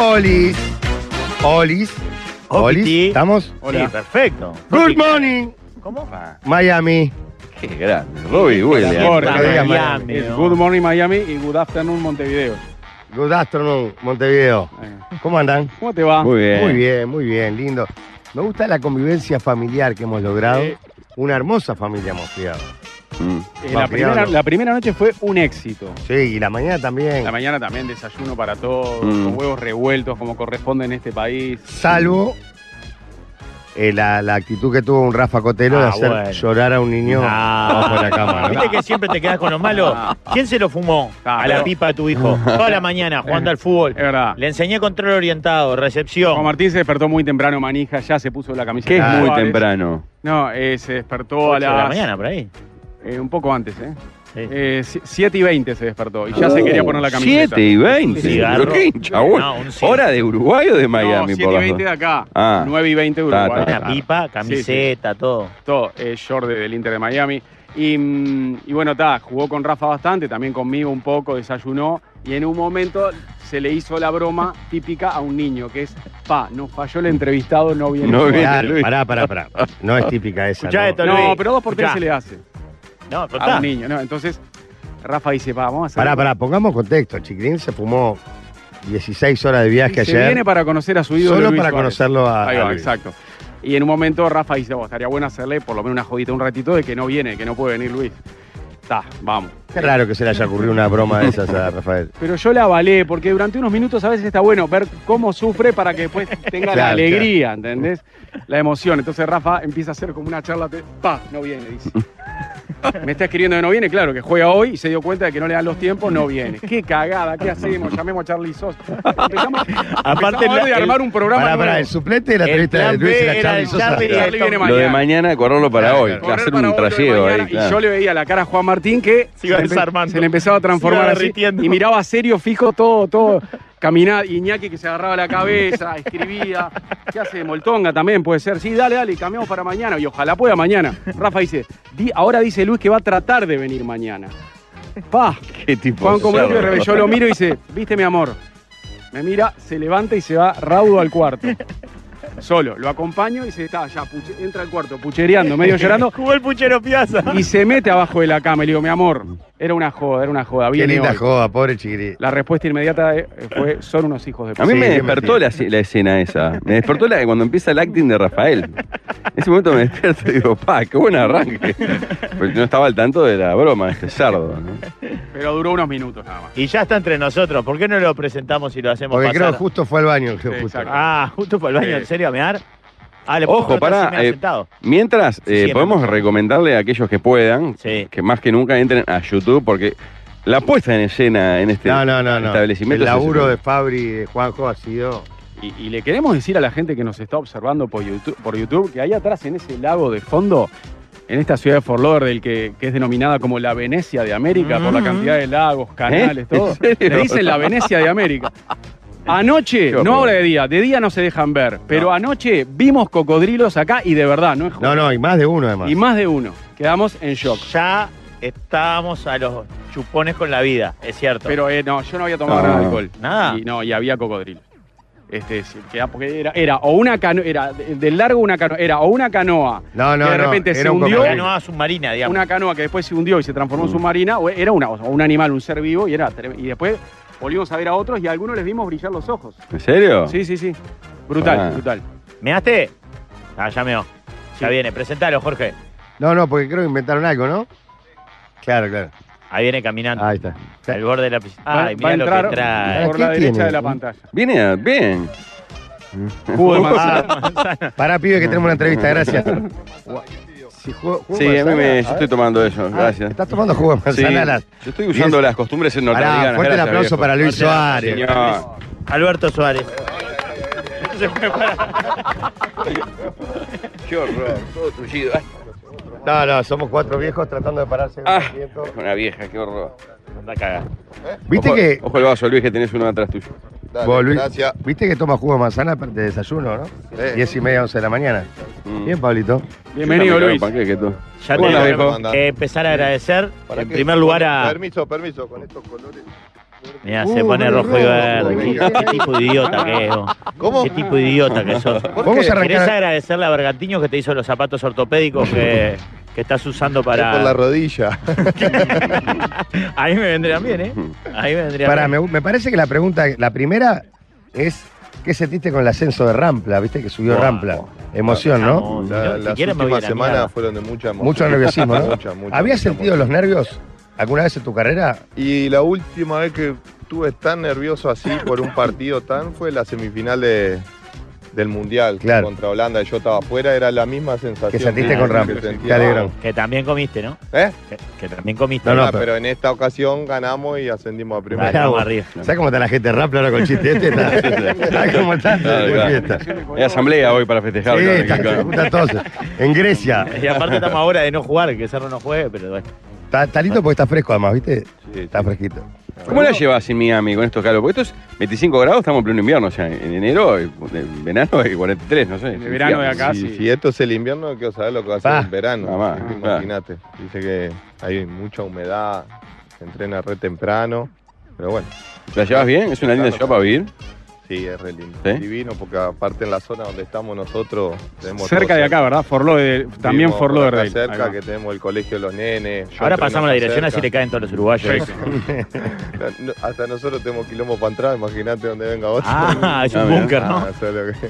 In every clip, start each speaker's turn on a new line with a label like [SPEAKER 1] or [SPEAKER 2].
[SPEAKER 1] Olis. Olis. Olis.
[SPEAKER 2] Opiti.
[SPEAKER 1] ¿Estamos?
[SPEAKER 2] Hola. Ah.
[SPEAKER 1] Sí.
[SPEAKER 2] perfecto.
[SPEAKER 1] Good morning,
[SPEAKER 2] ¿Cómo?
[SPEAKER 1] Miami.
[SPEAKER 3] Qué grande. Robbie Williams.
[SPEAKER 1] Jorge,
[SPEAKER 2] Miami,
[SPEAKER 1] diga,
[SPEAKER 2] ¿no?
[SPEAKER 4] Es Good Morning Miami y Good Afternoon Montevideo.
[SPEAKER 1] Good afternoon, Montevideo.
[SPEAKER 4] Eh,
[SPEAKER 1] ¿Cómo andan?
[SPEAKER 4] ¿Cómo te va? Eh,
[SPEAKER 3] Muy bien.
[SPEAKER 1] Muy bien, muy bien, lindo. Me gusta la convivencia familiar que hemos logrado.
[SPEAKER 4] Sí.
[SPEAKER 1] Una hermosa familia hemos criado.
[SPEAKER 3] Mm.
[SPEAKER 4] Eh,
[SPEAKER 1] Va,
[SPEAKER 4] la, primera,
[SPEAKER 1] Mariano.
[SPEAKER 4] la primera noche fue un éxito.
[SPEAKER 1] Sí, y la mañana también.
[SPEAKER 4] La mañana también desayuno para todos,
[SPEAKER 3] Mm.
[SPEAKER 4] con huevos revueltos como corresponde en este país.
[SPEAKER 1] Salvo eh, la, la actitud que tuvo un Rafa Cotelo de
[SPEAKER 2] Ah,
[SPEAKER 1] hacer
[SPEAKER 2] bueno.
[SPEAKER 1] llorar a un niño
[SPEAKER 2] Ah.
[SPEAKER 1] bajo la cama. ¿no?
[SPEAKER 2] ¿Viste que siempre te quedas con los malos? ¿Quién se lo fumó
[SPEAKER 4] Ah,
[SPEAKER 2] a la
[SPEAKER 4] pero-
[SPEAKER 2] pipa de tu hijo? Toda la mañana jugando al fútbol.
[SPEAKER 4] Es verdad.
[SPEAKER 2] Le enseñé control orientado,
[SPEAKER 4] Juan
[SPEAKER 2] recepción.
[SPEAKER 4] Martín se despertó muy temprano, manija, ya se puso la camiseta.
[SPEAKER 3] ¿Qué es
[SPEAKER 4] de
[SPEAKER 3] muy
[SPEAKER 4] Juárez.
[SPEAKER 3] temprano?
[SPEAKER 4] No, eh, se despertó a
[SPEAKER 2] Ocho de la
[SPEAKER 4] las...
[SPEAKER 2] mañana por ahí.
[SPEAKER 4] eh, un poco antes, ¿eh?
[SPEAKER 2] Sí.
[SPEAKER 4] Eh, si- 7 y 20 se despertó y ya se quería poner la camiseta.
[SPEAKER 3] 7 Oh, y 20.
[SPEAKER 2] Cigarro.
[SPEAKER 3] Pero qué hincha, boludo.
[SPEAKER 2] No, un cigarro.
[SPEAKER 3] ¿Hora de Uruguay o de Miami?
[SPEAKER 4] no, 7
[SPEAKER 3] por
[SPEAKER 4] y
[SPEAKER 3] las
[SPEAKER 4] 20 de
[SPEAKER 3] dos?
[SPEAKER 4] acá.
[SPEAKER 3] Ah.
[SPEAKER 4] 9 y 20 de
[SPEAKER 3] Ta,
[SPEAKER 4] Uruguay.
[SPEAKER 3] ta,
[SPEAKER 2] Una
[SPEAKER 3] Claro.
[SPEAKER 2] pipa, camiseta, todo.
[SPEAKER 4] Todo, eh, Jordi del Inter de Miami. Y, mm, y bueno, está, jugó con Rafa bastante, también conmigo un poco, desayunó. Y en un momento se le hizo la broma típica a un niño, que es, pa, nos falló el entrevistado, no viene.
[SPEAKER 3] No
[SPEAKER 4] el jugador".
[SPEAKER 3] viene.
[SPEAKER 1] Claro,
[SPEAKER 3] Luis.
[SPEAKER 1] pará, pará, pará. No es típica esa.
[SPEAKER 2] Escuchá
[SPEAKER 1] ¿no?
[SPEAKER 2] esto,
[SPEAKER 4] No,
[SPEAKER 2] Luis.
[SPEAKER 4] pero dos por tres
[SPEAKER 2] Escuchá.
[SPEAKER 4] se le hace
[SPEAKER 2] No, pero
[SPEAKER 4] a
[SPEAKER 2] está.
[SPEAKER 4] un niño. No, entonces, Rafa dice, pa, vamos a hacer...
[SPEAKER 1] Pará, pará, pongamos contexto. Chiquirín se fumó 16 horas de
[SPEAKER 4] Y
[SPEAKER 1] viaje
[SPEAKER 4] se
[SPEAKER 1] ayer.
[SPEAKER 4] viene para conocer a su ídolo
[SPEAKER 1] Solo
[SPEAKER 4] Luis
[SPEAKER 1] para
[SPEAKER 4] Suárez.
[SPEAKER 1] conocerlo a.
[SPEAKER 4] Ahí va,
[SPEAKER 1] a Luis.
[SPEAKER 4] exacto. Y en un momento Rafa dice, "Oh, estaría bueno hacerle por lo menos una jodita un ratito de que no viene, que no puede venir Luis. Está, vamos.
[SPEAKER 1] Qué raro que se le haya ocurrido una broma de esas a Rafael.
[SPEAKER 4] Pero yo la avalé, porque durante unos minutos a veces está bueno ver cómo sufre para que después tenga
[SPEAKER 1] Claro,
[SPEAKER 4] la alegría, ¿entendés? La emoción. Entonces Rafa empieza a hacer como una charla, te- pa, no viene, dice. Me está escribiendo que no viene, claro, que juega hoy y se dio cuenta de que no le dan los tiempos, no viene. Qué cagada, ¿qué hacemos? Llamemos a Charlie Sos. Empezamos,
[SPEAKER 2] Aparte,
[SPEAKER 4] empezamos a
[SPEAKER 2] la- el-
[SPEAKER 4] armar un programa
[SPEAKER 1] Pará,
[SPEAKER 4] nuevo.
[SPEAKER 1] pará, el suplente de la
[SPEAKER 2] El
[SPEAKER 1] entrevista de
[SPEAKER 2] plan
[SPEAKER 1] Luis
[SPEAKER 2] B
[SPEAKER 1] y la
[SPEAKER 2] era
[SPEAKER 1] Charlie
[SPEAKER 2] el
[SPEAKER 1] Sosa.
[SPEAKER 2] Charlie
[SPEAKER 1] Claro.
[SPEAKER 4] Charlie viene
[SPEAKER 3] Lo de
[SPEAKER 4] mañana.
[SPEAKER 3] mañana, correrlo para
[SPEAKER 1] Claro,
[SPEAKER 3] hoy.
[SPEAKER 1] claro.
[SPEAKER 4] Correr
[SPEAKER 3] Hacer
[SPEAKER 4] para
[SPEAKER 3] un
[SPEAKER 4] otro de
[SPEAKER 3] trasiego
[SPEAKER 4] mañana,
[SPEAKER 3] ahí.
[SPEAKER 4] Y yo
[SPEAKER 3] claro.
[SPEAKER 4] le veía la cara a Juan Martín que
[SPEAKER 2] Se iba
[SPEAKER 4] empe-
[SPEAKER 2] desarmando.
[SPEAKER 4] se le empezaba a
[SPEAKER 2] Se
[SPEAKER 4] transformar
[SPEAKER 2] iba
[SPEAKER 4] así.
[SPEAKER 2] derritiendo.
[SPEAKER 4] Y miraba serio, fijo, todo, todo. Caminaba, Iñaki que se agarraba la cabeza, escribía. ¿Qué hace? Moltonga también puede ser. Sí, dale, dale, cambiamos para mañana. Y ojalá pueda mañana. Rafa dice, "Di- ahora dice Luis que va a tratar de venir mañana. Pa,
[SPEAKER 3] Qué tipo.
[SPEAKER 4] Juan
[SPEAKER 3] de
[SPEAKER 4] Comercio
[SPEAKER 3] cerdo.
[SPEAKER 4] yo lo miro y dice, viste mi amor. Me mira, se levanta y se va raudo al cuarto. Solo, lo acompaño y se está ya, puche- entra al cuarto, puchereando, medio llorando.
[SPEAKER 2] Jugó el puchero Piazza.
[SPEAKER 4] Y se mete abajo de la cama y le digo, mi amor, era una joda, era una joda.
[SPEAKER 1] Qué
[SPEAKER 4] viene
[SPEAKER 1] linda
[SPEAKER 4] hoy".
[SPEAKER 1] joda, pobre Chiquirín.
[SPEAKER 4] La respuesta inmediata eh, fue, son unos hijos de
[SPEAKER 3] A mí
[SPEAKER 1] Sí,
[SPEAKER 3] me
[SPEAKER 1] qué
[SPEAKER 3] despertó la, la escena esa. Me despertó la cuando empieza el acting de Rafael. En ese momento me despierto y digo, pa, qué buen arranque. Pero no estaba al tanto de la broma de este sardo. ¿no?
[SPEAKER 4] Pero duró unos minutos nada más.
[SPEAKER 2] Y ya está entre nosotros. ¿Por qué no lo presentamos y lo hacemos
[SPEAKER 1] Porque
[SPEAKER 2] pasar?
[SPEAKER 1] creo que justo fue al baño. creo,
[SPEAKER 4] Sí,
[SPEAKER 1] justo.
[SPEAKER 4] exacto.
[SPEAKER 2] Ah, justo para el baño,
[SPEAKER 4] Sí.
[SPEAKER 2] ¿en serio, a mear? Ah, le puedo
[SPEAKER 3] Ojo,
[SPEAKER 2] preguntar
[SPEAKER 3] pará.
[SPEAKER 2] si mea
[SPEAKER 3] eh,
[SPEAKER 2] sentado.
[SPEAKER 3] mientras, eh,
[SPEAKER 2] Siempre.
[SPEAKER 3] podemos recomendarle a aquellos que puedan,
[SPEAKER 2] Sí.
[SPEAKER 3] que más que nunca entren a YouTube, porque la puesta en escena en este
[SPEAKER 1] No, no, no, no. El
[SPEAKER 3] establecimiento. es
[SPEAKER 1] laburo de
[SPEAKER 3] excepcional.
[SPEAKER 1] Fabri y de Juanjo ha sido.
[SPEAKER 4] Y, y le queremos decir a la gente que nos está observando por YouTube, por YouTube que ahí atrás, en ese lago de fondo, en esta ciudad de Fort Lauderdale, que, que es denominada como la Venecia de América, por la
[SPEAKER 2] Mm.
[SPEAKER 4] cantidad de lagos, canales,
[SPEAKER 3] ¿Eh?
[SPEAKER 4] todo,
[SPEAKER 3] ¿En serio?
[SPEAKER 4] le dicen la Venecia de América. Anoche,
[SPEAKER 3] Qué horror.
[SPEAKER 4] no ahora de día, de día no se dejan ver, pero anoche vimos cocodrilos acá y de verdad, ¿no? es joda.
[SPEAKER 1] No, no, y más de uno además.
[SPEAKER 4] Y más de uno. Quedamos en shock.
[SPEAKER 2] Ya estábamos a los chupones con la vida, es cierto.
[SPEAKER 4] Pero eh, no, yo no había tomado
[SPEAKER 3] No.
[SPEAKER 4] nada de alcohol.
[SPEAKER 2] Nada.
[SPEAKER 4] Y no, y había cocodrilo. Este, sí, que era- porque era, era o una canoa, era de- del largo una canoa, era o una canoa,
[SPEAKER 1] No, no,
[SPEAKER 4] que de
[SPEAKER 1] no,
[SPEAKER 4] repente se
[SPEAKER 1] era un
[SPEAKER 4] hundió,
[SPEAKER 2] Una
[SPEAKER 1] cocodrilo.
[SPEAKER 2] canoa submarina, digamos.
[SPEAKER 4] una canoa que después se hundió y se transformó en
[SPEAKER 3] Mm.
[SPEAKER 4] submarina, o era una, o sea, un animal, un ser vivo, y era trem- y después volvimos a ver a otros y a algunos les vimos brillar los ojos.
[SPEAKER 3] ¿En serio?
[SPEAKER 4] Sí, sí, sí. Brutal,
[SPEAKER 3] Ah.
[SPEAKER 4] brutal.
[SPEAKER 2] ¿Measte? Ah, ya meó. Ya
[SPEAKER 4] Sí.
[SPEAKER 2] viene, presentalo, Jorge.
[SPEAKER 1] No, no, porque creo que inventaron algo, ¿no? Claro, claro.
[SPEAKER 2] Ahí viene caminando.
[SPEAKER 1] Ahí está.
[SPEAKER 2] Al borde de la piscina. Ay,
[SPEAKER 4] Ah, va a
[SPEAKER 2] mirá lo
[SPEAKER 4] entrar-
[SPEAKER 2] que trae.
[SPEAKER 4] Por
[SPEAKER 1] ¿Qué
[SPEAKER 4] la derecha
[SPEAKER 1] tiene?
[SPEAKER 4] de la pantalla.
[SPEAKER 3] Viene a- bien.
[SPEAKER 4] Jugo de manzana.
[SPEAKER 1] Ah. Pará, pibe, que tenemos una entrevista, gracias. Sí, jugo- jugo
[SPEAKER 3] Sí,
[SPEAKER 1] de
[SPEAKER 3] a mí
[SPEAKER 1] manzana.
[SPEAKER 3] me,
[SPEAKER 1] A
[SPEAKER 3] yo
[SPEAKER 1] ver.
[SPEAKER 3] estoy tomando eso.
[SPEAKER 1] Ah,
[SPEAKER 3] Gracias.
[SPEAKER 1] Estás tomando jugo de
[SPEAKER 3] Sí,
[SPEAKER 1] manzana. las-
[SPEAKER 3] yo estoy usando
[SPEAKER 1] Bien.
[SPEAKER 3] las costumbres
[SPEAKER 1] Pará,
[SPEAKER 3] norteamericanas.
[SPEAKER 1] fuerte el
[SPEAKER 3] gracias,
[SPEAKER 1] aplauso
[SPEAKER 3] viejo.
[SPEAKER 1] para Luis
[SPEAKER 2] Fuerte el aplauso,
[SPEAKER 1] Suárez.
[SPEAKER 3] Señor.
[SPEAKER 2] Alberto Suárez.
[SPEAKER 3] Qué horror, todo tullido. Ay,
[SPEAKER 1] No, no, somos cuatro viejos tratando de pararse. en un
[SPEAKER 3] Ah.
[SPEAKER 1] asiento.
[SPEAKER 3] Una vieja, qué horror.
[SPEAKER 2] Anda a cagar.
[SPEAKER 1] ¿Viste
[SPEAKER 3] ojo,
[SPEAKER 1] que,
[SPEAKER 3] Ojo el vaso, Luis, que tenés uno atrás tuyo.
[SPEAKER 5] Dale,
[SPEAKER 1] vos, Luis,
[SPEAKER 5] Gracias.
[SPEAKER 1] ¿viste que toma jugo de manzana de desayuno, no? Diez y media, once de la mañana.
[SPEAKER 3] Mm.
[SPEAKER 1] Bien, Pablito.
[SPEAKER 4] Bienvenido,
[SPEAKER 3] Yo también
[SPEAKER 4] Luis.
[SPEAKER 3] quiero panqueque, tú.
[SPEAKER 2] Ya
[SPEAKER 3] Hola,
[SPEAKER 2] tenemos
[SPEAKER 3] viejo.
[SPEAKER 2] que empezar a agradecer,
[SPEAKER 5] ¿Para
[SPEAKER 2] en
[SPEAKER 5] qué?
[SPEAKER 2] primer lugar, a
[SPEAKER 5] Permiso, permiso, con estos colores.
[SPEAKER 2] Mira, se
[SPEAKER 5] Uh,
[SPEAKER 2] pone
[SPEAKER 5] no,
[SPEAKER 2] rojo y
[SPEAKER 5] no,
[SPEAKER 2] verde. ¿Qué,
[SPEAKER 5] no,
[SPEAKER 2] qué tipo de idiota que es vos?
[SPEAKER 5] ¿Cómo?
[SPEAKER 2] ¿Qué tipo de idiota que sos?
[SPEAKER 5] ¿Por
[SPEAKER 1] Vamos
[SPEAKER 5] qué?
[SPEAKER 1] a arrancar.
[SPEAKER 2] ¿Querés agradecerle a Bergantiño que te hizo los zapatos ortopédicos que, que estás usando
[SPEAKER 5] Es Por la
[SPEAKER 2] para.
[SPEAKER 5] rodilla.
[SPEAKER 2] Ahí me vendrían bien, ¿eh? Ahí me vendrían
[SPEAKER 1] Pará,
[SPEAKER 2] bien.
[SPEAKER 1] me, me parece que la pregunta, la primera es ¿qué sentiste con el ascenso de Rampla? ¿Viste que subió
[SPEAKER 2] Wow.
[SPEAKER 1] Rampla? Emoción, ¿no?
[SPEAKER 2] Vamos. Si no,
[SPEAKER 5] La-
[SPEAKER 2] si
[SPEAKER 5] las
[SPEAKER 2] quieren me voy a
[SPEAKER 5] últimas
[SPEAKER 2] la
[SPEAKER 5] semanas
[SPEAKER 2] mierda.
[SPEAKER 5] fueron de mucha emoción.
[SPEAKER 1] Mucho nerviosismo, ¿no?
[SPEAKER 5] Mucha, mucha,
[SPEAKER 1] ¿Habías
[SPEAKER 5] mucha
[SPEAKER 1] sentido los
[SPEAKER 5] emoción.
[SPEAKER 1] nervios alguna vez en tu carrera?
[SPEAKER 5] Y la última vez que estuve tan nervioso así por un partido tan fue la semifinal de- del Mundial
[SPEAKER 1] Claro.
[SPEAKER 5] contra Holanda. Yo estaba afuera, era la misma sensación.
[SPEAKER 1] Que sentiste
[SPEAKER 5] que-
[SPEAKER 1] con
[SPEAKER 5] que
[SPEAKER 1] Ramos.
[SPEAKER 5] sentía.
[SPEAKER 1] Qué alegrón.
[SPEAKER 2] Que también comiste, ¿no?
[SPEAKER 5] ¿Eh?
[SPEAKER 2] Que, que también comiste.
[SPEAKER 1] No, no,
[SPEAKER 5] Ah,
[SPEAKER 1] pero-
[SPEAKER 5] pero en esta ocasión ganamos y ascendimos a
[SPEAKER 2] Dale,
[SPEAKER 5] primera.
[SPEAKER 2] vamos arriba.
[SPEAKER 1] ¿Sabes cómo está la gente de Rampla ahora con el chiste este? Está, está como está.
[SPEAKER 3] Claro,
[SPEAKER 1] muy
[SPEAKER 3] claro.
[SPEAKER 1] fiesta.
[SPEAKER 3] Hay asamblea hoy para festejar.
[SPEAKER 1] Sí,
[SPEAKER 3] claro,
[SPEAKER 1] está-
[SPEAKER 3] claro.
[SPEAKER 1] se juntan todos. En Grecia.
[SPEAKER 2] Y aparte estamos ahora de no jugar, que Cerro no juegue, pero bueno.
[SPEAKER 1] Está, está lindo porque está fresco además, ¿viste?
[SPEAKER 5] Sí, sí.
[SPEAKER 1] Está fresquito.
[SPEAKER 3] ¿Cómo la llevas en Miami con estos calor? Porque esto es 25 grados, estamos en pleno invierno, o sea, en enero, eh, en verano hay 43, no sé.
[SPEAKER 4] En el verano de acá,
[SPEAKER 5] si,
[SPEAKER 4] sí.
[SPEAKER 5] si esto es el invierno, quiero saber lo que va a ser
[SPEAKER 1] Pa.
[SPEAKER 5] el verano.
[SPEAKER 3] Ah, va,
[SPEAKER 5] Así que
[SPEAKER 3] claro.
[SPEAKER 5] Imagínate. Dice que hay mucha humedad, se entrena re temprano. Pero bueno,
[SPEAKER 3] ¿La llevas bien? ¿Es una linda ciudad para vivir?
[SPEAKER 5] sí, es re lindo.
[SPEAKER 3] ¿Sí?
[SPEAKER 5] Divino, porque aparte en la zona donde estamos nosotros. tenemos
[SPEAKER 4] Cerca
[SPEAKER 5] todo
[SPEAKER 4] de acá, ¿verdad? Forló de, también
[SPEAKER 5] Vivimos
[SPEAKER 4] Forló de
[SPEAKER 5] eh. por acá
[SPEAKER 4] Rey.
[SPEAKER 5] cerca, que tenemos el colegio de los nenes. Yo
[SPEAKER 2] ahora
[SPEAKER 5] entreno
[SPEAKER 2] pasamos la
[SPEAKER 5] acá
[SPEAKER 2] dirección, así te
[SPEAKER 5] cerca.
[SPEAKER 2] caen todos los uruguayos.
[SPEAKER 5] No, Hasta nosotros tenemos quilombo para entrar, imagínate donde venga otro.
[SPEAKER 2] Ah, es
[SPEAKER 3] Ah,
[SPEAKER 2] un
[SPEAKER 3] mira.
[SPEAKER 2] búnker, ¿no?
[SPEAKER 5] Ah, eso es lo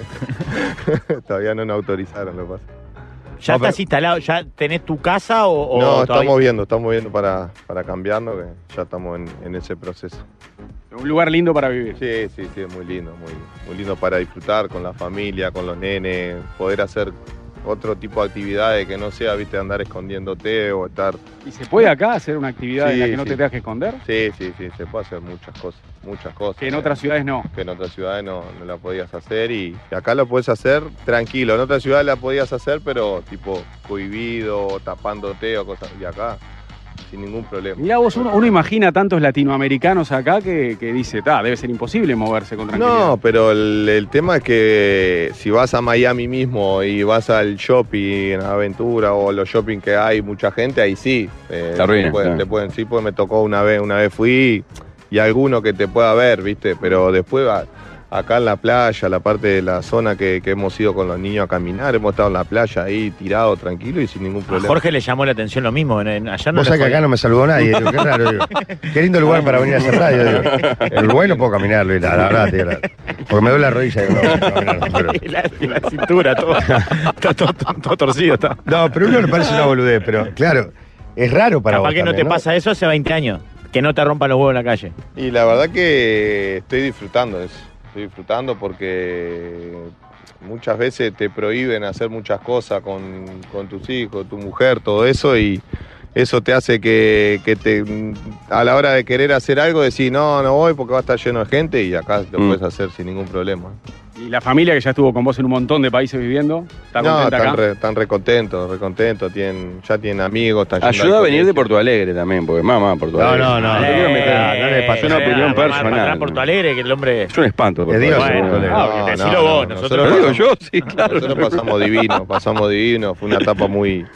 [SPEAKER 5] que- Todavía no nos autorizaron, lo que pasa.
[SPEAKER 2] ¿Ya
[SPEAKER 1] No, pero-
[SPEAKER 2] estás instalado? ¿Ya tenés tu casa o, o
[SPEAKER 5] no,
[SPEAKER 2] todavía-
[SPEAKER 5] estamos viendo, estamos viendo para, para cambiarnos, que ya estamos en, en ese proceso.
[SPEAKER 4] Un lugar lindo para vivir.
[SPEAKER 5] Sí, sí, sí, es muy lindo, muy, muy lindo para disfrutar con la familia, con los nenes, poder hacer otro tipo de actividades que no sea, viste, andar escondiéndote o estar...
[SPEAKER 4] ¿Y se puede acá hacer una actividad en la
[SPEAKER 5] Sí,
[SPEAKER 4] que no
[SPEAKER 5] sí.
[SPEAKER 4] te tengas que esconder?
[SPEAKER 5] Sí, sí, sí, se puede hacer muchas cosas, muchas cosas.
[SPEAKER 4] Que en otras ciudades no.
[SPEAKER 5] que en otras ciudades no, no la podías hacer y acá la puedes hacer tranquilo. En otras ciudades la podías hacer, pero tipo cohibido, tapándote o cosas. Y acá, sin ningún problema.
[SPEAKER 4] Mirá vos, uno, uno imagina tantos latinoamericanos acá que, que dice, ta, debe ser imposible moverse con tranquilidad.
[SPEAKER 5] No, pero el, el tema es que si vas a Miami mismo y vas al shopping, a Aventura o los shopping que hay mucha gente, ahí sí. eh,
[SPEAKER 3] Te arruinan,
[SPEAKER 5] te pueden-
[SPEAKER 3] claro.
[SPEAKER 5] te pueden- sí, pues me tocó una vez, una vez fui y alguno que te pueda ver, viste, pero después va- Acá en la playa, la parte de la zona que, que hemos ido con los niños a caminar, hemos estado en la playa ahí tirado, tranquilo y sin ningún
[SPEAKER 2] A
[SPEAKER 5] problema.
[SPEAKER 2] Jorge le llamó la atención lo mismo. en- en- allá no
[SPEAKER 1] Vos
[SPEAKER 2] le
[SPEAKER 1] sabés que
[SPEAKER 2] jod-
[SPEAKER 1] acá no me saludó nadie, digo, qué raro, digo. Qué lindo lugar para venir a hacer radio, digo. En Uruguay no puedo caminar, Luis, la, la verdad, te digo, la- porque me duele la rodilla. digo, no, no, no, no, pero,
[SPEAKER 2] la, la cintura, todo, está todo, todo torcido. Está.
[SPEAKER 1] no, pero uno le parece una boludez, pero claro, es raro para
[SPEAKER 2] Capaz
[SPEAKER 1] vos
[SPEAKER 2] que no
[SPEAKER 1] también,
[SPEAKER 2] te pasa eso hace 20 años. Que no te rompan los huevos en la calle.
[SPEAKER 5] Y la verdad que estoy disfrutando de eso. Estoy disfrutando porque muchas veces te prohíben hacer muchas cosas con, con tus hijos, tu mujer, todo eso. Y eso te hace que, que te, a la hora de querer hacer algo, decir no, no voy porque va a estar lleno de gente. Y acá lo
[SPEAKER 3] Mm.
[SPEAKER 5] puedes hacer sin ningún problema.
[SPEAKER 4] Y la familia que ya estuvo con vos en un montón de países viviendo, está
[SPEAKER 5] no,
[SPEAKER 4] contenta
[SPEAKER 5] están
[SPEAKER 4] acá.
[SPEAKER 5] re, están re contentos, re contentos, Tienen, ya tienen amigos. Están yendo
[SPEAKER 3] Ayuda a
[SPEAKER 5] al
[SPEAKER 3] venir de
[SPEAKER 5] colegio.
[SPEAKER 3] Porto Alegre también, porque mamá, Porto
[SPEAKER 1] No,
[SPEAKER 3] Alegre.
[SPEAKER 1] no, no.
[SPEAKER 3] Yo creo que me-
[SPEAKER 1] Eh, no le pasó
[SPEAKER 3] una
[SPEAKER 2] eh,
[SPEAKER 3] opinión
[SPEAKER 2] va para atrás
[SPEAKER 3] personal.
[SPEAKER 2] Porto Alegre, que el hombre.
[SPEAKER 3] Es un espanto. Porto
[SPEAKER 1] Te digo,
[SPEAKER 3] Alegre.
[SPEAKER 1] seguro,
[SPEAKER 3] Bueno,
[SPEAKER 1] Leo.
[SPEAKER 3] ah,
[SPEAKER 2] que
[SPEAKER 5] no,
[SPEAKER 2] decilo
[SPEAKER 5] no,
[SPEAKER 2] vos,
[SPEAKER 5] no,
[SPEAKER 3] Te lo
[SPEAKER 2] nosotros.
[SPEAKER 3] digo yo, sí, claro.
[SPEAKER 5] Nosotros pasamos divino, pasamos divino, fue una etapa muy,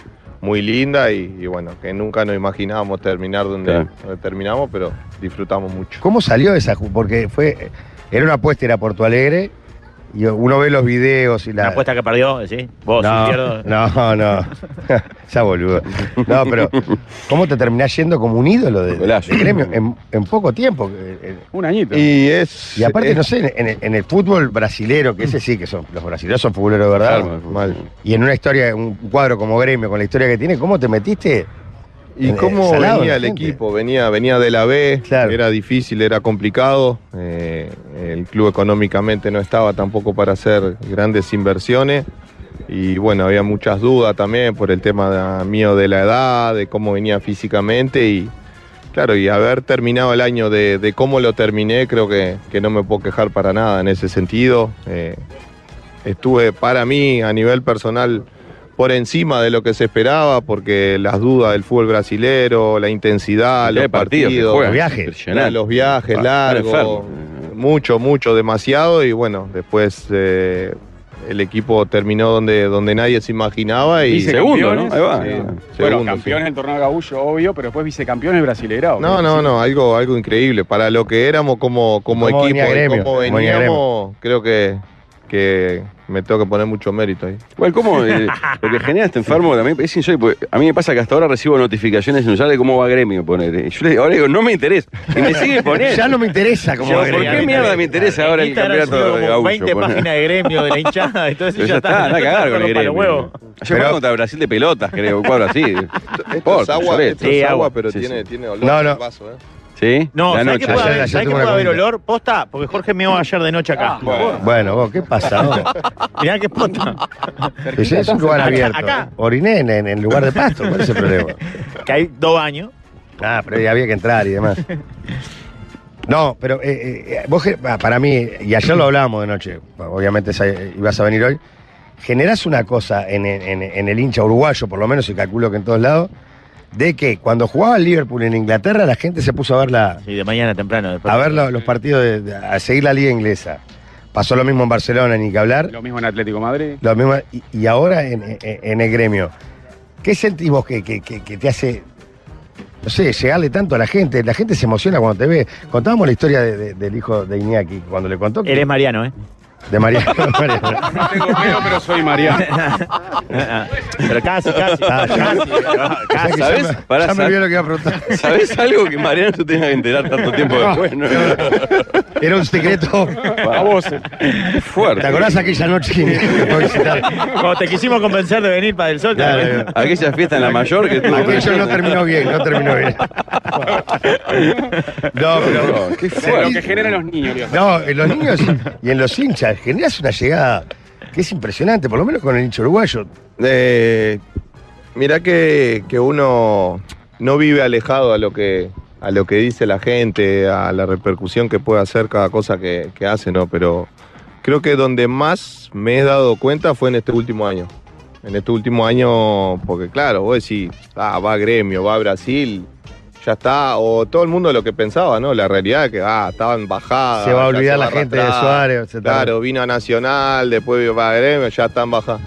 [SPEAKER 5] muy linda y, y bueno, que nunca nos imaginábamos terminar donde,
[SPEAKER 3] Claro.
[SPEAKER 5] donde terminamos, pero disfrutamos mucho.
[SPEAKER 1] ¿Cómo salió esa? ju- Porque fue, era una apuesta, era Porto Alegre, y uno ve los videos y la...
[SPEAKER 2] Una apuesta que perdió, ¿sí? Vos,
[SPEAKER 1] No,
[SPEAKER 2] izquierdo.
[SPEAKER 1] no, no. ya boludo. No, pero ¿cómo te terminás yendo como un ídolo de,
[SPEAKER 3] Golazo.
[SPEAKER 1] de gremio en, en poco tiempo? Eh, eh,
[SPEAKER 4] Un añito.
[SPEAKER 5] Y es.
[SPEAKER 1] Y aparte,
[SPEAKER 5] es-
[SPEAKER 1] no sé, en el, en el fútbol brasilero, que ese sí, que son los brasileños son futboleros de verdad,
[SPEAKER 3] Claro,
[SPEAKER 5] mal.
[SPEAKER 1] y en una historia, un cuadro como gremio, con la historia que tiene, ¿cómo te metiste?
[SPEAKER 5] ¿Y
[SPEAKER 1] Eh,
[SPEAKER 5] cómo
[SPEAKER 1] salado
[SPEAKER 5] venía
[SPEAKER 1] la
[SPEAKER 5] el
[SPEAKER 1] gente.
[SPEAKER 5] equipo? Venía, venía de la B,
[SPEAKER 1] Claro.
[SPEAKER 5] era difícil, era complicado. eh, el club económicamente no estaba tampoco para hacer grandes inversiones. Y bueno, había muchas dudas también por el tema da- mío de la edad, de cómo venía físicamente. Y claro, y haber terminado el año de, de cómo lo terminé, creo que, que no me puedo quejar para nada en ese sentido. Eh, estuve para mí a nivel personal por encima de lo que se esperaba, porque las dudas del fútbol brasilero, la intensidad,
[SPEAKER 3] Cantidad
[SPEAKER 5] los
[SPEAKER 3] de partidos que
[SPEAKER 5] partidos,
[SPEAKER 3] juegan,
[SPEAKER 1] viajes.
[SPEAKER 3] impresionante.
[SPEAKER 5] los viajes
[SPEAKER 3] Ah,
[SPEAKER 5] largos,
[SPEAKER 3] enfermo.
[SPEAKER 5] mucho, mucho, demasiado, y bueno, después eh, el equipo terminó donde, donde nadie se imaginaba y.
[SPEAKER 4] Dice- eh,
[SPEAKER 3] Segundo, ¿no? Ahí va.
[SPEAKER 5] Sí.
[SPEAKER 4] Bueno,
[SPEAKER 5] eh, Segundo,
[SPEAKER 4] campeones
[SPEAKER 5] sí.
[SPEAKER 4] en el torneo de Gabullo, obvio, pero después vicecampeones brasileira. obvio.
[SPEAKER 5] No, no,
[SPEAKER 4] Sí.
[SPEAKER 5] no, algo, algo increíble. Para lo que éramos como, como
[SPEAKER 1] Cómo
[SPEAKER 5] equipo,
[SPEAKER 1] venía
[SPEAKER 5] y
[SPEAKER 1] Gremio,
[SPEAKER 5] cómo
[SPEAKER 1] cómo venía
[SPEAKER 5] veníamos, creo que, que me tengo que poner mucho mérito ahí.
[SPEAKER 3] Bueno, ¿cómo? eh, lo que genera este enfermo también es insólito, porque A mí me pasa que hasta ahora recibo notificaciones en un de cómo va gremio poner. eh. Yo le, ahora digo, no me interesa. Y me sigue poniendo.
[SPEAKER 1] Ya no me interesa cómo
[SPEAKER 3] Yo,
[SPEAKER 1] va
[SPEAKER 3] ¿por
[SPEAKER 1] Gremio.
[SPEAKER 3] qué mierda me interesa ahora el
[SPEAKER 2] Instagram
[SPEAKER 3] campeonato
[SPEAKER 2] subió
[SPEAKER 3] de
[SPEAKER 2] como
[SPEAKER 3] Gaucho,
[SPEAKER 2] 20
[SPEAKER 3] pone.
[SPEAKER 2] páginas de gremio de la hinchada, entonces
[SPEAKER 3] Pero
[SPEAKER 2] ya está.
[SPEAKER 3] anda a cagar con el
[SPEAKER 2] Para los
[SPEAKER 3] gremio.
[SPEAKER 2] huevos.
[SPEAKER 3] Ayer jugaba contra Brasil de pelotas, creo, cuadro así.
[SPEAKER 5] Esto es
[SPEAKER 3] Por,
[SPEAKER 5] agua,
[SPEAKER 3] Sorete.
[SPEAKER 5] esto
[SPEAKER 2] Sí,
[SPEAKER 5] es agua,
[SPEAKER 2] agua.
[SPEAKER 5] pero
[SPEAKER 3] Sí,
[SPEAKER 5] tiene,
[SPEAKER 3] sí.
[SPEAKER 5] tiene olor
[SPEAKER 1] No,
[SPEAKER 5] en el
[SPEAKER 1] no.
[SPEAKER 5] vaso, ¿eh?
[SPEAKER 3] ¿Sí,
[SPEAKER 2] No,
[SPEAKER 3] la
[SPEAKER 2] ¿sabes
[SPEAKER 3] noche.
[SPEAKER 2] que puede
[SPEAKER 1] Ayer,
[SPEAKER 2] haber,
[SPEAKER 1] ayer
[SPEAKER 2] ¿sabes que
[SPEAKER 1] tuve
[SPEAKER 2] puede
[SPEAKER 1] una
[SPEAKER 2] haber
[SPEAKER 1] comida.
[SPEAKER 2] olor? Posta, porque Jorge meó ayer de noche
[SPEAKER 3] Ah,
[SPEAKER 2] acá.
[SPEAKER 1] Bueno, vos, ¿qué pasa? vos?
[SPEAKER 2] Mirá qué posta.
[SPEAKER 1] Pues es un lugar
[SPEAKER 2] Acá,
[SPEAKER 1] abierto.
[SPEAKER 2] acá.
[SPEAKER 1] Oriné en, en el lugar de pasto, ¿cuál es el problema?
[SPEAKER 2] que hay dos años.
[SPEAKER 1] Ah, pero ahí había que entrar y demás. No, pero eh, eh, vos, ge- ah, para mí, y ayer lo hablábamos de noche, obviamente sa- eh, ibas a venir hoy, generás una cosa en, el- en- en el hincha uruguayo, por lo menos, y calculo que en todos lados, de que cuando jugaba el Liverpool en Inglaterra, la gente se puso a ver, la,
[SPEAKER 2] Sí, de mañana temprano. después.
[SPEAKER 1] a ver lo- los partidos, de- de- a seguir la liga inglesa. Pasó lo mismo en Barcelona, ni que hablar.
[SPEAKER 4] Lo mismo en Atlético de Madrid.
[SPEAKER 1] Lo mismo, y, y ahora en, en- en el gremio. ¿Qué sentís vos que, que- que- que te hace, no sé, llegarle tanto a la gente? La gente se emociona cuando te ve. Contábamos la historia de- de- del hijo de Iñaki, cuando le contó que-
[SPEAKER 2] Él es Mariano, ¿eh?
[SPEAKER 1] de Mariano. Mariano.
[SPEAKER 4] No tengo pelo, pero soy Mariano.
[SPEAKER 2] Ah, Pero casi, casi.
[SPEAKER 1] Ah, ya.
[SPEAKER 2] casi,
[SPEAKER 1] O sea que
[SPEAKER 2] casi.
[SPEAKER 1] ya
[SPEAKER 3] ¿sabes?
[SPEAKER 1] me-
[SPEAKER 3] Pará,
[SPEAKER 1] ya me
[SPEAKER 3] ¿sabes?
[SPEAKER 1] vio lo que iba a preguntar.
[SPEAKER 3] ¿Sabés algo que Mariano se tenga que enterar tanto tiempo después? No,
[SPEAKER 1] Era un secreto.
[SPEAKER 4] A vos.
[SPEAKER 3] Fuerte.
[SPEAKER 1] ¿Te acordás aquella noche que me fue a visitar?
[SPEAKER 2] Cuando te quisimos convencer de venir para el sol, te-
[SPEAKER 1] Claro.
[SPEAKER 3] Aquella fiesta en la mayor que tuvo.
[SPEAKER 1] Aquello no terminó bien, no terminó bien. No, pero.
[SPEAKER 3] No, qué
[SPEAKER 4] Lo
[SPEAKER 3] fuerte.
[SPEAKER 4] que generan los niños, Dios.
[SPEAKER 1] No, en los niños y en los hinchas generas una llegada que es impresionante, por lo menos con el hincho uruguayo.
[SPEAKER 5] Eh, mirá que, que uno no vive alejado a lo que a lo que dice la gente, a la repercusión que puede hacer cada cosa que, que hace, ¿no? Pero creo que donde más me he dado cuenta fue en este último año. En este último año, porque claro, vos decís, ah, va Gremio, va Brasil, ya está, o todo el mundo lo que pensaba, ¿no? La realidad es que, ah, estaba en bajada.
[SPEAKER 1] se va a
[SPEAKER 5] ya
[SPEAKER 1] olvidar la
[SPEAKER 5] va
[SPEAKER 1] gente de
[SPEAKER 5] arrastrar.
[SPEAKER 1] Suárez, etc.
[SPEAKER 5] Claro, vino a Nacional, después va a Gremio, ya está en baja.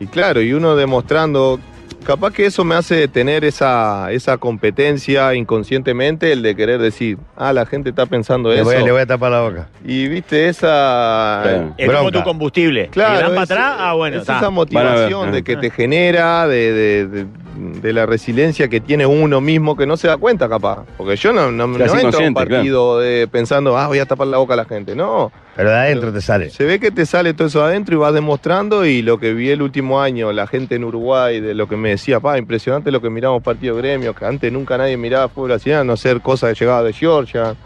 [SPEAKER 5] Y claro, y uno demostrando, capaz que eso me hace tener esa, esa competencia inconscientemente, el de querer decir, ah, la gente está pensando
[SPEAKER 1] Le
[SPEAKER 5] eso.
[SPEAKER 1] voy, a- le voy a tapar la boca.
[SPEAKER 5] Y viste esa...
[SPEAKER 3] Claro.
[SPEAKER 2] es como
[SPEAKER 1] Bronca.
[SPEAKER 2] tu combustible.
[SPEAKER 5] Claro,
[SPEAKER 2] Si dan para
[SPEAKER 5] es-
[SPEAKER 2] atrás, ah, bueno,
[SPEAKER 5] es
[SPEAKER 2] está.
[SPEAKER 5] esa motivación
[SPEAKER 3] Van a ver,
[SPEAKER 5] de que te genera, de, de- de- de la resiliencia que tiene uno mismo que no se da cuenta, capaz. Porque yo no, no,
[SPEAKER 3] Ya es
[SPEAKER 5] no entro a un
[SPEAKER 3] inconsciente, claro.
[SPEAKER 5] partido de- pensando, ah, voy a tapar la boca a la gente. No,
[SPEAKER 1] Pero de adentro te sale.
[SPEAKER 5] se ve que te sale todo eso adentro y vas demostrando y lo que vi el último año, la gente en Uruguay, de lo que me decía, pa, impresionante lo que miramos partido gremio, que antes nunca nadie miraba fútbol brasileño, a no ser cosas que llegaba de Georgia,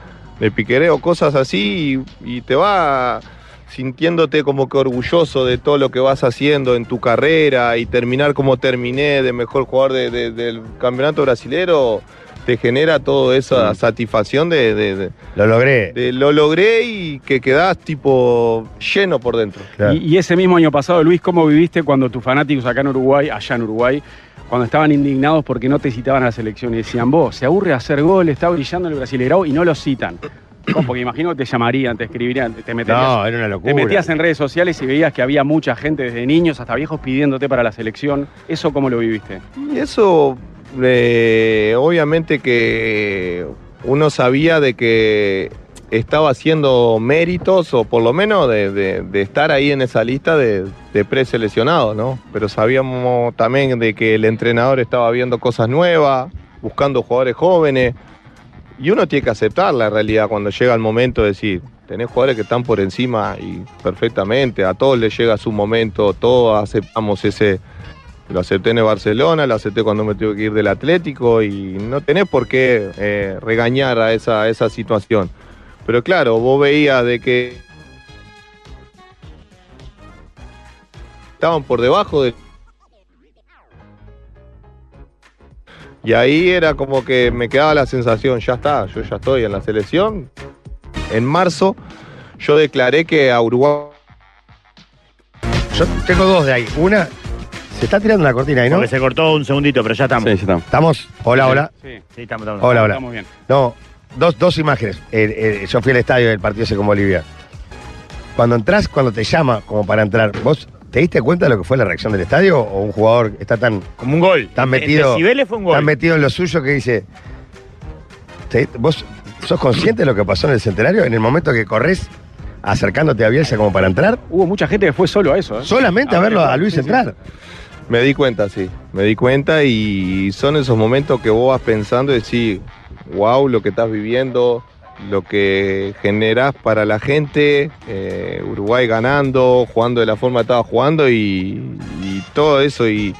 [SPEAKER 5] de Piquereo, cosas así y, y te va sintiéndote como que orgulloso de todo lo que vas haciendo en tu carrera y terminar como terminé de mejor jugador de- de- del campeonato brasilero, te genera toda esa
[SPEAKER 3] Mm.
[SPEAKER 5] satisfacción de- de- de
[SPEAKER 1] Lo logré.
[SPEAKER 5] de lo logré y que quedás tipo lleno por dentro.
[SPEAKER 1] Claro.
[SPEAKER 4] Y, y ese mismo año pasado, Luis, ¿cómo viviste cuando tus fanáticos acá en Uruguay, allá en Uruguay, cuando estaban indignados porque no te citaban a la selección y decían, vos, se aburre hacer gol, está brillando el brasileirao y no lo citan? ¿Cómo? Porque imagino que te llamarían, te escribirían, te meterías.
[SPEAKER 1] No, era una locura.
[SPEAKER 4] Te metías en redes sociales y veías que había mucha gente, desde niños hasta viejos, pidiéndote para la selección. ¿Eso cómo lo viviste?
[SPEAKER 5] Y eso, eh, obviamente que uno sabía de que estaba haciendo méritos o por lo menos de, de- de estar ahí en esa lista de, de preseleccionados, ¿no? Pero sabíamos también de que el entrenador estaba viendo cosas nuevas, buscando jugadores jóvenes. Y uno tiene que aceptar la realidad cuando llega el momento de decir, tenés jugadores que están por encima y perfectamente, a todos les llega su momento, todos aceptamos ese, Lo acepté en el Barcelona, lo acepté cuando me tuve que ir del Atlético y no tenés por qué eh, regañar a esa, a esa situación. Pero claro, vos veías de que estaban por debajo de... Y ahí era como que me quedaba la sensación, ya está, yo ya estoy en la selección. En marzo yo declaré que a Uruguay...
[SPEAKER 1] Yo tengo dos de ahí. Una, se está tirando una cortina ahí, ¿no?
[SPEAKER 2] Porque se cortó un segundito, pero ya estamos.
[SPEAKER 3] Sí, ya
[SPEAKER 2] Sí,
[SPEAKER 3] estamos.
[SPEAKER 1] Estamos. Hola, hola.
[SPEAKER 4] Sí,
[SPEAKER 2] estamos, estamos.
[SPEAKER 1] Hola, hola.
[SPEAKER 4] estamos bien.
[SPEAKER 1] No, dos, dos imágenes. Eh, eh, yo fui al estadio del partido ese con Bolivia. cuando entras, cuando te llama como para entrar, ¿vos te diste cuenta de lo que fue la reacción del estadio? ¿O un jugador está tan,
[SPEAKER 2] Como un gol.
[SPEAKER 1] tan
[SPEAKER 2] En
[SPEAKER 1] metido.
[SPEAKER 2] decibeles fue un gol.
[SPEAKER 1] Tan metido en lo suyo que dice. te- ¿Vos sos consciente de lo que pasó en el centenario? En el momento que corres acercándote a Bielsa como para entrar,
[SPEAKER 4] Hubo mucha gente que fue solo a eso. ¿eh?
[SPEAKER 1] solamente a verlo a Luis entrar.
[SPEAKER 5] Me di cuenta, sí. Me di cuenta y son esos momentos que vos vas pensando y decís, wow, lo que estás viviendo, lo que generás para la gente, eh, Uruguay ganando, jugando de la forma que estaba jugando y, y todo eso. Y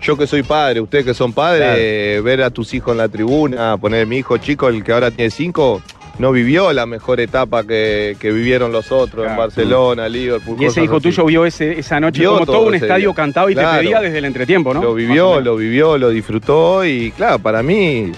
[SPEAKER 5] yo que soy padre, ustedes que son padres,
[SPEAKER 1] Claro.
[SPEAKER 5] eh, ver a tus hijos en la tribuna, poner mi hijo chico, el que ahora tiene cinco. No vivió la mejor etapa que, que vivieron los otros en
[SPEAKER 4] Claro.
[SPEAKER 5] Barcelona, Liverpool.
[SPEAKER 4] Y ese
[SPEAKER 5] cosas
[SPEAKER 4] hijo
[SPEAKER 5] así.
[SPEAKER 4] tuyo vio ese, esa noche
[SPEAKER 5] Vio
[SPEAKER 4] como todo,
[SPEAKER 5] todo
[SPEAKER 4] un
[SPEAKER 5] ese
[SPEAKER 4] estadio
[SPEAKER 5] día.
[SPEAKER 4] cantaba y te
[SPEAKER 5] Claro.
[SPEAKER 4] pedía desde el entretiempo, ¿no?
[SPEAKER 5] Lo
[SPEAKER 4] Más o
[SPEAKER 5] vivió,
[SPEAKER 4] menos.
[SPEAKER 5] lo vivió, lo disfrutó y claro, para mí,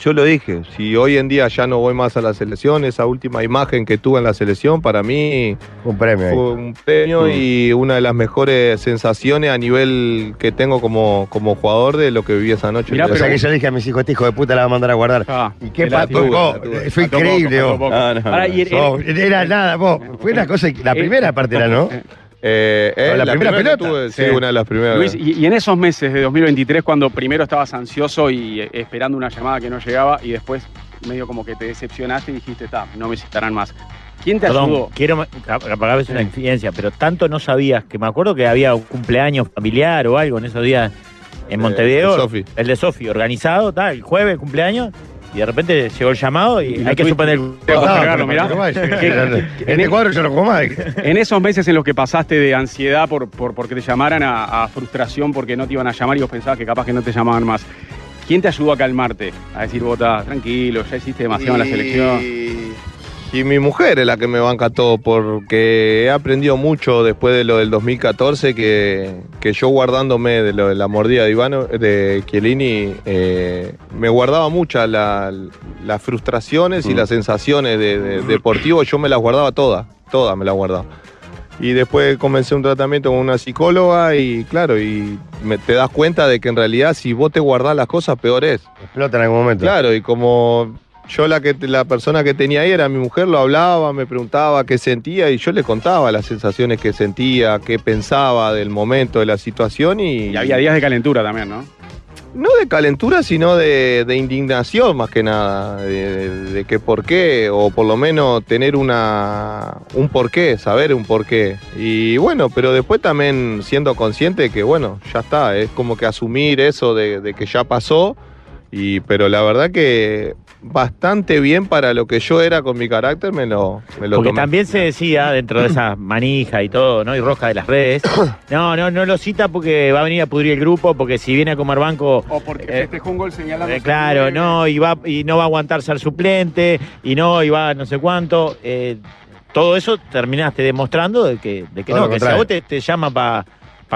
[SPEAKER 5] yo lo dije, si hoy en día ya no voy más a la selección, esa última imagen que tuve en la selección, para mí
[SPEAKER 1] Un premio. ahí.
[SPEAKER 5] fue un premio
[SPEAKER 3] Mm.
[SPEAKER 5] y una de las mejores sensaciones a nivel que tengo como, como jugador de lo que viví esa noche.
[SPEAKER 4] Mirá,
[SPEAKER 1] o sea
[SPEAKER 4] pero-
[SPEAKER 1] que yo le dije a mis hijos, este hijo de puta la va a mandar a guardar.
[SPEAKER 4] Ah,
[SPEAKER 1] ¿Y qué
[SPEAKER 4] la
[SPEAKER 1] pa-
[SPEAKER 4] tuvo,
[SPEAKER 1] tocó?
[SPEAKER 5] la tuvo.
[SPEAKER 1] Fue
[SPEAKER 4] Faltó poco,
[SPEAKER 1] increíble,
[SPEAKER 4] faltó
[SPEAKER 1] vos.
[SPEAKER 4] poco.
[SPEAKER 3] Ah, No, no,
[SPEAKER 4] Ahora, y el-
[SPEAKER 1] No, era nada, vos. Fue una cosa. que- La primera parte era, ¿no?
[SPEAKER 5] Eh, eh,
[SPEAKER 1] Con la
[SPEAKER 5] la,
[SPEAKER 1] primera
[SPEAKER 5] primera,
[SPEAKER 1] pelota.
[SPEAKER 5] que tuve, sí,
[SPEAKER 4] Sí.
[SPEAKER 5] una de las primeras.
[SPEAKER 2] Eh.
[SPEAKER 4] Luis, y, y en esos meses de 2023, cuando primero estabas ansioso y eh, esperando una llamada que no llegaba, y después medio como que te decepcionaste y dijiste, está, no me citarán más. ¿Quién te
[SPEAKER 2] Perdón,
[SPEAKER 4] ayudó?
[SPEAKER 2] quiero capaz es una infidencia, pero tanto no sabías que me acuerdo que había un cumpleaños familiar o algo en esos días en
[SPEAKER 5] Eh,
[SPEAKER 2] Montevideo.
[SPEAKER 5] el Sofi.
[SPEAKER 2] El de Sofi, organizado, tal, el jueves cumpleaños, y de repente llegó el llamado y,
[SPEAKER 4] Y lo
[SPEAKER 2] hay que
[SPEAKER 4] tuviste.
[SPEAKER 2] suspender el
[SPEAKER 4] Te vas a
[SPEAKER 1] No,
[SPEAKER 4] cargarlo,
[SPEAKER 1] pero
[SPEAKER 4] mirá.
[SPEAKER 1] no más. En este cuadro yo no juego más. dije.
[SPEAKER 4] En esos meses en los que pasaste de ansiedad por, por, porque te llamaran a, a frustración porque no te iban a llamar y vos pensabas que capaz que no te llamaban más. ¿Quién te ayudó a calmarte? A decir, vota, tranquilo, ya hiciste demasiado en la selección.
[SPEAKER 5] Y mi mujer es la que me banca todo, porque he aprendido mucho después de lo del 2014, que, que yo guardándome de lo de la mordida de Ivano, de Chiellini, eh, me guardaba muchas la- las frustraciones y
[SPEAKER 3] Mm.
[SPEAKER 5] las sensaciones de, de- deportivo, yo me las guardaba todas, todas me las guardaba. Y después comencé un tratamiento con una psicóloga y claro, y me- te das cuenta de que en realidad si vos te guardás las cosas, peor es.
[SPEAKER 1] Explota en algún momento.
[SPEAKER 5] Claro, y como yo la que la persona que tenía ahí era mi mujer, lo hablaba, me preguntaba qué sentía y yo le contaba las sensaciones que sentía, qué pensaba del momento, de la situación y,
[SPEAKER 4] Y había días de calentura también, ¿no?
[SPEAKER 5] no de calentura, sino de, de indignación más que nada, de, de- de que por qué, o por lo menos tener una, un porqué, saber un porqué. Y bueno, pero después también siendo consciente que bueno, ya está, es como que asumir eso de, de que ya pasó, y, pero la verdad que bastante bien para lo que yo era con mi carácter, me lo, me lo
[SPEAKER 2] Porque
[SPEAKER 5] tomé.
[SPEAKER 2] también se decía dentro de esa manija y todo, ¿no? Y roja de las redes. No, no, no lo cita porque va a venir a pudrir el grupo, porque si viene a comer banco.
[SPEAKER 4] O porque
[SPEAKER 2] Eh,
[SPEAKER 4] festejó un gol señalando.
[SPEAKER 2] eh, claro, no, y va, y no va a aguantar ser suplente, y no, y va no sé cuánto. Eh, todo eso terminaste demostrando de que, de que
[SPEAKER 1] Todo
[SPEAKER 2] no,
[SPEAKER 1] lo
[SPEAKER 2] que si a
[SPEAKER 1] contrario.
[SPEAKER 2] vos te, te llama para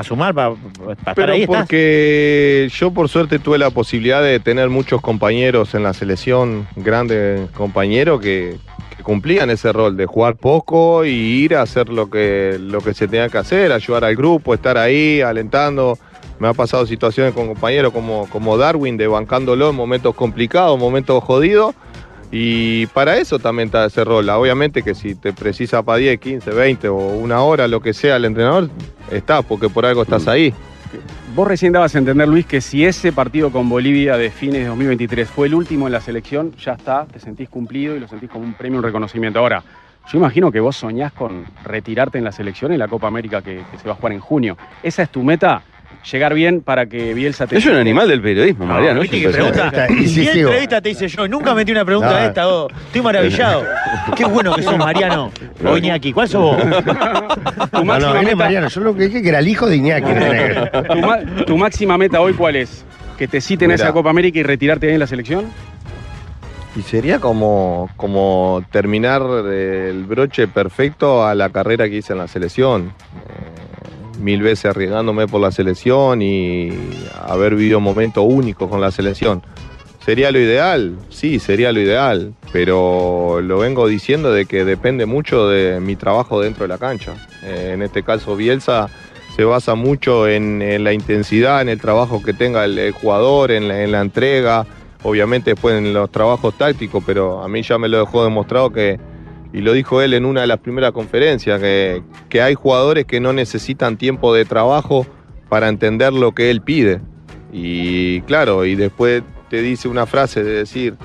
[SPEAKER 2] sumar, para estar
[SPEAKER 5] Pero
[SPEAKER 2] ahí, estás.
[SPEAKER 5] porque yo por suerte tuve la posibilidad de tener muchos compañeros en la selección, grandes compañeros que, que cumplían ese rol de jugar poco y ir a hacer lo que, lo que se tenía que hacer, ayudar al grupo, estar ahí, alentando. Me ha pasado situaciones con compañeros como, como Darwin, de bancándolo en momentos complicados, momentos jodidos. Y para eso también está ese rol. Obviamente que si te precisa para 10, 15, 20 o una hora, lo que sea, el entrenador, está, porque por algo estás ahí.
[SPEAKER 4] Vos recién dabas a entender, Luis, que si ese partido con Bolivia de fines de 2023 fue el último en la selección, ya está, te sentís cumplido y lo sentís como un premio, un reconocimiento. Ahora, yo imagino que vos soñás con retirarte en la selección en la Copa América que, que se va a jugar en junio. ¿Esa es tu meta? ¿Llegar bien para que Bielsa te...
[SPEAKER 3] Es un animal del periodismo,
[SPEAKER 2] No,
[SPEAKER 3] Mariano. es
[SPEAKER 2] viste que
[SPEAKER 3] impresionante.
[SPEAKER 2] pregunta.
[SPEAKER 1] Y sí,
[SPEAKER 2] ¿Qué
[SPEAKER 1] sigo.
[SPEAKER 2] entrevista te hice yo? Nunca metí una pregunta
[SPEAKER 1] No.
[SPEAKER 2] de esta. vos. Estoy maravillado. Qué bueno que sos, Mariano. O Iñaki, ¿cuál sos vos?
[SPEAKER 1] No, no,
[SPEAKER 4] Tu máxima,
[SPEAKER 1] él es
[SPEAKER 4] meta,
[SPEAKER 1] Mariano. Yo lo que dije que era el hijo de Iñaki. no era que-
[SPEAKER 4] tu ma- tu máxima meta hoy, ¿cuál es? ¿Que te citen a
[SPEAKER 5] Mirá.
[SPEAKER 4] esa Copa América y retirarte bien en la selección?
[SPEAKER 5] Y sería como, como terminar eh, el broche perfecto a la carrera que hice en la selección. Eh, mil veces arriesgándome por la selección y haber vivido momentos únicos con la selección. ¿Sería lo ideal? Sí, sería lo ideal. Pero lo vengo diciendo de que depende mucho de mi trabajo dentro de la cancha. Eh, en este caso, Bielsa se basa mucho en, en la intensidad, en el trabajo que tenga el, el jugador, en la, en la entrega, obviamente después en los trabajos tácticos, pero a mí ya me lo dejó demostrado que, y lo dijo él en una de las primeras conferencias, que, que hay jugadores que no necesitan tiempo de trabajo para entender lo que él pide. Y claro, y después te dice una frase de decir,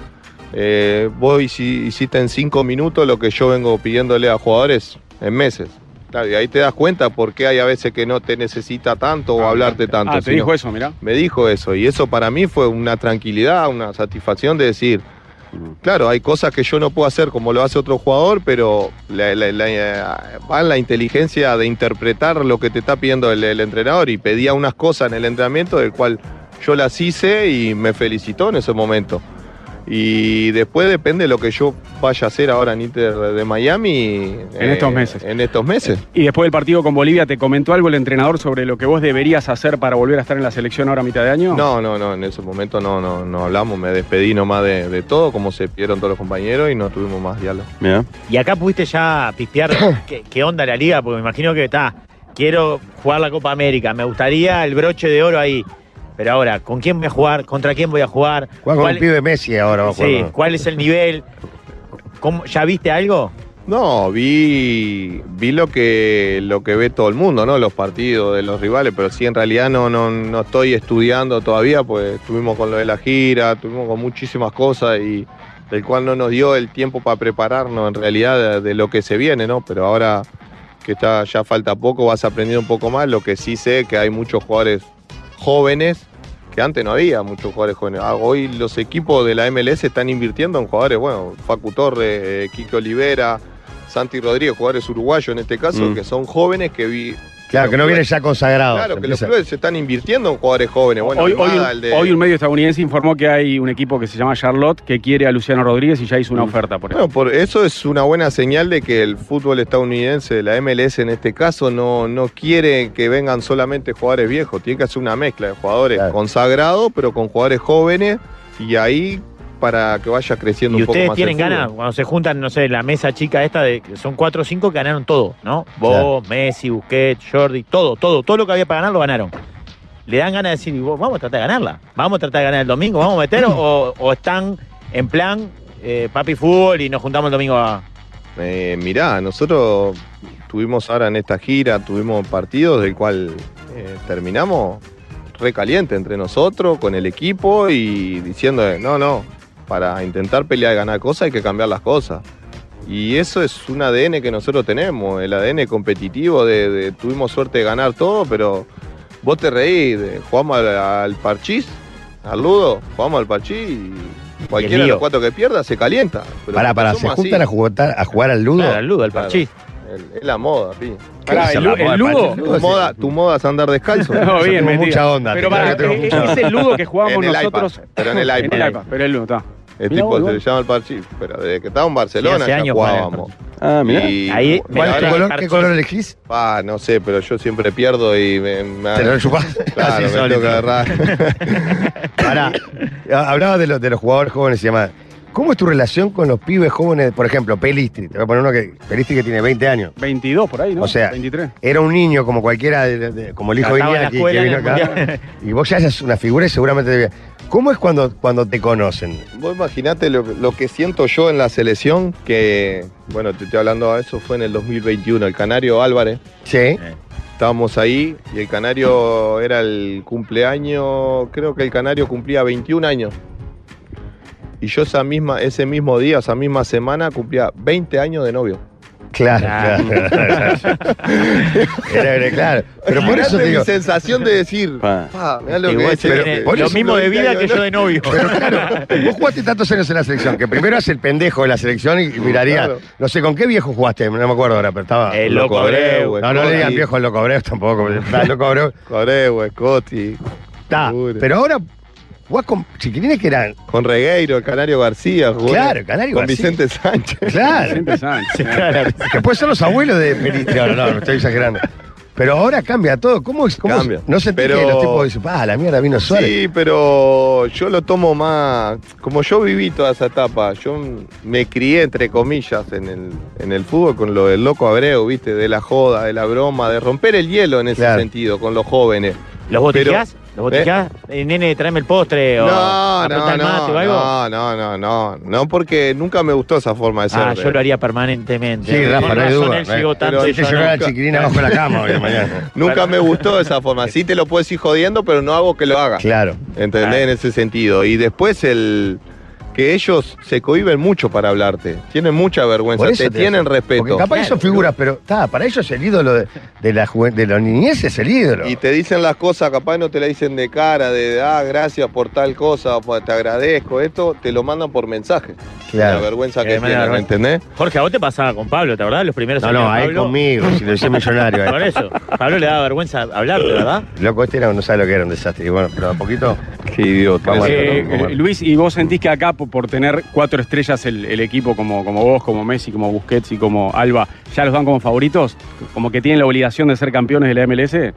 [SPEAKER 5] eh, vos hici- hiciste en cinco minutos lo que yo vengo pidiéndole a jugadores en meses. Claro, y ahí te das cuenta por qué hay a veces que no te necesita tanto o hablarte tanto.
[SPEAKER 4] Ah, te
[SPEAKER 5] sino-
[SPEAKER 4] dijo eso, mirá.
[SPEAKER 5] me dijo eso y eso para mí fue una tranquilidad, una satisfacción de decir, claro, hay cosas que yo no puedo hacer como lo hace otro jugador, pero la, la- la- va en la inteligencia de interpretar lo que te está pidiendo el, el entrenador y pedía unas cosas en el entrenamiento del cual yo las hice y me felicitó en ese momento. Y después depende lo que yo vaya a hacer ahora en Inter de Miami. eh,
[SPEAKER 4] En estos meses.
[SPEAKER 5] En estos meses.
[SPEAKER 4] Y después del partido con Bolivia, ¿te comentó algo el entrenador sobre lo que vos deberías hacer para volver a estar en la selección ahora a mitad de año?
[SPEAKER 5] No, no, no, en ese momento no, no, no hablamos, me despedí nomás de, de todo, como se pidieron todos los compañeros y no tuvimos más diálogo.
[SPEAKER 3] Mirá.
[SPEAKER 2] Y acá pudiste ya pispear qué, qué onda la liga, porque me imagino que está, quiero jugar la Copa América, me gustaría el broche de oro ahí. Pero ahora, ¿con quién voy a jugar? ¿Contra quién voy a jugar?
[SPEAKER 1] Juega con
[SPEAKER 2] ¿Cuál-
[SPEAKER 1] un pibe Messi ahora. va a jugar
[SPEAKER 2] sí,
[SPEAKER 1] con-
[SPEAKER 2] ¿Cuál es el nivel? ¿Cómo- ¿Ya viste algo?
[SPEAKER 5] No, vi, vi lo que lo que ve todo el mundo, ¿no? Los partidos de los rivales, pero sí en realidad no, no, no estoy estudiando todavía, pues estuvimos con lo de la gira, estuvimos con muchísimas cosas y del cual no nos dio el tiempo para prepararnos en realidad de, de lo que se viene, ¿no? Pero ahora que está, ya falta poco, vas aprendiendo un poco más. Lo que sí sé es que hay muchos jugadores jóvenes, que antes no había muchos jugadores jóvenes. Ah, Hoy los equipos de la MLS están invirtiendo en jugadores, bueno, Facu Torres, eh, Quique Olivera, Santi Rodríguez, jugadores uruguayos en este caso,
[SPEAKER 3] Mm.
[SPEAKER 5] que son jóvenes que vi.
[SPEAKER 1] Claro, que no viene ya consagrado.
[SPEAKER 5] Claro, que los
[SPEAKER 1] Empieza-
[SPEAKER 5] clubes se están invirtiendo en jugadores jóvenes. Bueno,
[SPEAKER 4] Ah, hoy, hoy
[SPEAKER 5] Almada,
[SPEAKER 4] un-
[SPEAKER 5] el de-
[SPEAKER 4] hoy un medio estadounidense informó que hay un equipo que se llama Charlotte que quiere a Luciano Rodríguez y ya hizo una
[SPEAKER 3] Mm.
[SPEAKER 4] oferta por él.
[SPEAKER 5] Bueno, por eso es una buena señal de que el fútbol estadounidense, la MLS en este caso, no, no quiere que vengan solamente jugadores viejos. Tiene que hacer una mezcla de jugadores
[SPEAKER 1] Claro.
[SPEAKER 5] consagrados, pero con jugadores jóvenes y ahí para que vaya creciendo
[SPEAKER 2] Y
[SPEAKER 5] un poco más.
[SPEAKER 2] ustedes tienen
[SPEAKER 5] el fútbol.
[SPEAKER 2] ganas, cuando se juntan, no sé, la mesa chica esta, de que son cuatro o cinco que ganaron todo, ¿no?
[SPEAKER 1] Claro.
[SPEAKER 2] Vos, Messi, Busquets, Jordi, todo, todo, todo lo que había para ganar lo ganaron. Le dan ganas de decir, "Vos, vamos a tratar de ganarla, vamos a tratar de ganar el domingo, vamos a meter, o, o están en plan eh, papi fútbol y nos juntamos el domingo a...
[SPEAKER 5] Eh, mirá, nosotros tuvimos ahora en esta gira, tuvimos partidos del cual eh, terminamos recaliente entre nosotros, con el equipo y diciendo, eh, no, no, para intentar pelear y ganar cosas hay que cambiar las cosas. Y eso es un ADN que nosotros tenemos, el ADN competitivo de, de- tuvimos suerte de ganar todo, pero vos te reís, de- jugamos al, al parchís, al ludo, jugamos al parchís y cualquiera de
[SPEAKER 2] lío.
[SPEAKER 5] los cuatro que pierda se calienta. Pero
[SPEAKER 1] Pará, pará, ¿se
[SPEAKER 5] somos así.
[SPEAKER 1] juntan a jugar, a jugar al ludo?
[SPEAKER 2] Claro, al Ludo, al
[SPEAKER 5] Claro.
[SPEAKER 2] Parchís.
[SPEAKER 5] El- Es la moda, pi.
[SPEAKER 4] Pará,
[SPEAKER 1] ¿Qué
[SPEAKER 4] el,
[SPEAKER 1] es
[SPEAKER 4] Lu-
[SPEAKER 1] la moda,
[SPEAKER 4] el Ludo.
[SPEAKER 1] Pachi?
[SPEAKER 5] Tu moda, tu moda es andar descalzo.
[SPEAKER 4] No,
[SPEAKER 1] Yo
[SPEAKER 4] bien,
[SPEAKER 1] tengo
[SPEAKER 4] metido.
[SPEAKER 1] mucha onda,
[SPEAKER 4] Pero
[SPEAKER 1] te
[SPEAKER 4] pará,
[SPEAKER 1] creo que tengo
[SPEAKER 4] eh,
[SPEAKER 1] mucha
[SPEAKER 4] es el Ludo que jugamos
[SPEAKER 5] en el
[SPEAKER 4] nosotros.
[SPEAKER 5] iPad, pero en el
[SPEAKER 4] En
[SPEAKER 5] iPad.
[SPEAKER 4] el iPad, pero el Ludo está.
[SPEAKER 5] El
[SPEAKER 4] Mirá
[SPEAKER 5] tipo
[SPEAKER 4] vos,
[SPEAKER 5] se
[SPEAKER 4] vos.
[SPEAKER 5] le llama el parchís, pero desde que estaba en Barcelona
[SPEAKER 2] hace
[SPEAKER 5] ya
[SPEAKER 2] años juega en el
[SPEAKER 5] jugábamos.
[SPEAKER 3] Ah, mirá.
[SPEAKER 5] Y-
[SPEAKER 2] Ahí-
[SPEAKER 5] bueno,
[SPEAKER 1] ¿Cuál es tu
[SPEAKER 5] ahora-
[SPEAKER 1] color? ¿Qué color elegís?
[SPEAKER 5] Ah, no sé, pero yo siempre pierdo y me, me-
[SPEAKER 1] Te lo chupás.
[SPEAKER 5] Ah, claro,
[SPEAKER 1] Así
[SPEAKER 5] me
[SPEAKER 1] solo.
[SPEAKER 5] tengo que agarrar.
[SPEAKER 1] Pará. Hablabas de los, de los jugadores jóvenes y demás. ¿Cómo es tu relación con los pibes jóvenes? Por ejemplo, Pelistri. Te voy a poner uno que. Pelistri que tiene 20 años.
[SPEAKER 4] 22 por ahí, ¿no?
[SPEAKER 1] O sea,
[SPEAKER 4] 23.
[SPEAKER 1] Era un niño como cualquiera, de- de- como el hijo de
[SPEAKER 2] Estaba en la
[SPEAKER 1] Iñaki que
[SPEAKER 2] escuela,
[SPEAKER 1] vino
[SPEAKER 2] en el
[SPEAKER 1] acá. Y vos ya eres una figura y seguramente te ¿Cómo es cuando, cuando te conocen?
[SPEAKER 5] Vos imaginate lo, lo que siento yo en la selección, que, bueno, te estoy hablando, eso fue en el 2021, el Canario Álvarez.
[SPEAKER 1] Sí.
[SPEAKER 5] Estábamos ahí y el canario era el cumpleaños, creo que el canario cumplía 21 años. Y yo esa misma, ese mismo día, esa misma semana, cumplía 20 años de novio.
[SPEAKER 1] Claro,
[SPEAKER 2] Claro.
[SPEAKER 1] claro. Era- era claro. Pero por eso
[SPEAKER 5] Imagínate
[SPEAKER 1] te digo.
[SPEAKER 5] mi sensación de decir,
[SPEAKER 3] Pa.
[SPEAKER 5] pa, mirá lo
[SPEAKER 2] Que
[SPEAKER 5] que
[SPEAKER 2] igual
[SPEAKER 5] es, este.
[SPEAKER 2] se
[SPEAKER 5] pero-
[SPEAKER 2] tiene
[SPEAKER 1] vos
[SPEAKER 2] lo
[SPEAKER 1] decís
[SPEAKER 2] mismo de
[SPEAKER 5] 20
[SPEAKER 2] vida
[SPEAKER 5] años
[SPEAKER 2] que
[SPEAKER 5] de
[SPEAKER 2] yo de novio.
[SPEAKER 1] Pero claro, vos jugaste tantos años en la selección que primero es el pendejo de la selección y miraría.
[SPEAKER 5] Claro.
[SPEAKER 1] No sé con qué viejo jugaste, no me acuerdo ahora, pero estaba.
[SPEAKER 2] El loco Abreu.
[SPEAKER 1] no, no le digan
[SPEAKER 5] Scotty,
[SPEAKER 1] viejo al loco Abreu tampoco. porque Está el loco Abreu.
[SPEAKER 5] Abreu, Scotty,
[SPEAKER 1] Está.
[SPEAKER 5] Seguro.
[SPEAKER 1] Pero ahora, jugás con chiquilines que eran.
[SPEAKER 5] con Regueiro, el canario García, jugó
[SPEAKER 1] Claro, el Canario
[SPEAKER 5] con
[SPEAKER 1] García.
[SPEAKER 5] Vicente Sánchez.
[SPEAKER 1] Claro.
[SPEAKER 4] Vicente Sánchez.
[SPEAKER 1] Que pueden ser los abuelos de Pelistri. No, no, no, estoy exagerando. Pero ahora cambia todo. ¿Cómo, es- cómo
[SPEAKER 5] Cambia.
[SPEAKER 1] No se
[SPEAKER 5] Pero-
[SPEAKER 1] que los tipos dicen, ah, la mierda vino Suárez.
[SPEAKER 5] Sí, pero yo lo tomo más. Como yo viví toda esa etapa, yo me crié, entre comillas, en el, en el fútbol con lo del loco Abreu, ¿viste? De la joda, de la broma, de romper el hielo en ese
[SPEAKER 1] Claro.
[SPEAKER 5] sentido con los jóvenes.
[SPEAKER 2] ¿Los
[SPEAKER 5] Pero-
[SPEAKER 2] botiqueás? ¿Los botellás? Eh, nene, tráeme el postre Eh, o
[SPEAKER 5] No,
[SPEAKER 2] apretá
[SPEAKER 5] no,
[SPEAKER 2] el mate
[SPEAKER 5] no,
[SPEAKER 2] o algo.
[SPEAKER 5] no, no, no, no, no, porque nunca me gustó esa forma de ser. eh.
[SPEAKER 2] Ah, yo lo haría permanentemente.
[SPEAKER 1] Sí, Rafa,
[SPEAKER 2] Con
[SPEAKER 1] no hay
[SPEAKER 2] razón
[SPEAKER 1] duda.
[SPEAKER 2] él llegó
[SPEAKER 1] Eh,
[SPEAKER 2] tanto
[SPEAKER 1] pero
[SPEAKER 2] y
[SPEAKER 1] te
[SPEAKER 2] yo
[SPEAKER 1] llevó
[SPEAKER 2] no.
[SPEAKER 1] la chiquilina bajo la cama hoy de mañana.
[SPEAKER 5] Nunca me gustó esa forma. Sí te lo puedes ir jodiendo, pero no hago que lo haga.
[SPEAKER 1] Claro.
[SPEAKER 5] ¿Entendés?
[SPEAKER 2] Claro.
[SPEAKER 5] En ese sentido. Y después el que ellos se cohiben mucho para hablarte. Tienen mucha vergüenza,
[SPEAKER 1] Por eso
[SPEAKER 5] te,
[SPEAKER 1] te
[SPEAKER 5] tienen
[SPEAKER 1] digo. Porque
[SPEAKER 5] respeto.
[SPEAKER 1] capaz son figuras, pero ta, para ellos el ídolo de, de la, juven- de la niñez es el ídolo.
[SPEAKER 5] Y te dicen las cosas, capaz no te la dicen de cara, de ah, gracias por tal cosa, o, te agradezco, esto, te lo mandan por mensaje. La
[SPEAKER 1] claro.
[SPEAKER 5] vergüenza
[SPEAKER 2] Que
[SPEAKER 5] que
[SPEAKER 2] me da
[SPEAKER 5] tienen,
[SPEAKER 2] vergüenza.
[SPEAKER 5] ¿entendés?
[SPEAKER 2] Jorge, a vos te pasaba con Pablo, ¿te acordás? Los primeros
[SPEAKER 1] No,
[SPEAKER 2] años
[SPEAKER 1] no,
[SPEAKER 2] de
[SPEAKER 1] ahí
[SPEAKER 2] Pablo.
[SPEAKER 1] conmigo, si lo hice millonario.
[SPEAKER 2] Por
[SPEAKER 1] ahí.
[SPEAKER 2] eso. Pablo le daba vergüenza hablarte, ¿verdad?
[SPEAKER 1] Loco, este era, no sabe lo que era un desastre. Y bueno, pero a poquito.
[SPEAKER 3] Qué idiota.
[SPEAKER 1] Vamos
[SPEAKER 3] eso,
[SPEAKER 1] a-
[SPEAKER 3] ¿no?
[SPEAKER 4] Eh,
[SPEAKER 1] como-
[SPEAKER 4] eh, Luis, ¿y vos sentís que acá, por, por tener cuatro estrellas el, el equipo como, como vos, como Messi, como Busquets y como Alba, ya los dan como favoritos? ¿Como que tienen la obligación de ser campeones de la MLS?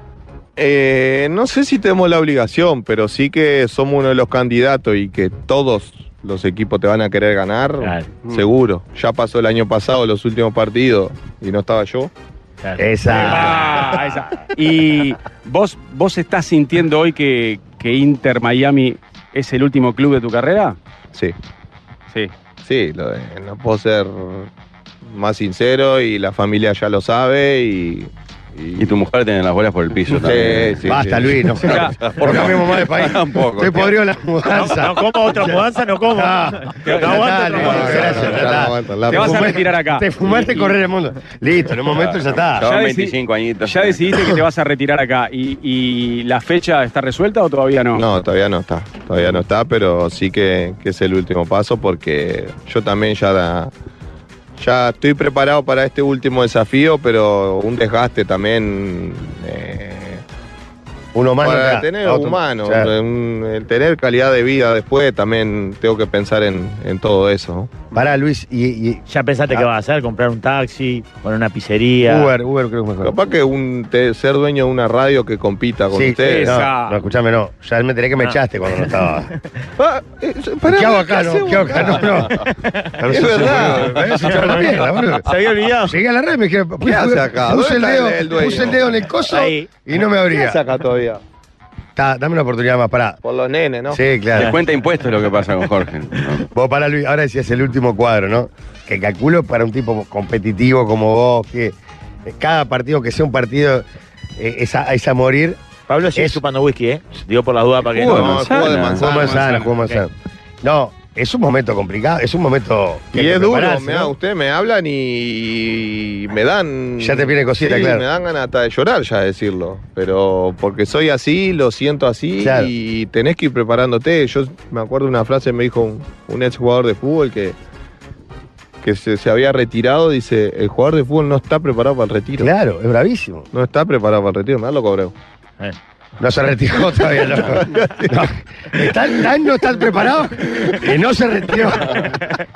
[SPEAKER 5] Eh, no sé si tenemos la obligación, pero sí que somos uno de los candidatos y que todos los equipos te van a querer ganar.
[SPEAKER 2] Claro.
[SPEAKER 5] Seguro. Ya pasó el año pasado, los últimos partidos, y no estaba yo.
[SPEAKER 2] claro.
[SPEAKER 1] Esa.
[SPEAKER 4] Ah, esa. Y vos, vos estás sintiendo hoy que, que Inter Miami es el último club de tu carrera?
[SPEAKER 5] Sí,
[SPEAKER 4] Sí.
[SPEAKER 5] sí, lo de- no puedo ser más sincero y la familia ya lo sabe y... y-
[SPEAKER 3] Y tu mujer tiene las bolas por el piso
[SPEAKER 5] Sí,
[SPEAKER 3] también.
[SPEAKER 5] sí,
[SPEAKER 1] Basta,
[SPEAKER 5] sí.
[SPEAKER 1] Luis, no,
[SPEAKER 4] Ya.
[SPEAKER 1] no cambiemos más de país.
[SPEAKER 3] Pará un poco,
[SPEAKER 1] Estoy
[SPEAKER 3] tío.
[SPEAKER 1] podrido de la
[SPEAKER 2] No,
[SPEAKER 1] mudanza.
[SPEAKER 2] no como otra mudanza, no como.
[SPEAKER 1] Ah,
[SPEAKER 2] Te- no aguanta otra
[SPEAKER 1] dale,
[SPEAKER 2] mudanza.
[SPEAKER 1] gracias,
[SPEAKER 5] Ya no
[SPEAKER 1] ya está.
[SPEAKER 5] aguantan, la-
[SPEAKER 4] Te vas a
[SPEAKER 1] Fumaste-
[SPEAKER 4] retirar acá.
[SPEAKER 1] Te fumaste correr el mundo. Listo, en un momento ya está.
[SPEAKER 3] Son
[SPEAKER 4] Ya decí-
[SPEAKER 3] 25 añitos.
[SPEAKER 4] Ya decidiste que te vas a retirar acá. ¿Y, y la fecha está resuelta o todavía no?
[SPEAKER 5] No, todavía no está. Todavía no está, pero sí que, que es el último paso porque yo también ya, da- ya estoy preparado para este último desafío, pero un desgaste también eh,
[SPEAKER 1] Uno más no te
[SPEAKER 5] para
[SPEAKER 1] da.
[SPEAKER 5] tener
[SPEAKER 1] Otro-
[SPEAKER 5] humano,
[SPEAKER 1] Claro.
[SPEAKER 5] un- el tener calidad de vida después también tengo que pensar en, en todo eso. ¿no?
[SPEAKER 1] Pará, Luis, y, y-
[SPEAKER 2] Ya pensaste
[SPEAKER 1] Ah.
[SPEAKER 2] que vas a hacer, comprar un taxi, poner una pizzería.
[SPEAKER 1] Uber, Uber creo que es mejor.
[SPEAKER 5] Capaz que un, te- ser dueño de una radio que compita con Ah,
[SPEAKER 1] Sí,
[SPEAKER 5] ustedes.
[SPEAKER 1] no, no, escuchame, no. Ya me enteré que me
[SPEAKER 2] Ah.
[SPEAKER 1] echaste cuando no estaba.
[SPEAKER 5] Ah, eh, pará,
[SPEAKER 1] ¿Qué hago acá? No?
[SPEAKER 5] hacemos
[SPEAKER 1] ¿Qué hago acá? No, no.
[SPEAKER 5] Es verdad.
[SPEAKER 1] ¿Ves? Se echó a la mierda, boludo.
[SPEAKER 2] Se había olvidado.
[SPEAKER 1] Llegué a la red y me dijeron, puse,
[SPEAKER 5] hace acá?
[SPEAKER 1] puse el
[SPEAKER 5] ¿Dónde está
[SPEAKER 1] dedo,
[SPEAKER 5] el dueño?
[SPEAKER 1] puse el dedo en el coso
[SPEAKER 2] Ahí.
[SPEAKER 1] y no me
[SPEAKER 5] ¿Qué
[SPEAKER 1] abría.
[SPEAKER 5] haces acá todavía?
[SPEAKER 1] Ta, dame una oportunidad más, pará.
[SPEAKER 5] Por los nenes, ¿no?
[SPEAKER 1] Sí,
[SPEAKER 3] Te
[SPEAKER 1] claro.
[SPEAKER 3] cuenta impuestos lo que pasa con Jorge. ¿no?
[SPEAKER 1] Vos pará, Luis, ahora decías el último cuadro, ¿no? Que calculo para un tipo competitivo como vos, que cada partido que sea un partido eh, es, a, es a morir.
[SPEAKER 2] Pablo sigue
[SPEAKER 1] Es- Uh,
[SPEAKER 2] chupando whisky, ¿eh? Digo por las dudas para que
[SPEAKER 5] Jugo de
[SPEAKER 2] no.
[SPEAKER 5] manzana.
[SPEAKER 3] jugo de
[SPEAKER 1] Juego manzana, juego manzana. No, es un momento complicado, es un momento. que hay
[SPEAKER 5] Y
[SPEAKER 1] que
[SPEAKER 5] es duro,
[SPEAKER 1] prepararse,
[SPEAKER 5] me
[SPEAKER 1] ¿no?
[SPEAKER 5] da- ustedes me hablan y me dan...
[SPEAKER 1] Ya te viene cosita,
[SPEAKER 5] Sí,
[SPEAKER 1] claro.
[SPEAKER 5] me dan ganas hasta de llorar ya de decirlo. Pero porque soy así, lo siento así
[SPEAKER 1] Claro.
[SPEAKER 5] y tenés que ir preparándote. Yo me acuerdo una frase me dijo un, un ex jugador de fútbol que, que se, se había retirado. Dice, el jugador de fútbol no está preparado para el retiro.
[SPEAKER 1] Claro, es bravísimo.
[SPEAKER 5] No está preparado para el retiro, me da lo cobreo.
[SPEAKER 1] No se retiró todavía, loco. No, están, tan no están preparados que no se retiró.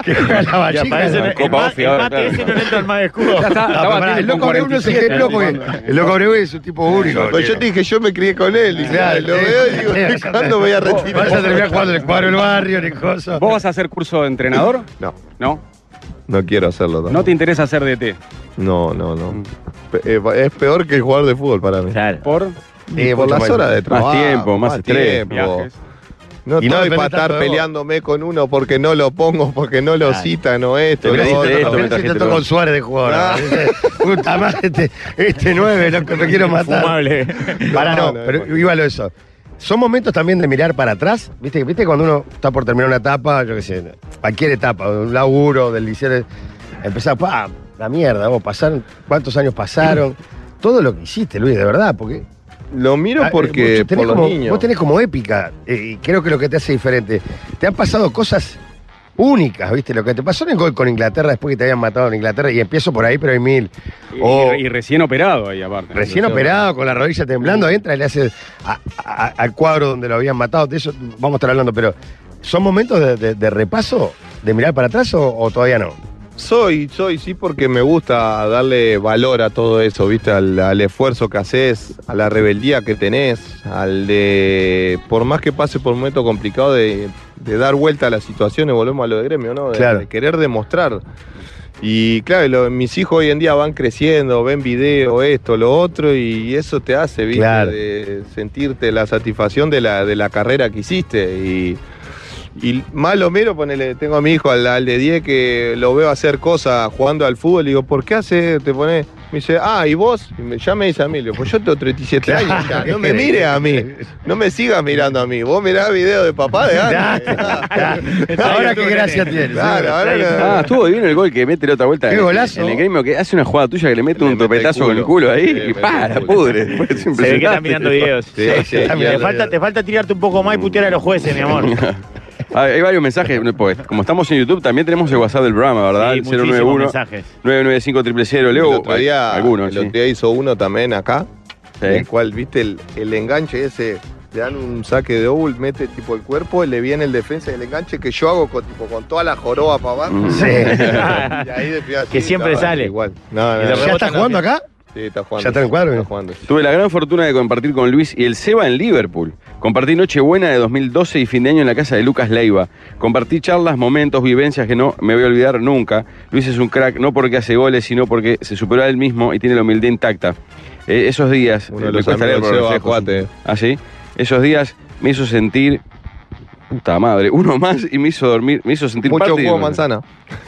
[SPEAKER 1] Que juega la
[SPEAKER 2] Y
[SPEAKER 1] vallica.
[SPEAKER 2] aparece
[SPEAKER 3] en
[SPEAKER 2] el,
[SPEAKER 3] Copa
[SPEAKER 2] el, ma-
[SPEAKER 3] Ofi
[SPEAKER 2] el
[SPEAKER 3] ahora,
[SPEAKER 2] mate
[SPEAKER 3] claro.
[SPEAKER 2] ese no le entra al más escudo.
[SPEAKER 4] Ya está,
[SPEAKER 1] No,
[SPEAKER 4] estaba
[SPEAKER 1] pero pará, el
[SPEAKER 4] tipo
[SPEAKER 1] loco Abreu no es ejemplo porque el loco Abreu es un tipo único.
[SPEAKER 5] Pero yo te dije, yo me crié con él. Y
[SPEAKER 1] Claro,
[SPEAKER 5] claro, lo
[SPEAKER 1] sí.
[SPEAKER 5] veo y digo,
[SPEAKER 1] Sí, ya
[SPEAKER 5] ¿cuándo voy a retirar?
[SPEAKER 1] Vas a terminar jugando en el cuadro del barrio, en el coso.
[SPEAKER 4] ¿Vos vas a hacer curso de entrenador?
[SPEAKER 5] No,
[SPEAKER 4] No.
[SPEAKER 5] no quiero hacerlo tampoco.
[SPEAKER 4] No te interesa ser DT.
[SPEAKER 5] No, no, no. Pe- eh, Es peor que el jugador de fútbol para mí.
[SPEAKER 2] Claro.
[SPEAKER 4] Por
[SPEAKER 1] Eh,
[SPEAKER 5] por
[SPEAKER 1] mucho
[SPEAKER 5] las
[SPEAKER 1] más.
[SPEAKER 5] horas de trabajo.
[SPEAKER 3] tiempo, más estrés,
[SPEAKER 4] viajes.
[SPEAKER 5] No
[SPEAKER 1] Y no
[SPEAKER 5] estoy
[SPEAKER 1] depende
[SPEAKER 5] para
[SPEAKER 1] tanto
[SPEAKER 5] estar
[SPEAKER 1] de vos.
[SPEAKER 5] peleándome con uno porque no lo pongo, porque no lo
[SPEAKER 2] Claro.
[SPEAKER 5] citan o esto.
[SPEAKER 3] Te
[SPEAKER 5] lo
[SPEAKER 3] perdiste
[SPEAKER 5] otro.
[SPEAKER 1] Pero
[SPEAKER 3] esto,
[SPEAKER 1] si
[SPEAKER 3] me
[SPEAKER 1] te
[SPEAKER 3] trajiste
[SPEAKER 1] toca
[SPEAKER 3] vos.
[SPEAKER 1] un Suárez de jugador.
[SPEAKER 5] Ah.
[SPEAKER 1] ¿no? Puta madre, este, este 9, loco, me quiero matar.
[SPEAKER 2] Fumable.
[SPEAKER 1] Para no,
[SPEAKER 5] No, no,
[SPEAKER 1] pero
[SPEAKER 5] no.
[SPEAKER 1] iba a lo de eso. Son momentos también de mirar para atrás, ¿viste? ¿Viste cuando uno está por terminar una etapa, yo qué sé, cualquier etapa, un laburo, del liceo, de- empezar, pa, la mierda, vos, pasaron, cuántos años pasaron, todo lo que hiciste, Luis, de verdad, porque...
[SPEAKER 5] Lo miro
[SPEAKER 1] ah,
[SPEAKER 5] porque
[SPEAKER 1] vos tenés
[SPEAKER 5] por los
[SPEAKER 1] como-
[SPEAKER 5] niños.
[SPEAKER 1] Vos tenés como épica, eh, y creo que lo que te hace diferente, te han pasado cosas únicas, ¿viste? Lo que te pasó en el gol con Inglaterra después que te habían matado en Inglaterra, y empiezo por ahí, pero hay mil.
[SPEAKER 4] Y,
[SPEAKER 1] O-
[SPEAKER 4] y recién operado ahí aparte.
[SPEAKER 1] Oh. Recién
[SPEAKER 5] Claro.
[SPEAKER 1] operado, con la rodilla temblando, entra y le hace a- a- al cuadro donde lo habían matado. De eso vamos a estar hablando, pero ¿son momentos de, de- de repaso, de mirar para atrás o, o todavía no?
[SPEAKER 5] Soy, soy, sí, porque me gusta darle valor a todo eso, ¿viste? Al, al esfuerzo que haces, a la rebeldía que tenés, al de. Por más que pase por un momento complicado, de, de dar vuelta a las situaciones, volvemos a lo de gremio, ¿no? De,
[SPEAKER 1] Claro.
[SPEAKER 5] de querer demostrar Y claro, lo- mis hijos hoy en día van creciendo, ven video, esto, lo otro, y eso te hace, ¿viste?
[SPEAKER 1] Claro.
[SPEAKER 5] De sentirte la satisfacción de la, de la carrera que hiciste. Y, y mal o menos, ponele, tengo a mi hijo al, al de 10 que lo veo hacer cosas jugando al fútbol, y digo, ¿por qué hace? Te pone. Me dice, ah, ¿y vos? Y me- ya me dice a mí, le digo, pues yo tengo 37 años, ya, no me mire a mí, no me sigas mirando a mí, vos mirás video de papá de antes.
[SPEAKER 1] Ahora qué gracia tiene.
[SPEAKER 5] Claro, ahora no.
[SPEAKER 3] Ah, estuvo divino el gol que mete la otra vuelta.
[SPEAKER 1] Qué
[SPEAKER 3] en-
[SPEAKER 1] golazo.
[SPEAKER 3] En el gremio que hace una jugada tuya que le mete
[SPEAKER 5] Le
[SPEAKER 3] un
[SPEAKER 5] mete el
[SPEAKER 3] topetazo con el
[SPEAKER 5] culo.
[SPEAKER 3] culo ahí
[SPEAKER 5] Le
[SPEAKER 3] y
[SPEAKER 5] mete
[SPEAKER 3] pa,
[SPEAKER 5] el
[SPEAKER 3] la
[SPEAKER 5] culo.
[SPEAKER 3] pudre. Fue
[SPEAKER 2] Se ve que
[SPEAKER 3] impresionante.
[SPEAKER 2] está mirando videos.
[SPEAKER 5] Sí, sí,
[SPEAKER 1] está
[SPEAKER 2] Te
[SPEAKER 1] mirando
[SPEAKER 2] falta,
[SPEAKER 1] videos.
[SPEAKER 2] te falta tirarte un poco más y putear a los jueces, mi amor.
[SPEAKER 3] Ah, Hay varios mensajes, no, pues, como estamos en YouTube, también tenemos el WhatsApp del programa, ¿verdad?
[SPEAKER 2] Sí,
[SPEAKER 3] El
[SPEAKER 2] muchísimos
[SPEAKER 3] 091
[SPEAKER 2] mensajes.
[SPEAKER 3] 995 000. Leo,
[SPEAKER 5] el otro día,
[SPEAKER 3] algunos,
[SPEAKER 5] el
[SPEAKER 3] sí.
[SPEAKER 5] otro día hizo uno también acá,
[SPEAKER 3] Sí.
[SPEAKER 5] el cual, viste, el, el enganche ese, le dan un saque de oul, mete tipo el cuerpo, le viene el defensa del enganche que yo hago con, tipo, con toda la joroba para abajo.
[SPEAKER 3] Mm.
[SPEAKER 1] Sí.
[SPEAKER 5] Y ahí después así,
[SPEAKER 2] Que siempre
[SPEAKER 5] estaba
[SPEAKER 2] sale.
[SPEAKER 5] Igual. No, no,
[SPEAKER 2] Y le
[SPEAKER 5] no.
[SPEAKER 1] ¿Ya está jugando acá?
[SPEAKER 5] Sí, está jugando.
[SPEAKER 1] Ya está en el cuadro,
[SPEAKER 5] Está
[SPEAKER 1] ¿eh?
[SPEAKER 5] jugando, sí.
[SPEAKER 3] Tuve la gran fortuna de compartir con Luis y el Seba en Liverpool. Compartí Nochebuena de 2012 y fin de año en la casa de Lucas Leiva. Compartí charlas, momentos, vivencias que no me voy a olvidar nunca. Luis es un crack, no porque hace goles, sino porque se superó a él mismo y tiene la humildad intacta. Eh, esos días,
[SPEAKER 5] Uno
[SPEAKER 3] eh,
[SPEAKER 5] de
[SPEAKER 3] me
[SPEAKER 5] los
[SPEAKER 3] cuesta leer
[SPEAKER 5] amigos
[SPEAKER 3] por
[SPEAKER 5] del Seba,
[SPEAKER 3] reflejos.
[SPEAKER 5] Juate.
[SPEAKER 3] Ah, sí. Esos días me hizo sentir. Puta madre, uno más y me hizo dormir, me hizo sentir
[SPEAKER 5] Mucho
[SPEAKER 3] parte de-
[SPEAKER 5] jugo manzana.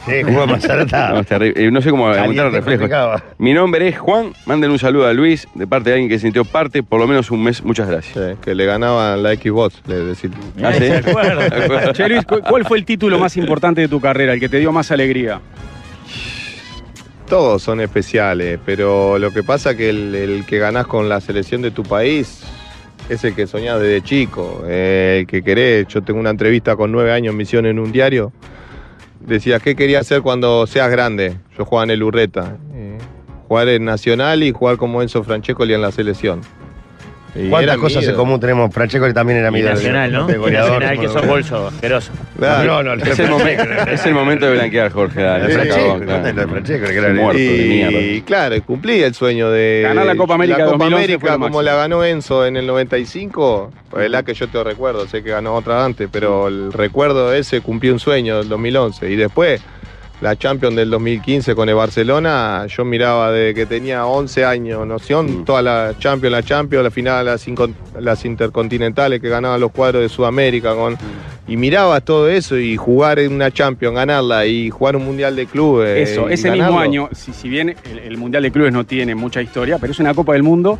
[SPEAKER 1] Sí, jugó Manzana
[SPEAKER 3] No,
[SPEAKER 1] está.
[SPEAKER 3] es terrible. Eh, no sé cómo aguantar
[SPEAKER 1] caliente,
[SPEAKER 3] reflejos.
[SPEAKER 1] complicado.
[SPEAKER 3] Mi nombre es Juan. Manden un saludo a Luis de parte de alguien que sintió parte por lo menos un mes. Muchas gracias.
[SPEAKER 5] Sí, que le ganaba la Xbox, le decía.
[SPEAKER 3] Ah, ¿sí?
[SPEAKER 2] ¿Se acuerda?
[SPEAKER 4] Che, Luis, ¿cu- ¿cuál fue el título más importante de tu carrera, el que te dio más alegría?
[SPEAKER 5] Todos son especiales, pero lo que pasa que el, el que ganás con la selección de tu país es el que soñás desde chico, eh, el que querés. Yo tengo una entrevista con nueve años en misión en un diario. Decías, ¿qué quería hacer cuando seas grande? Yo jugaba en el Urreta. eh,
[SPEAKER 1] Mm.
[SPEAKER 5] jugar en Nacional y jugar como Enzo Francescoli en la selección. Y era
[SPEAKER 1] ¿Cuántas
[SPEAKER 5] mi
[SPEAKER 1] cosas en
[SPEAKER 5] ídolo.
[SPEAKER 1] común tenemos? Francesco también era mi
[SPEAKER 2] Y
[SPEAKER 1] ídolo.
[SPEAKER 2] Nacional, ¿no?
[SPEAKER 1] De
[SPEAKER 2] Y
[SPEAKER 1] goleador,
[SPEAKER 2] Nacional, que
[SPEAKER 1] como-
[SPEAKER 2] sos bolso, asqueroso.
[SPEAKER 5] Claro.
[SPEAKER 1] No, no, no.
[SPEAKER 3] Es el, momento, es el momento de blanquear, Jorge. Dale,
[SPEAKER 5] Sí,
[SPEAKER 3] se acabó,
[SPEAKER 5] sí,
[SPEAKER 3] claro.
[SPEAKER 1] Lo de Francesco, que era
[SPEAKER 3] Sí,
[SPEAKER 1] el-
[SPEAKER 3] muerto. de
[SPEAKER 5] Y
[SPEAKER 3] mierda.
[SPEAKER 5] claro, y cumplí el sueño de
[SPEAKER 4] Ganar la Copa América
[SPEAKER 5] la Copa
[SPEAKER 4] 2011
[SPEAKER 5] América
[SPEAKER 4] fue lo máximo.
[SPEAKER 5] como la ganó Enzo en el 95, pues es la que yo te recuerdo, sé que ganó otra antes, pero el recuerdo ese cumplí un sueño del 2011 y después la Champions del 2015 con el Barcelona, yo miraba desde que tenía 11 años noción,
[SPEAKER 3] Mm.
[SPEAKER 5] toda la Champions, la Champions, la final, las, incon- las intercontinentales que ganaban los cuadros de Sudamérica
[SPEAKER 3] Mm.
[SPEAKER 5] con y mirabas todo eso y jugar en una Champions, ganarla y jugar un Mundial de Clubes.
[SPEAKER 4] Eso,
[SPEAKER 5] y
[SPEAKER 4] ese
[SPEAKER 5] ganarlo.
[SPEAKER 4] mismo año, si, si bien el, el Mundial de Clubes no tiene mucha historia, pero es una Copa del Mundo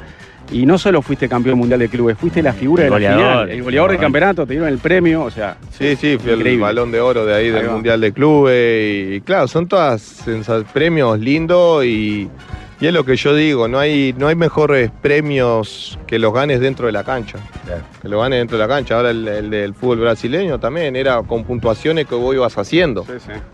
[SPEAKER 4] y no solo fuiste campeón mundial de clubes, fuiste la figura
[SPEAKER 2] El
[SPEAKER 4] de la
[SPEAKER 2] goleador.
[SPEAKER 4] final, el goleador del campeonato, te dieron el premio, o sea,
[SPEAKER 5] Sí, sí, fui el
[SPEAKER 4] Increíble.
[SPEAKER 5] balón de oro de ahí del
[SPEAKER 4] va.
[SPEAKER 5] Mundial de Clubes. Y, claro, son todas sensa- premios lindos y, y es lo que yo digo, no hay, no hay mejores premios que los ganes dentro de la cancha. Que los ganes dentro de la cancha. Ahora el, el del fútbol brasileño también era con puntuaciones que vos ibas haciendo.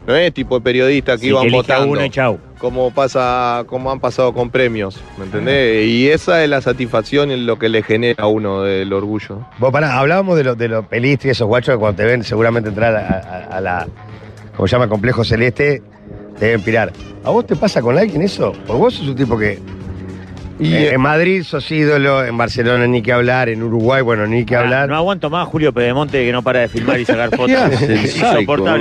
[SPEAKER 5] No es tipo de periodista que
[SPEAKER 2] Sí, que
[SPEAKER 5] iban
[SPEAKER 2] elige a
[SPEAKER 5] votando
[SPEAKER 2] uno y chau.
[SPEAKER 5] como pasa, como han pasado con premios, ¿me entendés? Y esa es la satisfacción en lo que le genera a uno del orgullo.
[SPEAKER 1] Vos pará, hablábamos de los de los pelistri, esos guachos que cuando te ven seguramente entrar a, a- a la, como se llama, complejo celeste, te deben pirar. ¿A vos te pasa con alguien eso? Porque vos sos un tipo que
[SPEAKER 5] Y
[SPEAKER 1] eh, en Madrid sos ídolo, en Barcelona ni que hablar, en Uruguay, bueno, ni que
[SPEAKER 2] Ah,
[SPEAKER 1] hablar.
[SPEAKER 2] No aguanto más a Julio Pedemonte que no para de filmar y sacar fotos.
[SPEAKER 3] ¿Qué hace el
[SPEAKER 2] Insoportable.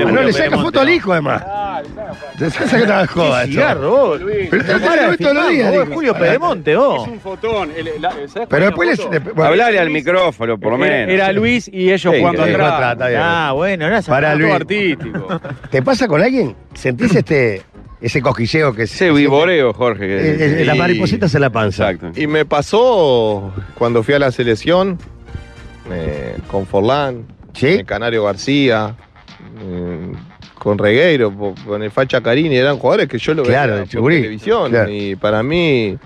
[SPEAKER 3] psycho?
[SPEAKER 1] no, le
[SPEAKER 2] Julio
[SPEAKER 1] saca
[SPEAKER 2] Pedemonte,
[SPEAKER 1] foto al
[SPEAKER 2] no.
[SPEAKER 1] hijo, además. Te saca que trabajas joda,
[SPEAKER 2] ¿Qué
[SPEAKER 1] esto.
[SPEAKER 2] cigarro, vos?
[SPEAKER 1] Pero te lo tenés todos los días,
[SPEAKER 2] Vos,
[SPEAKER 1] digo.
[SPEAKER 2] Julio Pedemonte, vos.
[SPEAKER 4] Es un fotón. el- la- ¿sabes cuál
[SPEAKER 1] Pero
[SPEAKER 4] es la
[SPEAKER 1] después
[SPEAKER 4] foto?
[SPEAKER 1] les- después- bueno,
[SPEAKER 3] Hablale al micrófono, por lo
[SPEAKER 4] Era-
[SPEAKER 3] menos.
[SPEAKER 4] Era Luis y ellos
[SPEAKER 3] Sí,
[SPEAKER 4] jugando
[SPEAKER 1] sí,
[SPEAKER 4] atrás.
[SPEAKER 1] atrás, está bien.
[SPEAKER 2] Ah, bueno, ahora se
[SPEAKER 1] Pará,
[SPEAKER 4] Todo
[SPEAKER 1] Luis.
[SPEAKER 4] artístico.
[SPEAKER 1] ¿Te pasa con alguien? ¿Sentís este ese cosquilleo que
[SPEAKER 3] Ese viboreo, Jorge. que-
[SPEAKER 1] Eh, eh, las
[SPEAKER 3] Y-
[SPEAKER 1] maripositas en la panza.
[SPEAKER 3] Exacto.
[SPEAKER 5] Y me pasó cuando fui a la selección eh, con Forlán,
[SPEAKER 1] ¿Sí?
[SPEAKER 5] con Canario García, eh, con Regueiro, po- con el Facha Carini, eran jugadores que yo lo
[SPEAKER 1] Claro,
[SPEAKER 5] veía
[SPEAKER 1] el
[SPEAKER 5] por
[SPEAKER 1] Chigurí,
[SPEAKER 5] televisión.
[SPEAKER 1] claro.
[SPEAKER 5] Y para mí,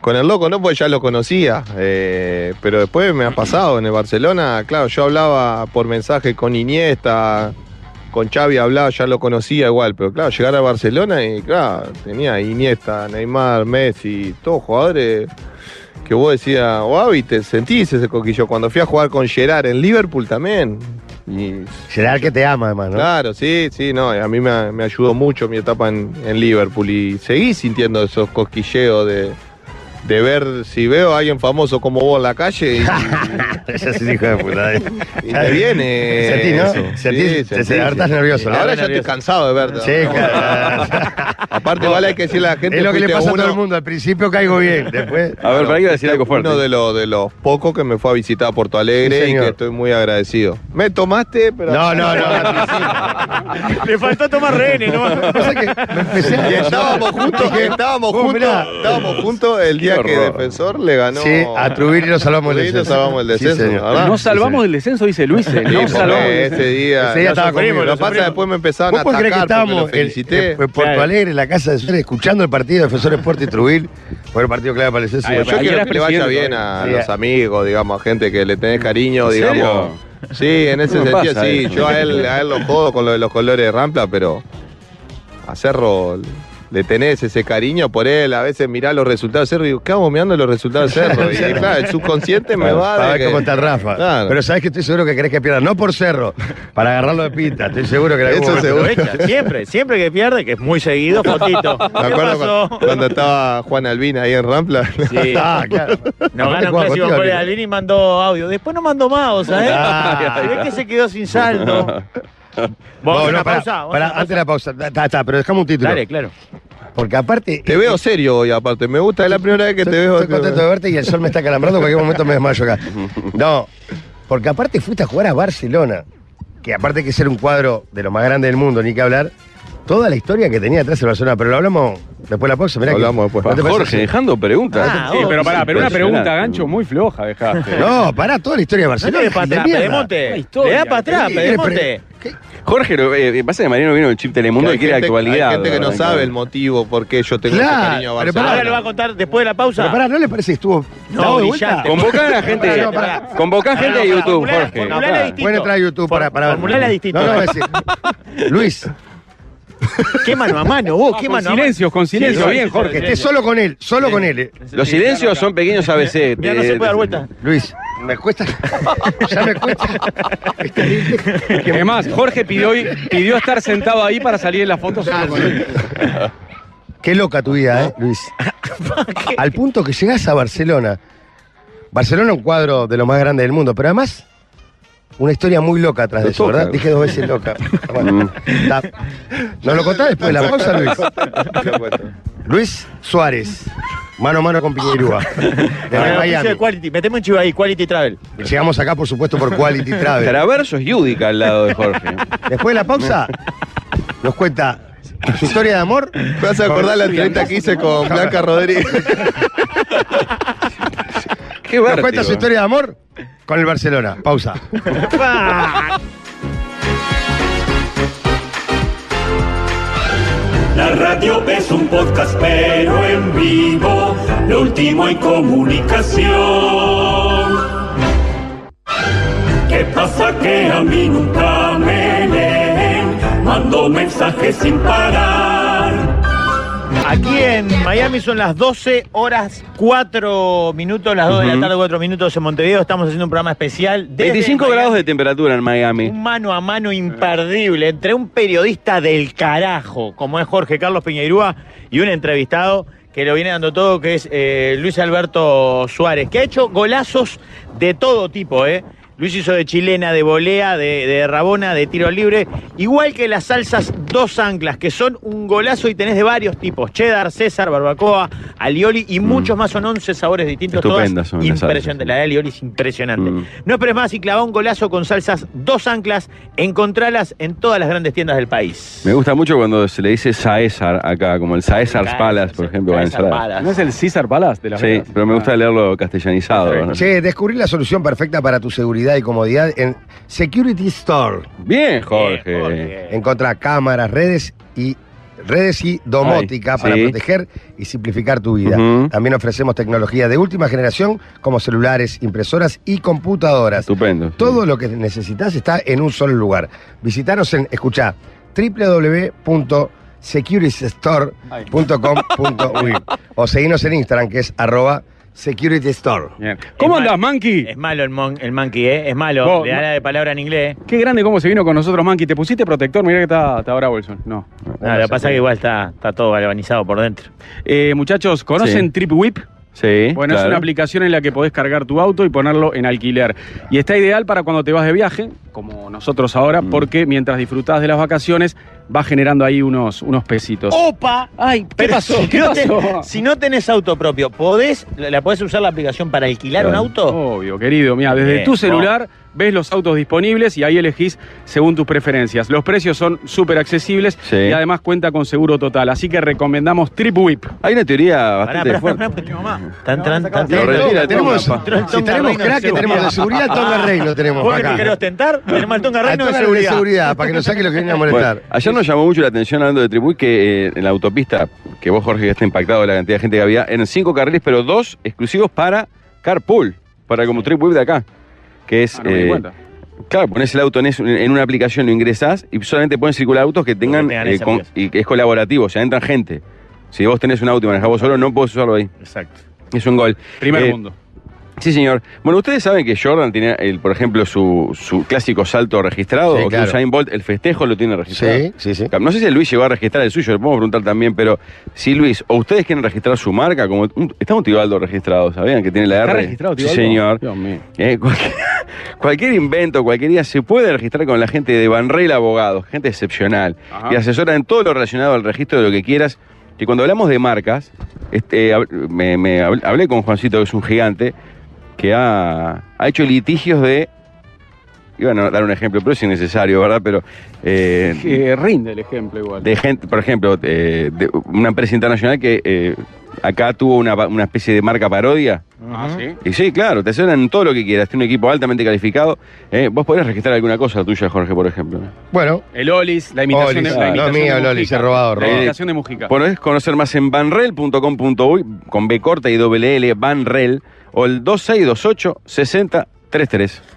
[SPEAKER 5] con el loco no, porque ya lo conocía. eh, pero después me ha pasado en el Barcelona, claro, yo hablaba por mensaje con Iniesta. Con Xavi hablaba, ya lo conocía igual, pero claro, llegar a Barcelona y claro, tenía Iniesta, Neymar, Messi, todos jugadores que vos decías, wow, y te sentís ese coquillo. Cuando fui a jugar con Gerard en Liverpool también. Y
[SPEAKER 1] Gerard que te ama, además, ¿no?
[SPEAKER 5] Claro, sí, sí, no, a mí me, me ayudó mucho mi etapa en, en Liverpool y seguí sintiendo esos cosquilleos de, de ver si veo a alguien famoso como vos en la calle y,
[SPEAKER 1] Ese es un hijo de puta.
[SPEAKER 5] Y te viene.
[SPEAKER 1] Sentí, ¿no?
[SPEAKER 5] eso.
[SPEAKER 1] Sentí,
[SPEAKER 5] Eh, Sí,
[SPEAKER 1] te- te- ahora estás
[SPEAKER 5] sí.
[SPEAKER 1] nervioso. ¿no?
[SPEAKER 5] Ahora ya estoy cansado de verte.
[SPEAKER 1] Sí, claro.
[SPEAKER 5] Aparte, vale, hay que decirle a la gente.
[SPEAKER 1] Es lo que le
[SPEAKER 5] fuiste
[SPEAKER 1] pasa a todo
[SPEAKER 5] uno-
[SPEAKER 1] el mundo. Al principio caigo bien, después.
[SPEAKER 3] A ver, para ahí iba a decir
[SPEAKER 5] fuiste
[SPEAKER 3] algo fuerte.
[SPEAKER 5] Uno de, los- de los pocos que me fue a visitar a Porto
[SPEAKER 1] Sí,
[SPEAKER 5] Alegre y
[SPEAKER 1] señor.
[SPEAKER 5] que estoy muy agradecido. Me tomaste, pero.
[SPEAKER 1] No, no, no. al
[SPEAKER 2] Le faltó tomar rehenes, ¿no?
[SPEAKER 1] Pasa que me empecé a-
[SPEAKER 5] Y estábamos juntos,
[SPEAKER 1] Dije,
[SPEAKER 5] estábamos
[SPEAKER 1] "Oh,
[SPEAKER 5] juntos,
[SPEAKER 1] mirá".
[SPEAKER 5] estábamos juntos el
[SPEAKER 3] Qué
[SPEAKER 5] día que
[SPEAKER 3] horror.
[SPEAKER 5] Defensor le ganó.
[SPEAKER 1] Sí, a Trubir lo salvamos el
[SPEAKER 5] Trubiri
[SPEAKER 1] descenso.
[SPEAKER 5] lo salvamos del
[SPEAKER 1] Sí,
[SPEAKER 5] descenso,
[SPEAKER 1] señor.
[SPEAKER 5] ¿verdad?
[SPEAKER 4] Nos salvamos del descenso, dice Luis. eh,
[SPEAKER 5] Sí,
[SPEAKER 4] Nos
[SPEAKER 5] porque
[SPEAKER 4] salvamos. del
[SPEAKER 5] ese
[SPEAKER 4] descenso.
[SPEAKER 5] día.
[SPEAKER 1] Ese día estaba conmigo,
[SPEAKER 5] Lo
[SPEAKER 1] lo
[SPEAKER 5] que pasa
[SPEAKER 1] sufrimos.
[SPEAKER 5] después me empezaron a
[SPEAKER 1] ¿Vos podés
[SPEAKER 5] atacar
[SPEAKER 1] creer que estábamos
[SPEAKER 5] porque lo felicité.
[SPEAKER 1] en, en Porto
[SPEAKER 2] Claro.
[SPEAKER 1] Alegre, en la casa de Suárez, escuchando el partido de Defensor Sport y Trubir? Fue el partido clave para el descenso.
[SPEAKER 4] Ay,
[SPEAKER 5] Pues yo
[SPEAKER 4] Ahí
[SPEAKER 5] quiero
[SPEAKER 4] eras
[SPEAKER 5] que le vaya
[SPEAKER 4] presidente
[SPEAKER 5] bien a
[SPEAKER 1] todavía.
[SPEAKER 5] los amigos, digamos, a gente que le tenés cariño,
[SPEAKER 3] ¿En serio?
[SPEAKER 5] digamos. Sí, en ese
[SPEAKER 3] No me
[SPEAKER 5] sentido,
[SPEAKER 3] pasa
[SPEAKER 5] sí.
[SPEAKER 3] eso.
[SPEAKER 5] Yo a él, a él lo jodo con lo de los colores de Rampla, pero a Cerro le tenés ese cariño por él. A veces mirá los resultados de Cerro y digo, ¿qué hago mirando los resultados de Cerro? Y claro, el subconsciente me va
[SPEAKER 1] Para
[SPEAKER 5] de
[SPEAKER 1] ver
[SPEAKER 5] que-
[SPEAKER 1] cómo está Rafa.
[SPEAKER 5] Claro.
[SPEAKER 1] Pero sabes que estoy seguro que querés que pierda, no por cerro, para agarrarlo de pinta. Estoy seguro que la
[SPEAKER 5] Eso seguro.
[SPEAKER 2] Aprovecha, siempre, siempre que pierde, que es muy seguido, fotito. Ah, ¿Qué
[SPEAKER 5] Me acuerdo
[SPEAKER 2] pasó?
[SPEAKER 5] cuando, cuando estaba Juan Albina ahí en Rampla.
[SPEAKER 2] Sí.
[SPEAKER 1] Ah, claro.
[SPEAKER 2] Nos
[SPEAKER 1] Aparte
[SPEAKER 2] gana un
[SPEAKER 1] juega
[SPEAKER 2] clásico
[SPEAKER 1] contigo,
[SPEAKER 2] con el
[SPEAKER 1] Albina.
[SPEAKER 2] Albini y mandó audio. Después no mandó más, o sea, ¿eh?
[SPEAKER 1] Ah.
[SPEAKER 2] Se ve que se quedó sin saldo. Vamos a
[SPEAKER 1] No,
[SPEAKER 2] una
[SPEAKER 1] no, pará,
[SPEAKER 2] pausa. vamos a
[SPEAKER 1] pará,
[SPEAKER 2] una
[SPEAKER 1] antes de
[SPEAKER 2] pausa.
[SPEAKER 1] la pausa. Está, está, pero dejamos un título.
[SPEAKER 2] Dale, claro.
[SPEAKER 1] Porque aparte. eh,
[SPEAKER 5] Te veo serio hoy, aparte. Me gusta, es la primera vez que te
[SPEAKER 1] estoy,
[SPEAKER 5] veo.
[SPEAKER 1] estoy contento de verte y el sol me está calambrando. En cualquier momento me desmayo acá. No, porque aparte fuiste a jugar a Barcelona, que aparte que ser un cuadro de lo más grande del mundo, ni que hablar, toda la historia que tenía atrás el Barcelona. Pero lo hablamos después de la pausa. Mirá que-
[SPEAKER 5] Hablamos después. Ah,
[SPEAKER 1] ¿No te parece?
[SPEAKER 3] Jorge, dejando preguntas.
[SPEAKER 2] Ah,
[SPEAKER 4] Sí, pero pará, pero una
[SPEAKER 3] Impresionante.
[SPEAKER 4] pregunta, gancho, muy floja dejaste.
[SPEAKER 1] No, pará, toda la historia de
[SPEAKER 2] No le
[SPEAKER 1] Barcelona.
[SPEAKER 2] des para
[SPEAKER 1] de
[SPEAKER 2] atrás,
[SPEAKER 1] mierda.
[SPEAKER 4] Una
[SPEAKER 2] Pedemonte. Le
[SPEAKER 4] historia,
[SPEAKER 2] da para atrás,
[SPEAKER 1] ¿Qué quieres
[SPEAKER 2] Pedemonte.
[SPEAKER 1] pre- qué-
[SPEAKER 3] Jorge, lo- eh, pasa que Mariano vino el chip Telemundo
[SPEAKER 5] hay
[SPEAKER 3] y quiere
[SPEAKER 5] gente-
[SPEAKER 3] actualidad.
[SPEAKER 5] Hay gente que no
[SPEAKER 3] ¿verdad?
[SPEAKER 5] sabe el motivo por qué yo tengo
[SPEAKER 1] Claro,
[SPEAKER 5] ese cariño a
[SPEAKER 1] pero
[SPEAKER 5] Barcelona.
[SPEAKER 1] pará.
[SPEAKER 2] Ahora lo va a contar después de la pausa.
[SPEAKER 1] Pero pará, ¿no le parece que estuvo estaba de vuelta?
[SPEAKER 2] brillante.
[SPEAKER 3] Convocá a la gente.
[SPEAKER 1] Pará, no, pará.
[SPEAKER 3] Convocá gente de
[SPEAKER 2] No, no,
[SPEAKER 3] YouTube,
[SPEAKER 2] formulala-
[SPEAKER 3] Jorge.
[SPEAKER 2] formulala
[SPEAKER 3] Pará.
[SPEAKER 2] distinto.
[SPEAKER 1] Pueden entrar a YouTube para, para ver.
[SPEAKER 2] Formulala distinto.
[SPEAKER 1] No, no, es decir, Luis,
[SPEAKER 2] Qué mano a mano, vos, qué
[SPEAKER 4] Con
[SPEAKER 2] mano a mano.
[SPEAKER 4] silencio, con silencio,
[SPEAKER 2] Sí,
[SPEAKER 4] bien,
[SPEAKER 2] sí,
[SPEAKER 1] que
[SPEAKER 4] Jorge.
[SPEAKER 1] esté solo con él, solo con él. eh.
[SPEAKER 3] Los silencios son pequeños ABC.
[SPEAKER 2] Ya no se puede dar vuelta.
[SPEAKER 1] Luis, me cuesta. ya me cuesta. Es terrible.
[SPEAKER 4] Es más, Jorge pidió, pidió estar sentado ahí para salir en las fotos solo con él.
[SPEAKER 1] Qué loca tu vida, ¿eh, Luis? Al punto que llegás a Barcelona. Barcelona, un cuadro de lo más grande del mundo, pero además. Una historia muy loca atrás de
[SPEAKER 3] Te
[SPEAKER 1] eso,
[SPEAKER 3] toca.
[SPEAKER 1] ¿verdad? Dije dos veces loca.
[SPEAKER 2] Mm.
[SPEAKER 1] Bueno, está. Nos lo contás después de la pausa, Luis. Luis Suárez, mano a mano con Piñerúa, desde
[SPEAKER 2] Bueno, oficio de
[SPEAKER 1] Miami.
[SPEAKER 2] Quality, meteme un chivo ahí, Quality Travel.
[SPEAKER 1] Llegamos acá, por supuesto, por Quality Travel.
[SPEAKER 3] Traverso es Yudica al lado de Jorge.
[SPEAKER 1] Después de la pausa, nos cuenta su historia de amor.
[SPEAKER 5] ¿Te vas a acordar la entrevista que hice con Blanca Rodríguez?
[SPEAKER 3] Qué
[SPEAKER 1] Nos cuenta su
[SPEAKER 3] vértigo.
[SPEAKER 1] historia de amor con el Barcelona. Pausa.
[SPEAKER 6] La radio es un podcast, pero en vivo, lo último en comunicación. ¿Qué pasa que a mí nunca me leen? Mando mensajes sin parar.
[SPEAKER 2] Aquí en Miami son las 12 horas 4 minutos, las 2 de la tarde 4 minutos en Montevideo. Estamos haciendo un programa especial. desde
[SPEAKER 3] 25
[SPEAKER 2] Miami.
[SPEAKER 3] grados de temperatura en Miami.
[SPEAKER 2] Un mano a mano imperdible entre un periodista del carajo, como es Jorge Carlos Piñeirúa, y un entrevistado que lo viene dando todo, que es eh, Luis Alberto Suárez, que ha hecho golazos de todo tipo, ¿eh? Luis hizo de chilena, de volea, de, de rabona, de tiro libre, igual que las salsas dos anclas, que son un golazo y tenés de varios tipos, cheddar, césar, barbacoa, alioli y muchos más, son 11 sabores distintos,
[SPEAKER 3] Mm.
[SPEAKER 2] todas
[SPEAKER 3] Estupendas son las salsas.
[SPEAKER 2] impresionantes. La de alioli es impresionante.
[SPEAKER 3] Mm.
[SPEAKER 2] No esperes más y clava un golazo con salsas dos anclas. Encontralas en todas las grandes tiendas del país.
[SPEAKER 3] Me gusta mucho cuando se le dice Saesar acá, como el Saesar's Palace, por ejemplo, para
[SPEAKER 2] Caesar
[SPEAKER 3] ensalada.
[SPEAKER 2] Palace.
[SPEAKER 4] ¿No es el César Palace de Ah. la
[SPEAKER 3] Sí, pero me gusta leerlo castellanizado. ¿no?
[SPEAKER 1] Che, descubrí la solución perfecta para tu seguridad y comodidad en Security Store.
[SPEAKER 3] Bien,
[SPEAKER 2] Bien,
[SPEAKER 3] Jorge.
[SPEAKER 1] Encontrá cámaras, redes y redes y domótica
[SPEAKER 3] Ay,
[SPEAKER 1] para
[SPEAKER 3] sí.
[SPEAKER 1] proteger y simplificar tu vida.
[SPEAKER 3] Ujú.
[SPEAKER 1] También ofrecemos tecnología de última generación como celulares, impresoras y computadoras.
[SPEAKER 3] Estupendo.
[SPEAKER 1] Todo lo que necesitas está en un solo lugar. Visitaros en, escuchá, www.securitystore.com.uy o seguinos en Instagram que es arroba securitystore.
[SPEAKER 4] Bien. ¿Cómo
[SPEAKER 2] Es
[SPEAKER 4] andás,
[SPEAKER 2] mal-
[SPEAKER 4] Manqui?
[SPEAKER 2] Es malo el, mon- el monkey, ¿eh? Es malo.
[SPEAKER 4] Vos,
[SPEAKER 2] Le da
[SPEAKER 4] no-
[SPEAKER 2] la de palabra en inglés.
[SPEAKER 4] Qué grande cómo se vino con nosotros, Manqui. ¿Te pusiste protector? Mirá que está, está bravo el sol. No.
[SPEAKER 2] No, lo que pasa es que igual está, está todo galvanizado por dentro.
[SPEAKER 4] Eh, muchachos, ¿conocen
[SPEAKER 3] Sí.
[SPEAKER 4] Trip Whip?
[SPEAKER 3] Sí.
[SPEAKER 4] Bueno, es
[SPEAKER 3] claro.
[SPEAKER 4] una aplicación en la que podés cargar tu auto y ponerlo en alquiler. Y está ideal para cuando te vas de viaje, como nosotros
[SPEAKER 3] Mm.
[SPEAKER 4] ahora, porque mientras disfrutás de las vacaciones, va generando ahí unos, unos pesitos.
[SPEAKER 2] ¡Opa!
[SPEAKER 4] ¡Ay! ¿Qué
[SPEAKER 2] Pero
[SPEAKER 4] pasó?
[SPEAKER 2] Si,
[SPEAKER 4] ¿Qué
[SPEAKER 2] no
[SPEAKER 4] pasó?
[SPEAKER 2] ten- si no tenés auto propio, ¿podés, la la podés usar la aplicación para alquilar un
[SPEAKER 3] Claro.
[SPEAKER 2] auto?
[SPEAKER 4] Obvio, querido. Mira, desde
[SPEAKER 2] Bien,
[SPEAKER 4] tu celular ves los autos disponibles y ahí elegís según tus preferencias. Los precios son súper accesibles
[SPEAKER 3] Sí.
[SPEAKER 4] y además cuenta con seguro total. Así que recomendamos Ah, TripWhip.
[SPEAKER 3] Hay una teoría
[SPEAKER 2] Pará,
[SPEAKER 3] bastante
[SPEAKER 2] pará,
[SPEAKER 3] fuerte.
[SPEAKER 2] pará, Tan, tan, tan-
[SPEAKER 3] Lo
[SPEAKER 1] Tonga,
[SPEAKER 3] retira,
[SPEAKER 1] tenemos,
[SPEAKER 3] Tonga,
[SPEAKER 2] pa.
[SPEAKER 1] si tenemos
[SPEAKER 2] Tonga,
[SPEAKER 1] crack, que
[SPEAKER 2] Reino,
[SPEAKER 1] tenemos de seguridad, Tonga Rey lo tenemos
[SPEAKER 2] ¿Vos que querés
[SPEAKER 1] acá.
[SPEAKER 2] ostentar? Tenemos al Tonga
[SPEAKER 1] A
[SPEAKER 2] Reino
[SPEAKER 1] Tonga
[SPEAKER 2] de
[SPEAKER 1] Rey de
[SPEAKER 2] seguridad.
[SPEAKER 1] seguridad, para que nos saque lo que viene a
[SPEAKER 3] Bueno,
[SPEAKER 1] molestar.
[SPEAKER 3] ayer nos llamó mucho la atención hablando de Tribuy que eh, en la autopista, que vos Jorge está impactado de la cantidad de gente que había, eran cinco carriles, pero dos exclusivos para carpool, para como Tribuy de acá. Que es,
[SPEAKER 4] Ah, no me di
[SPEAKER 3] eh,
[SPEAKER 4] cuenta.
[SPEAKER 3] claro, pones el auto en, es- en una aplicación, lo ingresás y solamente pueden circular autos que tengan,
[SPEAKER 2] tengan
[SPEAKER 3] eh,
[SPEAKER 2] esa
[SPEAKER 3] con-
[SPEAKER 2] aplicación.
[SPEAKER 3] y que es colaborativo, o sea, entran gente. Si vos tenés un auto y manejás vos solo, no podés usarlo ahí.
[SPEAKER 2] Exacto.
[SPEAKER 3] Es un gol.
[SPEAKER 4] Primer
[SPEAKER 3] eh,
[SPEAKER 4] mundo.
[SPEAKER 3] Sí, señor. Bueno, ustedes saben que Jordan tiene, el, por ejemplo, su, su clásico salto registrado,
[SPEAKER 1] Sí,
[SPEAKER 3] o que
[SPEAKER 1] claro.
[SPEAKER 3] Usain Bolt, el festejo lo tiene registrado.
[SPEAKER 1] Sí, sí, sí.
[SPEAKER 3] No sé si Luis llegó a registrar el suyo, le podemos preguntar también, pero si Luis, o ustedes quieren registrar su marca, como un- está un Tibaldo registrado, ¿sabían que tiene la
[SPEAKER 4] ¿Está
[SPEAKER 3] R?
[SPEAKER 4] registrado,
[SPEAKER 3] sí,
[SPEAKER 4] Tibaldo?
[SPEAKER 3] señor.
[SPEAKER 4] Dios mío.
[SPEAKER 3] Eh, cualquier, cualquier invento, cualquier idea se puede registrar con la gente de Banrel Abogados, gente excepcional,
[SPEAKER 4] Ajá.
[SPEAKER 3] que asesora en todo lo relacionado al registro de lo que quieras. Que cuando hablamos de marcas, este, hab- me, me habl- hablé con Juancito, que es un gigante, que ha, ha hecho litigios de. Iban a dar un ejemplo, pero es innecesario, ¿verdad? Pero. eh,
[SPEAKER 4] Que rinde el ejemplo igual.
[SPEAKER 3] de gente, por ejemplo, eh, de una empresa internacional que eh, acá tuvo una, pa- una especie de marca parodia.
[SPEAKER 4] Ah, ¿sí?
[SPEAKER 3] Y sí, claro, te asesoran en todo lo que quieras. Tiene un equipo altamente calificado. Eh, vos podés registrar alguna cosa tuya, Jorge, por ejemplo.
[SPEAKER 1] Bueno,
[SPEAKER 4] El Olis, la imitación
[SPEAKER 1] Olis,
[SPEAKER 4] de
[SPEAKER 1] ah,
[SPEAKER 4] la imitación
[SPEAKER 1] no, mío,
[SPEAKER 4] de
[SPEAKER 1] el
[SPEAKER 4] Mujica.
[SPEAKER 1] Olis, he robado,
[SPEAKER 4] La
[SPEAKER 3] robado.
[SPEAKER 4] imitación de Mujica.
[SPEAKER 3] Podés conocer más en banrel.com.uy con B corta y doble L, banrel, o el 2628-6033.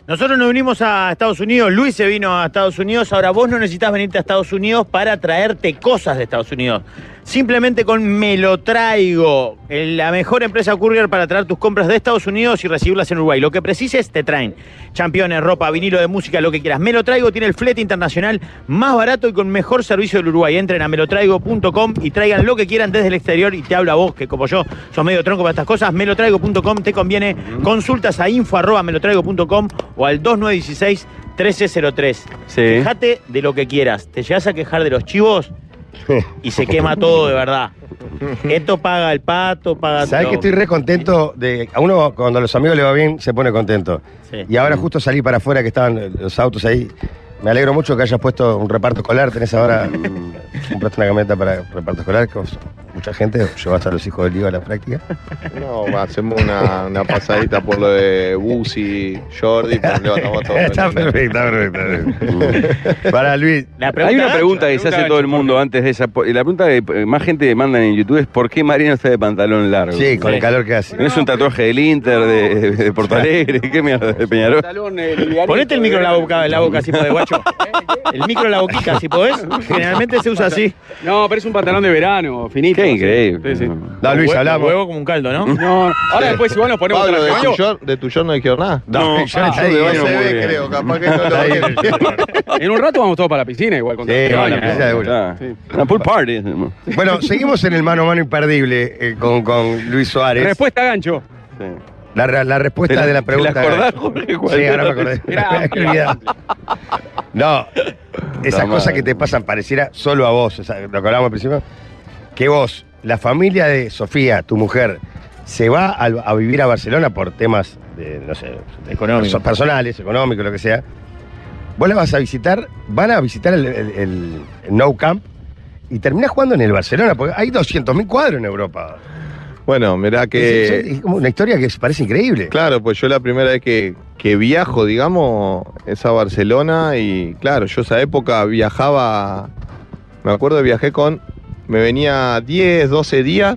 [SPEAKER 2] Nosotros nos unimos a Estados Unidos, Luis se vino a Estados Unidos, ahora vos no necesitas venirte a Estados Unidos para traerte cosas de Estados Unidos. Simplemente con Me lo traigo, eh, la mejor empresa courier para traer tus compras de Estados Unidos y recibirlas en Uruguay. Lo que precises te traen. Championes, ropa, vinilo de música, lo que quieras. Me lo traigo tiene el flete internacional más barato y con mejor servicio del Uruguay. Entren a melotraigo.com y traigan lo que quieran desde el exterior y te habla vos, que como yo sos medio tronco para estas cosas, melotraigo.com te conviene. Consultas a info arroba melotraigo.com o al 2916 1303.
[SPEAKER 3] Sí.
[SPEAKER 2] Quejate de lo que quieras. Te llegas a quejar de los chivos y se quema todo de verdad. Esto paga el pato, paga
[SPEAKER 1] sabes
[SPEAKER 2] todo.
[SPEAKER 1] que estoy re contento de. A uno cuando a los amigos le va bien, se pone contento.
[SPEAKER 2] Sí.
[SPEAKER 1] Y ahora justo salí para afuera que estaban eh, los autos ahí. Me alegro mucho que hayas puesto un reparto escolar. Tenés ahora. mm, Compraste una camioneta para reparto escolar. que vos- mucha gente llevó hasta los hijos del lío a la práctica.
[SPEAKER 5] No, hacemos una, una pasadita por lo de Busi, Jordi, pues levantamos todo.
[SPEAKER 1] está perfecto, está perfecto. para Luis.
[SPEAKER 2] La pregunta
[SPEAKER 3] Hay una
[SPEAKER 2] gancho.
[SPEAKER 3] pregunta que se
[SPEAKER 4] pregunta
[SPEAKER 3] hace todo el
[SPEAKER 4] gancho,
[SPEAKER 3] mundo antes de esa. po- y La pregunta que eh, más gente mandan en YouTube es: ¿por qué Mariano está de pantalón largo?
[SPEAKER 1] Sí, con el calor que hace.
[SPEAKER 3] No es un tatuaje del Inter, de, de- de Porto Alegre, qué mierda, de Peñarol.
[SPEAKER 4] Pantalón, eh, livianito,
[SPEAKER 2] Ponete el micro en la boca, en la boca si podés, guacho. El micro en la boquita si podés. Generalmente se usa así.
[SPEAKER 4] No, pero es un pantalón de verano, finito.
[SPEAKER 3] Qué
[SPEAKER 4] sí.
[SPEAKER 3] increíble.
[SPEAKER 4] Sí, sí.
[SPEAKER 1] Da Luis,
[SPEAKER 2] Hue-
[SPEAKER 1] hablamos.
[SPEAKER 2] Huevo como un caldo, ¿no?
[SPEAKER 4] No, ahora después si vos nos ponemos
[SPEAKER 5] Pablo,
[SPEAKER 4] traje
[SPEAKER 5] de
[SPEAKER 4] de
[SPEAKER 5] tu,
[SPEAKER 4] baño,
[SPEAKER 5] short, de tu short no dijeron nada.
[SPEAKER 3] No,
[SPEAKER 1] ya no está
[SPEAKER 5] Yo
[SPEAKER 1] ahí,
[SPEAKER 5] de
[SPEAKER 1] bueno,
[SPEAKER 5] baño
[SPEAKER 1] muy
[SPEAKER 5] se ve,
[SPEAKER 1] bien.
[SPEAKER 5] creo, capaz que no lo ven.
[SPEAKER 4] en un rato vamos todos para la piscina igual. Con
[SPEAKER 1] Sí,
[SPEAKER 4] traje de
[SPEAKER 1] vamos a la
[SPEAKER 4] baño, ¿no?
[SPEAKER 1] piscina de una.
[SPEAKER 3] Ah, Una pool party. Sí.
[SPEAKER 1] Bueno, seguimos en el mano a mano imperdible eh, con, con Luis Suárez.
[SPEAKER 4] Respuesta gancho.
[SPEAKER 1] La, la- la
[SPEAKER 3] ¿Te
[SPEAKER 1] respuesta
[SPEAKER 3] la-
[SPEAKER 1] de la
[SPEAKER 3] te
[SPEAKER 1] pregunta.
[SPEAKER 3] la acordás, Jorge?
[SPEAKER 1] Sí,
[SPEAKER 3] ¿Cuál
[SPEAKER 1] ahora me
[SPEAKER 3] era?
[SPEAKER 1] acordé.
[SPEAKER 4] Era
[SPEAKER 1] Me había olvidado. No, esas
[SPEAKER 3] madre.
[SPEAKER 1] cosas que te pasan pareciera solo a vos, esa- lo que hablábamos al principio, que vos, la familia de Sofía, tu mujer, se va a, a vivir a Barcelona por temas de, no sé, de-
[SPEAKER 2] Económico.
[SPEAKER 1] perso- personales, económicos, lo que sea. Vos la vas a visitar, van a visitar el, el- el No Camp y terminás jugando en el Barcelona, porque hay 200.000 cuadros en Europa.
[SPEAKER 5] Bueno, mirá
[SPEAKER 1] Es-
[SPEAKER 5] que.
[SPEAKER 1] es, es como una historia que se parece increíble.
[SPEAKER 5] Claro, pues yo la primera vez que, que viajo, digamos, es a Barcelona y claro, yo esa época viajaba, me acuerdo viajé con, me venía 10, 12 días,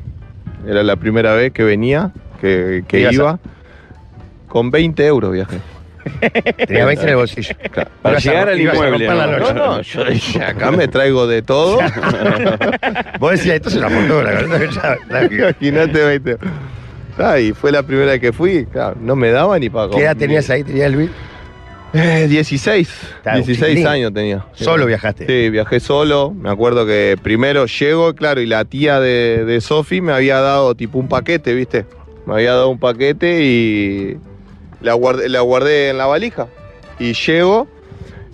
[SPEAKER 5] era la primera vez que venía, que, que
[SPEAKER 1] Ibas a-
[SPEAKER 5] iba, con 20 euros viajé.
[SPEAKER 1] Tenía 20 en el bolsillo.
[SPEAKER 3] Para
[SPEAKER 1] Ibas a-
[SPEAKER 3] llegar al
[SPEAKER 1] ibas a
[SPEAKER 3] inmueble.
[SPEAKER 1] romper la
[SPEAKER 5] No,
[SPEAKER 1] noche.
[SPEAKER 5] no, yo dije, acá me traigo de todo,
[SPEAKER 1] Vos decías, esto es una fortuna. ¿verdad? Ya, ya.
[SPEAKER 5] imagínate 20 euros. Ah, y fue la primera vez que fui, claro, no me daba ni para
[SPEAKER 1] ¿Qué edad tenías ahí, tenías Luis?
[SPEAKER 5] Eh, 16,
[SPEAKER 1] Está un
[SPEAKER 5] 16
[SPEAKER 1] chiquilín.
[SPEAKER 5] años tenía.
[SPEAKER 1] Solo viajaste.
[SPEAKER 5] Sí, viajé solo. Me acuerdo que primero llego, claro, y la tía de, de Sofi me había dado tipo un paquete, ¿viste? Me había dado un paquete y la guardé, la guardé en la valija. Y llego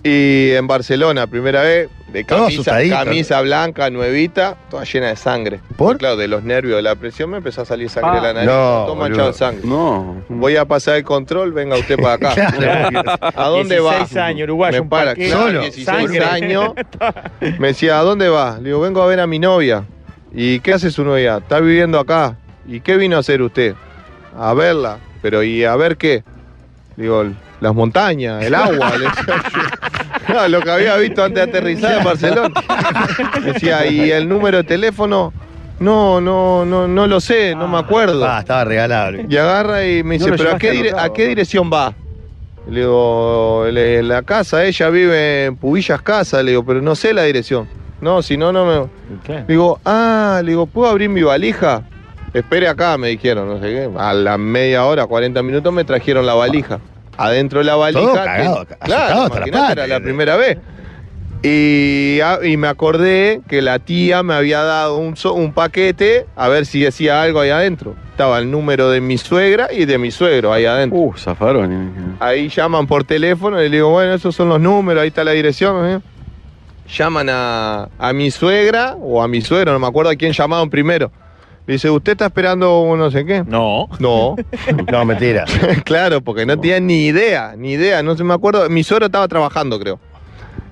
[SPEAKER 5] y en Barcelona, primera vez, de
[SPEAKER 1] Todo
[SPEAKER 5] camisa,
[SPEAKER 1] asustadito.
[SPEAKER 5] camisa blanca, nuevita, toda llena de sangre.
[SPEAKER 1] ¿Por?
[SPEAKER 5] Claro, de los nervios, de la presión me empezó a salir sangre
[SPEAKER 4] Ah.
[SPEAKER 5] de la nariz.
[SPEAKER 1] No,
[SPEAKER 5] todo
[SPEAKER 1] boludo.
[SPEAKER 5] manchado de sangre.
[SPEAKER 3] No.
[SPEAKER 5] Voy a pasar el control, venga usted para acá.
[SPEAKER 1] Claro.
[SPEAKER 5] ¿A dónde va?
[SPEAKER 2] 16 años, uruguayo,
[SPEAKER 5] me
[SPEAKER 2] un
[SPEAKER 5] para,
[SPEAKER 2] paquete.
[SPEAKER 5] claro,
[SPEAKER 1] Solo.
[SPEAKER 5] 16
[SPEAKER 2] Sangre.
[SPEAKER 5] años. Me decía, ¿a dónde vas? Le digo, vengo a ver a mi novia. ¿Y qué hace su novia? Está viviendo acá. ¿Y qué vino a hacer usted? A verla. Pero ¿y a ver qué? Le Digo, las montañas, el agua. le decía yo. Claro, lo que había visto antes de aterrizar en Barcelona. Me decía, ¿y el número de teléfono? No, no, no, no lo sé, no me acuerdo.
[SPEAKER 1] Ah, estaba regalable.
[SPEAKER 5] Y agarra y me dice,
[SPEAKER 4] lo
[SPEAKER 5] ¿pero a
[SPEAKER 4] llevaste
[SPEAKER 5] qué, dire-
[SPEAKER 4] anotado.
[SPEAKER 5] a qué dirección va? Le digo, "Le- la casa, ella vive en Pubillas Casa, le digo, pero no sé la dirección. No, si no, no me...
[SPEAKER 2] Claro.
[SPEAKER 5] Le digo, ah, le digo, ¿puedo abrir mi valija? Espere acá, me dijeron, no sé qué. A la media hora, 40 minutos, me trajeron la valija. Adentro de la valija.
[SPEAKER 1] Todo cagado,
[SPEAKER 5] que-
[SPEAKER 1] asustado,
[SPEAKER 5] claro, imaginate,
[SPEAKER 1] atrapado.
[SPEAKER 5] era la primera vez. Y, a- y me acordé que la tía me había dado un, so- un paquete a ver si decía algo ahí adentro. Estaba el número de mi suegra y de mi suegro ahí adentro.
[SPEAKER 3] Uh, zafaron.
[SPEAKER 5] Ahí llaman por teléfono y le digo, bueno, esos son los números, ahí está la dirección. ¿eh? Llaman a, a mi suegra o a mi suegro, no me acuerdo a quién llamaron primero. Le dice, ¿usted está esperando un no sé qué?
[SPEAKER 2] No.
[SPEAKER 5] No,
[SPEAKER 1] No, mentira.
[SPEAKER 5] claro, porque no tenía ni idea, ni idea, no se me acuerdo. Mi suegro estaba trabajando, creo.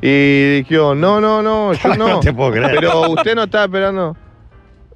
[SPEAKER 5] Y dijo, no, no, no, yo no.
[SPEAKER 1] No te puedo creer.
[SPEAKER 5] Pero usted no estaba esperando.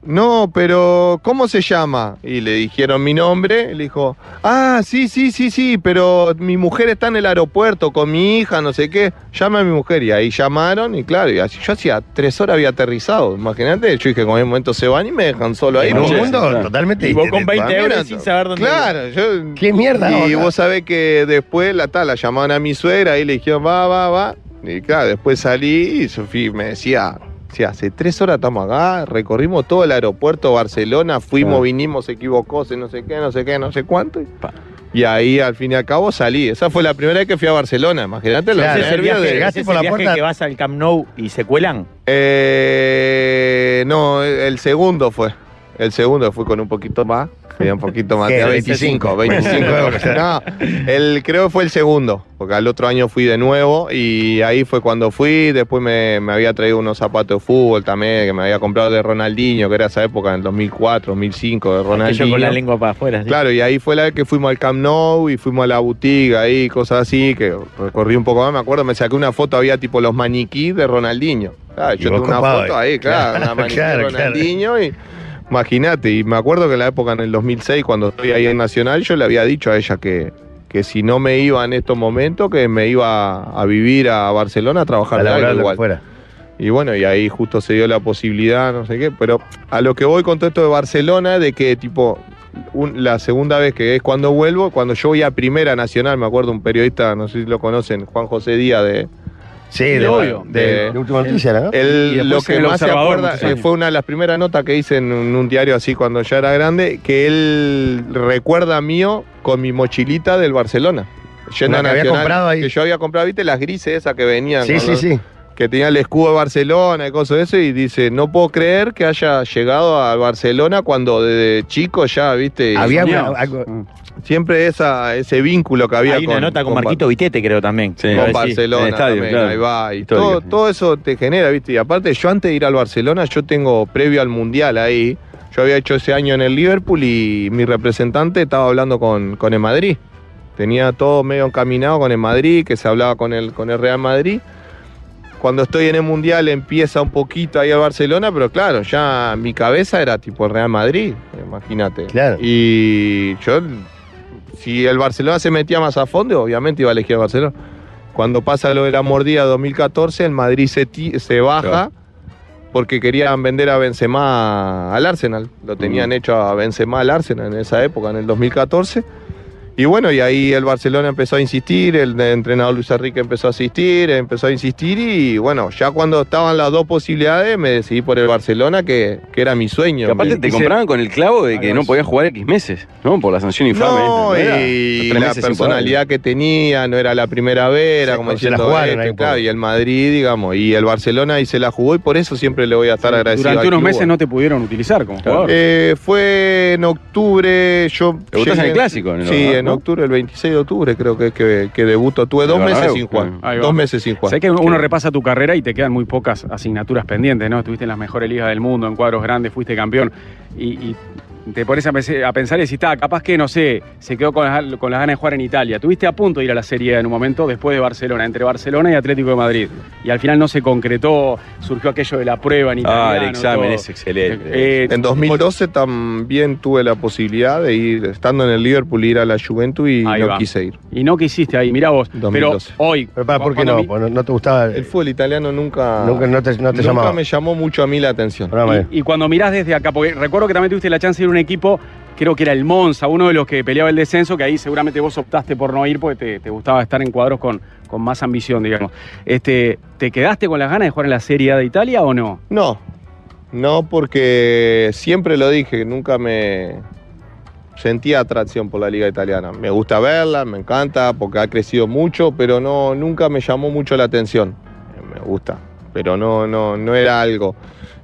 [SPEAKER 5] No, pero ¿cómo se llama? Y le dijeron mi nombre. Le dijo, ah, sí, sí, sí, sí, pero mi mujer está en el aeropuerto con mi hija, no sé qué. Llama a mi mujer. Y ahí llamaron y claro, y así, yo hacía tres horas había aterrizado. Imagínate, yo dije, en cualquier momento se van y me dejan solo ahí.
[SPEAKER 1] En un
[SPEAKER 5] Che,
[SPEAKER 1] mundo
[SPEAKER 3] claro.
[SPEAKER 1] totalmente
[SPEAKER 2] Y vos con
[SPEAKER 1] distinto,
[SPEAKER 2] 20
[SPEAKER 1] ¿eh?
[SPEAKER 2] euros sin saber dónde.
[SPEAKER 5] Claro, yo...
[SPEAKER 1] ¿Qué mierda?
[SPEAKER 5] Y
[SPEAKER 1] onda?
[SPEAKER 5] vos sabés que después la tal, la llamaban a mi suegra y le dijeron, va, va, va. Y claro, después salí y Sofía me decía, "Sí, hace tres horas estamos acá, recorrimos todo el aeropuerto de Barcelona, fuimos,
[SPEAKER 3] Claro.
[SPEAKER 5] vinimos, se equivocó, se no sé qué, no sé qué, no sé cuánto. Y, pa. Y ahí al fin y al cabo salí. Esa fue la primera vez que fui a Barcelona, imagínate los
[SPEAKER 1] Claro,
[SPEAKER 2] Ese es el
[SPEAKER 5] nervios
[SPEAKER 2] viaje,
[SPEAKER 5] de...
[SPEAKER 1] llegaste
[SPEAKER 2] ese es
[SPEAKER 1] por
[SPEAKER 2] el
[SPEAKER 1] la
[SPEAKER 2] viaje
[SPEAKER 1] puerta.
[SPEAKER 2] que vas al Camp Nou y se cuelan.
[SPEAKER 5] Eh, no, el segundo fue. El segundo fue con un poquito más. Era un poquito más.
[SPEAKER 1] ¿Qué?
[SPEAKER 5] tenía 25, 25 euros. No, el, creo que fue el segundo. Porque al otro año fui de nuevo. Y ahí fue cuando fui. Después me, me había traído unos zapatos de fútbol también. Que me había comprado de Ronaldinho. Que era esa época, en el 2004, 2005. De
[SPEAKER 2] Yo con la
[SPEAKER 5] Ronaldinho.
[SPEAKER 2] lengua para afuera. ¿sí?
[SPEAKER 5] Claro, y ahí fue la vez que fuimos al Camp Nou y fuimos a la boutiga ahí, cosas así, que recorrí un poco más, me acuerdo, me saqué una foto, había tipo los maniquí de Ronaldinho. Claro,
[SPEAKER 1] Y
[SPEAKER 5] yo
[SPEAKER 1] vos
[SPEAKER 5] tengo una
[SPEAKER 1] copado,
[SPEAKER 5] foto
[SPEAKER 1] eh.
[SPEAKER 5] ahí, claro,
[SPEAKER 1] Claro,
[SPEAKER 5] una maniquí
[SPEAKER 1] claro,
[SPEAKER 5] de
[SPEAKER 1] claro.
[SPEAKER 5] Ronaldinho y imagínate, y me acuerdo que en la época en el 2006 cuando estoy ahí en Nacional, yo le había dicho a ella que que si no me iba en estos momentos, que me iba a vivir a Barcelona a trabajar
[SPEAKER 1] A
[SPEAKER 5] de algo
[SPEAKER 1] laburar lo que
[SPEAKER 5] igual.
[SPEAKER 1] fuera.
[SPEAKER 5] Y bueno, y ahí justo se dio la posibilidad, no sé qué. Pero a lo que voy con todo esto de Barcelona, de que tipo, un- la segunda vez que es cuando vuelvo, cuando yo voy a Primera Nacional, me acuerdo un periodista, no sé si lo conocen, Juan José Díaz, de,
[SPEAKER 1] Sí, de,
[SPEAKER 4] obvio.
[SPEAKER 1] de- de última noticia, ¿no?
[SPEAKER 5] él
[SPEAKER 4] Y después
[SPEAKER 5] lo que
[SPEAKER 4] en El
[SPEAKER 5] más se
[SPEAKER 4] Observador,
[SPEAKER 5] acuerda
[SPEAKER 4] muchos
[SPEAKER 5] eh,
[SPEAKER 4] años.
[SPEAKER 5] fue una de las primeras notas que hice en un, un diario así cuando ya era grande, que él recuerda a mío con mi mochilita del Barcelona. Yendo
[SPEAKER 1] Una
[SPEAKER 5] a
[SPEAKER 1] que había
[SPEAKER 5] Nacional,
[SPEAKER 1] comprado ahí.
[SPEAKER 5] Que yo había comprado, viste, las grises esas que venían.
[SPEAKER 1] Sí,
[SPEAKER 5] con
[SPEAKER 1] sí,
[SPEAKER 5] los-
[SPEAKER 1] sí.
[SPEAKER 5] que tenía el escudo de Barcelona y cosas de eso, y dice, no puedo creer que haya llegado a Barcelona cuando desde chico ya, viste,
[SPEAKER 1] Había
[SPEAKER 4] soñado.
[SPEAKER 1] una- algo-
[SPEAKER 4] Mm.
[SPEAKER 5] siempre esa, ese vínculo que había
[SPEAKER 2] Hay una nota con Marquito Vitete, creo también.
[SPEAKER 3] Sí.
[SPEAKER 5] Con
[SPEAKER 3] Iba a
[SPEAKER 2] Pero
[SPEAKER 3] decir,
[SPEAKER 5] Barcelona
[SPEAKER 3] en el estadio,
[SPEAKER 5] también,
[SPEAKER 3] claro.
[SPEAKER 5] ahí va. Y
[SPEAKER 3] Histórico,
[SPEAKER 5] todo,
[SPEAKER 3] sí.
[SPEAKER 5] todo eso te genera, ¿viste? Y aparte, yo antes de ir al Barcelona, yo tengo previo al Mundial ahí. Yo había hecho ese año en el Liverpool y mi representante estaba hablando con, con el Madrid. Tenía todo medio encaminado con el Madrid, que se hablaba con el, con el Real Madrid. Cuando estoy en el Mundial empieza un poquito ahí el Barcelona, pero claro, ya mi cabeza era tipo el Real Madrid, imagínate.
[SPEAKER 1] Claro.
[SPEAKER 5] Y yo, si el Barcelona se metía más a fondo, obviamente iba a elegir el Barcelona. Cuando pasa lo de la mordida 2014, el Madrid se, ti- se baja
[SPEAKER 3] Claro.
[SPEAKER 5] porque querían vender a Benzema al Arsenal. Lo tenían
[SPEAKER 3] Mm.
[SPEAKER 5] hecho a Benzema al Arsenal en esa época, en el 2014. Y bueno, y ahí el Barcelona empezó a insistir, el entrenador Luis Enrique empezó a asistir, empezó a insistir y bueno, ya cuando estaban las dos posibilidades me decidí por el Barcelona, que, que era mi sueño.
[SPEAKER 3] Que aparte
[SPEAKER 5] Me
[SPEAKER 3] te
[SPEAKER 5] quise-
[SPEAKER 3] compraban con el clavo de que
[SPEAKER 5] Algo
[SPEAKER 3] no
[SPEAKER 5] así.
[SPEAKER 3] podías jugar X meses, ¿no? Por la sanción infame.
[SPEAKER 5] No,
[SPEAKER 3] esta, era?
[SPEAKER 5] y
[SPEAKER 3] Tres meses
[SPEAKER 5] la
[SPEAKER 3] sin
[SPEAKER 5] personalidad que tenía, no era la primera vez, era
[SPEAKER 1] Se-
[SPEAKER 5] como
[SPEAKER 1] se
[SPEAKER 5] diciendo,
[SPEAKER 1] la jugaron
[SPEAKER 5] "Este,
[SPEAKER 1] ahí un
[SPEAKER 5] claro",
[SPEAKER 1] poco.
[SPEAKER 5] y el Madrid, digamos, y el Barcelona y se la jugó y por eso siempre le voy a estar agradecido.
[SPEAKER 4] Durante
[SPEAKER 5] al
[SPEAKER 4] unos
[SPEAKER 5] club.
[SPEAKER 4] meses no te pudieron utilizar como jugador.
[SPEAKER 5] Eh, fue en octubre, yo...
[SPEAKER 3] Te gustas en
[SPEAKER 5] llegué-
[SPEAKER 3] el clásico, en el
[SPEAKER 5] Sí,
[SPEAKER 3] Bernabéu,
[SPEAKER 5] en
[SPEAKER 3] ¿no?
[SPEAKER 5] octubre, el 26 de octubre creo que, que, que debuto. Tuve
[SPEAKER 3] El
[SPEAKER 5] dos meses
[SPEAKER 3] Bernabéu,
[SPEAKER 5] sin jugar.
[SPEAKER 3] claro.
[SPEAKER 4] Ahí va.
[SPEAKER 5] Dos meses sin jugar.
[SPEAKER 4] Sé que uno repasa tu carrera y te quedan muy pocas asignaturas pendientes, ¿no? Estuviste en las mejores ligas del mundo, en cuadros grandes, fuiste campeón. Y, y te pones a, pens- a pensar y decís, "Ta, capaz que, no sé, se quedó con las, con las ganas de jugar en Italia. Tuviste a punto de ir a la Serie A en un momento después de Barcelona, entre Barcelona y Atlético de Madrid. Y al final no se concretó, surgió aquello de la prueba en Italia.
[SPEAKER 3] Ah, el examen es
[SPEAKER 4] Eh,
[SPEAKER 3] excelente.
[SPEAKER 5] En 2012 también tuve la posibilidad de ir, estando en el Liverpool, ir a la Juventud y
[SPEAKER 4] Ahí
[SPEAKER 5] no
[SPEAKER 4] va.
[SPEAKER 5] quise ir.
[SPEAKER 4] Y no quisiste ahí, mirá vos.
[SPEAKER 5] 2012.
[SPEAKER 4] Pero hoy.
[SPEAKER 1] Pero para, ¿por qué
[SPEAKER 4] cuando
[SPEAKER 1] no?
[SPEAKER 4] vi-
[SPEAKER 1] Porque no- ¿No te gustaba?
[SPEAKER 5] El fútbol italiano nunca,
[SPEAKER 1] Nunca no te, no te
[SPEAKER 5] nunca
[SPEAKER 1] llamaba.
[SPEAKER 5] me llamó mucho a mí la atención.
[SPEAKER 1] Pero, vale.
[SPEAKER 4] Y, y cuando mirás desde acá, porque recuerdo que también tuviste la chance de ir a un equipo, creo que era el Monza, uno de los que peleaba el descenso, que ahí seguramente vos optaste por no ir porque te, te gustaba estar en cuadros con, con más ambición, digamos. Este, ¿Te quedaste con las ganas de jugar en la Serie A de Italia o no?
[SPEAKER 5] No, no porque siempre lo dije, nunca me sentía atracción por la liga italiana. Me gusta verla, me encanta, porque ha crecido mucho, pero no, nunca me llamó mucho la atención. Me gusta, pero no, no, no era algo.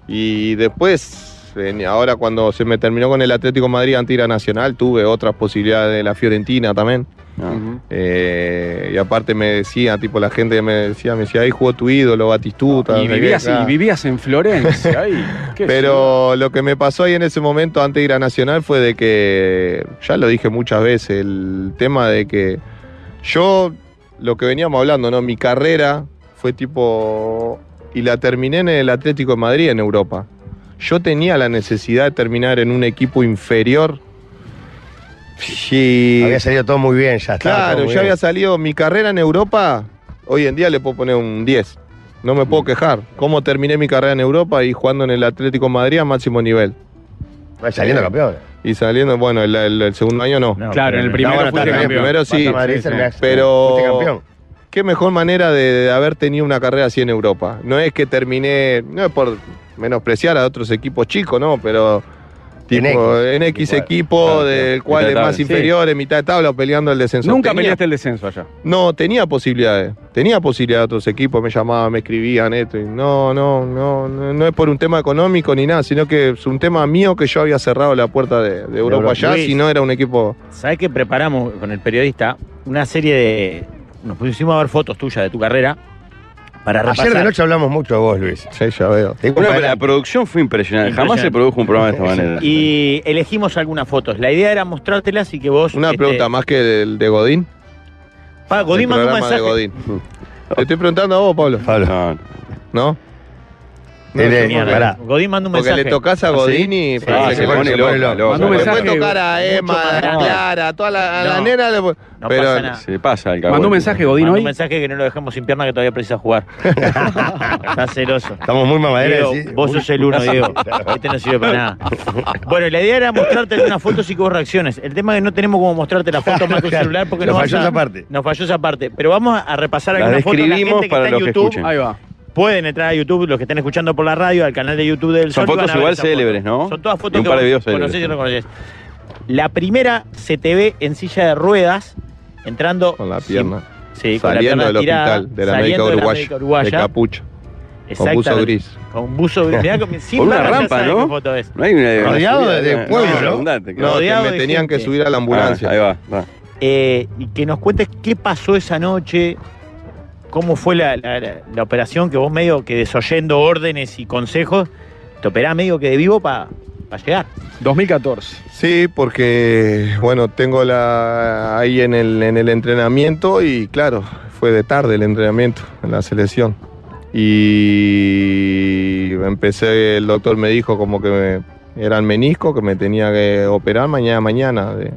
[SPEAKER 5] Y después, en- ahora cuando se me terminó con el Atlético de Madrid ante Ira Nacional, tuve otras posibilidades de la Fiorentina también.
[SPEAKER 3] Ah.
[SPEAKER 5] Eh, y aparte me decía, tipo la gente que me decía, me decía, ahí jugó tu ídolo, Batistuta.
[SPEAKER 4] y,
[SPEAKER 5] no sé qué,
[SPEAKER 4] vivías,
[SPEAKER 5] claro.
[SPEAKER 4] y vivías en Florencia. ahí, qué sé yo.
[SPEAKER 5] Pero lo que me pasó ahí en ese momento antes de ir a Nacional fue de que, ya lo dije muchas veces, el tema de que yo, lo que veníamos hablando, ¿no? Mi carrera fue tipo, y la terminé en el Atlético de Madrid en Europa. Yo tenía la necesidad de terminar en un equipo inferior. Y
[SPEAKER 1] Había salido todo muy bien, ya estaba todo
[SPEAKER 5] Claro,
[SPEAKER 1] muy
[SPEAKER 5] ya
[SPEAKER 1] bien.
[SPEAKER 5] había salido mi carrera en Europa. Hoy en día le puedo poner un 10. No me puedo quejar. ¿Cómo terminé mi carrera en Europa y jugando en el Atlético de Madrid a máximo nivel?
[SPEAKER 1] Saliendo campeón.
[SPEAKER 5] Y saliendo, bueno, el, el- el segundo año no.
[SPEAKER 2] No,
[SPEAKER 4] claro, en el
[SPEAKER 2] pero-
[SPEAKER 4] primero
[SPEAKER 1] bueno,
[SPEAKER 4] fuiste
[SPEAKER 1] está bien,
[SPEAKER 4] campeón.
[SPEAKER 5] primero sí,
[SPEAKER 1] Vas a Madrid,
[SPEAKER 4] sí, sí.
[SPEAKER 1] terminás-
[SPEAKER 5] Pero-
[SPEAKER 1] fuiste campeón.
[SPEAKER 5] Qué mejor manera de, de haber tenido una carrera así en Europa. No es que terminé, no es por menospreciar a otros equipos chicos, ¿no? Pero
[SPEAKER 1] En
[SPEAKER 5] tipo,
[SPEAKER 1] X.
[SPEAKER 5] en X,
[SPEAKER 1] Igual.
[SPEAKER 5] equipo,
[SPEAKER 3] Claro,
[SPEAKER 5] del
[SPEAKER 3] claro.
[SPEAKER 5] cual
[SPEAKER 3] Mitad de
[SPEAKER 5] es más
[SPEAKER 3] tabla.
[SPEAKER 5] inferior, en mitad de tabla, peleando el descenso.
[SPEAKER 4] Nunca
[SPEAKER 5] Tenía-
[SPEAKER 4] peleaste el descenso allá.
[SPEAKER 5] No, tenía posibilidades. Tenía posibilidades de otros equipos, me llamaban, me escribían, esto. y no, no, no, no, no es por un tema económico ni nada, sino que es un tema mío que yo había cerrado la puerta de, de Europa
[SPEAKER 2] Europa.
[SPEAKER 5] allá,
[SPEAKER 2] Luis.
[SPEAKER 5] si no era un equipo.
[SPEAKER 2] ¿Sabes que preparamos con el periodista una serie de. Nos pusimos a ver fotos tuyas de tu carrera para repasar.
[SPEAKER 1] Ayer de noche hablamos mucho de vos, Luis.
[SPEAKER 5] Sí, ya veo.
[SPEAKER 1] Te digo
[SPEAKER 3] Bueno,
[SPEAKER 1] para
[SPEAKER 3] la
[SPEAKER 1] adelante.
[SPEAKER 3] producción fue impresionante. Jamás se
[SPEAKER 2] Impresionante.
[SPEAKER 3] produjo un programa de esta manera.
[SPEAKER 2] Y elegimos algunas fotos. La idea era mostrártelas y que vos.
[SPEAKER 5] Una
[SPEAKER 2] este,
[SPEAKER 5] pregunta más que el de Godín.
[SPEAKER 2] Pa, Godín
[SPEAKER 5] el
[SPEAKER 2] mandó un
[SPEAKER 5] programa de
[SPEAKER 2] mensaje.
[SPEAKER 5] Godín. Te estoy preguntando a vos, Pablo.
[SPEAKER 1] Pablo.
[SPEAKER 3] No, no.
[SPEAKER 5] ¿No? No,
[SPEAKER 1] Eres-
[SPEAKER 5] yo no
[SPEAKER 2] Mierda,
[SPEAKER 5] creo.
[SPEAKER 1] pará.
[SPEAKER 2] Godín mandó un
[SPEAKER 5] Porque
[SPEAKER 2] mensaje. ¿Ah,
[SPEAKER 5] le tocas a Godín y
[SPEAKER 2] Sí,
[SPEAKER 5] parece
[SPEAKER 3] Ah,
[SPEAKER 5] que
[SPEAKER 3] se pone
[SPEAKER 5] le-
[SPEAKER 1] loco,
[SPEAKER 3] loca, loca.
[SPEAKER 1] loco.
[SPEAKER 4] Mandó un
[SPEAKER 5] Le puede
[SPEAKER 4] mensaje,
[SPEAKER 5] tocar a
[SPEAKER 2] mucho
[SPEAKER 5] Emma,
[SPEAKER 2] más
[SPEAKER 5] a
[SPEAKER 2] grave.
[SPEAKER 5] Clara, a toda la, a la
[SPEAKER 2] No.
[SPEAKER 5] nena. le puede-
[SPEAKER 2] No
[SPEAKER 5] pero
[SPEAKER 2] pasa nada.
[SPEAKER 3] Se pasa el cagüete.
[SPEAKER 4] Mandó un mensaje Godín
[SPEAKER 2] Mandó un
[SPEAKER 4] hoy.
[SPEAKER 2] mensaje que no lo dejamos sin pierna que todavía precisa jugar. Está celoso.
[SPEAKER 1] Estamos muy mamaderos.
[SPEAKER 2] Diego, vos sos el uno, Diego. Este no sirve para nada. Bueno, la idea era mostrarte algunas fotos y que vos reacciones. El tema es que no tenemos como mostrarte las fotos más que un celular porque
[SPEAKER 1] Nos
[SPEAKER 2] no vas
[SPEAKER 1] falló
[SPEAKER 2] a-
[SPEAKER 1] esa parte.
[SPEAKER 2] Nos falló esa parte. Pero vamos a- a repasar
[SPEAKER 3] La
[SPEAKER 2] algunas fotos. La
[SPEAKER 3] describimos
[SPEAKER 2] gente que
[SPEAKER 3] para
[SPEAKER 2] está en
[SPEAKER 3] los que
[SPEAKER 2] YouTube
[SPEAKER 3] escuchen.
[SPEAKER 4] Ahí va.
[SPEAKER 2] pueden entrar a YouTube, los que estén escuchando por la radio, al canal de YouTube del Sol.
[SPEAKER 3] Son
[SPEAKER 2] y van
[SPEAKER 3] fotos
[SPEAKER 2] a ver
[SPEAKER 3] igual
[SPEAKER 2] esas
[SPEAKER 3] célebres,
[SPEAKER 2] fotos.
[SPEAKER 3] ¿no?
[SPEAKER 2] Son todas
[SPEAKER 3] Y
[SPEAKER 2] fotos
[SPEAKER 3] un
[SPEAKER 2] que
[SPEAKER 3] par de
[SPEAKER 2] vos
[SPEAKER 3] videos
[SPEAKER 2] conocés
[SPEAKER 3] célebres.
[SPEAKER 2] y no conocés. La primera se te ve en silla de ruedas, entrando...
[SPEAKER 5] Con la
[SPEAKER 2] sin-
[SPEAKER 5] pierna.
[SPEAKER 2] Sí, con la
[SPEAKER 5] saliendo
[SPEAKER 2] pierna
[SPEAKER 5] del
[SPEAKER 2] estirada,
[SPEAKER 5] hospital de la médica
[SPEAKER 2] saliendo de la
[SPEAKER 5] uruguaya,
[SPEAKER 2] médica
[SPEAKER 5] de
[SPEAKER 2] uruguaya.
[SPEAKER 5] capucho, con buzo
[SPEAKER 2] Exactamente.
[SPEAKER 5] gris.
[SPEAKER 2] Con buzo gris. Mirá, con- sin
[SPEAKER 3] Por una
[SPEAKER 2] barra ya
[SPEAKER 3] rampa,
[SPEAKER 2] saben
[SPEAKER 3] ¿no?
[SPEAKER 2] qué foto es.
[SPEAKER 3] No hay una
[SPEAKER 1] Rodeado
[SPEAKER 3] una
[SPEAKER 1] de- de
[SPEAKER 3] subida,
[SPEAKER 1] pueblo, ¿no?
[SPEAKER 3] abundante, claro.
[SPEAKER 5] No, que
[SPEAKER 2] Rodeado
[SPEAKER 5] me
[SPEAKER 2] de
[SPEAKER 5] tenían
[SPEAKER 2] gente.
[SPEAKER 5] que subir a la ambulancia.
[SPEAKER 3] Ah, ahí va, va.
[SPEAKER 2] Eh, y que nos cuentes qué pasó esa noche, cómo fue la, la- la- la operación que vos medio que desoyendo órdenes y consejos, te operás medio que de vivo para llegar.
[SPEAKER 4] 2014.
[SPEAKER 5] Sí, porque bueno, tengo la ahí en el, en el entrenamiento y claro, fue de tarde el entrenamiento en la selección. Y empecé, el doctor me dijo como que me- era el menisco, que me tenía que operar mañana mañana. de-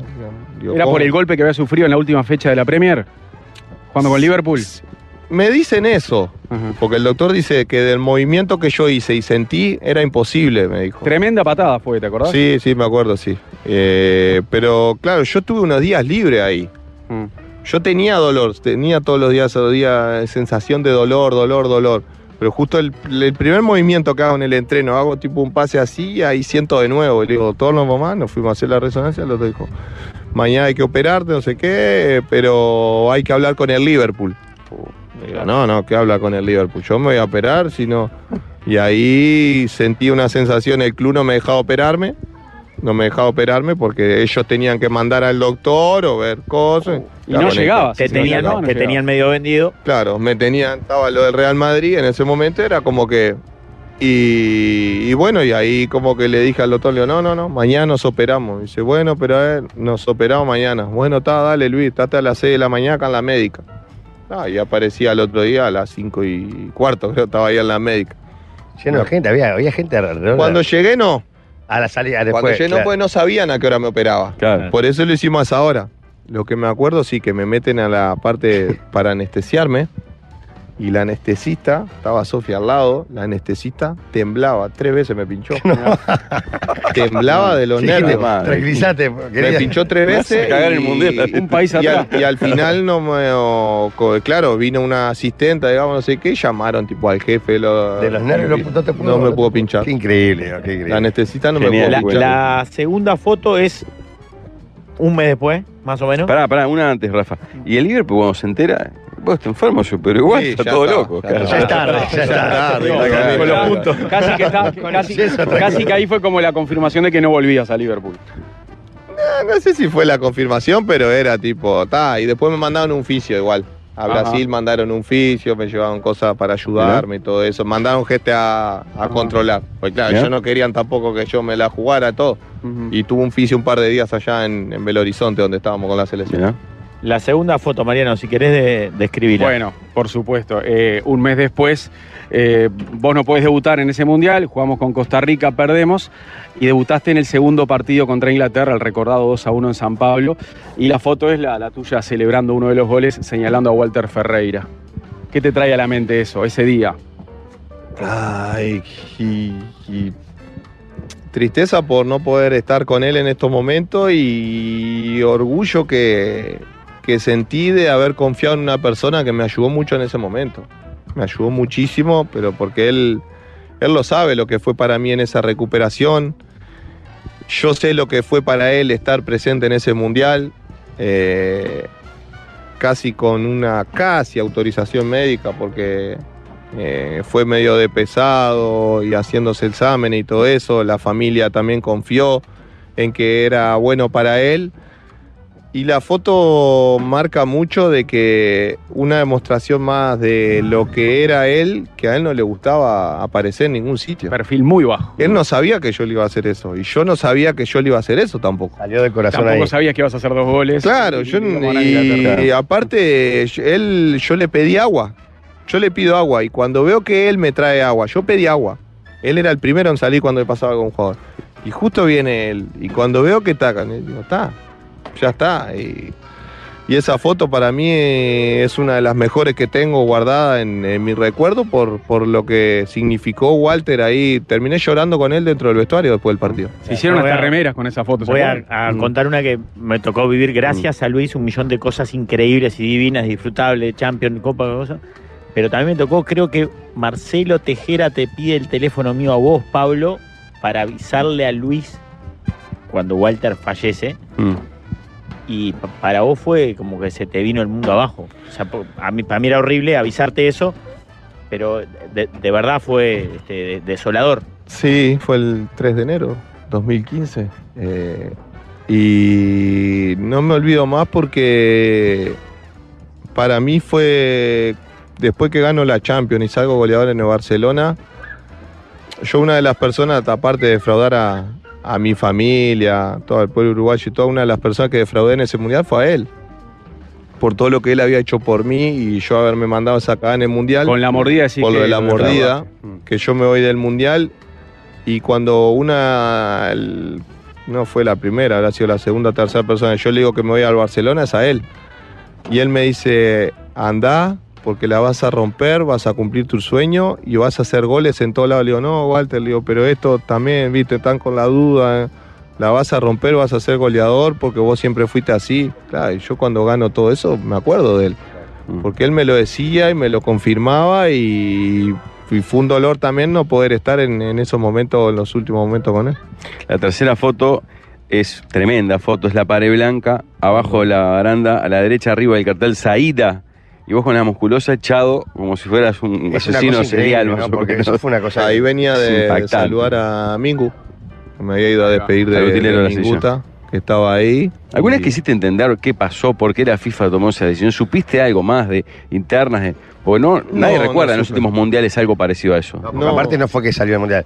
[SPEAKER 5] digo,
[SPEAKER 4] ¿Era
[SPEAKER 5] ¿cómo?
[SPEAKER 4] por el golpe que había sufrido en la última fecha de la Premier? Jugando con Liverpool.
[SPEAKER 5] me dicen eso,
[SPEAKER 4] Ajá.
[SPEAKER 5] porque el doctor dice que del movimiento que yo hice y sentí era imposible, me dijo.
[SPEAKER 4] Tremenda patada fue, ¿te acordás?
[SPEAKER 5] Sí, sí, me acuerdo, sí. Eh, pero claro, yo tuve unos días libres ahí.
[SPEAKER 4] Mm.
[SPEAKER 5] Yo tenía dolor, tenía todos los días, los días sensación de dolor, dolor, dolor. Pero justo el, el primer movimiento que hago en el entreno, hago tipo un pase así y ahí siento de nuevo. Y le digo, doctor, no, mamá, nos fuimos a hacer la resonancia, lo dijo. Mañana hay que operarte, no sé qué, pero hay que hablar con el Liverpool. Le digo, no, no, ¿qué habla con el Liverpool? Yo me voy a operar, si no. Y ahí sentí una sensación, el club no me dejaba operarme, no me dejaba operarme porque ellos tenían que mandar al doctor o ver cosas.
[SPEAKER 4] Y no llegaba.
[SPEAKER 2] Te,
[SPEAKER 4] Sí,
[SPEAKER 2] tenían,
[SPEAKER 4] no, no
[SPEAKER 2] te
[SPEAKER 4] llegaba.
[SPEAKER 2] tenían medio vendido.
[SPEAKER 5] Claro, me tenían, estaba lo del Real Madrid en ese momento, era como que. Y, y bueno, y ahí como que le dije al doctor, le digo, no, no, no, mañana nos operamos. dice, bueno, pero a ver, nos operamos mañana. Bueno, está, dale Luis, estate a las 6 de la mañana acá en la médica. Ah, y aparecía el otro día a las 5 y cuarto, creo, estaba ahí en la médica.
[SPEAKER 1] Lleno de gente, había, había gente alrededor.
[SPEAKER 5] Cuando llegué no,
[SPEAKER 1] a la salida después.
[SPEAKER 5] cuando llegué no,
[SPEAKER 1] claro.
[SPEAKER 5] pues no sabían a qué hora me operaba.
[SPEAKER 4] Claro.
[SPEAKER 5] Por eso lo hicimos a esa hora. Lo que me acuerdo sí que me meten a la parte para anestesiarme y la anestesista, estaba Sofía al lado, la anestesista temblaba, tres veces me pinchó. temblaba de los
[SPEAKER 1] Sí,
[SPEAKER 5] nervios.
[SPEAKER 1] te-
[SPEAKER 3] madre.
[SPEAKER 1] Tranquilizate.
[SPEAKER 5] Me
[SPEAKER 1] querida.
[SPEAKER 5] pinchó tres
[SPEAKER 3] Me hace
[SPEAKER 5] veces.
[SPEAKER 3] cagar
[SPEAKER 5] y-
[SPEAKER 3] el mundial.
[SPEAKER 4] Un país
[SPEAKER 5] y
[SPEAKER 4] atrás.
[SPEAKER 5] al, y al final no me. o- co- claro, vino una asistenta, digamos, no sé qué, y llamaron tipo al jefe de los,
[SPEAKER 1] De los nervios no, te pudo-
[SPEAKER 5] No me pudo pinchar.
[SPEAKER 1] Qué increíble, ¿no? qué
[SPEAKER 5] La
[SPEAKER 1] increíble.
[SPEAKER 5] anestesista no
[SPEAKER 3] Genial.
[SPEAKER 5] me
[SPEAKER 2] La,
[SPEAKER 5] pudo pinchar.
[SPEAKER 2] la segunda foto es un mes después, más o menos.
[SPEAKER 3] Pará, pará, una antes, Rafa.
[SPEAKER 1] Mm.
[SPEAKER 3] Y el Liverpool cuando se entera, vos te enfermo yo, pero igual
[SPEAKER 5] Sí,
[SPEAKER 3] está
[SPEAKER 5] ya
[SPEAKER 3] todo
[SPEAKER 5] está,
[SPEAKER 3] loco.
[SPEAKER 5] ya
[SPEAKER 3] cara.
[SPEAKER 5] está.
[SPEAKER 1] Ya es tarde, ya es tarde.
[SPEAKER 5] Está
[SPEAKER 3] tarde.
[SPEAKER 2] Con los
[SPEAKER 4] Claro.
[SPEAKER 2] puntos.
[SPEAKER 4] Casi que, está- casi,
[SPEAKER 1] eso, tranquilo.
[SPEAKER 4] casi que ahí fue como la confirmación de que no volvías a Liverpool.
[SPEAKER 5] No sé si fue la confirmación, pero era tipo, ta, y después me mandaron un fisio igual. A
[SPEAKER 4] Ajá.
[SPEAKER 5] Brasil mandaron un fisio, me llevaron cosas para ayudarme y todo eso. Mandaron gente a, a
[SPEAKER 4] Ajá.
[SPEAKER 5] controlar. Pues claro,
[SPEAKER 3] Mirá.
[SPEAKER 5] ellos no querían tampoco que yo me la jugara todo.
[SPEAKER 4] Ujú.
[SPEAKER 5] Y tuve un fisio un par de días allá en, en Belo Horizonte, donde estábamos con la selección.
[SPEAKER 3] Mirá.
[SPEAKER 2] La segunda foto, Mariano, si querés de- describirla.
[SPEAKER 4] Bueno, por supuesto. eh, un mes después, eh, vos no podés debutar en ese mundial. Jugamos con Costa Rica, perdemos. Y debutaste en el segundo partido contra Inglaterra, el recordado 2 a 1 en San Pablo. Y la foto es la, la tuya celebrando uno de los goles, señalando a Walter Ferreira. ¿Qué te trae a la mente eso, ese día?
[SPEAKER 5] Ay, y, y tristeza por no poder estar con él en estos momentos y orgullo que, que sentí de haber confiado en una persona que me ayudó mucho en ese momento. Me ayudó muchísimo, pero porque él, él lo sabe lo que fue para mí en esa recuperación. Yo sé lo que fue para él estar presente en ese mundial. eh, casi con una casi autorización médica porque eh, fue medio de pesado y haciéndose examen y todo eso. La familia también confió en que era bueno para él. Y la foto marca mucho de que una demostración más de lo que era él, que a él no le gustaba aparecer en ningún sitio.
[SPEAKER 4] Perfil muy bajo.
[SPEAKER 5] Él no sabía que yo le iba a hacer eso y yo no sabía que yo le iba a hacer eso tampoco.
[SPEAKER 1] Salió del corazón
[SPEAKER 4] Tampoco
[SPEAKER 1] ahí.
[SPEAKER 4] sabías que ibas a hacer dos goles.
[SPEAKER 5] Claro, yo
[SPEAKER 4] Y- y-
[SPEAKER 5] y, aparte yo- él yo le pedí agua. Yo le pido agua y cuando veo que él me trae agua, yo pedí agua. Él era el primero en salir cuando le pasaba con un jugador. Y justo viene él y cuando veo que tacan, él digo, está. Ya está y y esa foto para mí eh, es una de las mejores que tengo guardada en, en mi recuerdo por, por lo que significó Walter ahí. Terminé llorando con él dentro del vestuario después del partido.
[SPEAKER 4] Se hicieron
[SPEAKER 2] Voy
[SPEAKER 4] hasta
[SPEAKER 2] a-
[SPEAKER 4] remeras con ¿eh? esa foto. ¿se
[SPEAKER 2] Voy a,
[SPEAKER 4] acuerdan?
[SPEAKER 2] a contar una que me tocó vivir. Gracias a Luis, un millón de cosas increíbles y divinas, disfrutables, Champions, Copa, cosas. Pero también me tocó, creo que Marcelo Tejera te pide el teléfono mío a vos, Pablo, para avisarle a Luis cuando Walter fallece.
[SPEAKER 3] Mm.
[SPEAKER 2] Y pa- para vos fue como que se te vino el mundo abajo. O sea, po- a mí, para mí era horrible avisarte eso, pero de, de verdad fue este, de- desolador.
[SPEAKER 5] Sí, fue el 3 de enero 2015. Eh, y no me olvido más porque para mí fue, después que gano la Champions y salgo goleador en el Barcelona, yo una de las personas, aparte de defraudar a, a mi familia, todo el pueblo uruguayo y toda una de las personas que defraudé en ese mundial fue a él. Por todo lo que él había hecho por mí y yo haberme mandado esa cagada en el mundial
[SPEAKER 4] Con la mordida, sí.
[SPEAKER 5] por lo
[SPEAKER 4] que-
[SPEAKER 5] de la mordida,
[SPEAKER 4] Mm.
[SPEAKER 5] que yo me voy del mundial y cuando una el- no fue la primera, habrá sido la segunda, tercera persona, yo le digo que me voy al Barcelona es a él. Y él me dice, "Andá, porque la vas a romper, vas a cumplir tu sueño y vas a hacer goles en todo lado. Le digo, no, Walter, le digo, pero esto también, viste, están con la duda. ¿eh? La vas a romper, vas a ser goleador porque vos siempre fuiste así. Claro, y yo cuando gano todo eso me acuerdo de él. Porque él me lo decía y me lo confirmaba y, y fue un dolor también no poder estar en, en esos momentos, en los últimos momentos con él.
[SPEAKER 3] La tercera foto es tremenda foto, es la pared blanca, abajo
[SPEAKER 1] Mm.
[SPEAKER 3] de la baranda, a la derecha arriba el cartel Saída, y vos con la musculosa echado como si fueras un
[SPEAKER 1] Es una
[SPEAKER 3] asesino
[SPEAKER 1] cosa
[SPEAKER 3] serial,
[SPEAKER 1] increíble,
[SPEAKER 3] más
[SPEAKER 1] ¿no?
[SPEAKER 3] o
[SPEAKER 1] Porque
[SPEAKER 3] menos.
[SPEAKER 1] eso fue una cosa.
[SPEAKER 5] Ahí venía
[SPEAKER 3] Es
[SPEAKER 5] de,
[SPEAKER 3] impactante.
[SPEAKER 5] saludar a Mingu. que Me había ido a despedir de,
[SPEAKER 3] Al utilero
[SPEAKER 5] de
[SPEAKER 3] de la silla.
[SPEAKER 5] Minguta, que estaba ahí.
[SPEAKER 3] ¿Alguna
[SPEAKER 5] Y-
[SPEAKER 3] vez quisiste entender qué pasó, por qué la FIFA tomó esa decisión? ¿Supiste algo más de internas? De, porque no, nadie
[SPEAKER 5] no
[SPEAKER 3] recuerda en los
[SPEAKER 5] supe.
[SPEAKER 3] últimos mundiales algo parecido a eso.
[SPEAKER 1] No, porque
[SPEAKER 5] No.
[SPEAKER 1] aparte no fue que salió el mundial.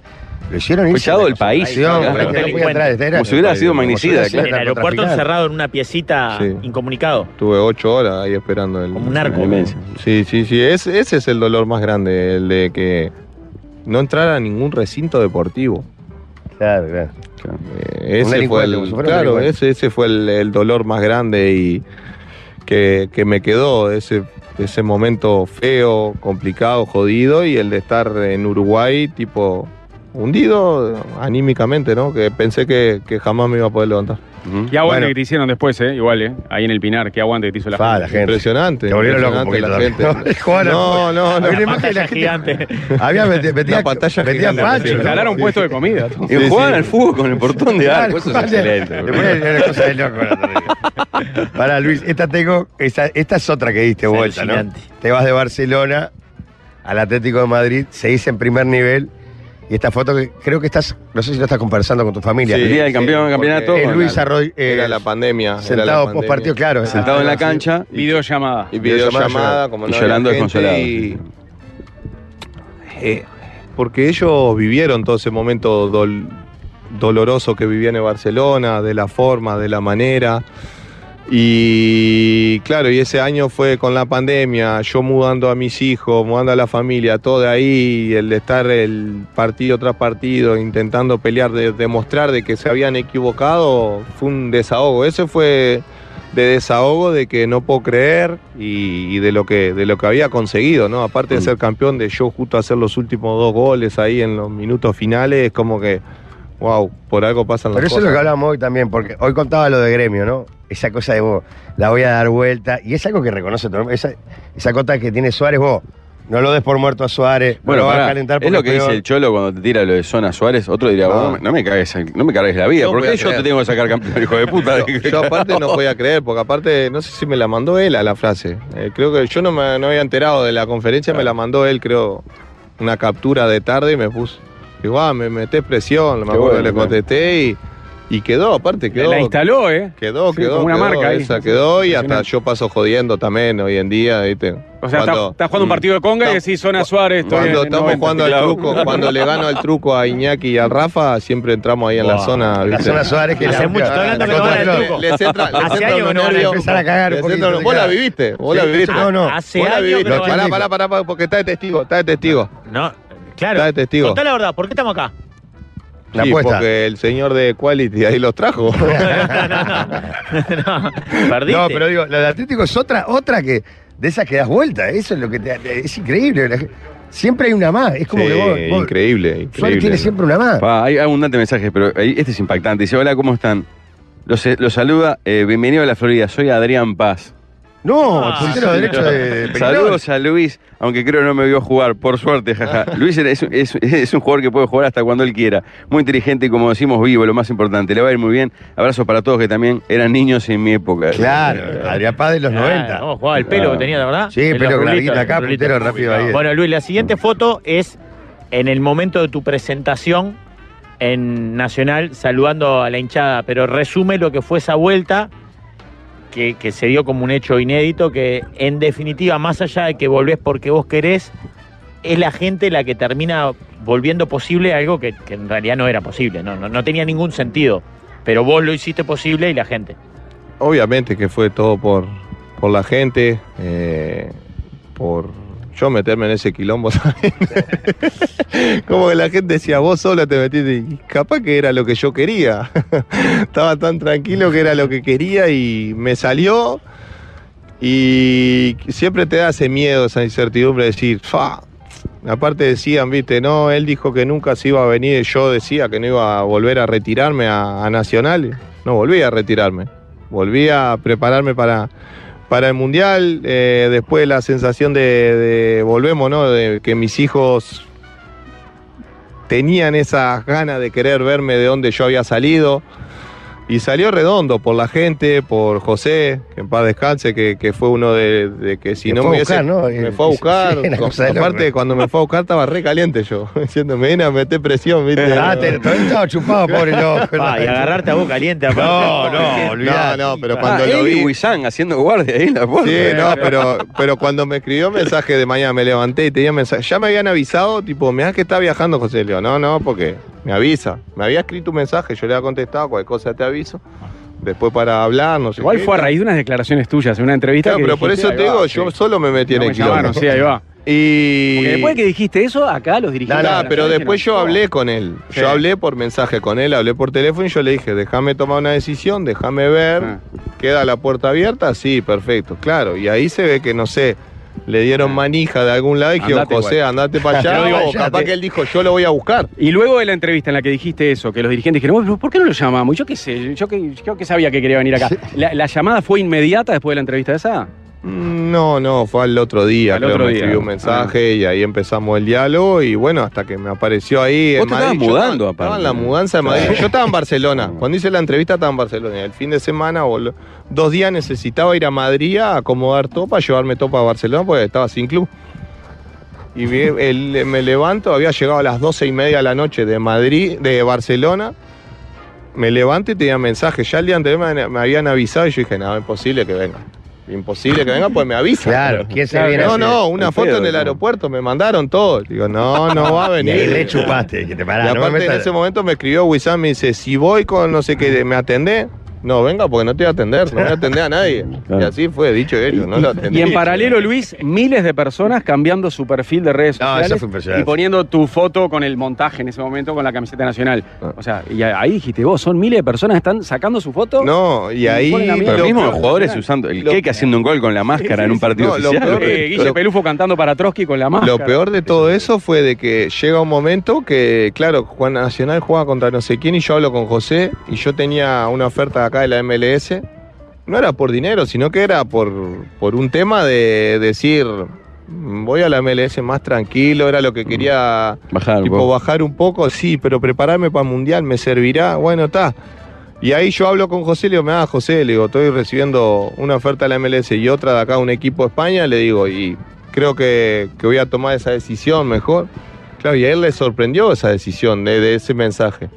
[SPEAKER 1] Lo hicieron
[SPEAKER 3] Fue
[SPEAKER 1] irse
[SPEAKER 3] echado
[SPEAKER 1] de
[SPEAKER 3] del
[SPEAKER 1] la
[SPEAKER 3] país,
[SPEAKER 1] selección,
[SPEAKER 3] claro.
[SPEAKER 1] pero es que no podía
[SPEAKER 2] Delincuente.
[SPEAKER 1] entrar, era-
[SPEAKER 3] Como si hubiera
[SPEAKER 1] era-
[SPEAKER 3] sido
[SPEAKER 1] como si
[SPEAKER 3] magnicida,
[SPEAKER 1] hubiera sido
[SPEAKER 2] En el aeropuerto
[SPEAKER 1] narcotraficante.
[SPEAKER 2] encerrado en una piecita
[SPEAKER 5] Sí.
[SPEAKER 2] incomunicado.
[SPEAKER 5] Tuve ocho horas ahí esperando. El,
[SPEAKER 2] Como un narco.
[SPEAKER 3] Inmenso.
[SPEAKER 5] Sí, sí, sí. Es- ese es el dolor más grande, el de que no entrar a ningún recinto deportivo.
[SPEAKER 1] Claro, claro.
[SPEAKER 5] Eh,
[SPEAKER 1] Un
[SPEAKER 5] ese, fue
[SPEAKER 1] delincuente, como si
[SPEAKER 5] el,
[SPEAKER 1] fuera un
[SPEAKER 5] claro,
[SPEAKER 1] delincuente.
[SPEAKER 5] ese, ese fue el, el dolor más grande y que, que me quedó, ese, ese momento feo, complicado, jodido y el de estar en Uruguay tipo hundido anímicamente, ¿no? Que pensé que, que jamás me iba a poder levantar.
[SPEAKER 3] Ujú.
[SPEAKER 4] Y aguante
[SPEAKER 1] Bueno.
[SPEAKER 4] que te hicieron después, ¿eh? Igual, ¿eh? Ahí en el Pinar, que aguante que te hizo la
[SPEAKER 1] Fa,
[SPEAKER 4] gente.
[SPEAKER 1] la gente.
[SPEAKER 5] Impresionante.
[SPEAKER 1] Te volvieron loco un
[SPEAKER 5] impresionante
[SPEAKER 1] poquito también. Jugaron-
[SPEAKER 5] No, no, no.
[SPEAKER 1] Había una imagen de
[SPEAKER 2] Pantalla
[SPEAKER 1] la gente-
[SPEAKER 2] gigante.
[SPEAKER 1] Había meti- metía,
[SPEAKER 5] La pantalla
[SPEAKER 1] metía
[SPEAKER 5] gigante.
[SPEAKER 1] facho.
[SPEAKER 4] Te instalaron un puesto de comida. tú.
[SPEAKER 3] Y
[SPEAKER 5] Sí,
[SPEAKER 3] jugaban
[SPEAKER 5] sí.
[SPEAKER 3] al fútbol con el portón de
[SPEAKER 1] Claro,
[SPEAKER 3] arco, eso es
[SPEAKER 1] vale.
[SPEAKER 3] excelente.
[SPEAKER 1] Después era una cosa de loco, la otra. Pará, Luis, esta tengo. Esta, esta es otra que diste
[SPEAKER 2] Es
[SPEAKER 1] vuelta, ¿no?
[SPEAKER 2] alucinante.
[SPEAKER 1] Te vas de Barcelona al Atlético de Madrid, se hizo en primer nivel. Y esta foto que creo que estás, no sé si lo estás conversando con tu familia.
[SPEAKER 3] Sí, El día del campeón,
[SPEAKER 5] porque
[SPEAKER 3] campeonato.
[SPEAKER 5] era
[SPEAKER 1] Eh, Luis
[SPEAKER 5] la-
[SPEAKER 1] Arroy, eh,
[SPEAKER 5] era la pandemia. era la
[SPEAKER 1] Sentado
[SPEAKER 5] pandemia.
[SPEAKER 1] post partido, claro.
[SPEAKER 3] Sentado en la
[SPEAKER 5] sí.
[SPEAKER 3] cancha
[SPEAKER 4] Videollamada.
[SPEAKER 5] Y videollamada,
[SPEAKER 1] Videollamada,
[SPEAKER 5] como
[SPEAKER 3] y
[SPEAKER 5] no
[SPEAKER 3] llorando
[SPEAKER 5] había gente,
[SPEAKER 3] desconsolado.
[SPEAKER 5] y- eh, porque ellos vivieron todo ese momento dol- doloroso que vivían en Barcelona, de la forma, de la manera. Y claro, y ese año fue con la pandemia, yo mudando a mis hijos, mudando a la familia, todo de ahí, y el de estar el partido tras partido, intentando pelear, de- demostrar de que se habían equivocado, fue un desahogo. Ese fue de desahogo de que no puedo creer y, y de lo que de lo que había conseguido, ¿no? Aparte de
[SPEAKER 3] Mm.
[SPEAKER 5] ser campeón, de yo justo hacer los últimos dos goles ahí en los minutos finales, es como que, wow, por algo pasan las
[SPEAKER 1] Pero eso es
[SPEAKER 5] cosas.
[SPEAKER 1] lo que hablamos hoy también, porque hoy contaba lo de gremio, ¿no? Esa cosa de vos, la voy a dar vuelta, y es algo que reconoce todo el mundo, esa, esa cosa que tiene Suárez, vos, no lo des por muerto a Suárez, no
[SPEAKER 3] Bueno,
[SPEAKER 1] lo vas
[SPEAKER 3] pará,
[SPEAKER 1] a calentar
[SPEAKER 3] es lo
[SPEAKER 1] porque
[SPEAKER 3] que dice
[SPEAKER 1] peor.
[SPEAKER 3] el Cholo cuando te tira lo de Zona Suárez. Otro diría,
[SPEAKER 5] No.
[SPEAKER 3] "Vos no, me- no me cagues, no me cargues la vida,
[SPEAKER 5] No
[SPEAKER 3] porque
[SPEAKER 5] podía
[SPEAKER 3] yo te
[SPEAKER 5] creer.
[SPEAKER 3] tengo que sacar campeón, hijo de puta.
[SPEAKER 5] Yo, yo aparte no podía creer, porque aparte, no sé si me la mandó él a la frase. Eh, creo que yo no me no había enterado de la conferencia, me la mandó él, creo, una captura de tarde y me puso. Digo, ah, me metés presión, me
[SPEAKER 3] Qué
[SPEAKER 5] acuerdo
[SPEAKER 3] bueno,
[SPEAKER 5] que le
[SPEAKER 3] claro.
[SPEAKER 5] contesté y, y quedó, aparte quedó.
[SPEAKER 4] La instaló, ¿eh?
[SPEAKER 5] Quedó,
[SPEAKER 4] Sí,
[SPEAKER 5] quedó.
[SPEAKER 4] como una
[SPEAKER 5] quedó,
[SPEAKER 4] marca ahí.
[SPEAKER 5] Esa quedó y hasta
[SPEAKER 4] Impresionante.
[SPEAKER 5] yo paso jodiendo también hoy en día, ¿viste?
[SPEAKER 4] O sea,
[SPEAKER 5] Cuando-
[SPEAKER 4] estás estás jugando un partido de conga y decís Zona Suárez. estoy en
[SPEAKER 5] cuando
[SPEAKER 4] el
[SPEAKER 5] estamos
[SPEAKER 4] 90".
[SPEAKER 5] jugando al
[SPEAKER 4] Claro.
[SPEAKER 5] truco, cuando le gano al truco a Iñaki y al Rafa, siempre entramos ahí en la
[SPEAKER 2] Wow.
[SPEAKER 5] zona.
[SPEAKER 1] La
[SPEAKER 5] ¿viste?
[SPEAKER 1] zona Suárez que
[SPEAKER 2] Hace
[SPEAKER 1] la-
[SPEAKER 2] mucho, estoy hablando
[SPEAKER 1] la
[SPEAKER 2] que lo
[SPEAKER 1] contra-
[SPEAKER 2] van a dar truco.
[SPEAKER 5] Les entra, les
[SPEAKER 2] Hace
[SPEAKER 5] entra
[SPEAKER 2] años
[SPEAKER 5] unos
[SPEAKER 2] que no van a
[SPEAKER 5] nervios.
[SPEAKER 1] empezar a cagar un
[SPEAKER 5] Les entra
[SPEAKER 1] poquito,
[SPEAKER 5] unos- vos la
[SPEAKER 1] claro.
[SPEAKER 5] viviste, vos la
[SPEAKER 1] Sí,
[SPEAKER 5] viviste.
[SPEAKER 1] No, no.
[SPEAKER 2] Hace
[SPEAKER 5] Vos la
[SPEAKER 2] años que
[SPEAKER 5] viviste.
[SPEAKER 2] no
[SPEAKER 5] Pará,
[SPEAKER 2] van-
[SPEAKER 5] pará, pará, pará, porque está de testigo, está de testigo.
[SPEAKER 2] No, claro.
[SPEAKER 5] Está de testigo.
[SPEAKER 2] Contá la verdad, ¿por qué estamos acá?
[SPEAKER 1] La
[SPEAKER 5] sí,
[SPEAKER 1] apuesta.
[SPEAKER 5] porque el señor de Quality ahí los trajo.
[SPEAKER 2] no, perdiste.
[SPEAKER 1] No, pero digo, lo de Atlético es otra, otra que, de esas que das vuelta, eso es lo que te- te- es increíble. la- siempre hay una más, es como
[SPEAKER 5] Sí,
[SPEAKER 1] que vos, vos-
[SPEAKER 5] increíble,
[SPEAKER 1] Suárez tiene
[SPEAKER 5] increíble.
[SPEAKER 1] siempre una más.
[SPEAKER 3] Pa, hay abundante mensajes, pero ahí- este es impactante. Dice, hola, ¿cómo están? Los, eh, los saluda, eh, bienvenido a la Florida, soy Adrián Paz.
[SPEAKER 1] No,
[SPEAKER 2] Ah,
[SPEAKER 1] el portero derecho de, de Peñarol.
[SPEAKER 3] Saludos a Luis, aunque creo no me vio jugar, por suerte, jaja. Luis es, es- es un jugador que puede jugar hasta cuando él quiera. Muy inteligente y como decimos, vivo, lo más importante. Le va a ir muy bien. Abrazos para todos que también eran niños en mi época.
[SPEAKER 1] Claro, Adrián Paz de los
[SPEAKER 2] Claro,
[SPEAKER 1] 90.
[SPEAKER 2] Vamos, jugaba el pelo
[SPEAKER 3] Claro.
[SPEAKER 2] que tenía, la verdad.
[SPEAKER 1] Sí,
[SPEAKER 2] El
[SPEAKER 1] pelo
[SPEAKER 2] rulito,
[SPEAKER 1] larguito acá,
[SPEAKER 2] el rulito.
[SPEAKER 1] puntero rápido ahí.
[SPEAKER 2] Bueno, Luis, la siguiente foto es en el momento de tu presentación en Nacional, saludando a la hinchada, pero resume lo que fue esa vuelta que, que se dio como un hecho inédito, que en definitiva, más allá de que volvés porque vos querés, es la gente la que termina volviendo posible algo que, que en realidad no era posible, no, no, no tenía ningún sentido, pero vos lo hiciste posible y la gente.
[SPEAKER 5] obviamente que fue todo por, por la gente, eh, por yo meterme en ese quilombo también. Como que la gente decía, vos sola te metiste y capaz que era lo que yo quería. Estaba tan tranquilo que era lo que quería y me salió. Y siempre te da ese miedo, esa incertidumbre de decir, fa. Aparte decían, viste, no, él dijo que nunca se iba a venir, yo decía que no iba a volver a retirarme a, a Nacional. No volví a retirarme. Volví a prepararme para, para el Mundial. eh, después la sensación de, de- volvemos, ¿no? De que mis hijos tenían esas ganas de querer verme de donde yo había salido. Y salió redondo por la gente, por José, que en paz descanse, que, que fue uno de, de que si
[SPEAKER 1] Me
[SPEAKER 5] no
[SPEAKER 1] fue
[SPEAKER 5] me
[SPEAKER 1] a
[SPEAKER 5] hubiese...
[SPEAKER 1] buscar, ¿no?
[SPEAKER 5] Me fue a buscar.
[SPEAKER 1] Sí, una
[SPEAKER 5] Con-
[SPEAKER 1] cosa de loco.
[SPEAKER 5] aparte, cuando me fue a buscar estaba re caliente yo, diciéndome, ven a meter presión, ¿viste?
[SPEAKER 1] Ah, te, todavía estaba chupado, pobre loco.
[SPEAKER 2] Pa, y agarrarte a vos caliente. aparte.
[SPEAKER 1] No, no,
[SPEAKER 5] no,
[SPEAKER 1] olvidate.
[SPEAKER 5] no, pero
[SPEAKER 3] Ah,
[SPEAKER 5] cuando
[SPEAKER 3] él
[SPEAKER 5] lo
[SPEAKER 3] y
[SPEAKER 5] vi...
[SPEAKER 3] Huizán haciendo guardia ahí en la puerta.
[SPEAKER 5] Sí, no, pero, pero cuando me escribió mensaje de mañana, me levanté y tenía mensaje. Ya me habían avisado, tipo, mirá que está viajando José Leo. No, no, porque me avisa. Me había escrito un mensaje, yo le había contestado, cualquier cosa te aviso. Después para hablar, no sé.
[SPEAKER 4] Igual
[SPEAKER 5] qué.
[SPEAKER 4] fue a raíz de unas declaraciones tuyas en una entrevista.
[SPEAKER 5] Claro,
[SPEAKER 4] que
[SPEAKER 5] pero por
[SPEAKER 4] dijiste,
[SPEAKER 5] eso te
[SPEAKER 4] ahí va,
[SPEAKER 5] digo,
[SPEAKER 4] sí.
[SPEAKER 5] yo solo me metí
[SPEAKER 4] No
[SPEAKER 5] en
[SPEAKER 4] me
[SPEAKER 5] el quilombo.
[SPEAKER 4] llamaron, sí, ahí va.
[SPEAKER 5] Y.
[SPEAKER 4] Porque después que dijiste eso, acá los dirigentes.
[SPEAKER 5] Nah,
[SPEAKER 4] de la
[SPEAKER 5] pero
[SPEAKER 4] selección
[SPEAKER 5] después yo
[SPEAKER 4] dijeron,
[SPEAKER 5] hablé con él.
[SPEAKER 4] Sí.
[SPEAKER 5] Yo hablé por mensaje con él, hablé por teléfono y yo le dije, déjame tomar una decisión, déjame ver.
[SPEAKER 4] Ah.
[SPEAKER 5] ¿Queda la puerta abierta? Sí, perfecto, claro. Y ahí se ve que, no sé, le dieron manija de algún lado y dijeron,
[SPEAKER 4] Andate
[SPEAKER 5] José, andate para
[SPEAKER 1] Ah. Yo digo,
[SPEAKER 5] allá. o capaz
[SPEAKER 1] andate.
[SPEAKER 5] que él dijo, yo lo voy a buscar.
[SPEAKER 4] Y luego de la entrevista en la que dijiste eso, que los dirigentes dijeron, "Bueno, pero ¿por qué no lo llamamos? Yo qué sé, yo que, yo que sabía que quería venir acá. ¿La, la llamada fue inmediata después de la entrevista esa?
[SPEAKER 5] Mm, No, no, fue al otro día.
[SPEAKER 4] Al
[SPEAKER 5] creo,
[SPEAKER 4] otro
[SPEAKER 5] me
[SPEAKER 4] día. Ah.
[SPEAKER 5] escribió un mensaje y ahí empezamos el diálogo. Y bueno, hasta que me apareció ahí.
[SPEAKER 3] Vos
[SPEAKER 5] en
[SPEAKER 3] te estabas
[SPEAKER 5] Madrid. Yo estaba-
[SPEAKER 3] mudando,
[SPEAKER 5] estaba en
[SPEAKER 3] aparte.
[SPEAKER 5] la mudanza de Madrid. Yo estaba en Barcelona. Cuando hice la entrevista, estaba en Barcelona. El fin de semana, o lo- dos días necesitaba ir a Madrid a acomodar todo para llevarme todo para Barcelona porque estaba sin club. Y vi- el- me levanto, había llegado a las doce y media de la noche de Madrid, de Barcelona. Me levanto y tenía mensaje. Ya el día anterior me, me habían avisado y yo dije, no, imposible que venga. Imposible que venga, pues me avisa.
[SPEAKER 1] Claro, ¿quién se
[SPEAKER 4] Claro,
[SPEAKER 1] viene
[SPEAKER 5] No,
[SPEAKER 1] así?
[SPEAKER 5] no, una
[SPEAKER 3] Al
[SPEAKER 5] foto
[SPEAKER 3] pedo,
[SPEAKER 5] en el
[SPEAKER 3] ¿no?
[SPEAKER 5] aeropuerto, me mandaron todo. Digo, no, no va a
[SPEAKER 1] Y
[SPEAKER 5] venir.
[SPEAKER 1] ahí le chupaste, que te
[SPEAKER 5] Y
[SPEAKER 1] parás. no me
[SPEAKER 5] aparte en
[SPEAKER 1] metas-
[SPEAKER 5] ese momento me escribió Wissam, me dice, si voy con no sé qué, ¿me atendé? No, venga, porque no te voy a atender, no voy a atender a nadie.
[SPEAKER 3] Claro.
[SPEAKER 5] Y así fue, dicho y hecho, no lo atendí.
[SPEAKER 4] Y en paralelo, Luis, miles de personas cambiando su perfil de redes
[SPEAKER 1] No,
[SPEAKER 4] sociales
[SPEAKER 1] eso fue impresionante.
[SPEAKER 4] y poniendo tu foto con el montaje en ese momento con la camiseta nacional.
[SPEAKER 5] Ah.
[SPEAKER 4] O sea, y ahí dijiste vos, son miles de personas que están sacando su foto.
[SPEAKER 5] No, y ahí...
[SPEAKER 4] ponen la mía.
[SPEAKER 5] lo
[SPEAKER 3] Pero
[SPEAKER 4] Lo
[SPEAKER 3] mismo
[SPEAKER 5] peor-
[SPEAKER 3] los jugadores
[SPEAKER 4] Nacional.
[SPEAKER 3] usando el
[SPEAKER 5] Lo-
[SPEAKER 3] que haciendo un gol con la máscara en un partido
[SPEAKER 5] No, lo
[SPEAKER 3] oficial.
[SPEAKER 5] peor
[SPEAKER 4] Eh, Guille
[SPEAKER 5] lo-
[SPEAKER 4] Pelufo cantando para Trotsky con la máscara.
[SPEAKER 5] Lo peor de todo eso fue de que llega un momento que, claro, Juan Nacional jugaba contra no sé quién y yo hablo con José y yo tenía una oferta acá de la MLS. No era por dinero, sino que era por, por un tema de decir, "Mm, voy a la MLS más tranquilo, era lo que quería,
[SPEAKER 3] Bajar,
[SPEAKER 5] tipo, bajar un poco, sí, pero prepararme para el Mundial, me servirá, bueno, está. Y ahí yo hablo con José, le digo, me da José, le digo, estoy recibiendo una oferta de la MLS y otra de acá, un equipo de España, le digo, y creo que, que voy a tomar esa decisión mejor. Claro, y a él le sorprendió esa decisión de, de ese mensaje.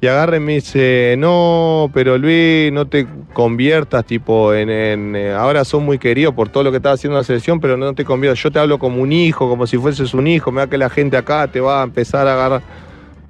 [SPEAKER 5] Y agarra y me dice, no, pero Luis, no te conviertas, tipo, en, en, eh, ahora sos muy querido por todo lo que estás haciendo en la selección, pero no te conviertas. Yo te hablo como un hijo, como si fueses un hijo, mira que la gente acá te va a empezar a agarrar.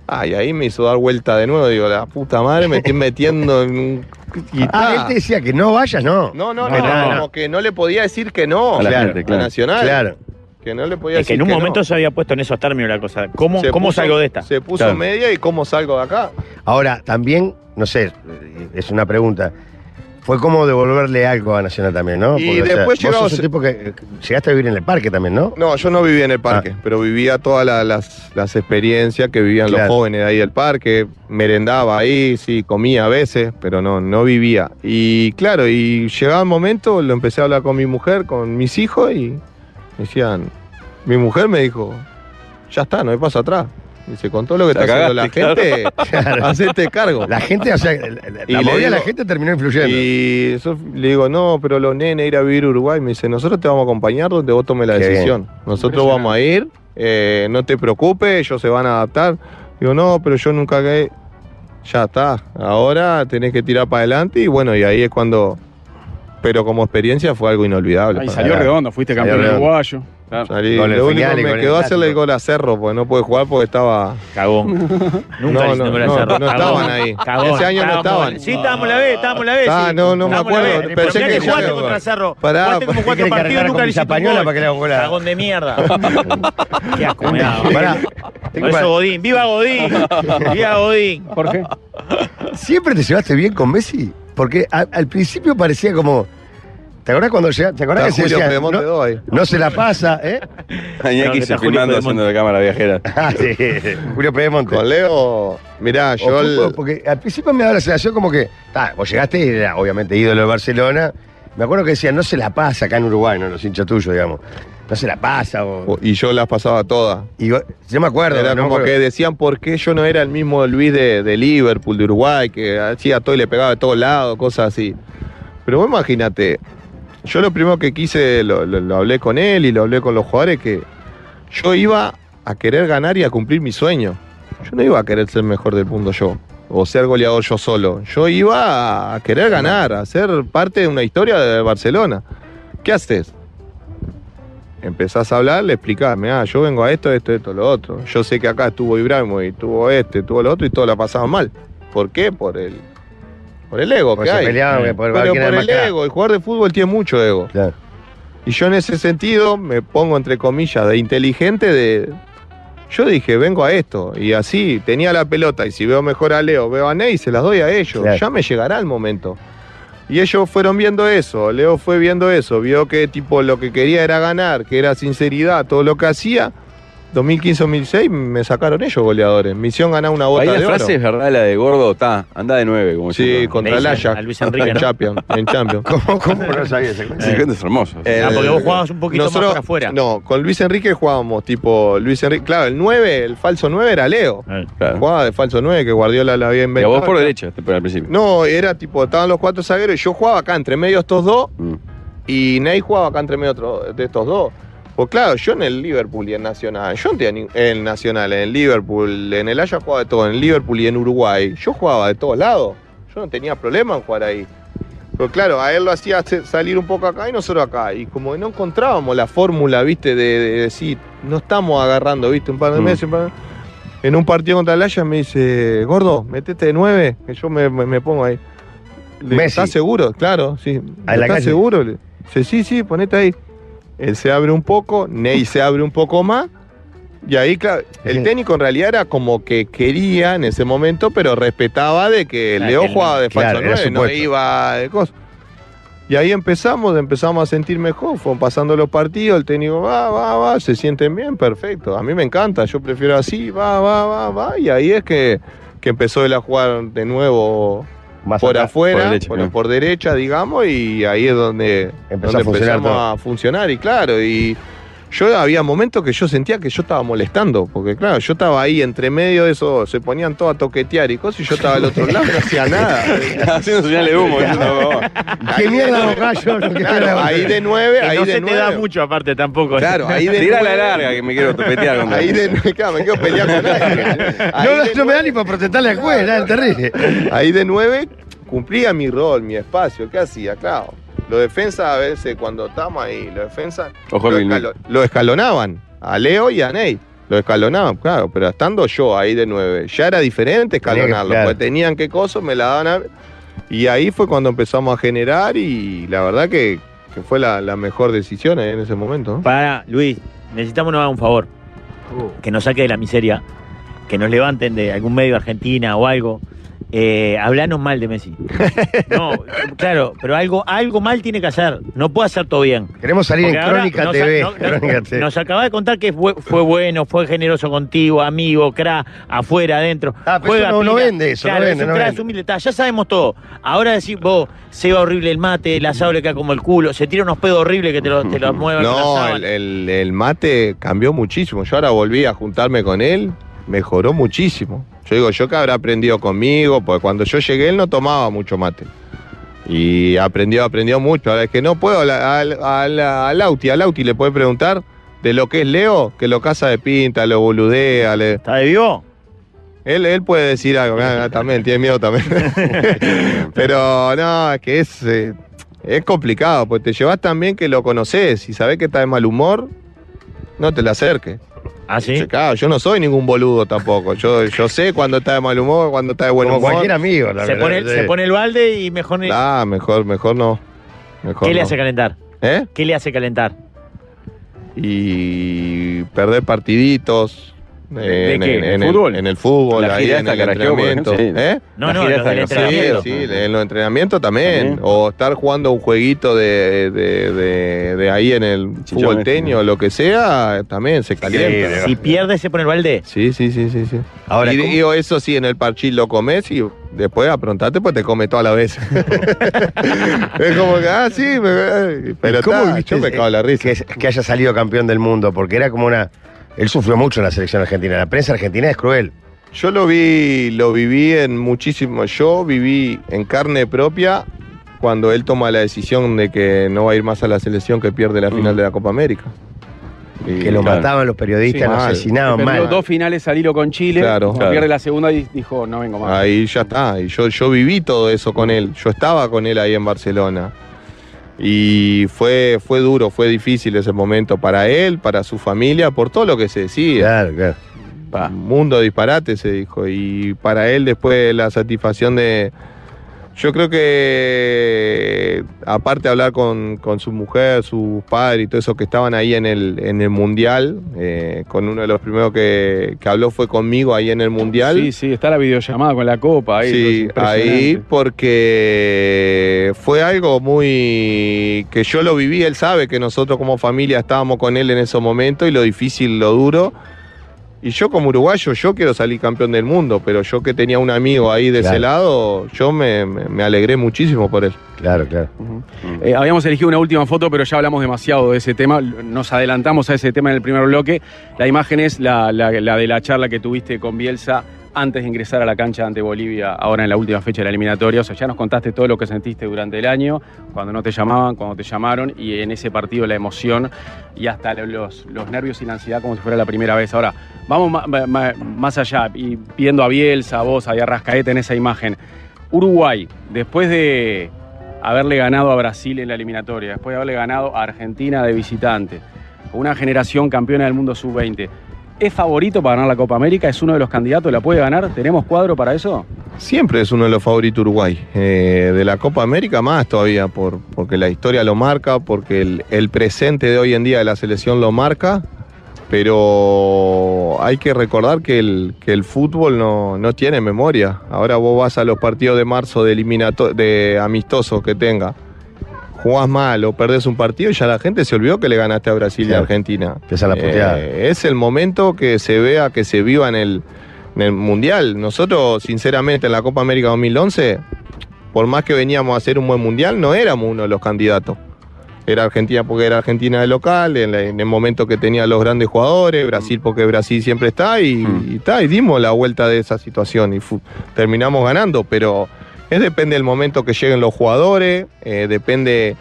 [SPEAKER 5] Ah, y ahí me hizo dar vuelta de nuevo, digo, la puta madre, me estoy metiendo en un... y
[SPEAKER 1] Ah,
[SPEAKER 5] ta.
[SPEAKER 1] él te decía que no vayas, no.
[SPEAKER 5] No, no,
[SPEAKER 2] No,
[SPEAKER 5] no,
[SPEAKER 2] no, no.
[SPEAKER 5] como que no le podía decir que no
[SPEAKER 3] A la
[SPEAKER 1] Claro,
[SPEAKER 3] gente,
[SPEAKER 5] a
[SPEAKER 3] claro.
[SPEAKER 5] Nacional.
[SPEAKER 1] Claro.
[SPEAKER 5] Que no le podía
[SPEAKER 2] Es que
[SPEAKER 5] decir
[SPEAKER 2] en un
[SPEAKER 5] no.
[SPEAKER 2] momento se había puesto en esos términos la cosa. ¿Cómo,
[SPEAKER 5] Se
[SPEAKER 2] cómo
[SPEAKER 5] puso-
[SPEAKER 2] salgo de esta?
[SPEAKER 5] Se puso
[SPEAKER 2] Claro.
[SPEAKER 5] media y cómo salgo de acá.
[SPEAKER 1] Ahora, también, no sé, es una pregunta. Fue como devolverle algo a Nacional también, ¿no?
[SPEAKER 5] Y
[SPEAKER 1] o sea,
[SPEAKER 5] después
[SPEAKER 1] vos
[SPEAKER 5] llegamos-
[SPEAKER 1] sos un tipo que eh, llegaste a vivir en el parque también, ¿no? Ah.
[SPEAKER 5] No, yo no vivía en el parque, pero vivía todas la- las, las experiencias que vivían
[SPEAKER 1] Claro.
[SPEAKER 5] los jóvenes de ahí del parque. Merendaba ahí, sí, comía a veces, pero no, no vivía. Y claro, y llegaba el momento, lo empecé a hablar con mi mujer, con mis hijos, y me decían, mi mujer me dijo, ya está, no hay paso atrás. Dice, con todo lo que
[SPEAKER 3] La
[SPEAKER 5] está haciendo la
[SPEAKER 3] cagaste, claro.
[SPEAKER 5] gente,
[SPEAKER 1] Claro.
[SPEAKER 5] hacete cargo.
[SPEAKER 1] La gente, o sea, la, la
[SPEAKER 5] Y le
[SPEAKER 1] movida de la
[SPEAKER 5] digo-
[SPEAKER 1] gente terminó influyendo.
[SPEAKER 5] Y eso- le digo, no, pero los nenes ir a vivir a Uruguay. Me dice, nosotros te vamos a acompañar donde vos tomes la
[SPEAKER 1] Qué
[SPEAKER 5] decisión. Nosotros vamos a ir, eh, no te preocupes, ellos se van a adaptar. Digo, no, pero yo nunca que Ya está, ahora tenés que tirar para adelante y bueno, y ahí es cuando... Pero como experiencia fue algo inolvidable.
[SPEAKER 4] Ahí
[SPEAKER 5] para
[SPEAKER 4] salió
[SPEAKER 5] nada.
[SPEAKER 4] redondo, fuiste
[SPEAKER 1] Salió
[SPEAKER 4] campeón
[SPEAKER 1] redondo.
[SPEAKER 4] uruguayo. Ah,
[SPEAKER 5] Salí-
[SPEAKER 1] Con el
[SPEAKER 5] lo único
[SPEAKER 1] Feñal y
[SPEAKER 5] que
[SPEAKER 1] con
[SPEAKER 5] me
[SPEAKER 1] el
[SPEAKER 5] quedó
[SPEAKER 1] Tático.
[SPEAKER 5] hacerle el gol a Cerro, porque no pude jugar porque estaba...
[SPEAKER 2] Cagón. Nunca
[SPEAKER 5] No,
[SPEAKER 2] le hicieron
[SPEAKER 5] no,
[SPEAKER 2] gol a
[SPEAKER 5] no,
[SPEAKER 2] Cerro.
[SPEAKER 5] no
[SPEAKER 2] Cagón.
[SPEAKER 5] estaban ahí.
[SPEAKER 2] Cagón.
[SPEAKER 5] Ese año no estaban.
[SPEAKER 2] Sí, estábamos la vez, estábamos la vez.
[SPEAKER 5] Ah,
[SPEAKER 2] sí.
[SPEAKER 5] no, no me
[SPEAKER 2] Estábamos la
[SPEAKER 5] acuerdo.
[SPEAKER 2] vez.
[SPEAKER 5] Pensé
[SPEAKER 2] Pero mirá
[SPEAKER 5] que
[SPEAKER 2] que
[SPEAKER 5] ya
[SPEAKER 2] jugaste
[SPEAKER 5] había-
[SPEAKER 2] contra Cerro.
[SPEAKER 5] Pará,
[SPEAKER 2] Jugaste como
[SPEAKER 5] ¿qué
[SPEAKER 2] cuatro
[SPEAKER 1] querés que
[SPEAKER 2] partidos y
[SPEAKER 1] arreglara
[SPEAKER 2] nunca
[SPEAKER 1] con
[SPEAKER 2] le hiciste un
[SPEAKER 1] Villapañola
[SPEAKER 2] gol.
[SPEAKER 1] para que le hagan gol a-
[SPEAKER 2] Cagón de mierda. Qué asco me daba.
[SPEAKER 1] Pará.
[SPEAKER 2] Por eso Godín. ¡Viva Godín! ¡Viva Godín!
[SPEAKER 4] ¿Por qué?
[SPEAKER 1] ¿Siempre te llevaste bien con Messi? Porque a- al principio parecía como. ¿Te acordás cuando llega? ¿Te acordás
[SPEAKER 5] Está
[SPEAKER 1] que se
[SPEAKER 5] Julio
[SPEAKER 1] decía,
[SPEAKER 5] Pedemonte
[SPEAKER 1] no,
[SPEAKER 5] Doy.
[SPEAKER 1] no se la pasa, eh?
[SPEAKER 3] Iñaki
[SPEAKER 2] está
[SPEAKER 3] se
[SPEAKER 2] Julio Pedemonte.
[SPEAKER 3] filmando haciendo de cámara viajera.
[SPEAKER 1] Ah, sí, Julio Pedemonte.
[SPEAKER 5] Con Leo, mirá,
[SPEAKER 1] O
[SPEAKER 5] yo. el-
[SPEAKER 1] fútbol, porque al principio me daba la sensación como que, ta, vos llegaste y era obviamente ídolo de Barcelona. Me acuerdo que decían, no se la pasa acá en Uruguay, no los hinchas tuyos, digamos. No se la pasa. o-
[SPEAKER 5] y yo las pasaba todas.
[SPEAKER 1] y go- yo me acuerdo.
[SPEAKER 5] Era
[SPEAKER 1] no me
[SPEAKER 5] como
[SPEAKER 1] acuerdo.
[SPEAKER 5] que decían por qué yo no era el mismo Luis de, de Liverpool, de Uruguay, que hacía todo y le pegaba de todos lados, cosas así. Pero vos imagínate, yo lo primero que quise, lo, lo- lo hablé con él y lo hablé con los jugadores, que yo iba a querer ganar y a cumplir mi sueño. Yo no iba a querer ser mejor del mundo yo, o ser goleador yo solo. Yo iba a querer ganar, a ser parte de una historia de Barcelona. ¿Qué haces? empezás a hablar, le explicás, mirá, yo vengo a esto, esto, esto, lo otro. Yo sé que acá estuvo Ibrahimovic, estuvo este, estuvo lo otro y todos la pasaban mal. ¿Por qué? Por el, por el ego
[SPEAKER 1] Porque
[SPEAKER 5] que
[SPEAKER 1] se
[SPEAKER 5] hay.
[SPEAKER 1] peleaban, que por-
[SPEAKER 5] Pero
[SPEAKER 1] quién era
[SPEAKER 5] por
[SPEAKER 1] más
[SPEAKER 5] el
[SPEAKER 1] crack.
[SPEAKER 5] ego, el jugador de fútbol tiene mucho ego.
[SPEAKER 1] Claro.
[SPEAKER 5] Y yo en ese sentido me pongo entre comillas de inteligente de... Yo dije, vengo a esto. Y así, tenía la pelota. Y si veo mejor a Leo, veo a Ney, se las doy a ellos.
[SPEAKER 1] Claro.
[SPEAKER 5] Ya me llegará el momento. Y ellos fueron viendo eso, Leo fue viendo eso, vio que tipo lo que quería era ganar, que era sinceridad, todo lo que hacía. 2015-2006 me sacaron ellos goleadores. Misión ganar una bota
[SPEAKER 3] Ahí la
[SPEAKER 5] de oro.
[SPEAKER 3] frase es verdad, la de gordo, está, anda de nueve, como
[SPEAKER 5] Sí,
[SPEAKER 3] siempre.
[SPEAKER 5] contra
[SPEAKER 2] Le
[SPEAKER 5] el
[SPEAKER 2] dicen
[SPEAKER 5] Ajax.
[SPEAKER 2] a Luis Enrique,
[SPEAKER 5] en
[SPEAKER 2] ¿no?
[SPEAKER 5] Champions, en Champions.
[SPEAKER 1] ¿Cómo, cómo no sabía ese
[SPEAKER 3] Sí, que es hermoso.
[SPEAKER 2] Ah, porque vos
[SPEAKER 5] Eh,
[SPEAKER 2] jugabas un poquito
[SPEAKER 5] nosotros-
[SPEAKER 2] más por afuera.
[SPEAKER 5] No, con Luis Enrique jugábamos tipo Luis Enrique, claro, el 9, el falso 9 era Leo.
[SPEAKER 2] Claro.
[SPEAKER 3] Claro.
[SPEAKER 5] Jugaba de falso 9 que Guardiola la había
[SPEAKER 3] Y a
[SPEAKER 5] inventado.
[SPEAKER 3] vos por derecha, te- al principio.
[SPEAKER 5] No, era tipo estaban los cuatro zagueros y yo jugaba acá entre medio estos dos
[SPEAKER 3] Mm.
[SPEAKER 5] y Ney jugaba acá entre medio otro- de estos dos. Pues claro, yo en el Liverpool y en Nacional, yo no tenía ni- en Nacional, en el Liverpool, en el Ajax jugaba de todo, en el Liverpool y en Uruguay, yo jugaba de todos lados. Yo no tenía problema en jugar ahí. Pero claro, a él lo hacía se- salir un poco acá y nosotros acá. Y como que no encontrábamos la fórmula, viste, de, de decir, no estamos agarrando, viste, un par de
[SPEAKER 3] Mm.
[SPEAKER 5] meses. un par de- En un partido contra el Ajax me dice, gordo, metete de nueve, que yo me, me- me pongo ahí. Le digo,
[SPEAKER 1] Messi.
[SPEAKER 5] ¿Estás seguro? Claro, sí.
[SPEAKER 1] A la
[SPEAKER 5] ¿Estás
[SPEAKER 1] calle.
[SPEAKER 5] seguro? Le Dice, sí, sí, ponete ahí. Él se abre un poco, Ney se abre un poco más. Y ahí, claro, el técnico en realidad era como que quería en ese momento, pero respetaba de que
[SPEAKER 1] Ah,
[SPEAKER 2] Claro,
[SPEAKER 5] Leo
[SPEAKER 2] el-
[SPEAKER 5] jugaba de
[SPEAKER 1] claro,
[SPEAKER 5] falso
[SPEAKER 1] era
[SPEAKER 5] 9, no
[SPEAKER 1] supuesto.
[SPEAKER 5] iba de cosas. Y ahí empezamos, empezamos a sentir mejor, fueron pasando los partidos, el técnico va, va, va, se sienten bien, perfecto. A mí me encanta, yo prefiero así, va, va, va, va. Y ahí es que, que empezó él a jugar de nuevo
[SPEAKER 1] Más
[SPEAKER 5] por
[SPEAKER 1] atrás.
[SPEAKER 3] por derecha,
[SPEAKER 5] afuera, por derecha,
[SPEAKER 3] claro.
[SPEAKER 5] por derecha, digamos, y ahí es donde,
[SPEAKER 1] Empezó
[SPEAKER 5] donde
[SPEAKER 1] a funcionar
[SPEAKER 5] empezamos
[SPEAKER 1] todo.
[SPEAKER 5] a funcionar. Y claro, y yo había momentos que yo sentía que yo estaba molestando, porque claro, yo estaba ahí entre medio de eso, se ponían todos a toquetear y cosas, y yo estaba al otro lado, no hacía nada.
[SPEAKER 3] Haciendo señales de humo. diciendo, "Vamos".
[SPEAKER 1] ¿Qué mierda vos, gallo? Lo que
[SPEAKER 5] Claro,
[SPEAKER 1] era-
[SPEAKER 5] ahí de nueve,
[SPEAKER 2] Que
[SPEAKER 5] ahí
[SPEAKER 2] no
[SPEAKER 5] de
[SPEAKER 2] se te
[SPEAKER 5] nueve.
[SPEAKER 2] da mucho aparte tampoco.
[SPEAKER 5] Claro, ahí de
[SPEAKER 3] Tira la
[SPEAKER 5] nueve-
[SPEAKER 3] larga que me quiero topetear con
[SPEAKER 5] Ahí de nueve, claro, me quiero pelear con nadie. Ahí
[SPEAKER 1] No, no,
[SPEAKER 5] de
[SPEAKER 1] no me da
[SPEAKER 5] nueve-
[SPEAKER 1] ni para protestarle al juez, nada, es terrible.
[SPEAKER 5] Ahí de nueve cumplía mi rol, mi espacio. ¿Qué hacía? Claro. Los defensas a veces cuando estamos ahí, los defensas
[SPEAKER 3] Ojo,
[SPEAKER 5] lo,
[SPEAKER 3] Bill.
[SPEAKER 5] escalo- lo escalonaban. A Leo y a Ney. Lo escalonaban, claro. Pero estando yo ahí de nueve, ya era diferente
[SPEAKER 1] Tenía que-
[SPEAKER 5] escalonarlo.
[SPEAKER 1] claro.
[SPEAKER 5] Porque tenían qué cosas, me la daban a- Y ahí fue cuando empezamos a generar y la verdad que, que fue la, la mejor decisión en ese momento. ¿no?
[SPEAKER 2] Para, Luis, necesitamos nos haga un favor.
[SPEAKER 1] Uh.
[SPEAKER 2] Que nos saque de la miseria. Que nos levanten de algún medio argentina o algo. Eh, hablanos mal de Messi. No, claro, pero algo, algo mal tiene que hacer. No puede hacer todo bien.
[SPEAKER 1] Queremos salir
[SPEAKER 2] Porque
[SPEAKER 1] en
[SPEAKER 2] ahora
[SPEAKER 1] Crónica
[SPEAKER 2] nos-
[SPEAKER 1] TV.
[SPEAKER 2] no- no-
[SPEAKER 1] Crónica TV.
[SPEAKER 2] Nos acaba de contar que fue, fue bueno, fue generoso contigo, amigo, cra, afuera, adentro.
[SPEAKER 1] Ah, pero eso no- no vende eso, no
[SPEAKER 2] Claro,
[SPEAKER 1] vende,
[SPEAKER 2] es un
[SPEAKER 1] no
[SPEAKER 2] cra,
[SPEAKER 1] vende.
[SPEAKER 2] es humilde, está, ya sabemos todo. Ahora decís vos, se va horrible el mate, el asado le cae como el culo, se tira unos pedos horribles que te lo, te lo mueven. con la
[SPEAKER 5] No,
[SPEAKER 2] sábana.
[SPEAKER 5] el, el- el mate cambió muchísimo. Yo ahora volví a juntarme con él, mejoró muchísimo. Yo digo, yo que habrá aprendido conmigo, porque cuando yo llegué él no tomaba mucho mate. Y aprendió, aprendió mucho. Ahora es que no puedo, al, al, al- al Auti, al Auti le puede preguntar de lo que es Leo, que lo casa de pinta, lo boludea. le-
[SPEAKER 2] ¿Está de vivo?
[SPEAKER 5] él, él puede decir algo, ah, también, tiene miedo también. Pero no, es que es, eh, es complicado, pues te llevas también que lo conoces y sabés que está de mal humor, no te le acerques.
[SPEAKER 2] ¿Ah, sí?
[SPEAKER 5] Che, claro, yo no soy ningún boludo tampoco. Yo, yo sé cuando está de mal humor, cuando está de buen
[SPEAKER 1] Como
[SPEAKER 5] humor.
[SPEAKER 1] cualquier amigo, la
[SPEAKER 2] Se
[SPEAKER 1] verdad,
[SPEAKER 2] pone,
[SPEAKER 1] sí.
[SPEAKER 2] se pone el balde y mejor... ni-
[SPEAKER 5] Ah, mejor, mejor no. Mejor
[SPEAKER 2] ¿Qué le
[SPEAKER 5] no.
[SPEAKER 2] hace calentar?
[SPEAKER 5] ¿Eh?
[SPEAKER 2] ¿Qué le hace calentar?
[SPEAKER 5] Y perder partiditos. Eh, en,
[SPEAKER 4] qué?
[SPEAKER 5] en-
[SPEAKER 4] ¿En
[SPEAKER 5] en el
[SPEAKER 4] fútbol?
[SPEAKER 5] en el fútbol,
[SPEAKER 3] La
[SPEAKER 5] ahí
[SPEAKER 3] gira
[SPEAKER 5] en
[SPEAKER 3] esta
[SPEAKER 5] el
[SPEAKER 3] que araqueó, por
[SPEAKER 5] entrenamiento.
[SPEAKER 3] ejemplo, sí.
[SPEAKER 5] ¿Eh?
[SPEAKER 2] No,
[SPEAKER 3] La
[SPEAKER 2] no,
[SPEAKER 3] gira
[SPEAKER 2] los del
[SPEAKER 3] esta de los
[SPEAKER 5] Sí,
[SPEAKER 2] entrenamiento.
[SPEAKER 5] sí, en los entrenamientos también.
[SPEAKER 3] También.
[SPEAKER 5] O estar jugando un jueguito de, de, de- de ahí en el
[SPEAKER 3] Chichones,
[SPEAKER 5] fútbol teño,
[SPEAKER 3] ¿no?
[SPEAKER 5] lo que sea, también se
[SPEAKER 1] de
[SPEAKER 5] calienta.
[SPEAKER 1] verdad.
[SPEAKER 2] Si pierde, se pone el balde.
[SPEAKER 5] Sí, sí, sí, sí. sí.
[SPEAKER 1] Ahora,
[SPEAKER 5] y
[SPEAKER 1] ¿cómo?
[SPEAKER 5] digo, eso sí, en el parchís lo comes y después aprontate, pues te come toda la vez. es como que, ah, sí, me- pero
[SPEAKER 1] ¿Cómo
[SPEAKER 5] está,
[SPEAKER 1] viviste
[SPEAKER 5] yo me
[SPEAKER 1] ese-
[SPEAKER 5] cago en la risa.
[SPEAKER 1] que, es- que haya salido campeón del mundo, porque era como una. Él sufrió mucho en la selección argentina. La prensa argentina es cruel.
[SPEAKER 5] Yo lo vi, lo viví en muchísimo. Yo viví en carne propia cuando él toma la decisión de que no va a ir más a la selección que pierde la final de la Copa América. Y-
[SPEAKER 1] Que lo
[SPEAKER 3] claro.
[SPEAKER 1] mataban los periodistas,
[SPEAKER 5] Sí,
[SPEAKER 1] lo
[SPEAKER 5] mal.
[SPEAKER 1] asesinaban
[SPEAKER 4] perdió
[SPEAKER 1] mal.
[SPEAKER 4] dos finales al hilo con Chile.
[SPEAKER 5] Claro.
[SPEAKER 4] cuando
[SPEAKER 3] Claro.
[SPEAKER 4] Pierde la segunda y dijo, no vengo más.
[SPEAKER 5] Ahí ya está. Y yo, yo viví todo eso con él. Yo estaba con él ahí en Barcelona. Y fue, fue duro, fue difícil ese momento para él, para su familia, por todo lo que se decía.
[SPEAKER 1] Claro, claro.
[SPEAKER 5] Pa. Mundo disparate, se dijo. Y para él después la satisfacción de... Yo creo que, aparte de hablar con, con su mujer, su padre y todo eso que estaban ahí en el, en el Mundial, eh, con uno de los primeros que, que habló fue conmigo ahí en el Mundial.
[SPEAKER 4] Sí, sí, está la videollamada con la copa. Ahí,
[SPEAKER 5] Sí,
[SPEAKER 4] es
[SPEAKER 5] ahí
[SPEAKER 4] impresionante.
[SPEAKER 5] porque fue algo muy que yo lo viví, él sabe que nosotros como familia estábamos con él en esos momentos y lo difícil, lo duro. Y yo como uruguayo, yo quiero salir campeón del mundo, pero yo que tenía un amigo ahí de
[SPEAKER 1] Claro.
[SPEAKER 5] ese lado, yo me, me- me alegré muchísimo por él.
[SPEAKER 1] Claro, claro.
[SPEAKER 4] Eh, habíamos elegido una última foto, pero ya hablamos demasiado de ese tema. Nos adelantamos a ese tema en el primer bloque. La imagen es la, la- la de la charla que tuviste con Bielsa antes de ingresar a la cancha ante Bolivia, ahora en la última fecha de la eliminatoria. O sea, ya nos contaste todo lo que sentiste durante el año, cuando no te llamaban, cuando te llamaron, y en ese partido la emoción y hasta los, los nervios y la ansiedad como si fuera la primera vez. Ahora, vamos ma- ma- ma- más allá y viendo a Bielsa, a vos, a Arrascaeta en esa imagen. Uruguay, después de haberle ganado a Brasil en la eliminatoria, después de haberle ganado a Argentina de visitante, con una generación campeona del mundo sub-20. ¿Es favorito para ganar la Copa América? ¿Es uno de los candidatos? ¿La puede ganar? ¿Tenemos cuadro para eso?
[SPEAKER 5] Siempre es uno de los favoritos Uruguay. Eh, de la Copa América más todavía, por, porque la historia lo marca, porque el, el presente de hoy en día de la selección lo marca. Pero hay que recordar que el, que el fútbol no, no tiene memoria. Ahora vos vas a los partidos de marzo de, eliminato- de amistosos que tenga. Jugás mal o perdés un partido y ya la gente se olvidó que le ganaste a Brasil y a
[SPEAKER 1] Claro.
[SPEAKER 5] Argentina.
[SPEAKER 1] Empieza la puteada.
[SPEAKER 5] Eh, es el momento que se vea, que se viva en el, en el Mundial. Nosotros, sinceramente, en la Copa América 2011, por más que veníamos a hacer un buen Mundial, no éramos uno de los candidatos. Era Argentina porque era Argentina de local, en, la- en el momento que tenía los grandes jugadores, Brasil porque Brasil siempre está y, y está, y dimos la vuelta de esa situación y fu- terminamos ganando, pero es depende del momento que lleguen los jugadores, eh, depende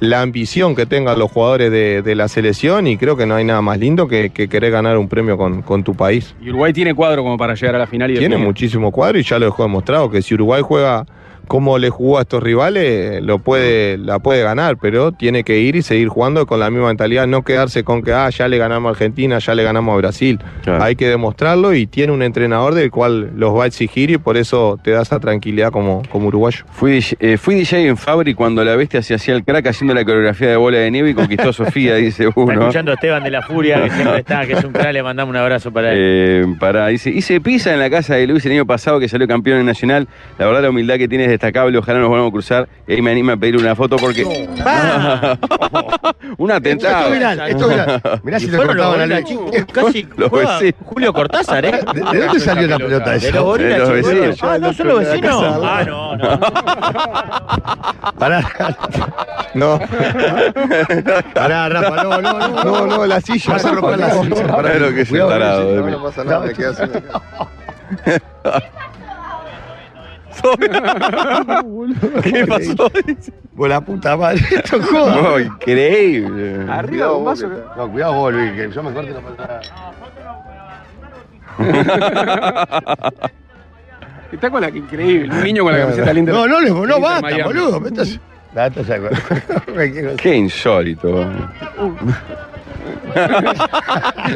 [SPEAKER 5] la ambición que tengan los jugadores de, de la selección y creo que no hay nada más lindo que, que querer ganar un premio con, con tu país.
[SPEAKER 4] Y Uruguay tiene cuadro como para llegar a la final y
[SPEAKER 5] Tiene
[SPEAKER 4] definir.
[SPEAKER 5] muchísimo cuadro y ya lo dejó demostrado que si Uruguay juega como le jugó a estos rivales, lo puede, la puede ganar, pero tiene que ir y seguir jugando con la misma mentalidad, no quedarse con que ah, ya le ganamos a Argentina, ya le ganamos a Brasil.
[SPEAKER 3] Claro.
[SPEAKER 5] Hay que demostrarlo y tiene un entrenador del cual los va a exigir y por eso te da esa tranquilidad como, como uruguayo.
[SPEAKER 3] Fui, DJ eh, fui DJ en Fabri cuando la bestia se hacía el crack haciendo la coreografía de bola de nieve y conquistó a Sofía, dice
[SPEAKER 2] Está
[SPEAKER 3] uno.
[SPEAKER 2] escuchando a Esteban de la Furia, que siempre está, que es un crack, le mandamos un abrazo para él.
[SPEAKER 3] Eh, pará, dice, hice pizza en la casa de Luis el año pasado que salió campeón en Nacional. La verdad la humildad que tiene es destacable, ojalá nos volvamos a cruzar. Y ahí me anima a pedir una foto porque...
[SPEAKER 2] ¡Pah!
[SPEAKER 3] Un
[SPEAKER 1] Esto
[SPEAKER 3] atentado.
[SPEAKER 1] es viral, esto es viral. Mirá si
[SPEAKER 2] Y
[SPEAKER 1] le
[SPEAKER 2] fueron los
[SPEAKER 1] cortaban a Luis.
[SPEAKER 2] gorilas, chicos, Casi
[SPEAKER 3] Los
[SPEAKER 2] juega
[SPEAKER 3] vecinos.
[SPEAKER 2] Julio Cortázar, ¿eh?
[SPEAKER 1] ¿De, de dónde salió la pelota
[SPEAKER 2] De los
[SPEAKER 1] eso?
[SPEAKER 2] gorilas,
[SPEAKER 3] los
[SPEAKER 2] chicos.
[SPEAKER 3] vecinos.
[SPEAKER 2] Ah, no son los vecinos. Ah, no, no.
[SPEAKER 1] Pará,
[SPEAKER 5] No,
[SPEAKER 1] pará, Rafa, no, no, no.
[SPEAKER 5] no, no, la silla.
[SPEAKER 1] Vas a romper la silla.
[SPEAKER 3] Pará lo que es el
[SPEAKER 1] Cuidado,
[SPEAKER 3] tarado de
[SPEAKER 5] No,
[SPEAKER 3] mí.
[SPEAKER 5] no pasa nada, me quedo así.
[SPEAKER 3] ¿Qué pasó?
[SPEAKER 1] Vos la puta madre, esto joda.
[SPEAKER 3] No, increíble.
[SPEAKER 4] Arriba de un vaso.
[SPEAKER 1] No, cuidado vos, Luis, que yo me corte la palabra.
[SPEAKER 4] Está con la que increíble. Un niño con la camiseta linda.
[SPEAKER 1] No, no, no, no
[SPEAKER 4] Inter
[SPEAKER 1] basta,
[SPEAKER 4] Miami.
[SPEAKER 1] boludo. me estás- Ah, esto es algo- Me quiero-
[SPEAKER 3] Qué insólito.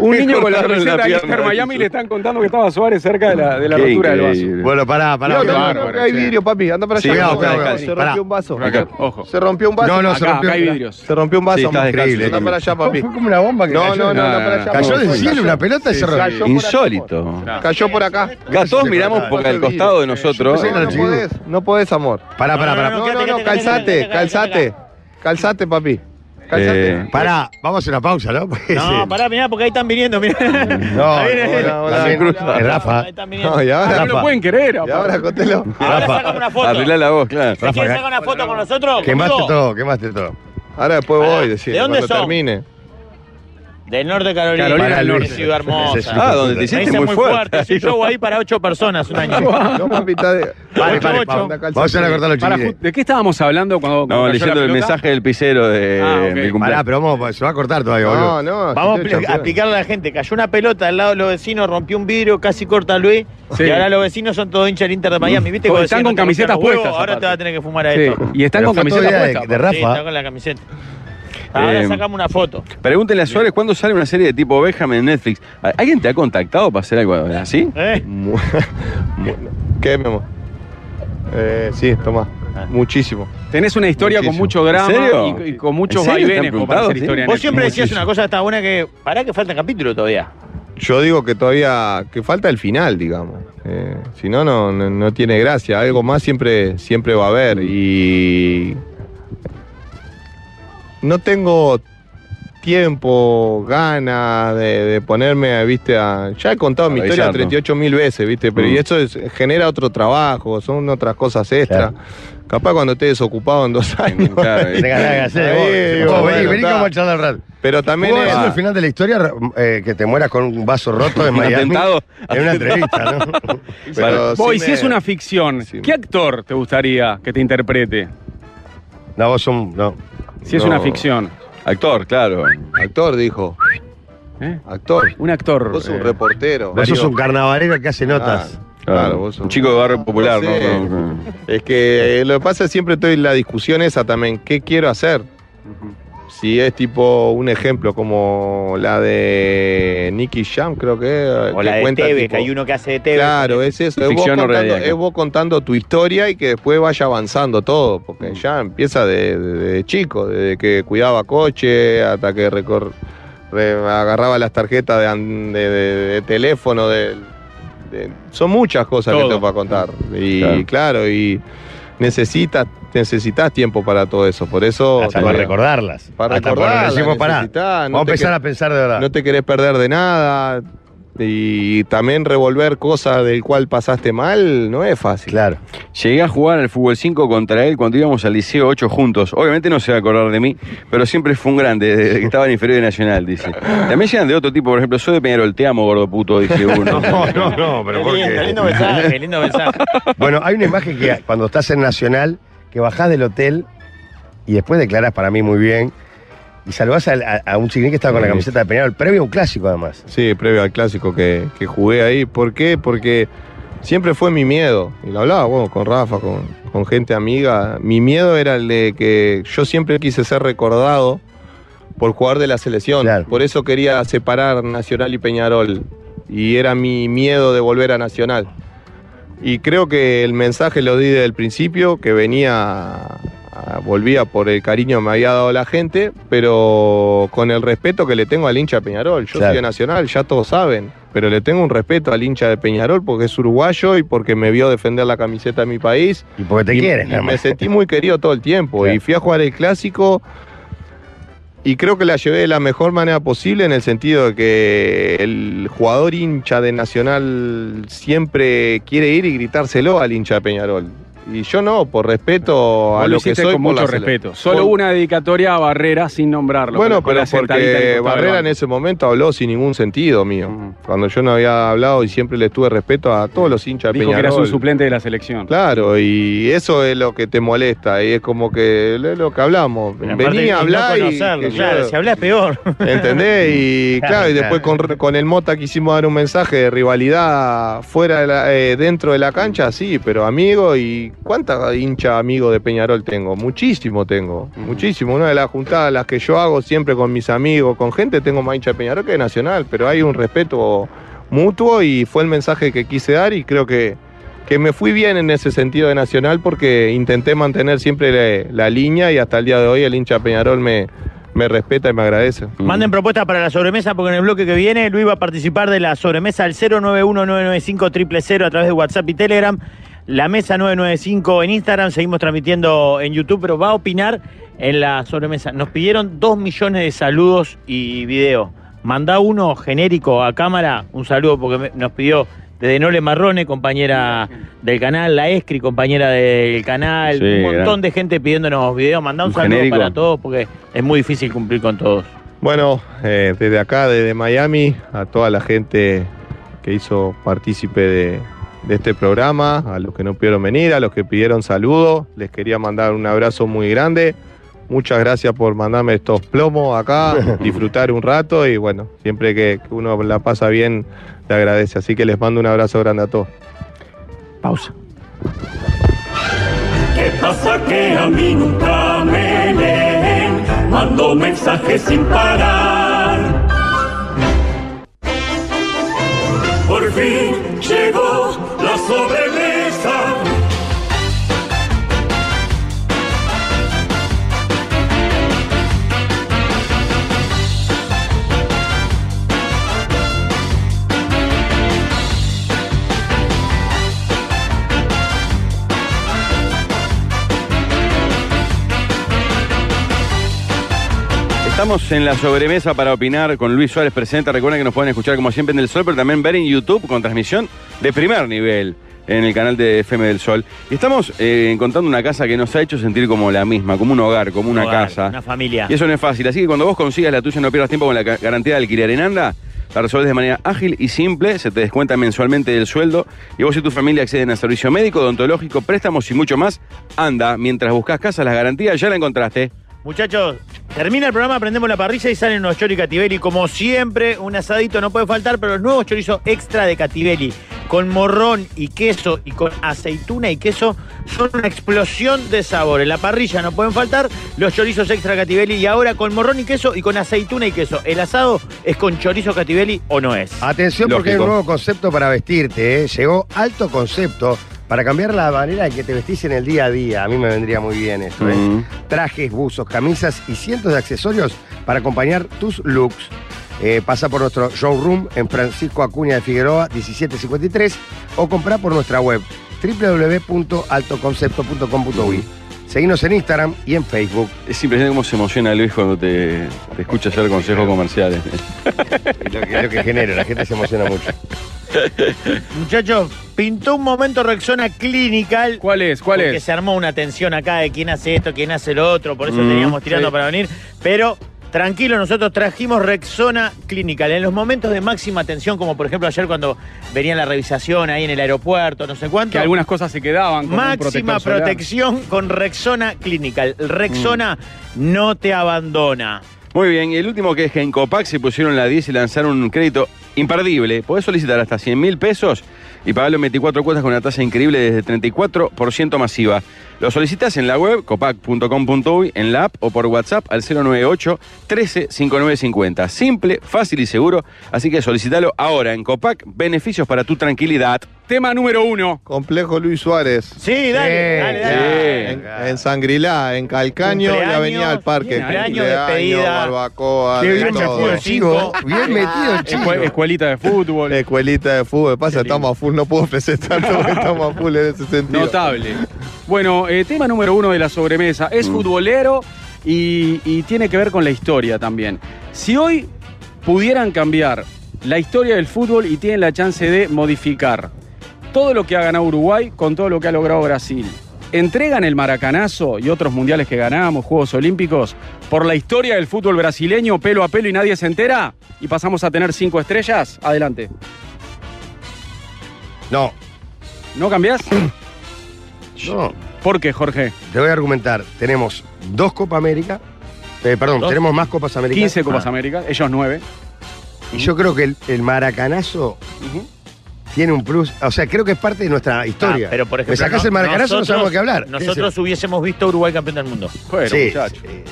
[SPEAKER 4] Un niño con la
[SPEAKER 3] cortaron la
[SPEAKER 4] camiseta de Inter
[SPEAKER 3] pierna,
[SPEAKER 4] Miami
[SPEAKER 3] Jesús.
[SPEAKER 4] le están contando que estaba Suárez cerca de la, de la
[SPEAKER 3] Qué
[SPEAKER 4] rotura del vaso.
[SPEAKER 3] increíble.
[SPEAKER 1] Bueno, pará, pará.
[SPEAKER 5] No,
[SPEAKER 1] pará.
[SPEAKER 5] no, no, acá hay vidrio, papi. Anda para
[SPEAKER 3] Sí,
[SPEAKER 5] allá.
[SPEAKER 3] cuidado,
[SPEAKER 5] Acá,
[SPEAKER 3] cuidado,
[SPEAKER 5] Se
[SPEAKER 1] cuidado.
[SPEAKER 5] rompió un vaso.
[SPEAKER 3] Acá, ojo.
[SPEAKER 5] Se rompió un vaso.
[SPEAKER 1] No, no, se
[SPEAKER 4] Acá,
[SPEAKER 1] rompió.
[SPEAKER 4] acá hay vidrios.
[SPEAKER 5] Se rompió un
[SPEAKER 3] Sí,
[SPEAKER 5] vaso.
[SPEAKER 3] estás
[SPEAKER 1] increíble.
[SPEAKER 5] Anda para allá, papi.
[SPEAKER 1] Fue como una bomba que
[SPEAKER 5] No,
[SPEAKER 1] cayó.
[SPEAKER 5] no,
[SPEAKER 3] No,
[SPEAKER 5] no, anda
[SPEAKER 3] no,
[SPEAKER 5] para allá.
[SPEAKER 1] Cayó
[SPEAKER 5] papi.
[SPEAKER 1] del cielo una pelota y se rompió.
[SPEAKER 5] por acá,
[SPEAKER 3] Insólito.
[SPEAKER 5] Cayó por acá.
[SPEAKER 3] Todos miramos
[SPEAKER 5] por
[SPEAKER 3] por
[SPEAKER 5] acá
[SPEAKER 3] el
[SPEAKER 5] el vidrio.
[SPEAKER 3] costado de
[SPEAKER 1] Yo
[SPEAKER 3] nosotros.
[SPEAKER 1] pensé
[SPEAKER 5] No, no
[SPEAKER 1] chico.
[SPEAKER 5] podés, no podés, amor.
[SPEAKER 1] Pará, pará, pará.
[SPEAKER 2] No,
[SPEAKER 5] No,
[SPEAKER 2] quédate,
[SPEAKER 5] no,
[SPEAKER 2] quédate,
[SPEAKER 5] no,
[SPEAKER 2] quédate,
[SPEAKER 5] calzate,
[SPEAKER 2] quédate,
[SPEAKER 5] calzate. Calzate, papi. Calzate.
[SPEAKER 3] Eh,
[SPEAKER 1] Pará, vamos a una pausa, ¿no?
[SPEAKER 2] No, pará, mirá, porque ahí están viniendo, mirá.
[SPEAKER 1] No,
[SPEAKER 2] Ahí viene.
[SPEAKER 1] hola, hola,
[SPEAKER 3] Se
[SPEAKER 1] también-
[SPEAKER 3] cruza.
[SPEAKER 1] es Rafa.
[SPEAKER 2] Ahí están viniendo.
[SPEAKER 5] No, y
[SPEAKER 4] Ah,
[SPEAKER 5] ahora,
[SPEAKER 4] no lo
[SPEAKER 1] Rafa.
[SPEAKER 4] pueden querer,
[SPEAKER 5] y
[SPEAKER 4] aparte.
[SPEAKER 5] ahora Cotelo.
[SPEAKER 2] Ahora
[SPEAKER 1] Rafa.
[SPEAKER 2] sacan una foto.
[SPEAKER 3] Arreglá la voz, claro.
[SPEAKER 2] ¿Se quieren
[SPEAKER 1] Rafa,
[SPEAKER 2] sacar una foto con nosotros?
[SPEAKER 1] Quemaste
[SPEAKER 2] conmigo?
[SPEAKER 1] todo, quemaste todo.
[SPEAKER 5] Ahora después
[SPEAKER 2] Pará,
[SPEAKER 5] voy, decir,
[SPEAKER 2] ¿de dónde
[SPEAKER 5] cuando
[SPEAKER 2] son?
[SPEAKER 5] termine.
[SPEAKER 2] Del norte de Carolina.
[SPEAKER 1] Carolina del
[SPEAKER 2] Qué
[SPEAKER 1] Norte.
[SPEAKER 2] Ciudad hermosa.
[SPEAKER 1] Necesito-
[SPEAKER 3] Ah, donde te
[SPEAKER 1] Me
[SPEAKER 2] Me
[SPEAKER 3] hiciste
[SPEAKER 2] hice
[SPEAKER 3] muy fuerte.
[SPEAKER 2] Hice un show ahí para ocho personas un año.
[SPEAKER 5] No, papi, está de.
[SPEAKER 1] Vale,
[SPEAKER 2] Ocho,
[SPEAKER 1] vale,
[SPEAKER 2] ocho.
[SPEAKER 1] vamos. Vamos a ir a cortar los
[SPEAKER 4] Para,
[SPEAKER 1] chiquilines.
[SPEAKER 4] ¿De qué estábamos hablando cuando.? cuando
[SPEAKER 3] No,
[SPEAKER 4] cayó
[SPEAKER 3] leyendo
[SPEAKER 4] la
[SPEAKER 3] el
[SPEAKER 4] pelota?
[SPEAKER 3] mensaje del pisero de
[SPEAKER 4] Ah, ok.
[SPEAKER 3] mi
[SPEAKER 1] Pará,
[SPEAKER 3] cumpleaños.
[SPEAKER 1] pero vamos, se va a cortar todavía,
[SPEAKER 5] No,
[SPEAKER 1] boludo.
[SPEAKER 5] Ah, no.
[SPEAKER 2] Vamos a
[SPEAKER 5] estoy
[SPEAKER 2] apli-
[SPEAKER 5] champeando.
[SPEAKER 2] aplicarle a la gente. Cayó una pelota al lado de los vecinos, rompió un vidrio, casi corta a Luis.
[SPEAKER 4] Sí.
[SPEAKER 2] Y ahora los vecinos son todos hinchas del Inter de Miami. ¿Viste?
[SPEAKER 4] Porque
[SPEAKER 2] cuando
[SPEAKER 4] están
[SPEAKER 2] decían,
[SPEAKER 4] con
[SPEAKER 2] "No te
[SPEAKER 4] camisetas
[SPEAKER 2] rompan los huevos,
[SPEAKER 4] puestas,
[SPEAKER 2] Ahora te
[SPEAKER 4] aparte.
[SPEAKER 2] vas a tener que fumar a
[SPEAKER 4] Sí,
[SPEAKER 2] esto.
[SPEAKER 4] Y están
[SPEAKER 1] Pero
[SPEAKER 4] con
[SPEAKER 1] fue todo
[SPEAKER 4] camiseta
[SPEAKER 1] idea de,
[SPEAKER 4] puesta.
[SPEAKER 1] de Rafa.
[SPEAKER 2] Sí, está con la camiseta. Ahora
[SPEAKER 3] Eh,
[SPEAKER 2] sacamos una foto.
[SPEAKER 3] Pregúntenle a Suárez cuándo sale una serie de tipo Beckham en Netflix. ¿Alguien te ha contactado para hacer algo así?
[SPEAKER 2] ¿Eh?
[SPEAKER 5] Mu- Bueno, ¿Qué, mi amor? Eh, sí, toma.
[SPEAKER 2] Ah.
[SPEAKER 5] Muchísimo.
[SPEAKER 4] Tenés una historia
[SPEAKER 5] Muchísimo.
[SPEAKER 4] con mucho drama
[SPEAKER 3] ¿En serio?
[SPEAKER 4] Y, y con muchos
[SPEAKER 3] ¿En serio? ¿Te
[SPEAKER 4] vaivenes
[SPEAKER 3] han
[SPEAKER 4] como para hacer
[SPEAKER 3] preguntado?
[SPEAKER 4] historia. en
[SPEAKER 3] Sí.
[SPEAKER 4] este
[SPEAKER 2] Vos
[SPEAKER 4] el-
[SPEAKER 2] siempre decías una cosa tan buena que. Pará que falta capítulo todavía.
[SPEAKER 5] Yo digo que todavía que falta el final, digamos. Eh, si no, no, no, no tiene gracia. Algo más siempre, siempre va a haber. Y no tengo tiempo, ganas de, de ponerme, viste, a... Ya he contado
[SPEAKER 3] A
[SPEAKER 5] mi historia
[SPEAKER 3] revisarlo.
[SPEAKER 5] 38 mil veces, viste, pero
[SPEAKER 3] Mm.
[SPEAKER 5] y eso es- genera otro trabajo, son otras cosas extra. Capaz cuando esté desocupado en dos años.
[SPEAKER 3] Claro,
[SPEAKER 1] Tenés ganas de hacer,
[SPEAKER 5] Ahí,
[SPEAKER 1] vos. Vos,
[SPEAKER 5] bueno,
[SPEAKER 1] vení, vení
[SPEAKER 5] está.
[SPEAKER 1] que vamos a charlar un rato.
[SPEAKER 5] Pero también
[SPEAKER 1] ¿Vos
[SPEAKER 5] es-
[SPEAKER 1] al final de la historia eh, que te mueras con un vaso roto en
[SPEAKER 3] Un
[SPEAKER 1] Miami?
[SPEAKER 3] atentado.
[SPEAKER 1] En una entrevista, ¿no?
[SPEAKER 5] pero
[SPEAKER 4] Vos,
[SPEAKER 5] sí
[SPEAKER 4] y si
[SPEAKER 5] me-
[SPEAKER 4] es una ficción,
[SPEAKER 5] sí.
[SPEAKER 4] ¿qué actor te gustaría que te interprete?
[SPEAKER 1] No, vos son... No.
[SPEAKER 4] Si es
[SPEAKER 5] No.
[SPEAKER 4] una ficción.
[SPEAKER 3] Actor, claro.
[SPEAKER 5] Actor, dijo.
[SPEAKER 4] ¿eh?
[SPEAKER 5] Actor.
[SPEAKER 4] Un actor.
[SPEAKER 5] Vos sos
[SPEAKER 4] eh,
[SPEAKER 5] un reportero.
[SPEAKER 1] Vos sos un carnavalero que hace
[SPEAKER 5] Claro,
[SPEAKER 1] notas.
[SPEAKER 5] claro, vos sos-
[SPEAKER 3] Un chico de barrio popular,
[SPEAKER 5] No sé.
[SPEAKER 3] ¿no?
[SPEAKER 5] Es que eh, lo que pasa es siempre estoy en la discusión esa también. ¿Qué quiero hacer? Si es tipo un ejemplo como la de Nicky Jam, creo que.
[SPEAKER 2] O la de Tevez, que hay uno que hace de Tevez.
[SPEAKER 5] Claro, es eso. Es vos,
[SPEAKER 3] Ficción o
[SPEAKER 5] contando,
[SPEAKER 3] realidad,
[SPEAKER 5] es vos contando tu historia y que después vaya avanzando todo. Porque ya empieza de, de- de chico, desde que cuidaba coche hasta que recor- re- agarraba las tarjetas de, an- de- de- de teléfono. de- de- son muchas cosas
[SPEAKER 4] Todo.
[SPEAKER 5] que te para contar. Y
[SPEAKER 3] Claro.
[SPEAKER 5] claro, y necesitas necesitas tiempo para todo eso. Por eso.
[SPEAKER 1] Hasta para
[SPEAKER 5] también,
[SPEAKER 1] recordarlas.
[SPEAKER 5] Para
[SPEAKER 1] Hasta cuando
[SPEAKER 5] recordarlas,
[SPEAKER 1] decimos, pará,
[SPEAKER 5] necesitás, no
[SPEAKER 1] vamos a
[SPEAKER 5] te
[SPEAKER 1] empezar
[SPEAKER 5] que-
[SPEAKER 1] a pensar de verdad.
[SPEAKER 5] no te querés perder de nada. Y también revolver cosas del cual pasaste mal no es fácil.
[SPEAKER 1] Claro.
[SPEAKER 3] Llegué a jugar al fútbol 5 contra él cuando íbamos al Liceo 8 juntos. Obviamente no se va a acordar de mí, pero siempre fue un grande, desde que estaba en inferior de Nacional, dice. También llegan de otro tipo, por ejemplo, soy de Peñarol, te amo, gordo puto, dice uno.
[SPEAKER 1] no, no, pero
[SPEAKER 2] Qué lindo, lindo mensaje, lindo mensaje.
[SPEAKER 1] Bueno, hay una imagen que cuando estás en Nacional, que bajás del hotel y después declarás para mí muy bien y salvás al- a, a un chiquilín que estaba con la
[SPEAKER 5] Sí.
[SPEAKER 1] camiseta de Peñarol, previo a un clásico además.
[SPEAKER 5] Sí, previo al clásico que, que jugué ahí. ¿Por qué? Porque siempre fue mi miedo. Y lo hablaba bueno, con Rafa, con, con gente amiga. Mi miedo era el de que yo siempre quise ser recordado por jugar de la selección.
[SPEAKER 1] Claro.
[SPEAKER 5] Por eso quería separar Nacional y Peñarol. Y era mi miedo de volver a Nacional. Y creo que el mensaje lo di desde el principio, que venía, a- volvía por el cariño que me había dado la gente, pero con el respeto que le tengo al hincha de Peñarol. Yo
[SPEAKER 1] Claro.
[SPEAKER 5] soy de Nacional, ya todos saben, pero le tengo un respeto al hincha de Peñarol porque es uruguayo y porque me vio defender la camiseta de mi país.
[SPEAKER 1] Y porque te
[SPEAKER 5] Y-
[SPEAKER 1] quieren,
[SPEAKER 5] y
[SPEAKER 1] nada más.
[SPEAKER 5] me sentí muy querido todo el tiempo.
[SPEAKER 1] Claro.
[SPEAKER 5] Y fui a jugar el clásico. Y creo que la llevé de la mejor manera posible en el sentido de que el jugador hincha de Nacional siempre quiere ir y gritárselo al hincha de Peñarol. Y yo no, por respeto a
[SPEAKER 4] vos
[SPEAKER 5] lo,
[SPEAKER 4] lo
[SPEAKER 5] que
[SPEAKER 4] hiciste
[SPEAKER 5] soy.
[SPEAKER 4] con
[SPEAKER 5] por
[SPEAKER 4] mucho
[SPEAKER 5] la sele-
[SPEAKER 4] respeto. Solo
[SPEAKER 5] Por-
[SPEAKER 4] una dedicatoria a Barrera sin nombrarlo.
[SPEAKER 5] Bueno,
[SPEAKER 4] con
[SPEAKER 5] pero
[SPEAKER 4] la sentadita en
[SPEAKER 5] porque
[SPEAKER 4] el costado del
[SPEAKER 5] Barrera en
[SPEAKER 4] banco.
[SPEAKER 5] ese momento habló sin ningún sentido mío.
[SPEAKER 4] Ujú.
[SPEAKER 5] Cuando yo no había hablado y siempre le tuve respeto a todos los hinchas de
[SPEAKER 4] Dijo que
[SPEAKER 5] Peñarol.
[SPEAKER 4] eras un suplente de la selección.
[SPEAKER 5] Claro, y eso es lo que te molesta, y es como que es lo que hablamos.
[SPEAKER 2] Pero aparte, y
[SPEAKER 5] Venía a hablar
[SPEAKER 2] No
[SPEAKER 5] y.
[SPEAKER 2] conocerlo,
[SPEAKER 5] que
[SPEAKER 2] claro,
[SPEAKER 5] yo-
[SPEAKER 2] si hablas peor.
[SPEAKER 5] ¿Entendés? Y
[SPEAKER 1] Claro,
[SPEAKER 5] claro, y después
[SPEAKER 1] claro.
[SPEAKER 5] con, con el Mota quisimos dar un mensaje de rivalidad fuera de la- eh, dentro de la cancha, sí, pero amigo, y ¿Cuánta hincha amigo de Peñarol tengo? Muchísimo tengo, muchísimo. Una de las juntadas las que yo hago siempre con mis amigos, con gente, tengo más hincha de Peñarol que de Nacional, pero hay un respeto mutuo y fue el mensaje que quise dar y creo que, que me fui bien en ese sentido de Nacional porque intenté mantener siempre la, la línea y hasta el día de hoy el hincha de Peñarol me, me respeta y me agradece.
[SPEAKER 3] Mm.
[SPEAKER 2] Manden propuestas para la sobremesa porque en el bloque que viene Luis va a participar de la sobremesa al 091995000 a través de WhatsApp y Telegram. La mesa 995 en Instagram, seguimos transmitiendo en YouTube, pero va a opinar en la sobremesa. Nos pidieron 2 millones de saludos y videos. Mandá uno genérico a cámara, un saludo porque me- nos pidió desde Nole Marrone, compañera del canal, la Escri, compañera del canal,
[SPEAKER 3] Sí,
[SPEAKER 2] un montón
[SPEAKER 3] gran.
[SPEAKER 2] de gente pidiéndonos videos. Mandá un,
[SPEAKER 3] Un
[SPEAKER 2] saludo
[SPEAKER 3] genérico.
[SPEAKER 2] para todos porque es muy difícil cumplir con todos.
[SPEAKER 5] Bueno, eh, desde acá, desde Miami, a toda la gente que hizo partícipe de, de este programa, a los que no pudieron venir, a los que pidieron saludos, les quería mandar un abrazo muy grande. Muchas gracias por mandarme estos plomos acá, disfrutar un rato y bueno, siempre que que uno la pasa bien, le agradece. Así que les mando un abrazo grande a todos.
[SPEAKER 2] Pausa.
[SPEAKER 6] ¿Qué pasa que a mí nunca me leen? Mando mensajes sin parar. Por fin llegó la sobremesa.
[SPEAKER 3] Estamos en la sobremesa para opinar con Luis Suárez presente. Recuerden que nos pueden escuchar como siempre en El Sol, pero también ver en YouTube con transmisión de primer nivel en el canal de FM del Sol. Y estamos eh, encontrando una casa que nos ha hecho sentir como la misma, como un hogar, como una
[SPEAKER 2] Hogar,
[SPEAKER 3] casa.
[SPEAKER 2] Una familia.
[SPEAKER 3] Y eso no es fácil, así que cuando vos consigas la tuya no pierdas tiempo con la ca- garantía de alquiler en Anda. La resolves de manera ágil y simple, se te descuenta mensualmente del sueldo y vos y tu familia acceden a servicio médico, odontológico, préstamos y mucho más. Anda, mientras buscas casas, las garantías ya la encontraste.
[SPEAKER 2] Muchachos, termina el programa, prendemos la parrilla y salen unos choris Cativelli. Como siempre, un asadito no puede faltar, pero los nuevos chorizos extra de Cativelli, con morrón y queso y con aceituna y queso, son una explosión de sabores. En la parrilla no pueden faltar los chorizos extra Cativelli y ahora con morrón y queso y con aceituna y queso. ¿El asado es con chorizo Cativelli o no es?
[SPEAKER 1] Atención porque hay un
[SPEAKER 3] Lógico.
[SPEAKER 1] nuevo concepto para vestirte, ¿eh? Llegó alto concepto para cambiar la manera en que te vestís en el día a día. A mí me vendría muy bien esto, ¿eh?
[SPEAKER 3] Mm.
[SPEAKER 1] Trajes, buzos, camisas y cientos de accesorios para acompañar tus looks. Eh, pasa por nuestro showroom en Francisco Acuña de Figueroa 1753 o comprá por nuestra web www.altoconcepto.com.uy. Seguinos en Instagram y en Facebook.
[SPEAKER 3] Es impresionante cómo se emociona Luis cuando te, te escucha hacer consejos comerciales.
[SPEAKER 1] Lo que, lo que genero, la gente se emociona mucho.
[SPEAKER 2] Muchachos, pintó un momento Rexona Clinical.
[SPEAKER 4] ¿Cuál es? ¿Cuál
[SPEAKER 2] porque
[SPEAKER 4] es?
[SPEAKER 2] se armó una tensión acá de quién hace esto, quién hace lo otro, por eso
[SPEAKER 3] Mm,
[SPEAKER 2] teníamos tirando
[SPEAKER 4] sí.
[SPEAKER 2] para venir. Pero tranquilo, nosotros trajimos Rexona Clinical. En los momentos de máxima tensión, como por ejemplo ayer cuando venía la revisación ahí en el aeropuerto, no sé cuánto.
[SPEAKER 4] Que algunas cosas se quedaban. Con un
[SPEAKER 2] Máxima
[SPEAKER 4] protector solar.
[SPEAKER 2] protección con Rexona Clinical. Rexona no te abandona.
[SPEAKER 3] Muy bien, y el último que es que en Copac se pusieron la 10 y lanzaron un crédito imperdible. Podés solicitar hasta 100 mil pesos y pagarlo en 24 cuotas con una tasa increíble desde 34% masiva. Lo solicitas en la web copac.com.uy, en la app o por WhatsApp al 098 13 5950. Simple, fácil y seguro, así que solicitalo ahora en Copac. Beneficios para tu tranquilidad.
[SPEAKER 4] Tema número uno.
[SPEAKER 5] Complejo Luis Suárez.
[SPEAKER 2] Sí, dale,
[SPEAKER 1] Sí,
[SPEAKER 2] dale,
[SPEAKER 1] sí.
[SPEAKER 2] dale. Ah,
[SPEAKER 5] En, en Sangrilá, en Calcaño y
[SPEAKER 2] Cumpleaños,
[SPEAKER 5] Avenida del Parque.
[SPEAKER 2] cumpleaños, despedida.
[SPEAKER 5] barbacoa, de
[SPEAKER 2] bien
[SPEAKER 5] todo.
[SPEAKER 2] metido el chico.
[SPEAKER 1] Bien metido el chico.
[SPEAKER 4] Escue- escuelita de fútbol.
[SPEAKER 5] La escuelita de fútbol, pasa, estamos a full, no puedo presentar porque estamos a full en ese sentido.
[SPEAKER 4] Notable. Bueno, eh, tema número uno de la sobremesa. Es futbolero y, y tiene que ver con la historia también. Si hoy pudieran cambiar la historia del fútbol y tienen la chance de modificar todo lo que ha ganado Uruguay con todo lo que ha logrado Brasil, entregan el maracanazo y otros mundiales que ganamos, Juegos Olímpicos, por la historia del fútbol brasileño, pelo a pelo y nadie se entera, y pasamos a tener cinco estrellas. Adelante.
[SPEAKER 1] No,
[SPEAKER 4] ¿No cambiás?
[SPEAKER 1] no.
[SPEAKER 4] ¿Por qué, Jorge?
[SPEAKER 1] Te voy a argumentar. Tenemos dos Copa América. eh, perdón,
[SPEAKER 2] Dos.
[SPEAKER 1] tenemos más Copas América.
[SPEAKER 4] 15 Copas América, ellos 9.
[SPEAKER 1] Y yo creo que el, el maracanazo tiene un plus. O sea, creo que es parte de nuestra historia.
[SPEAKER 2] Ah, pero por ejemplo,
[SPEAKER 1] Me sacás el
[SPEAKER 2] no-
[SPEAKER 1] maracanazo, no sabemos qué hablar.
[SPEAKER 2] Nosotros hubiésemos visto a Uruguay campeón del mundo.
[SPEAKER 1] Sí,
[SPEAKER 3] Bueno,
[SPEAKER 1] sí,
[SPEAKER 3] muchacho.
[SPEAKER 1] sí.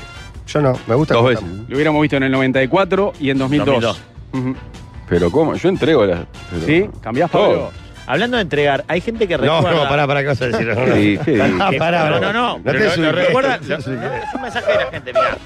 [SPEAKER 1] Yo no, me gusta.
[SPEAKER 3] Dos
[SPEAKER 1] cómo
[SPEAKER 3] veces.
[SPEAKER 1] estamos.
[SPEAKER 4] Lo hubiéramos visto en el 94 y en 2002.
[SPEAKER 2] 2002.
[SPEAKER 4] Ujú.
[SPEAKER 3] Pero ¿cómo? Yo entrego las. pero-
[SPEAKER 4] ¿Sí? ¿Cambiás, Pablo?
[SPEAKER 3] Todo.
[SPEAKER 2] Hablando de entregar, hay gente que
[SPEAKER 1] No,
[SPEAKER 2] recuerda.
[SPEAKER 1] no, pará, pará, ¿qué vas a decir? No, no.
[SPEAKER 3] Sí, sí.
[SPEAKER 1] Ah,
[SPEAKER 2] que-
[SPEAKER 1] pará,
[SPEAKER 2] no,
[SPEAKER 1] pará.
[SPEAKER 2] no, no.
[SPEAKER 1] No
[SPEAKER 2] pero
[SPEAKER 1] te
[SPEAKER 2] lo- lo
[SPEAKER 1] subiques.
[SPEAKER 2] recuerda-
[SPEAKER 1] No
[SPEAKER 2] lo-
[SPEAKER 1] te
[SPEAKER 2] no,
[SPEAKER 1] subiques.
[SPEAKER 2] es un mensaje de la gente, mirá.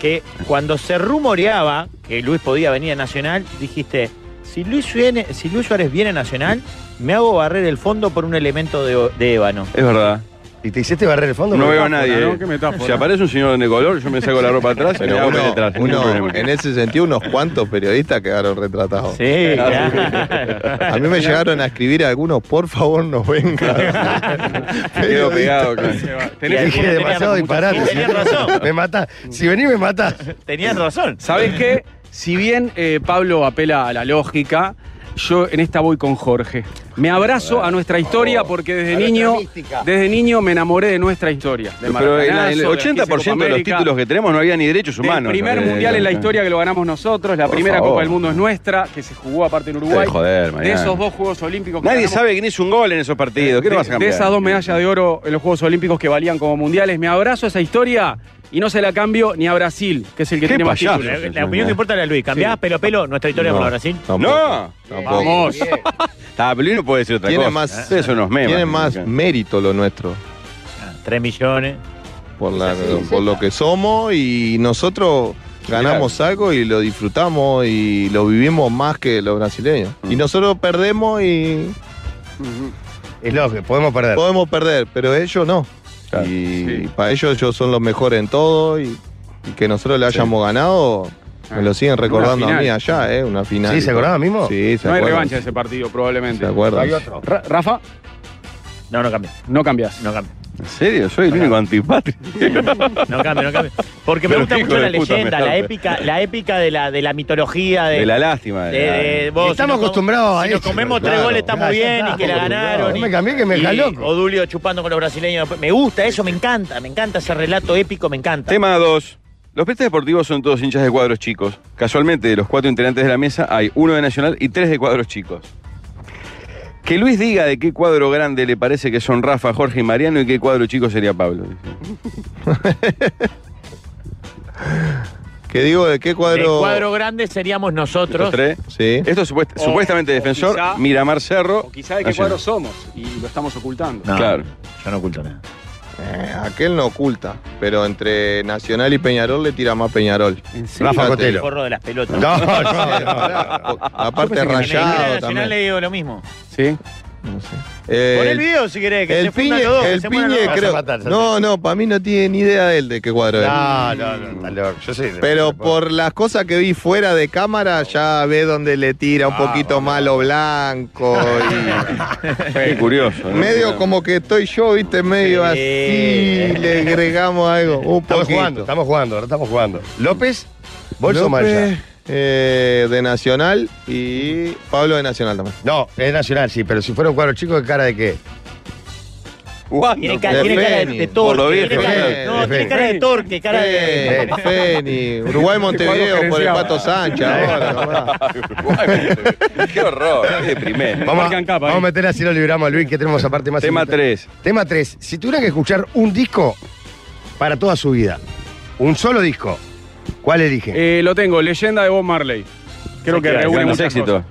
[SPEAKER 2] Que cuando se rumoreaba que Luis podía venir a Nacional, dijiste, si Luis, viene, si Luis Suárez viene a Nacional, me hago barrer el fondo por un elemento de, de ébano.
[SPEAKER 3] Es verdad.
[SPEAKER 1] ¿Y te hiciste barrer el fondo?
[SPEAKER 3] No
[SPEAKER 1] Porque-
[SPEAKER 3] veo a nadie.
[SPEAKER 4] ¿no? Qué metáfora.
[SPEAKER 3] Si aparece un señor de color, yo me saco la ropa atrás y me
[SPEAKER 5] Pero
[SPEAKER 3] hago
[SPEAKER 5] uno,
[SPEAKER 3] detrás.
[SPEAKER 5] uno- en ese sentido, unos cuantos periodistas quedaron retratados.
[SPEAKER 2] Sí,
[SPEAKER 3] Claro.
[SPEAKER 2] claro.
[SPEAKER 5] A mí me llegaron a escribir algunos, por favor, no vengan.
[SPEAKER 3] Quedo pegado.
[SPEAKER 4] Se
[SPEAKER 3] claro.
[SPEAKER 4] va.
[SPEAKER 2] Y ahí-
[SPEAKER 4] Tenés-
[SPEAKER 1] Dije
[SPEAKER 2] Tenía
[SPEAKER 1] demasiado
[SPEAKER 2] razón.
[SPEAKER 1] disparate.
[SPEAKER 2] Tenía razón.
[SPEAKER 1] Me matás. Si venís, me matás.
[SPEAKER 2] Tenían razón.
[SPEAKER 4] ¿Sabés qué? Si bien eh, Pablo apela a la lógica, yo en esta voy con Jorge. Me abrazo a nuestra historia
[SPEAKER 1] Oh.
[SPEAKER 4] porque desde niño, desde niño me enamoré de nuestra historia. de
[SPEAKER 3] Pero en la-
[SPEAKER 4] Maracanazo,
[SPEAKER 3] el
[SPEAKER 4] de la
[SPEAKER 3] 80% de los
[SPEAKER 4] Copa
[SPEAKER 3] títulos
[SPEAKER 4] América,
[SPEAKER 3] que tenemos no había ni derechos
[SPEAKER 4] del
[SPEAKER 3] humanos.
[SPEAKER 4] primer
[SPEAKER 3] Eh,
[SPEAKER 4] mundial en la historia que lo ganamos nosotros, la
[SPEAKER 3] Por
[SPEAKER 4] primera
[SPEAKER 3] favor.
[SPEAKER 4] Copa del Mundo es nuestra, que se jugó aparte en Uruguay.
[SPEAKER 3] de joder,
[SPEAKER 4] de
[SPEAKER 3] Mariano.
[SPEAKER 4] esos dos Juegos Olímpicos que
[SPEAKER 3] Nadie
[SPEAKER 4] ganamos
[SPEAKER 3] sabe quién hizo un gol en esos partidos. ¿Qué
[SPEAKER 4] de,
[SPEAKER 3] no vas a cambiar?
[SPEAKER 4] de esas dos medallas de oro en los Juegos Olímpicos que valían como mundiales. Me abrazo a esa historia y no se la cambio ni a Brasil, que es el que
[SPEAKER 3] Qué
[SPEAKER 4] tiene más
[SPEAKER 3] payaso.
[SPEAKER 4] títulos.
[SPEAKER 2] La, la opinión que importa era Luis. ¿Cambiás pelo pelo nuestra historia con la Brasil?
[SPEAKER 3] ¡No!
[SPEAKER 5] tampoco.
[SPEAKER 4] Vamos.
[SPEAKER 3] Está, pero uno puede decir otra
[SPEAKER 5] Tiene
[SPEAKER 3] cosa.
[SPEAKER 5] más-
[SPEAKER 3] Ustedes son unos memes.
[SPEAKER 5] Tiene más mérito lo nuestro.
[SPEAKER 2] Tres millones.
[SPEAKER 5] por, la- por lo que somos y nosotros ganamos algo y lo disfrutamos y lo vivimos más que los brasileños.
[SPEAKER 3] Mm.
[SPEAKER 5] Y nosotros perdemos y
[SPEAKER 1] Es lógico, podemos perder.
[SPEAKER 5] podemos perder, pero ellos no.
[SPEAKER 3] Claro.
[SPEAKER 5] Y,
[SPEAKER 4] Sí.
[SPEAKER 5] para ellos ellos son los mejores en todo y, y que nosotros le
[SPEAKER 3] Sí.
[SPEAKER 5] hayamos ganado, me lo siguen recordando
[SPEAKER 4] final.
[SPEAKER 5] a mí allá, ¿eh? Una final.
[SPEAKER 1] ¿Sí? ¿Se acordaba mismo?
[SPEAKER 5] Sí, se
[SPEAKER 4] No hay
[SPEAKER 5] acuerdan.
[SPEAKER 4] revancha de ese partido, probablemente.
[SPEAKER 5] ¿Se acuerdan?
[SPEAKER 1] Hay otro.
[SPEAKER 4] Ra- Rafa,
[SPEAKER 2] No, no cambias.
[SPEAKER 4] no cambias.
[SPEAKER 2] No cambias.
[SPEAKER 3] ¿En serio? Soy el único antipatrio.
[SPEAKER 2] No cambio, no cambio. Porque me
[SPEAKER 3] Pero
[SPEAKER 2] gusta
[SPEAKER 3] hijo
[SPEAKER 2] mucho
[SPEAKER 3] de
[SPEAKER 2] la
[SPEAKER 3] puta,
[SPEAKER 2] leyenda,
[SPEAKER 3] me
[SPEAKER 2] la
[SPEAKER 3] está-
[SPEAKER 2] épica, la épica de la, de la mitología de.
[SPEAKER 3] De la lástima.
[SPEAKER 5] Eh,
[SPEAKER 3] de
[SPEAKER 4] Eh,
[SPEAKER 2] de-
[SPEAKER 3] la-
[SPEAKER 2] de- Eh, vos,
[SPEAKER 1] Estamos
[SPEAKER 2] si nos-
[SPEAKER 1] acostumbrados a
[SPEAKER 2] si nos
[SPEAKER 1] eso,
[SPEAKER 2] comemos
[SPEAKER 1] claro.
[SPEAKER 2] tres goles, estamos
[SPEAKER 1] Ya, ya
[SPEAKER 2] bien y que la
[SPEAKER 1] estamos acostumbrados.
[SPEAKER 2] ganaron. y-
[SPEAKER 1] No me cambié, que me
[SPEAKER 2] y
[SPEAKER 1] deja loco.
[SPEAKER 2] Odulio chupando con los brasileños. Me gusta eso, me encanta, me encanta ese relato épico, me encanta.
[SPEAKER 3] Tema 2. Los periodistas deportivos son todos hinchas de cuadros chicos. Casualmente, de los cuatro integrantes de la mesa, hay uno de Nacional y tres de cuadros chicos. Que Luis diga de qué cuadro grande le parece que son Rafa, Jorge y Mariano y qué cuadro chico sería Pablo. dice.
[SPEAKER 5] Que digo, ¿de qué
[SPEAKER 2] El
[SPEAKER 5] cuadro?
[SPEAKER 2] cuadro grande seríamos nosotros.
[SPEAKER 3] Estos tres.
[SPEAKER 5] Sí.
[SPEAKER 3] Esto es supuest-
[SPEAKER 4] O-
[SPEAKER 3] supuestamente
[SPEAKER 4] o
[SPEAKER 3] defensor,
[SPEAKER 4] quizá-
[SPEAKER 3] Miramar Cerro.
[SPEAKER 4] O quizá de qué
[SPEAKER 3] Nacional.
[SPEAKER 4] cuadro somos y lo estamos ocultando.
[SPEAKER 2] No,
[SPEAKER 3] Claro.
[SPEAKER 2] Yo no oculto nada.
[SPEAKER 5] Eh, aquel no oculta, pero entre Nacional y Peñarol le tira más Peñarol.
[SPEAKER 1] Rafa
[SPEAKER 5] Fíjate.
[SPEAKER 2] El
[SPEAKER 1] Cotelo.
[SPEAKER 2] forro de las pelotas.
[SPEAKER 1] No, no, no, no, no.
[SPEAKER 5] Aparte
[SPEAKER 2] En el
[SPEAKER 5] rayado
[SPEAKER 2] Nacional le
[SPEAKER 5] también.
[SPEAKER 2] digo lo mismo.
[SPEAKER 4] ¿sí.
[SPEAKER 5] Eh,
[SPEAKER 2] Pon el video si querés, que
[SPEAKER 5] el
[SPEAKER 2] se
[SPEAKER 5] piñe,
[SPEAKER 2] fundan los dos, que
[SPEAKER 5] el
[SPEAKER 2] se mueran
[SPEAKER 5] Piñe
[SPEAKER 2] los dos.
[SPEAKER 5] creo.
[SPEAKER 1] Vas a matar, Santi.
[SPEAKER 5] no, no, para mí no tiene ni idea él de qué cuadro es.
[SPEAKER 1] No, no, no, está loco. Yo sé.
[SPEAKER 5] Pero por las cosas que vi fuera de cámara, ya ve donde le tira un poquito más lo blanco.
[SPEAKER 3] Qué curioso.
[SPEAKER 5] y
[SPEAKER 3] ¿no?
[SPEAKER 5] medio como que estoy yo, viste, medio
[SPEAKER 2] Sí.
[SPEAKER 5] así, le agregamos algo. Un
[SPEAKER 1] Estamos jugando,
[SPEAKER 5] poquito.
[SPEAKER 1] estamos jugando, ahora estamos jugando. López, Bolso
[SPEAKER 5] López,
[SPEAKER 1] Mancha.
[SPEAKER 5] eh, de Nacional y Pablo de Nacional también.
[SPEAKER 1] No, es Nacional, sí, pero si fuera un cuadro chico, ¿qué cara de qué?
[SPEAKER 3] Guau,
[SPEAKER 2] Tiene,
[SPEAKER 3] no,
[SPEAKER 2] ca-
[SPEAKER 5] de
[SPEAKER 2] tiene cara de,
[SPEAKER 5] Feni.
[SPEAKER 2] de
[SPEAKER 3] Por lo
[SPEAKER 2] torque. tiene
[SPEAKER 3] viejo,
[SPEAKER 2] cara-
[SPEAKER 5] de
[SPEAKER 2] no, tiene
[SPEAKER 1] Feni.
[SPEAKER 2] cara de torque, cara de.
[SPEAKER 5] Feni, Eh, Feni, Uruguay Montevideo por el Pato Sánchez ahora nomás.
[SPEAKER 3] guau, Qué horror. Qué deprimente.
[SPEAKER 1] Vamos, a-
[SPEAKER 4] Marcan capa,
[SPEAKER 1] vamos a
[SPEAKER 4] eh.
[SPEAKER 1] meter así lo libramos a Luis, que tenemos aparte más.
[SPEAKER 3] Tema
[SPEAKER 1] invita-
[SPEAKER 3] 3.
[SPEAKER 1] Tema 3. Si tuviera que escuchar un disco para toda su vida, un solo disco, ¿cuál eligen?
[SPEAKER 4] Eh, lo tengo, leyenda de Bob Marley. Creo que
[SPEAKER 2] Sí,
[SPEAKER 4] reúne
[SPEAKER 3] Grandes
[SPEAKER 4] muchos
[SPEAKER 3] éxitos.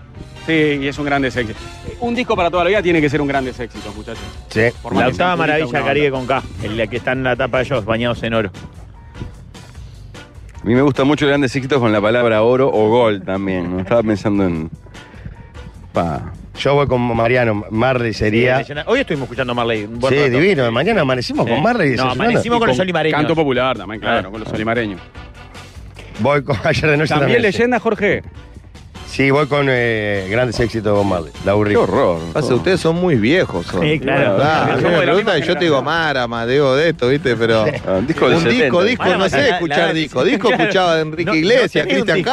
[SPEAKER 4] Sí, y es un gran éxito. Eh, Un disco para toda la vida tiene que ser un gran éxito, muchachos.
[SPEAKER 1] Sí.
[SPEAKER 4] Por más
[SPEAKER 2] La
[SPEAKER 4] que sea
[SPEAKER 2] octava
[SPEAKER 4] turista, una
[SPEAKER 2] maravilla
[SPEAKER 4] banda.
[SPEAKER 2] Caribe con K, en la que está en la tapa de ellos, bañados en oro.
[SPEAKER 3] A mí me gusta mucho grandes éxitos con la palabra oro o gol también. ¿no? Estaba pensando en. Pa.
[SPEAKER 1] Yo voy con Mariano. Marley sería. Sí,
[SPEAKER 2] Hoy estuvimos escuchando a Marley. un buen rato.
[SPEAKER 1] divino. Mañana amanecimos
[SPEAKER 2] Sí.
[SPEAKER 1] con Marley.
[SPEAKER 2] No,
[SPEAKER 1] desayunando.
[SPEAKER 2] amanecimos con los
[SPEAKER 4] Canto
[SPEAKER 2] olimareños.
[SPEAKER 4] popular también, claro,
[SPEAKER 2] Ah.
[SPEAKER 4] con los olimareños.
[SPEAKER 1] Voy con ayer de noche
[SPEAKER 4] También
[SPEAKER 1] también.
[SPEAKER 4] leyenda, Jorge.
[SPEAKER 1] Sí, voy con eh, grandes éxitos de Bob Marley. La
[SPEAKER 3] Qué
[SPEAKER 1] aburrí.
[SPEAKER 3] horror.
[SPEAKER 5] Pasa, ustedes son muy viejos. Son.
[SPEAKER 2] Sí, claro.
[SPEAKER 5] La verdad, a mí
[SPEAKER 4] Somos
[SPEAKER 5] me
[SPEAKER 4] de la
[SPEAKER 5] preguntan y
[SPEAKER 4] misma
[SPEAKER 5] yo te digo
[SPEAKER 4] generación.
[SPEAKER 5] Mara, Madeo de esto, ¿viste? Pero.
[SPEAKER 3] Ah, un disco del
[SPEAKER 5] Un
[SPEAKER 3] 70.
[SPEAKER 5] disco, disco,
[SPEAKER 2] Bueno,
[SPEAKER 5] no
[SPEAKER 2] o sea,
[SPEAKER 5] sé
[SPEAKER 2] la-
[SPEAKER 5] escuchar
[SPEAKER 2] la-
[SPEAKER 5] disco. Disco
[SPEAKER 2] claro.
[SPEAKER 5] escuchaba de Enrique
[SPEAKER 2] No- no
[SPEAKER 5] Iglesias,
[SPEAKER 2] tenía un
[SPEAKER 5] Cristian
[SPEAKER 2] disco.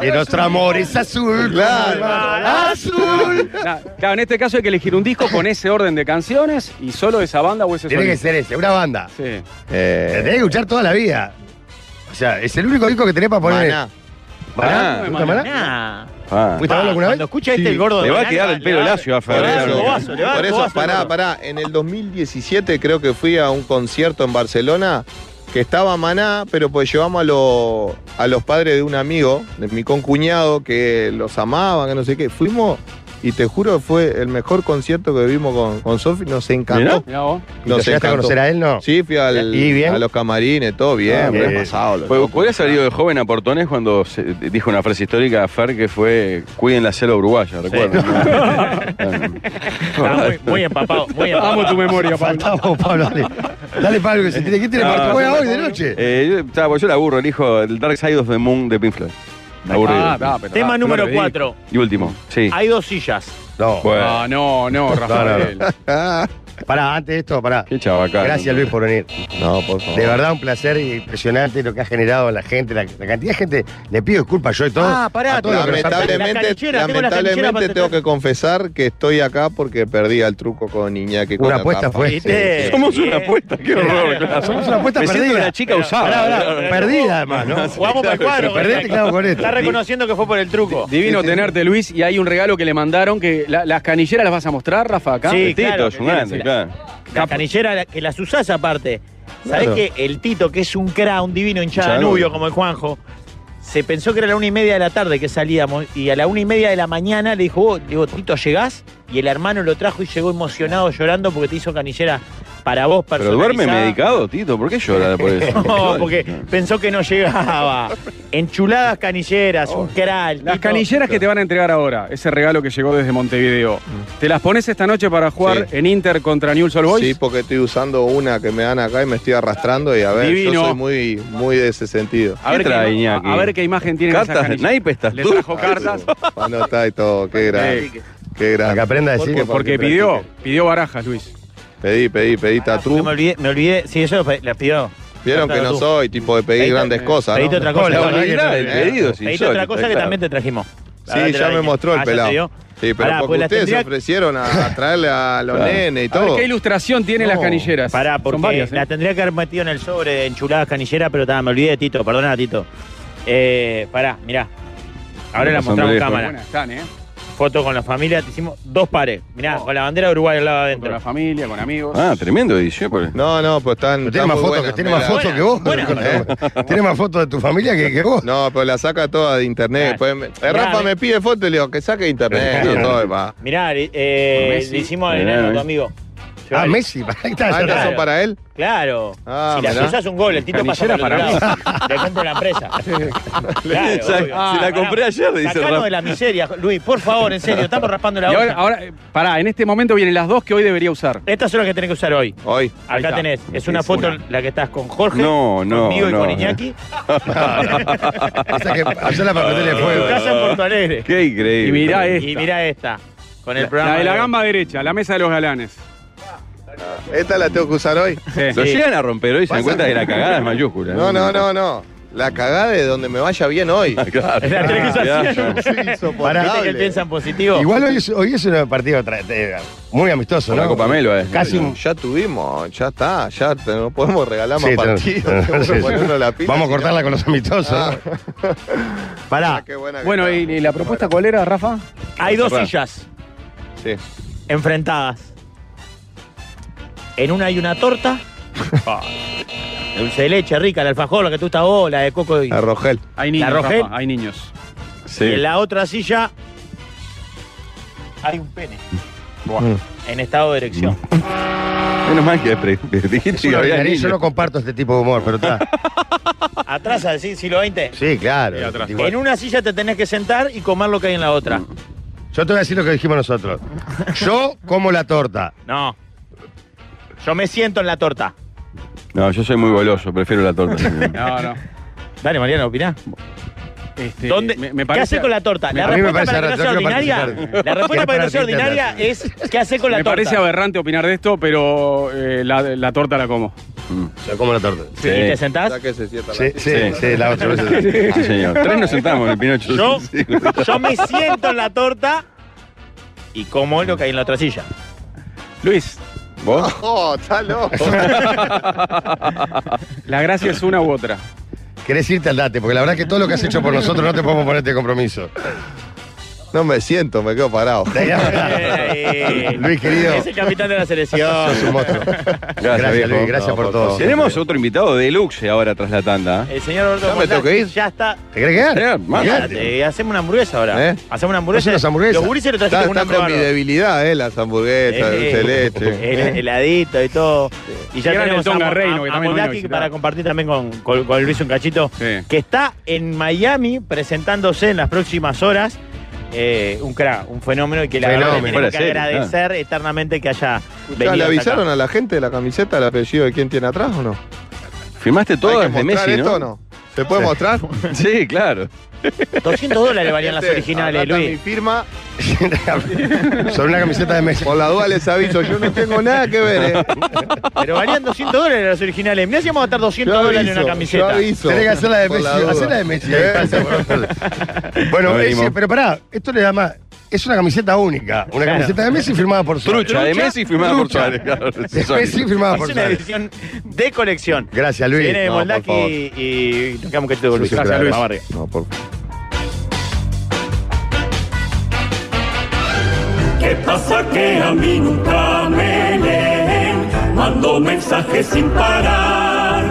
[SPEAKER 1] Que nuestro amor es azul.
[SPEAKER 5] Claro.
[SPEAKER 1] Azul.
[SPEAKER 4] Na- Claro, en este caso hay que elegir un disco con ese orden de canciones y solo de esa banda o ese
[SPEAKER 1] Tiene que
[SPEAKER 4] solista.
[SPEAKER 1] ser ese, una banda.
[SPEAKER 4] Sí.
[SPEAKER 1] Te
[SPEAKER 5] Eh,
[SPEAKER 1] tenés que escuchar toda la vida. O sea, es el único disco que tenés para poner.
[SPEAKER 5] Maná.
[SPEAKER 1] ¿Maná?
[SPEAKER 3] Ah,
[SPEAKER 1] ¿Te gusta Maná?
[SPEAKER 2] Nah.
[SPEAKER 3] Ah.
[SPEAKER 1] ¿Fuiste a verlo alguna
[SPEAKER 2] Cuando
[SPEAKER 1] vez?
[SPEAKER 2] escucha
[SPEAKER 5] Sí.
[SPEAKER 2] este el gordo
[SPEAKER 3] Le
[SPEAKER 2] de
[SPEAKER 3] va a
[SPEAKER 2] Banana,
[SPEAKER 3] quedar el
[SPEAKER 2] le
[SPEAKER 3] pelo
[SPEAKER 2] va-
[SPEAKER 3] lacio a
[SPEAKER 2] Por
[SPEAKER 5] Por
[SPEAKER 3] Ferrer.
[SPEAKER 2] eso,
[SPEAKER 5] eso,
[SPEAKER 2] bobazo, le va a
[SPEAKER 5] por
[SPEAKER 2] dar
[SPEAKER 5] eso,
[SPEAKER 2] bobazo,
[SPEAKER 5] pará,
[SPEAKER 2] gordo.
[SPEAKER 5] pará. En el 2017 creo que fui a un concierto en Barcelona que estaba Maná, pero pues llevamos a, lo- a los padres de un amigo, de mi concuñado, que los amaban, que no sé qué. Fuimos y te juro que fue el mejor concierto que vimos con, con Sofi. Nos encantó.
[SPEAKER 4] Mirá vos.
[SPEAKER 1] ¿Y ¿Lo
[SPEAKER 5] Nos
[SPEAKER 1] llegaste a
[SPEAKER 5] encantó.
[SPEAKER 1] conocer a él? No.
[SPEAKER 5] Sí, fui al-
[SPEAKER 1] ¿Y bien?
[SPEAKER 5] a los camarines, todo
[SPEAKER 1] Ah,
[SPEAKER 5] bien,
[SPEAKER 1] bien.
[SPEAKER 5] bien. pasado. los
[SPEAKER 3] Pues,
[SPEAKER 5] locos.
[SPEAKER 3] Podría haber ido de joven a Portones cuando se- dijo una frase histórica a Fer que fue cuiden la selva uruguaya, recuerdo. Ah.
[SPEAKER 2] Está muy, muy empapado, muy empapado.
[SPEAKER 4] Amo tu memoria, Pablo.
[SPEAKER 1] Faltamos, Pablo. Dale, dale Pablo, que se tiene. ¿Qué tiene
[SPEAKER 3] No,
[SPEAKER 1] para jugar
[SPEAKER 3] no,
[SPEAKER 1] hoy de noche?
[SPEAKER 3] Eh, yo, está, pues yo la aburro, elijo el Dark Side of the Moon de Pink Floyd. Aburrido.
[SPEAKER 4] Ah, está, pero
[SPEAKER 2] Tema
[SPEAKER 4] está,
[SPEAKER 2] número
[SPEAKER 4] pero
[SPEAKER 2] 4.
[SPEAKER 3] Y último, sí.
[SPEAKER 2] Hay dos sillas.
[SPEAKER 1] No.
[SPEAKER 3] Bueno.
[SPEAKER 4] Ah, no, no, Rafael.
[SPEAKER 1] Pará, antes de esto, pará.
[SPEAKER 3] Qué chabacán.
[SPEAKER 1] Gracias Luis por venir.
[SPEAKER 5] No, por favor.
[SPEAKER 1] De verdad un placer impresionante lo que ha generado la gente, la, la cantidad de gente. Le pido disculpas yo y todo.
[SPEAKER 2] Ah, pará,
[SPEAKER 1] a todos los que nos han-
[SPEAKER 2] lamentable. La
[SPEAKER 5] lamentablemente,
[SPEAKER 2] canillera, tengo la
[SPEAKER 5] lamentablemente
[SPEAKER 2] canillera para
[SPEAKER 5] tengo
[SPEAKER 2] tratar.
[SPEAKER 5] que confesar que estoy acá porque perdí al truco con Iñaki. con
[SPEAKER 1] Una
[SPEAKER 5] la
[SPEAKER 1] apuesta
[SPEAKER 5] tapa.
[SPEAKER 1] fue.
[SPEAKER 5] Sí,
[SPEAKER 2] ¿Viste?
[SPEAKER 5] sí.
[SPEAKER 3] Somos una
[SPEAKER 2] Bien.
[SPEAKER 3] apuesta, qué horror. claro.
[SPEAKER 1] Somos una apuesta
[SPEAKER 3] Me siento
[SPEAKER 1] perdida.
[SPEAKER 3] una chica usada.
[SPEAKER 1] Pará, pará,
[SPEAKER 2] Pero-
[SPEAKER 1] perdida además, ¿no?
[SPEAKER 2] Jugamos para el cuadro.
[SPEAKER 1] Perdete, claro, con esto.
[SPEAKER 2] Está reconociendo que fue por el truco.
[SPEAKER 4] Divino tenerte, Luis. Y hay un regalo que le mandaron que la- las canilleras las vas a mostrar, Rafa, acá.
[SPEAKER 2] Sí,
[SPEAKER 3] El Tito
[SPEAKER 2] claro,
[SPEAKER 3] es un grande,
[SPEAKER 2] sí,
[SPEAKER 3] claro.
[SPEAKER 2] La canillera la- que las usás aparte. ¿Sabés
[SPEAKER 1] Claro.
[SPEAKER 2] que el Tito, que es un cra, un divino hinchada
[SPEAKER 3] Hinchada
[SPEAKER 2] de
[SPEAKER 3] Danubio.
[SPEAKER 2] nubio como el Juanjo, se pensó que era la una y media de la tarde que salíamos y a la una y media de la mañana le dijo, "Vos", le digo, Tito, ¿llegás? Y el hermano lo trajo y llegó emocionado llorando porque te hizo canillera para vos
[SPEAKER 3] Pero
[SPEAKER 2] personalizada.
[SPEAKER 3] duerme medicado, Tito. ¿Por qué llora por eso?
[SPEAKER 2] No, porque pensó que no llegaba. Enchuladas canilleras, un cra. el
[SPEAKER 4] Las
[SPEAKER 2] Tito.
[SPEAKER 4] canilleras que te van a entregar ahora, ese regalo que llegó desde Montevideo, ¿te las pones esta noche para jugar
[SPEAKER 5] Sí.
[SPEAKER 4] en Inter contra Newell's Old Boys?
[SPEAKER 5] Sí, porque estoy usando una que me dan acá y me estoy arrastrando y a ver,
[SPEAKER 4] Divino.
[SPEAKER 5] yo soy muy, muy de ese sentido.
[SPEAKER 3] A ver,
[SPEAKER 4] qué
[SPEAKER 3] trae,
[SPEAKER 4] ima-
[SPEAKER 3] Iñaki.
[SPEAKER 4] a ver qué imagen tiene esa
[SPEAKER 3] Cartas de
[SPEAKER 4] canillera.
[SPEAKER 3] naipe estás
[SPEAKER 4] Le
[SPEAKER 3] tú.
[SPEAKER 4] trajo cartas
[SPEAKER 5] Cuando está y todo, qué
[SPEAKER 4] Sí.
[SPEAKER 5] gran, qué
[SPEAKER 1] Para que
[SPEAKER 5] gran.
[SPEAKER 1] aprenda a decir.
[SPEAKER 4] porque, porque pidió, pidió barajas, Luis.
[SPEAKER 5] Pedí, pedí, pedí
[SPEAKER 2] Ah, Me
[SPEAKER 5] tatú.
[SPEAKER 2] olvidé, me olvidé. Sí, eso la pidió.
[SPEAKER 5] Vieron que no
[SPEAKER 2] Tatú.
[SPEAKER 5] soy tipo de pedir
[SPEAKER 2] Pedí-
[SPEAKER 5] grandes cosas,
[SPEAKER 2] Pediste
[SPEAKER 5] ¿no?
[SPEAKER 2] otra
[SPEAKER 1] No,
[SPEAKER 2] cosa.
[SPEAKER 3] La
[SPEAKER 1] verdad que
[SPEAKER 3] vanidad
[SPEAKER 1] no,
[SPEAKER 3] del
[SPEAKER 1] eh.
[SPEAKER 3] pedido es
[SPEAKER 2] Pediste otra
[SPEAKER 3] insólito,
[SPEAKER 2] cosa que
[SPEAKER 3] claro.
[SPEAKER 2] también te Ah, trajimos.
[SPEAKER 5] Sí, ya me mostró el pelado. Sí, pero
[SPEAKER 2] Pará, pues
[SPEAKER 5] porque
[SPEAKER 2] la
[SPEAKER 5] ustedes se
[SPEAKER 2] tendría-
[SPEAKER 5] ofrecieron a, a traerle a los
[SPEAKER 3] Claro.
[SPEAKER 5] nenes y
[SPEAKER 4] A ver
[SPEAKER 5] todo.
[SPEAKER 4] qué ilustración tiene
[SPEAKER 5] No.
[SPEAKER 4] las canilleras.
[SPEAKER 2] Pará, porque
[SPEAKER 4] Son varias, ¿eh?
[SPEAKER 2] la tendría que haber metido en el sobre de enchuladas canilleras, pero tá, me olvidé de Tito, perdona Tito. Eh, pará, mirá. Ahora
[SPEAKER 3] Me
[SPEAKER 2] la
[SPEAKER 3] pasó
[SPEAKER 2] mostramos en
[SPEAKER 3] lejos.
[SPEAKER 2] cámara.
[SPEAKER 4] Buenas están, ¿eh?
[SPEAKER 2] Foto con la familia, te hicimos dos pares. Mirá, con la bandera de Uruguay al lado
[SPEAKER 4] Con la
[SPEAKER 2] adentro.
[SPEAKER 4] familia, con amigos.
[SPEAKER 3] Ah, tremendo edición. por-
[SPEAKER 5] No, no, pues están.
[SPEAKER 1] Pero
[SPEAKER 5] están
[SPEAKER 1] tiene más
[SPEAKER 5] muy
[SPEAKER 1] fotos que
[SPEAKER 5] buenas,
[SPEAKER 1] tiene
[SPEAKER 5] me
[SPEAKER 1] más
[SPEAKER 5] la-
[SPEAKER 1] fotos que vos. Eh,
[SPEAKER 2] Buena.
[SPEAKER 1] Tiene más fotos de tu familia que, que vos.
[SPEAKER 5] No, pero la saca toda de internet.
[SPEAKER 2] Claro.
[SPEAKER 5] Después me- eh,
[SPEAKER 2] Mirá,
[SPEAKER 5] Rafa
[SPEAKER 2] eh.
[SPEAKER 5] me pide fotos y le digo que saque de internet. no todo, va.
[SPEAKER 2] Mirá, eh,
[SPEAKER 4] Messi.
[SPEAKER 2] le hicimos al
[SPEAKER 3] Mirá,
[SPEAKER 2] enano,
[SPEAKER 3] eh.
[SPEAKER 2] tu amigo.
[SPEAKER 1] Ah,
[SPEAKER 2] Llévale.
[SPEAKER 1] Messi, para ahí está.
[SPEAKER 5] Ah, ¿estas son
[SPEAKER 2] claro.
[SPEAKER 5] para él?
[SPEAKER 2] Claro.
[SPEAKER 5] Ah,
[SPEAKER 2] si las
[SPEAKER 5] mirá.
[SPEAKER 2] usas un gol, el Tito pasa por el
[SPEAKER 4] Canillera
[SPEAKER 2] otro lado. Le compro la empresa. Claro,
[SPEAKER 3] Sa-
[SPEAKER 2] obvio.
[SPEAKER 3] se la compré ayer, dice
[SPEAKER 2] Sacanos
[SPEAKER 3] Rafa.
[SPEAKER 2] de la miseria, Luis, por favor, en serio, estamos raspando
[SPEAKER 4] Y
[SPEAKER 2] la
[SPEAKER 4] ahora,
[SPEAKER 2] hoja.
[SPEAKER 4] ahora, eh, pará, en este momento vienen las dos que hoy debería usar.
[SPEAKER 2] Estas son las que tenés que usar hoy.
[SPEAKER 5] Hoy.
[SPEAKER 4] Ahí
[SPEAKER 2] Acá
[SPEAKER 4] está.
[SPEAKER 2] tenés, es una
[SPEAKER 4] Es
[SPEAKER 2] foto
[SPEAKER 4] una.
[SPEAKER 2] la que estás con Jorge,
[SPEAKER 3] No, no,
[SPEAKER 2] conmigo
[SPEAKER 3] no.
[SPEAKER 2] y con Iñaki.
[SPEAKER 1] Esa que hacerla para prenderle
[SPEAKER 2] Tu
[SPEAKER 1] fuego.
[SPEAKER 2] casa en Porto Alegre.
[SPEAKER 3] Qué increíble.
[SPEAKER 4] Y mirá esta.
[SPEAKER 2] Y mirá esta, con el
[SPEAKER 4] La-
[SPEAKER 2] programa.
[SPEAKER 4] la de la gamba derecha, la mesa de los galanes.
[SPEAKER 5] ¿Esta la tengo que usar hoy?
[SPEAKER 4] Sí.
[SPEAKER 3] Lo llegan a romper hoy, se dan cuenta de la cagada es mayúscula.
[SPEAKER 5] No, no, no, no. La cagada de donde me vaya bien hoy.
[SPEAKER 3] Claro.
[SPEAKER 2] La tenés que usar siempre.
[SPEAKER 5] Sí,
[SPEAKER 1] Pará.
[SPEAKER 2] Viste que él
[SPEAKER 5] insoportable.
[SPEAKER 2] piensa en positivo.
[SPEAKER 1] Igual hoy es, hoy es un partido tra- eh, muy amistoso,
[SPEAKER 3] Una
[SPEAKER 1] ¿no?
[SPEAKER 3] Copa Melo, eh.
[SPEAKER 1] Casi un-
[SPEAKER 5] Ya tuvimos, ya está, ya te- no podemos regalar más
[SPEAKER 1] Sí, tenés-
[SPEAKER 5] partidos. tenemos que
[SPEAKER 1] sí, sí.
[SPEAKER 5] ponernos la pila,
[SPEAKER 1] Vamos a
[SPEAKER 5] si no-
[SPEAKER 1] cortarla con los amistosos.
[SPEAKER 5] Ah.
[SPEAKER 1] Pará,
[SPEAKER 5] Ah, qué buena que
[SPEAKER 4] Bueno, ¿y,
[SPEAKER 5] está.
[SPEAKER 4] y la propuesta cuál era, Rafa?
[SPEAKER 2] Hay dos
[SPEAKER 3] Cerrá.
[SPEAKER 2] sillas
[SPEAKER 5] Sí.
[SPEAKER 2] enfrentadas. En una hay una torta. de Dulce de leche rica, la alfajor, la que tú estás vos, la de coco y
[SPEAKER 5] A Rogel.
[SPEAKER 4] Hay
[SPEAKER 2] niños,
[SPEAKER 4] niños.
[SPEAKER 2] Rogel?
[SPEAKER 4] Rafa, hay niños.
[SPEAKER 3] Sí.
[SPEAKER 2] Y en la otra silla hay un pene. Mm. En estado de erección.
[SPEAKER 3] Menos mal que pre- dijiste
[SPEAKER 1] es una
[SPEAKER 3] que había
[SPEAKER 1] ordinaria,
[SPEAKER 3] niños.
[SPEAKER 1] yo no comparto este tipo de humor, pero está.
[SPEAKER 2] Atrás, al si- siglo XX.
[SPEAKER 1] Sí, claro.
[SPEAKER 4] Y atrás.
[SPEAKER 1] Igual.
[SPEAKER 2] En una silla te tenés que sentar y comer lo que hay en la otra.
[SPEAKER 1] Yo te voy a decir lo que dijimos nosotros. Yo como la torta.
[SPEAKER 2] No. Yo me siento en la torta.
[SPEAKER 3] No, yo soy muy goloso, prefiero la torta.
[SPEAKER 4] No, no.
[SPEAKER 2] Dale, Mariano, opiná.
[SPEAKER 4] Este,
[SPEAKER 2] ¿Dónde-
[SPEAKER 4] me- me
[SPEAKER 2] ¿Qué
[SPEAKER 4] parece-
[SPEAKER 2] hace con la torta? La
[SPEAKER 1] a mí me
[SPEAKER 2] respuesta para que
[SPEAKER 1] parece raro, yo
[SPEAKER 2] no sea
[SPEAKER 1] quiero
[SPEAKER 2] ordinaria,
[SPEAKER 1] participar.
[SPEAKER 2] la respuesta
[SPEAKER 1] Quiero
[SPEAKER 2] para que no sea
[SPEAKER 1] participar.
[SPEAKER 2] ordinaria es ¿qué hace con la
[SPEAKER 4] Me
[SPEAKER 2] torta?
[SPEAKER 4] parece aberrante opinar de esto, pero eh, la, la torta la como.
[SPEAKER 1] Yo como la torta.
[SPEAKER 2] ¿Y te sentás?
[SPEAKER 5] Ya que se sienta la-
[SPEAKER 1] Sí, sí, sí,
[SPEAKER 3] Sí.
[SPEAKER 1] la otra vez.
[SPEAKER 3] Sí, señor. Tres nos sentamos en el Pinocho.
[SPEAKER 2] Yo,
[SPEAKER 3] Sí.
[SPEAKER 2] yo me siento en la torta y como lo que hay en la otra silla.
[SPEAKER 4] Luis,
[SPEAKER 3] ¿Vos?
[SPEAKER 5] Oh, está loco.
[SPEAKER 4] la gracia es una u otra.
[SPEAKER 1] Querés irte al date, porque la verdad que todo lo que has hecho por nosotros no te podemos poner este compromiso.
[SPEAKER 5] No me siento, me quedo parado.
[SPEAKER 1] Eh, Luis, querido.
[SPEAKER 2] Eh, Es el capitán de la selección.
[SPEAKER 1] Sos un monstruo. Gracias,
[SPEAKER 3] viejo.
[SPEAKER 1] Luis, gracias
[SPEAKER 5] No,
[SPEAKER 1] por
[SPEAKER 5] por
[SPEAKER 1] todo.
[SPEAKER 5] todo.
[SPEAKER 3] Tenemos otro invitado de luxe ahora tras la tanda. ¿eh?
[SPEAKER 2] El señor Roberto
[SPEAKER 5] Ya me
[SPEAKER 2] Moldán
[SPEAKER 5] tengo que ir.
[SPEAKER 2] Ya está.
[SPEAKER 1] ¿Te querés quedar?
[SPEAKER 3] Señor, más.
[SPEAKER 1] Quedate.
[SPEAKER 2] Fíjate, hacemos una hamburguesa ahora.
[SPEAKER 5] ¿Eh?
[SPEAKER 2] Hacemos una hamburguesa.
[SPEAKER 1] Hacemos unas hamburguesas.
[SPEAKER 2] Los gurises lo
[SPEAKER 5] Está,
[SPEAKER 2] trajiste con una
[SPEAKER 5] está con mi debilidad, eh, las hamburguesas,
[SPEAKER 2] Eh,
[SPEAKER 5] dulce de leche.
[SPEAKER 2] El, heladito y todo. Y ya
[SPEAKER 4] Gran
[SPEAKER 2] tenemos
[SPEAKER 4] el Tonga
[SPEAKER 2] a, Mo-
[SPEAKER 4] Reino, que
[SPEAKER 2] a, a Moldaki
[SPEAKER 4] también vino a
[SPEAKER 2] para
[SPEAKER 4] visitar.
[SPEAKER 2] compartir también con, con- con Luis un cachito,
[SPEAKER 3] Sí.
[SPEAKER 2] que está en Miami presentándose en las próximas horas. eh, un crack, un fenómeno y que la verdad
[SPEAKER 1] Fenómeno.
[SPEAKER 2] le tenemos que
[SPEAKER 3] Fuera de serie,
[SPEAKER 2] agradecer eternamente que haya
[SPEAKER 5] Ya,
[SPEAKER 2] venido.
[SPEAKER 5] ¿Le
[SPEAKER 2] hasta
[SPEAKER 5] avisaron
[SPEAKER 2] acá.
[SPEAKER 5] a la gente de la camiseta el apellido de quién tiene atrás o no?
[SPEAKER 3] Firmaste todo
[SPEAKER 5] ¿Hay que
[SPEAKER 3] desde
[SPEAKER 5] mostrar
[SPEAKER 3] Messi,
[SPEAKER 5] esto o
[SPEAKER 3] ¿no?
[SPEAKER 5] no? ¿Se puede mostrar?
[SPEAKER 3] Sí, claro.
[SPEAKER 2] 200 dólares valían las
[SPEAKER 5] Gente,
[SPEAKER 2] originales,
[SPEAKER 5] acá está Mi
[SPEAKER 2] Luis.
[SPEAKER 5] firma,
[SPEAKER 1] Sobre una camiseta de Messi.
[SPEAKER 5] por la duda les aviso, yo no tengo nada que ver, eh.
[SPEAKER 2] Pero valían 200 dólares las originales. Mirá si vamos a gastar 200
[SPEAKER 5] Yo
[SPEAKER 2] dólares en
[SPEAKER 5] aviso,
[SPEAKER 2] una
[SPEAKER 5] Yo
[SPEAKER 2] camiseta.
[SPEAKER 5] aviso.
[SPEAKER 1] Tenés que hacer la de
[SPEAKER 5] Por
[SPEAKER 1] Messi.
[SPEAKER 5] la duda.
[SPEAKER 1] Hacer la de Messi.
[SPEAKER 5] ¿Eh?
[SPEAKER 1] bueno,
[SPEAKER 3] No venimos.
[SPEAKER 1] ese- pero pará, esto le da más. Es una camiseta única. Una
[SPEAKER 2] Claro.
[SPEAKER 1] camiseta de Messi firmada por Suárez.
[SPEAKER 3] Trucha de Messi firmada por
[SPEAKER 1] Trucha.
[SPEAKER 3] Suárez. claro.
[SPEAKER 1] De Messi firmada
[SPEAKER 2] Es
[SPEAKER 1] por
[SPEAKER 2] una
[SPEAKER 1] Suárez.
[SPEAKER 2] edición de colección.
[SPEAKER 1] Gracias, Luis.
[SPEAKER 2] Viene de
[SPEAKER 1] No, por
[SPEAKER 2] Moldaki
[SPEAKER 1] favor.
[SPEAKER 2] y, y nos quedamos quietos con Luis.
[SPEAKER 1] Sí, sí, claro.
[SPEAKER 2] Vamos arriba.
[SPEAKER 5] No, por
[SPEAKER 6] ¿Qué pasa que a mí nunca me leen? Mando mensajes sin parar.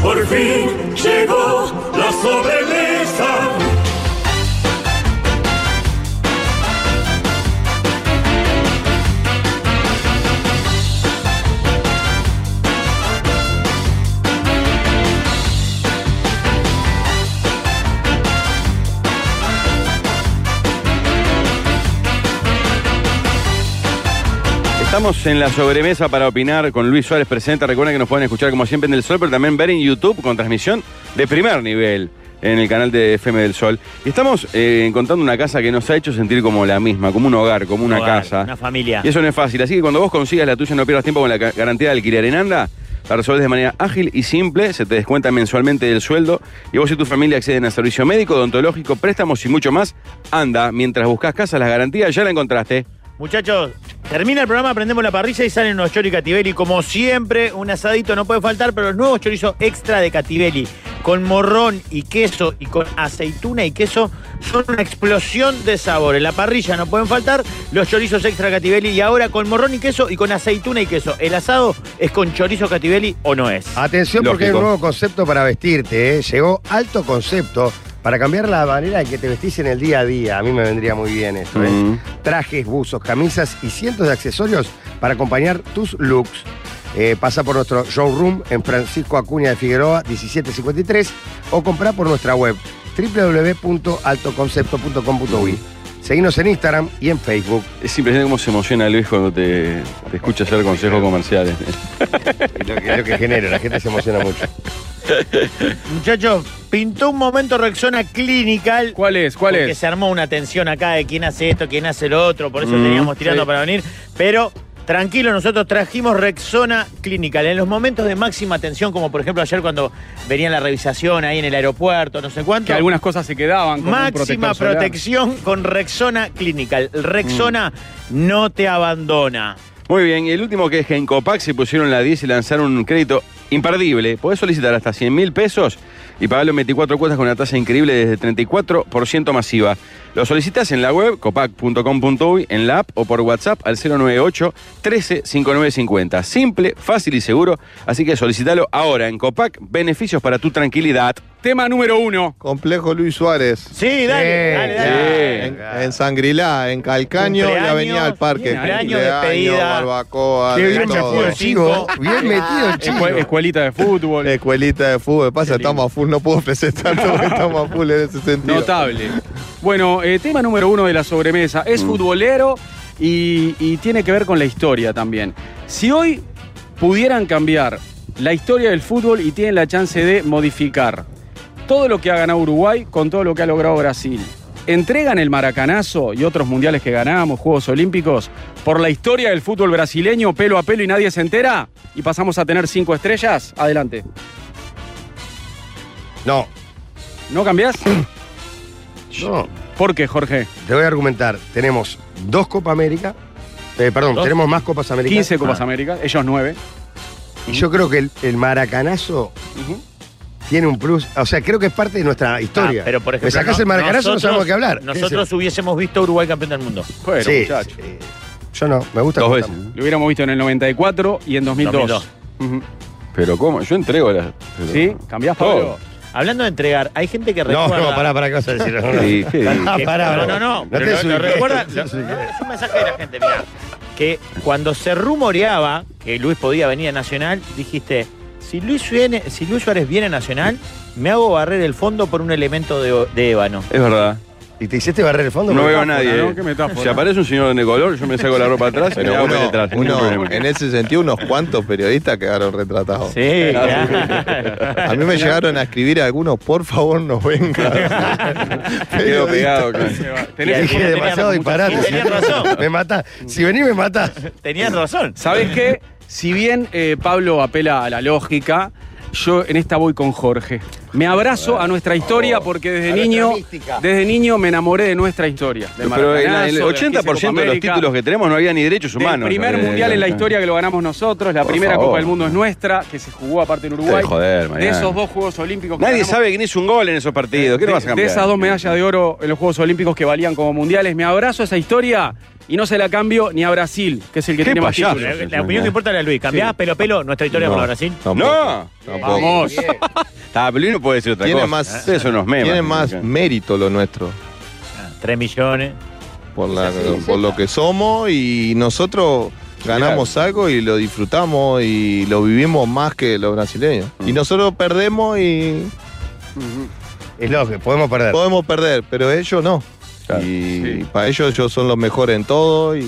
[SPEAKER 6] Por fin llegó la sobremesa.
[SPEAKER 3] Estamos en la sobremesa para opinar con Luis Suárez presente. Recuerden que nos pueden escuchar como siempre en El Sol, pero también ver en YouTube con transmisión de primer nivel en el canal de FM del Sol. Y estamos eh, encontrando una casa que nos ha hecho sentir como la misma, como un hogar, como una
[SPEAKER 2] Hogar,
[SPEAKER 3] casa.
[SPEAKER 2] Una familia.
[SPEAKER 3] Y eso no es fácil, así que cuando vos consigas la tuya no pierdas tiempo con la ca- garantía de alquiler en Anda. La resolves de manera ágil y simple, se te descuenta mensualmente del sueldo y vos y tu familia acceden a servicio médico, odontológico, préstamos y mucho más. Anda, mientras buscas casa, las garantías ya la encontraste.
[SPEAKER 2] Muchachos, termina el programa, prendemos la parrilla y salen unos choris Cativelli. Como siempre, un asadito no puede faltar, pero los nuevos chorizos extra de Cativelli, con morrón y queso y con aceituna y queso, son una explosión de sabor. En la parrilla no pueden faltar los chorizos extra Cativelli y ahora con morrón y queso y con aceituna y queso. ¿El asado es con chorizo Cativelli o no es?
[SPEAKER 3] Ah.
[SPEAKER 1] Atención porque hay un
[SPEAKER 3] Lógico.
[SPEAKER 1] nuevo concepto para vestirte, ¿eh? Llegó alto concepto para cambiar la manera en que te vestís en el día a día. A mí me vendría muy bien eso, ¿eh?
[SPEAKER 3] Mm.
[SPEAKER 1] Trajes, buzos, camisas y cientos de accesorios para acompañar tus looks. Eh, pasa por nuestro showroom en Francisco Acuña de Figueroa 1753 o compra por nuestra web www.altoconcepto.com.uy. Seguinos en Instagram y en Facebook.
[SPEAKER 3] Es impresionante cómo se emociona Luis cuando te, te escucha hacer consejos comerciales.
[SPEAKER 1] Es lo que, es lo que genera, la gente se emociona mucho.
[SPEAKER 2] Muchachos, pintó un momento Rexona Clinical.
[SPEAKER 4] ¿Cuál es? ¿Cuál
[SPEAKER 2] porque
[SPEAKER 4] es?
[SPEAKER 2] se armó una tensión acá de quién hace esto, quién hace lo otro, por eso
[SPEAKER 3] Mm,
[SPEAKER 2] teníamos tirando
[SPEAKER 4] sí.
[SPEAKER 2] para venir. Pero tranquilo, nosotros trajimos Rexona Clinical. En los momentos de máxima tensión, como por ejemplo ayer cuando venía la revisación ahí en el aeropuerto, no sé
[SPEAKER 4] Que
[SPEAKER 2] cuánto.
[SPEAKER 4] algunas cosas se quedaban. Con un
[SPEAKER 2] Máxima
[SPEAKER 4] protector solar.
[SPEAKER 2] protección con Rexona Clinical. Rexona no te abandona.
[SPEAKER 3] Muy bien, y el último que es que en Copac se pusieron la 10 y lanzaron un crédito imperdible. Podés solicitar hasta 100 mil pesos y pagarlo en 24 cuotas con una tasa increíble desde 34% masiva. Lo solicitas en la web copac.com.uy, en la app o por WhatsApp al 098 13 5950. Simple, fácil y seguro, así que solicitalo ahora en Copac. Beneficios para tu tranquilidad.
[SPEAKER 4] Tema número uno.
[SPEAKER 5] Complejo Luis Suárez. Eh,
[SPEAKER 1] Sí,
[SPEAKER 2] Sí, dale, dale, Ah,
[SPEAKER 3] sí.
[SPEAKER 2] dale.
[SPEAKER 5] En, en Sangrilá, en Calcaño, y
[SPEAKER 2] Cumpleaños,
[SPEAKER 5] Avenida del Parque.
[SPEAKER 2] cumpleaños,
[SPEAKER 5] Cumpleaños,
[SPEAKER 2] despedida.
[SPEAKER 5] barbacoa,
[SPEAKER 1] Qué
[SPEAKER 5] de
[SPEAKER 1] bien
[SPEAKER 5] todo.
[SPEAKER 1] metido el chico, bien
[SPEAKER 2] Ah,
[SPEAKER 1] metido el chico.
[SPEAKER 4] Escue- escuelita de fútbol.
[SPEAKER 5] La escuelita de fútbol, pasa, estamos a full, no puedo ofrecer tanto porque estamos a full en ese sentido.
[SPEAKER 4] Notable. Bueno, eh, tema número uno de la sobremesa. Es futbolero y, y tiene que ver con la historia también. Si hoy pudieran cambiar la historia del fútbol y tienen la chance de modificar todo lo que ha ganado Uruguay con todo lo que ha logrado Brasil, ¿entregan el maracanazo y otros mundiales que ganamos, Juegos Olímpicos, por la historia del fútbol brasileño, pelo a pelo y nadie se entera? ¿Y pasamos a tener cinco estrellas? Adelante.
[SPEAKER 1] No,
[SPEAKER 4] ¿No cambiás?
[SPEAKER 1] no.
[SPEAKER 4] ¿Por qué, Jorge?
[SPEAKER 1] Te voy a argumentar. Tenemos dos Copa América. eh, perdón,
[SPEAKER 2] Dos.
[SPEAKER 1] tenemos más Copas Américas.
[SPEAKER 4] 15 Copas
[SPEAKER 2] Ah.
[SPEAKER 4] América, ellos 9.
[SPEAKER 1] Yo creo que el, el maracanazo tiene un plus. O sea, creo que es parte de nuestra historia.
[SPEAKER 2] Ah, pero por ejemplo,
[SPEAKER 1] Me sacás el
[SPEAKER 2] no-
[SPEAKER 1] marcarazo, no sabemos qué hablar.
[SPEAKER 2] Nosotros hubiésemos visto a Uruguay campeón del mundo.
[SPEAKER 1] Ese-
[SPEAKER 3] Bueno,
[SPEAKER 1] sí,
[SPEAKER 3] muchacho.
[SPEAKER 1] sí. Yo no, me gusta.
[SPEAKER 3] Dos
[SPEAKER 1] cómo
[SPEAKER 3] veces.
[SPEAKER 1] estamos.
[SPEAKER 4] Lo hubiéramos visto en el 94 y en 2002.
[SPEAKER 2] 2002.
[SPEAKER 4] Ujú.
[SPEAKER 3] Pero ¿cómo? Yo entrego las.
[SPEAKER 4] ¿Sí? ¿Cambiás, Pablo?
[SPEAKER 3] Todo.
[SPEAKER 2] Hablando de entregar, hay gente que
[SPEAKER 1] No,
[SPEAKER 2] recuerda.
[SPEAKER 1] no, pará, pará, ¿qué vas a decir? No, no.
[SPEAKER 3] Sí, sí.
[SPEAKER 1] Ah,
[SPEAKER 2] que-
[SPEAKER 1] pará,
[SPEAKER 2] no,
[SPEAKER 1] pará.
[SPEAKER 2] no, no.
[SPEAKER 1] No te
[SPEAKER 2] pero lo- lo
[SPEAKER 1] subís.
[SPEAKER 2] recuerda-
[SPEAKER 1] Sí,
[SPEAKER 2] lo-
[SPEAKER 1] sí.
[SPEAKER 2] no, es un mensaje de la gente, mirá. Que cuando se rumoreaba que Luis podía venir a Nacional, dijiste, si Luis, viene, si Luis Suárez viene a Nacional, me hago barrer el fondo por un elemento de, o- de ébano.
[SPEAKER 3] Es verdad.
[SPEAKER 1] ¿Y te hiciste barrer el fondo?
[SPEAKER 3] No
[SPEAKER 1] Porque-
[SPEAKER 3] veo a nadie.
[SPEAKER 4] ¿no?
[SPEAKER 3] eh.
[SPEAKER 4] Qué metáfora.
[SPEAKER 3] Si aparece un señor de color, yo me saco la ropa atrás y me
[SPEAKER 5] Pero
[SPEAKER 3] hago
[SPEAKER 5] uno,
[SPEAKER 3] detrás.
[SPEAKER 5] uno,
[SPEAKER 3] ningún problema.
[SPEAKER 5] en ese sentido, unos cuantos periodistas quedaron retratados.
[SPEAKER 2] Sí,
[SPEAKER 5] A mí me llegaron a escribir algunos, por favor, no vengan.
[SPEAKER 3] Quedo pegado. claro.
[SPEAKER 4] Se va.
[SPEAKER 1] Dije
[SPEAKER 4] Tenés el fondo, tenés
[SPEAKER 1] demasiado
[SPEAKER 4] mucha-
[SPEAKER 1] disparate.
[SPEAKER 2] Tenías razón.
[SPEAKER 1] Me matás. Si venís, me matás.
[SPEAKER 2] Tenías razón.
[SPEAKER 4] ¿Sabes qué? Si bien eh, Pablo apela a la lógica, yo en esta voy con Jorge. Me abrazo a nuestra historia porque
[SPEAKER 1] Oh. A
[SPEAKER 4] desde
[SPEAKER 1] nuestra
[SPEAKER 4] niño,
[SPEAKER 1] mística.
[SPEAKER 4] desde niño me enamoré de nuestra historia. del
[SPEAKER 3] Pero en la- en el
[SPEAKER 4] Maracanazo, de la
[SPEAKER 3] 80% de los
[SPEAKER 4] América,
[SPEAKER 3] títulos que tenemos no había ni derechos
[SPEAKER 4] del
[SPEAKER 3] humanos.
[SPEAKER 4] primer
[SPEAKER 3] Eh,
[SPEAKER 4] mundial en la historia que lo ganamos nosotros, la
[SPEAKER 3] Por
[SPEAKER 4] primera
[SPEAKER 3] favor.
[SPEAKER 4] Copa del Mundo es nuestra, que se jugó aparte en Uruguay.
[SPEAKER 3] de joder,
[SPEAKER 4] de
[SPEAKER 3] Mariano.
[SPEAKER 4] esos dos Juegos Olímpicos que
[SPEAKER 3] Nadie
[SPEAKER 4] ganamos
[SPEAKER 3] sabe quién hizo un gol en esos partidos. ¿Qué
[SPEAKER 4] de,
[SPEAKER 3] no vas a cambiar?
[SPEAKER 4] de esas dos medallas de oro en los Juegos Olímpicos que valían como mundiales. Me abrazo a esa historia y no se la cambio ni a Brasil, que es el que
[SPEAKER 3] Qué
[SPEAKER 4] tiene más
[SPEAKER 3] payaso.
[SPEAKER 4] títulos.
[SPEAKER 2] La, la opinión que importa era Luis. Cambiás pelo a pelo nuestra historia con la Brasil.
[SPEAKER 5] tampoco.
[SPEAKER 3] ¡No!
[SPEAKER 5] Tampoco.
[SPEAKER 4] Vamos.
[SPEAKER 3] Ah, pero no puede decir otra
[SPEAKER 5] Tiene
[SPEAKER 3] cosa.
[SPEAKER 5] más-
[SPEAKER 3] Ustedes son unos memes.
[SPEAKER 5] Tiene más mérito lo nuestro.
[SPEAKER 2] Tres millones.
[SPEAKER 5] por, la- por lo que somos y nosotros ganamos algo y lo disfrutamos y lo vivimos más que los brasileños.
[SPEAKER 3] Mm.
[SPEAKER 5] Y nosotros perdemos y
[SPEAKER 1] Es lógico, podemos perder.
[SPEAKER 5] podemos perder, pero ellos no.
[SPEAKER 3] Claro.
[SPEAKER 5] Y
[SPEAKER 4] Sí.
[SPEAKER 5] para ellos ellos son los mejores en todo y,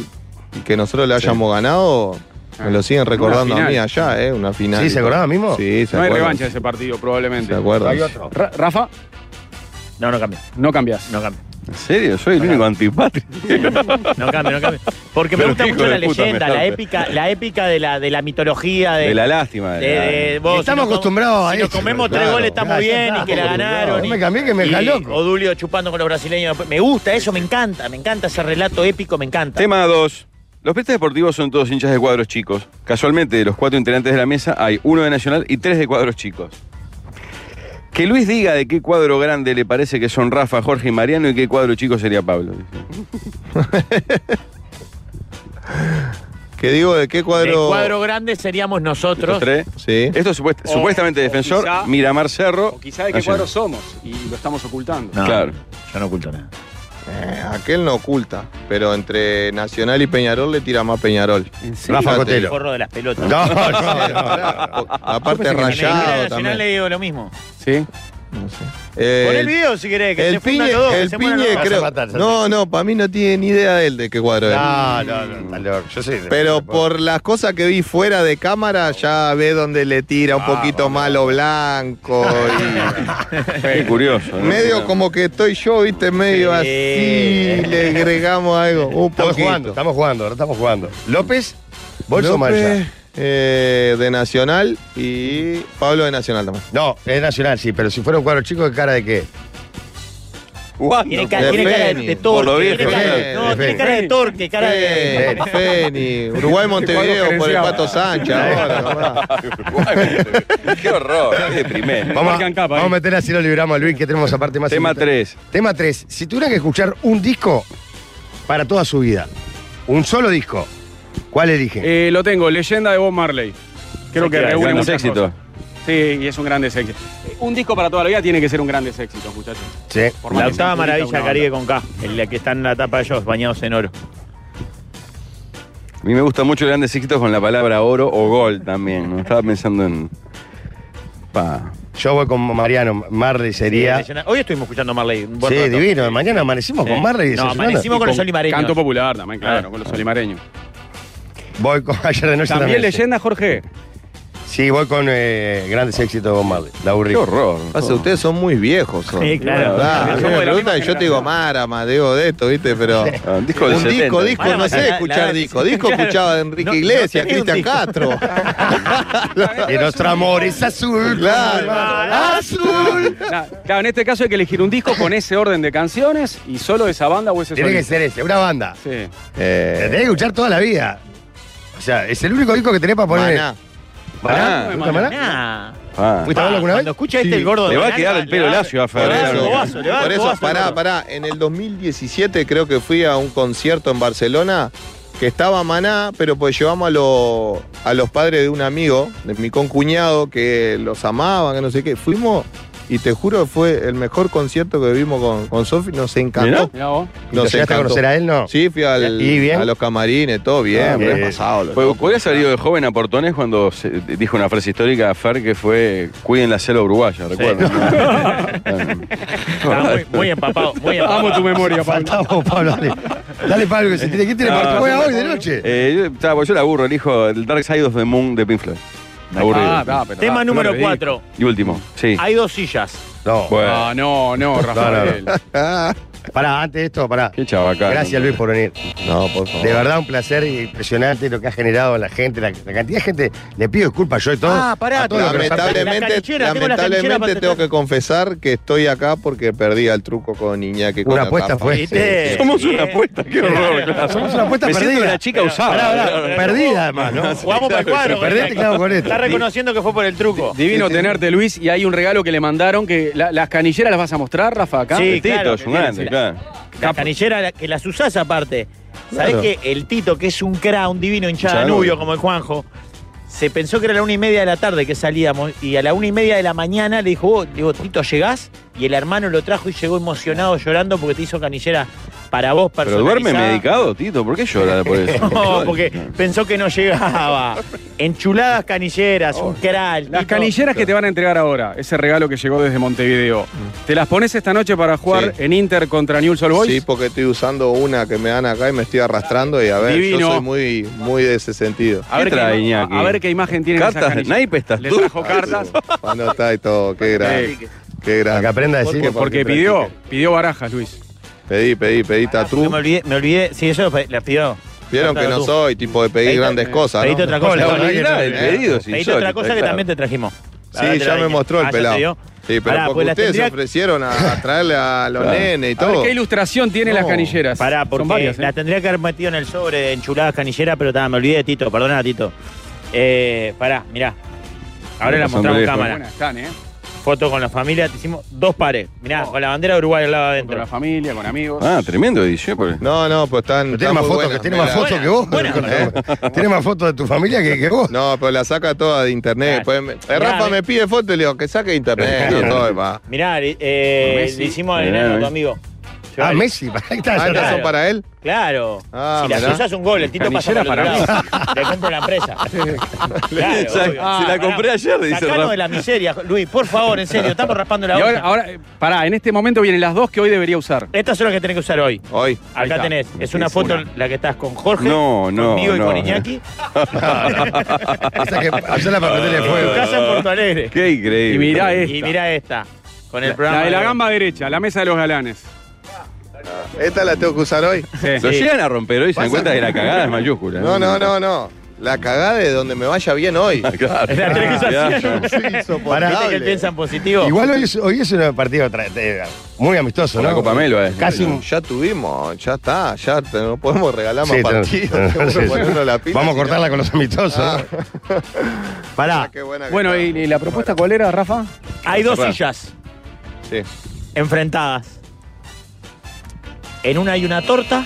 [SPEAKER 5] y que nosotros le hayamos ganado, me lo siguen recordando
[SPEAKER 4] Una
[SPEAKER 5] a mí
[SPEAKER 4] final.
[SPEAKER 5] allá, ¿eh? Una final.
[SPEAKER 1] Ah. ¿Sí? ¿Se acordaba mismo?
[SPEAKER 5] Sí, se
[SPEAKER 4] No hay
[SPEAKER 5] acuerdan.
[SPEAKER 4] revancha de ese partido, probablemente.
[SPEAKER 5] ¿Se acuerdan?
[SPEAKER 1] Hay otro.
[SPEAKER 4] Ra- Rafa,
[SPEAKER 2] No, no cambias.
[SPEAKER 4] no cambias.
[SPEAKER 2] No cambias.
[SPEAKER 3] ¿En serio? Soy el único antipático.
[SPEAKER 2] No cambia, no cambia. Porque me
[SPEAKER 3] Pero
[SPEAKER 2] gusta
[SPEAKER 3] hijo
[SPEAKER 2] mucho
[SPEAKER 3] de
[SPEAKER 2] la
[SPEAKER 3] puta,
[SPEAKER 2] leyenda,
[SPEAKER 3] me
[SPEAKER 2] la
[SPEAKER 3] está-
[SPEAKER 2] épica, la épica de la, de la mitología, de,
[SPEAKER 3] De la lástima. de
[SPEAKER 2] de-
[SPEAKER 5] Eh,
[SPEAKER 3] la-
[SPEAKER 2] de- vos,
[SPEAKER 1] Estamos
[SPEAKER 2] si nos-
[SPEAKER 1] acostumbrados a
[SPEAKER 2] si nos
[SPEAKER 1] eso,
[SPEAKER 2] comemos
[SPEAKER 1] claro.
[SPEAKER 2] tres goles
[SPEAKER 1] Ya,
[SPEAKER 2] estamos
[SPEAKER 1] ya
[SPEAKER 2] bien
[SPEAKER 1] está,
[SPEAKER 2] y que la
[SPEAKER 1] estamos acostumbrados.
[SPEAKER 2] ganaron.
[SPEAKER 1] No
[SPEAKER 2] y-
[SPEAKER 1] me cambié que me
[SPEAKER 2] y
[SPEAKER 1] jaloco.
[SPEAKER 2] Odulio chupando con los brasileños. Me gusta eso, me encanta, me encanta ese relato épico, me encanta.
[SPEAKER 3] Tema 2. Los periodistas deportivos son todos hinchas de cuadros chicos. Casualmente, de los cuatro integrantes de la mesa, hay uno de Nacional y tres de cuadros chicos. Que Luis diga de qué cuadro grande le parece que son Rafa, Jorge y Mariano y qué cuadro chico sería Pablo. dice.
[SPEAKER 5] ¿Qué digo? ¿De qué
[SPEAKER 2] El
[SPEAKER 5] cuadro?
[SPEAKER 2] cuadro grande seríamos nosotros.
[SPEAKER 3] Estos tres.
[SPEAKER 5] Sí.
[SPEAKER 3] Esto es supuest-
[SPEAKER 4] O-
[SPEAKER 3] supuestamente
[SPEAKER 4] o
[SPEAKER 3] defensor,
[SPEAKER 4] quizá-
[SPEAKER 3] Miramar Cerro.
[SPEAKER 4] O quizá de qué
[SPEAKER 3] Nacional.
[SPEAKER 4] cuadro somos y lo estamos ocultando.
[SPEAKER 2] No,
[SPEAKER 3] Claro.
[SPEAKER 2] Yo no oculto nada.
[SPEAKER 5] Eh, aquel no oculta, pero entre Nacional y Peñarol le tira más Peñarol.
[SPEAKER 1] Rafa
[SPEAKER 5] Fíjate.
[SPEAKER 2] El
[SPEAKER 1] Cotelo.
[SPEAKER 2] forro de las pelotas.
[SPEAKER 1] No, no, no, no.
[SPEAKER 5] Aparte
[SPEAKER 4] Yo pensé que
[SPEAKER 2] En el Nacional
[SPEAKER 5] rayado también.
[SPEAKER 2] le digo lo mismo.
[SPEAKER 4] ¿Sí?
[SPEAKER 5] Eh,
[SPEAKER 2] Pon el video si querés, que
[SPEAKER 5] el
[SPEAKER 2] se fundan
[SPEAKER 5] piñe,
[SPEAKER 2] los dos, que
[SPEAKER 5] el
[SPEAKER 2] se mueran
[SPEAKER 5] piñe
[SPEAKER 2] los dos.
[SPEAKER 5] creo.
[SPEAKER 1] Vas a matar, Santi.
[SPEAKER 5] no, no, para mí no tiene ni idea él de qué cuadro es.
[SPEAKER 1] No, no, no, está loco. Yo sé.
[SPEAKER 5] Pero por las cosas que vi fuera de cámara, ya ve donde le tira un poquito malo blanco.
[SPEAKER 3] Qué curioso.
[SPEAKER 5] y
[SPEAKER 3] ¿no?
[SPEAKER 5] medio como que estoy yo, viste, medio
[SPEAKER 2] Sí.
[SPEAKER 5] así, le agregamos algo. Un
[SPEAKER 1] Estamos
[SPEAKER 5] poquito.
[SPEAKER 1] jugando, estamos jugando, ahora estamos jugando. López, Bolso
[SPEAKER 5] López,
[SPEAKER 1] Mancha.
[SPEAKER 5] eh, de Nacional y Pablo de Nacional también.
[SPEAKER 1] No, es nacional, sí, pero si fuera un cuadro chico, ¿qué cara de qué?
[SPEAKER 3] Jugando.
[SPEAKER 2] Tiene, ca- tiene
[SPEAKER 5] Feni.
[SPEAKER 2] cara de, de
[SPEAKER 3] Por lo
[SPEAKER 2] torque.
[SPEAKER 3] viejo,
[SPEAKER 2] tiene cara de-
[SPEAKER 5] Feni.
[SPEAKER 2] no, tiene
[SPEAKER 1] Feni.
[SPEAKER 2] cara de torque, cara de.
[SPEAKER 5] Feni, Feni, Uruguay Montevideo por el Pato Sánchez ahora nomás.
[SPEAKER 3] Qué horror. Qué deprimente.
[SPEAKER 1] Vamos,
[SPEAKER 4] Marcan
[SPEAKER 1] a-
[SPEAKER 4] capa,
[SPEAKER 1] vamos a
[SPEAKER 4] eh.
[SPEAKER 1] meter así lo libramos a Luis, que tenemos aparte más.
[SPEAKER 3] Tema
[SPEAKER 1] invita-
[SPEAKER 3] 3.
[SPEAKER 1] Tema 3. Si tuviera que escuchar un disco para toda su vida, un solo disco, ¿cuál elige?
[SPEAKER 4] Eh, lo tengo, Leyenda de Bob Marley. Creo que reúne
[SPEAKER 3] Grandes
[SPEAKER 4] muchos éxitos.
[SPEAKER 3] éxitos.
[SPEAKER 4] Sí, y es un gran éxito. Eh, Un disco para toda la vida tiene que ser un gran éxito, muchachos.
[SPEAKER 1] Sí.
[SPEAKER 4] Por más
[SPEAKER 2] La
[SPEAKER 4] que sea
[SPEAKER 2] octava
[SPEAKER 4] un turista,
[SPEAKER 2] maravilla
[SPEAKER 4] una
[SPEAKER 2] Caribe
[SPEAKER 4] banda.
[SPEAKER 2] con K, en la que está en la tapa de ellos bañados en oro.
[SPEAKER 3] A mí me gustan mucho grandes éxitos con la palabra oro o gol también. ¿no? Estaba pensando en. Pa.
[SPEAKER 1] Yo voy con Mariano. Marley sería. Sí,
[SPEAKER 2] Impresionante. Hoy estuvimos escuchando Marley. un buen rato.
[SPEAKER 1] divino. Mañana amanecimos con
[SPEAKER 2] Sí.
[SPEAKER 1] Marley.
[SPEAKER 2] No,
[SPEAKER 1] desayunando.
[SPEAKER 2] amanecimos con los olimareños.
[SPEAKER 4] Canto popular también, claro,
[SPEAKER 2] Ah.
[SPEAKER 4] con los olimareños.
[SPEAKER 1] Voy con ayer de noche
[SPEAKER 4] También
[SPEAKER 1] también.
[SPEAKER 4] leyenda, Jorge.
[SPEAKER 1] Sí, voy con eh, grandes éxitos con Marley. La aburrí.
[SPEAKER 3] Qué horror.
[SPEAKER 5] Pasa, ustedes son muy viejos. Son.
[SPEAKER 2] Sí, claro.
[SPEAKER 5] Ah,
[SPEAKER 2] Somos de la
[SPEAKER 5] a mí me
[SPEAKER 2] misma
[SPEAKER 5] preguntan y yo te digo Mara, más digo de esto, ¿viste? Pero.
[SPEAKER 3] Ah, Un disco del
[SPEAKER 5] un
[SPEAKER 3] 70.
[SPEAKER 5] disco, disco,
[SPEAKER 2] Mara,
[SPEAKER 5] no sé
[SPEAKER 2] Mara,
[SPEAKER 5] escuchar
[SPEAKER 2] nada,
[SPEAKER 5] disco.
[SPEAKER 2] sí,
[SPEAKER 5] Disco
[SPEAKER 2] claro.
[SPEAKER 5] escuchaba de Enrique
[SPEAKER 2] No, no
[SPEAKER 5] Iglesias,
[SPEAKER 2] tenía un
[SPEAKER 5] Cristian
[SPEAKER 2] disco.
[SPEAKER 5] Castro.
[SPEAKER 1] Y nuestro amor es azul. Ah.
[SPEAKER 5] Claro.
[SPEAKER 1] Azul.
[SPEAKER 4] Na- Claro, en este caso hay que elegir un disco con ese orden de canciones y solo de esa banda o ese
[SPEAKER 1] Tiene que
[SPEAKER 4] solista.
[SPEAKER 1] ser ese, una banda.
[SPEAKER 4] Sí.
[SPEAKER 5] Eh.
[SPEAKER 1] Te tenés que escuchar toda la vida. O sea, es el único disco que tenés para poner.
[SPEAKER 5] Maná.
[SPEAKER 1] ¿Maná?
[SPEAKER 3] Ah,
[SPEAKER 1] ¿Te gusta Maná?
[SPEAKER 2] Nah.
[SPEAKER 3] Ah.
[SPEAKER 1] ¿Fuiste a verlo alguna vez?
[SPEAKER 2] Cuando escucha este
[SPEAKER 5] Sí.
[SPEAKER 2] el gordo.
[SPEAKER 3] Le
[SPEAKER 2] de
[SPEAKER 3] va a
[SPEAKER 2] Banana,
[SPEAKER 3] quedar el
[SPEAKER 2] le
[SPEAKER 3] pelo
[SPEAKER 2] va a-
[SPEAKER 3] lacio a
[SPEAKER 2] le va a dar
[SPEAKER 3] Ferrero.
[SPEAKER 2] cobazo, le va a dar
[SPEAKER 5] Por eso,
[SPEAKER 2] cobazo,
[SPEAKER 5] pará,
[SPEAKER 2] gordo.
[SPEAKER 5] pará. En el 2017 creo que fui a un concierto en Barcelona que estaba Maná, pero pues llevamos a, los- a los padres de un amigo, de mi concuñado, que los amaban, que no sé qué. Fuimos y te juro que fue el mejor concierto que vimos con, con Sofi. Nos encantó.
[SPEAKER 4] Mirá vos.
[SPEAKER 1] ¿Y ¿Lo
[SPEAKER 5] Nos
[SPEAKER 1] llegaste a
[SPEAKER 5] encantó.
[SPEAKER 1] conocer a él? No.
[SPEAKER 5] Sí, fui al-
[SPEAKER 1] ¿Y bien?
[SPEAKER 5] a los camarines, todo bien,
[SPEAKER 1] Ah, bien.
[SPEAKER 5] re pasado. los
[SPEAKER 3] Fue-
[SPEAKER 5] locos.
[SPEAKER 3] Pues, Podría haber ido de joven a Portones cuando se- dijo una frase histórica a Fer que fue cuiden la selva uruguaya, recuerdo.
[SPEAKER 2] Está muy, muy empapado, muy empapado.
[SPEAKER 4] Amo tu memoria, Pablo.
[SPEAKER 1] Faltamos, Pablo, dale. Dale, Pablo, que se tiene. ¿Qué tiene
[SPEAKER 3] No,
[SPEAKER 1] para
[SPEAKER 3] no,
[SPEAKER 1] juega
[SPEAKER 3] no,
[SPEAKER 1] hoy de noche?
[SPEAKER 3] Eh, yo, está, pues yo la aburro, elijo el Dark Side of the Moon de Pink Floyd. Aburrido.
[SPEAKER 4] Ah, está, pero
[SPEAKER 2] Tema
[SPEAKER 4] está.
[SPEAKER 2] número
[SPEAKER 4] No,
[SPEAKER 2] 4.
[SPEAKER 3] y último, sí.
[SPEAKER 2] Hay dos sillas.
[SPEAKER 1] No.
[SPEAKER 3] Bueno,
[SPEAKER 4] Ah, no, no, Rafael.
[SPEAKER 5] Ah,
[SPEAKER 1] Pará, antes de esto, pará.
[SPEAKER 3] qué chavacán.
[SPEAKER 1] Gracias, Luis, por venir.
[SPEAKER 5] no, por favor.
[SPEAKER 1] De verdad, un placer impresionante lo que ha generado la gente, la, la cantidad de gente. Le pido disculpas yo y todo.
[SPEAKER 2] Ah, pará,
[SPEAKER 1] a todos los que nos han-
[SPEAKER 2] La
[SPEAKER 5] Lamentablemente,
[SPEAKER 2] canillera, tengo la
[SPEAKER 5] lamentablemente
[SPEAKER 2] canillera para
[SPEAKER 5] tengo que confesar que estoy acá porque perdí al truco con Iñaki. con
[SPEAKER 1] Una
[SPEAKER 5] el
[SPEAKER 1] apuesta
[SPEAKER 5] Rafa.
[SPEAKER 1] fue.
[SPEAKER 2] ¿Viste? Eh,
[SPEAKER 3] Somos una apuesta, qué horror. claro.
[SPEAKER 1] Somos una apuesta
[SPEAKER 3] Me siento
[SPEAKER 1] perdida.
[SPEAKER 3] una chica usada.
[SPEAKER 1] Pará,
[SPEAKER 4] ¿eh?
[SPEAKER 1] pará, perdida además, ¿no?
[SPEAKER 2] Jugamos para el cuadro.
[SPEAKER 1] Pero perdete, claro, con esto.
[SPEAKER 2] Está reconociendo que fue por el truco.
[SPEAKER 4] Divino tenerte, Luis. Y hay un regalo que le mandaron que la- las canilleras las vas a mostrar, Rafa, acá.
[SPEAKER 2] Sí.
[SPEAKER 3] El Tito
[SPEAKER 2] claro,
[SPEAKER 3] es un grande,
[SPEAKER 2] sí,
[SPEAKER 3] claro.
[SPEAKER 2] La canillera la- que las usás aparte. ¿Sabés
[SPEAKER 5] Claro.
[SPEAKER 2] que el Tito, que es un cra, un divino hinchada
[SPEAKER 3] Hinchada
[SPEAKER 2] de
[SPEAKER 3] nubio.
[SPEAKER 2] nubio como el Juanjo, se pensó que era la una y media de la tarde que salíamos y a la una y media de la mañana le dijo, "Vos", le digo, Tito, ¿llegás? Y el hermano lo trajo y llegó emocionado llorando porque te hizo canillera para vos
[SPEAKER 3] Pero
[SPEAKER 2] personalizada.
[SPEAKER 3] duerme medicado, Tito, ¿por qué llora por eso?
[SPEAKER 2] No, porque pensó que no llegaba. Enchuladas canilleras, un cra. el
[SPEAKER 4] Las
[SPEAKER 2] Tito.
[SPEAKER 4] canilleras que te van a entregar ahora, ese regalo que llegó desde Montevideo,
[SPEAKER 3] Mm.
[SPEAKER 4] ¿te las pones esta noche para jugar
[SPEAKER 5] Sí.
[SPEAKER 4] en Inter contra Newell's Old Boys?
[SPEAKER 5] Sí, porque estoy usando una que me dan acá y me estoy arrastrando y a ver,
[SPEAKER 4] Divino.
[SPEAKER 5] yo soy muy, muy de ese sentido.
[SPEAKER 3] ¿Qué trae,
[SPEAKER 4] qué, ima-
[SPEAKER 3] Iñaki?
[SPEAKER 4] a ver qué imagen tienen esas
[SPEAKER 3] Cartas de
[SPEAKER 4] canilleras.
[SPEAKER 3] naipe estás
[SPEAKER 4] Le
[SPEAKER 3] tú.
[SPEAKER 4] trajo cartas
[SPEAKER 5] Cuando está y todo, qué grande. Qué
[SPEAKER 1] Para que
[SPEAKER 5] grande.
[SPEAKER 1] aprenda a decir.
[SPEAKER 5] Porque-
[SPEAKER 4] porque pidió, pidió barajas, Luis.
[SPEAKER 5] Pedí, pedí, pedí
[SPEAKER 2] No,
[SPEAKER 5] tatú.
[SPEAKER 2] Me olvidé, me olvidé. Sí, eso la pidió.
[SPEAKER 5] Vieron que no
[SPEAKER 2] Tú.
[SPEAKER 5] soy tipo de pedir
[SPEAKER 2] Pedí-
[SPEAKER 5] grandes cosas.
[SPEAKER 2] Pediste
[SPEAKER 5] ¿no?
[SPEAKER 2] otra
[SPEAKER 1] No,
[SPEAKER 2] cosa.
[SPEAKER 3] La
[SPEAKER 1] verdad que
[SPEAKER 3] unidad
[SPEAKER 1] no,
[SPEAKER 3] del
[SPEAKER 1] eh.
[SPEAKER 3] pedido es
[SPEAKER 2] Pediste otra
[SPEAKER 3] insólita,
[SPEAKER 2] cosa que
[SPEAKER 3] claro.
[SPEAKER 2] también te trajimos. Ahora te
[SPEAKER 5] Sí, ya
[SPEAKER 2] la
[SPEAKER 5] me
[SPEAKER 2] dije.
[SPEAKER 5] mostró el
[SPEAKER 2] Ah, ¿ya te
[SPEAKER 5] pelado.
[SPEAKER 2] dio?
[SPEAKER 5] Sí, pero
[SPEAKER 2] Pará,
[SPEAKER 5] porque
[SPEAKER 2] pues las
[SPEAKER 5] ustedes se
[SPEAKER 2] tendría-
[SPEAKER 5] ofrecieron a traerle a los
[SPEAKER 3] Claro.
[SPEAKER 5] nenes y
[SPEAKER 4] A ver
[SPEAKER 5] todo.
[SPEAKER 4] qué ilustración tienen
[SPEAKER 5] No.
[SPEAKER 4] las canilleras.
[SPEAKER 2] Pará, porque
[SPEAKER 4] Son varias. ¿eh?
[SPEAKER 2] la tendría que haber metido en el sobre de enchuladas canilleras, pero tá, me olvidé de Tito, perdona Tito. Eh, pará, mirá. Ahora
[SPEAKER 3] Me
[SPEAKER 2] la mostramos
[SPEAKER 3] pasó un
[SPEAKER 2] en
[SPEAKER 3] teléfono.
[SPEAKER 2] cámara.
[SPEAKER 4] Buenas están, ¿eh?
[SPEAKER 2] Foto con la familia, te hicimos dos pares. Mirá, Oh. con la bandera de Uruguay al lado
[SPEAKER 4] Con
[SPEAKER 2] adentro.
[SPEAKER 4] la familia, con amigos.
[SPEAKER 3] Ah, tremendo edición. por-
[SPEAKER 5] No, no, pues están.
[SPEAKER 1] Tiene
[SPEAKER 5] están
[SPEAKER 1] más
[SPEAKER 5] muy
[SPEAKER 1] fotos que,
[SPEAKER 5] buenas,
[SPEAKER 1] tiene
[SPEAKER 5] me
[SPEAKER 1] más
[SPEAKER 5] la-
[SPEAKER 1] fotos que vos.
[SPEAKER 2] Buena.
[SPEAKER 1] Tiene más fotos de tu familia que, que vos.
[SPEAKER 5] No, pero la saca toda de internet.
[SPEAKER 2] Claro.
[SPEAKER 5] Después me-
[SPEAKER 2] Mirá,
[SPEAKER 5] eh, Rafa
[SPEAKER 2] ve-
[SPEAKER 5] me pide fotos y le digo, que saque de internet.
[SPEAKER 3] Pero-
[SPEAKER 5] no, todo, va.
[SPEAKER 2] Mirá, eh,
[SPEAKER 4] Messi.
[SPEAKER 2] le hicimos al
[SPEAKER 3] Mirá,
[SPEAKER 2] enano, tu
[SPEAKER 3] eh.
[SPEAKER 2] amigo.
[SPEAKER 1] Ah,
[SPEAKER 2] Llevale.
[SPEAKER 1] Messi, para ahí está.
[SPEAKER 5] Ah,
[SPEAKER 1] ya
[SPEAKER 5] ¿estas
[SPEAKER 1] está.
[SPEAKER 5] son para él?
[SPEAKER 2] Claro.
[SPEAKER 5] Ah,
[SPEAKER 2] si las
[SPEAKER 5] mirá.
[SPEAKER 2] usas un gol, el Tito pasa
[SPEAKER 4] Canillera
[SPEAKER 2] por el otro lado. Le compro la empresa.
[SPEAKER 3] Se- se la compré ayer, dice
[SPEAKER 2] Sacanos
[SPEAKER 3] Rafa.
[SPEAKER 2] de la miseria, Luis, por favor, en serio, estamos raspando la
[SPEAKER 4] y ahora,
[SPEAKER 2] hoja.
[SPEAKER 4] ahora, eh, pará, en este momento vienen las dos que hoy debería usar.
[SPEAKER 2] Estas son las que tenés que usar hoy.
[SPEAKER 5] Hoy.
[SPEAKER 4] Ahí
[SPEAKER 2] Acá
[SPEAKER 4] está.
[SPEAKER 2] tenés, es una
[SPEAKER 4] Es
[SPEAKER 2] foto
[SPEAKER 4] una.
[SPEAKER 2] la que estás con Jorge,
[SPEAKER 3] No, no,
[SPEAKER 2] conmigo
[SPEAKER 3] no.
[SPEAKER 2] y con Iñaki.
[SPEAKER 1] Esa que hacerla para meterle
[SPEAKER 2] En tu
[SPEAKER 1] fuego.
[SPEAKER 2] casa en Porto Alegre.
[SPEAKER 3] Qué increíble.
[SPEAKER 4] Y mirá esta.
[SPEAKER 2] Y mirá esta, con el programa.
[SPEAKER 4] La de la gamba derecha, la mesa de los galanes.
[SPEAKER 5] ¿Esta la tengo que usar hoy?
[SPEAKER 4] Sí.
[SPEAKER 3] Lo llegan a romper hoy y se dan cuenta de la cagada es mayúscula.
[SPEAKER 5] No, no, no, no. La cagada de donde me vaya bien hoy.
[SPEAKER 3] Claro.
[SPEAKER 2] La tenés que usar
[SPEAKER 3] Ya,
[SPEAKER 2] siempre.
[SPEAKER 5] Sí, insoportable.
[SPEAKER 2] ¿Viste que él piensa en positivo?
[SPEAKER 1] Igual hoy es, hoy es un partido tra- eh, muy amistoso,
[SPEAKER 3] Por la
[SPEAKER 1] ¿no?
[SPEAKER 3] Copa Melo, eh.
[SPEAKER 1] Casi un-
[SPEAKER 5] Ya tuvimos, ya está, ya te- no podemos regalar más
[SPEAKER 1] Sí, tenemos-
[SPEAKER 5] partidos.
[SPEAKER 1] tenemos-
[SPEAKER 5] tenemos que
[SPEAKER 1] sí, sí.
[SPEAKER 5] ponernos la pila,
[SPEAKER 1] Vamos a
[SPEAKER 5] si no-
[SPEAKER 1] cortarla con los amistosos.
[SPEAKER 5] Ah.
[SPEAKER 1] ¿no? Pará,
[SPEAKER 5] Qué buena que
[SPEAKER 4] Bueno, ¿y,
[SPEAKER 5] está.
[SPEAKER 4] y la propuesta cuál era, Rafa?
[SPEAKER 2] Hay dos
[SPEAKER 3] Cerrá.
[SPEAKER 2] sillas
[SPEAKER 5] Sí.
[SPEAKER 2] enfrentadas. En una hay una torta.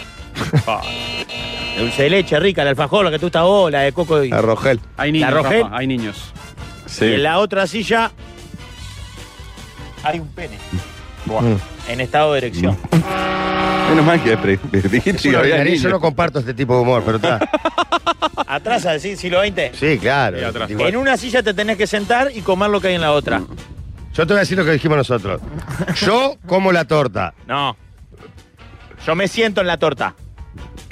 [SPEAKER 2] de dulce de leche rica, la alfajor, la que tú estás vos, la de coco y
[SPEAKER 5] A Rogel.
[SPEAKER 4] Hay
[SPEAKER 2] La
[SPEAKER 4] niños,
[SPEAKER 2] Rogel.
[SPEAKER 4] Rafa, hay niños.
[SPEAKER 2] Y
[SPEAKER 3] Sí.
[SPEAKER 2] en la otra silla hay un pene. En estado de erección.
[SPEAKER 3] Menos mal que pre- dijiste
[SPEAKER 1] es
[SPEAKER 3] que
[SPEAKER 1] una
[SPEAKER 3] había
[SPEAKER 1] ordinaria, yo
[SPEAKER 3] niños.
[SPEAKER 1] no comparto este tipo de humor, pero está.
[SPEAKER 2] Atrás, al si- siglo XX.
[SPEAKER 1] Sí, claro. Igual.
[SPEAKER 2] En una silla te tenés que sentar y comer lo que hay en la otra.
[SPEAKER 1] Yo te voy a decir lo que dijimos nosotros. Yo como la torta.
[SPEAKER 2] No. Yo me siento en la torta.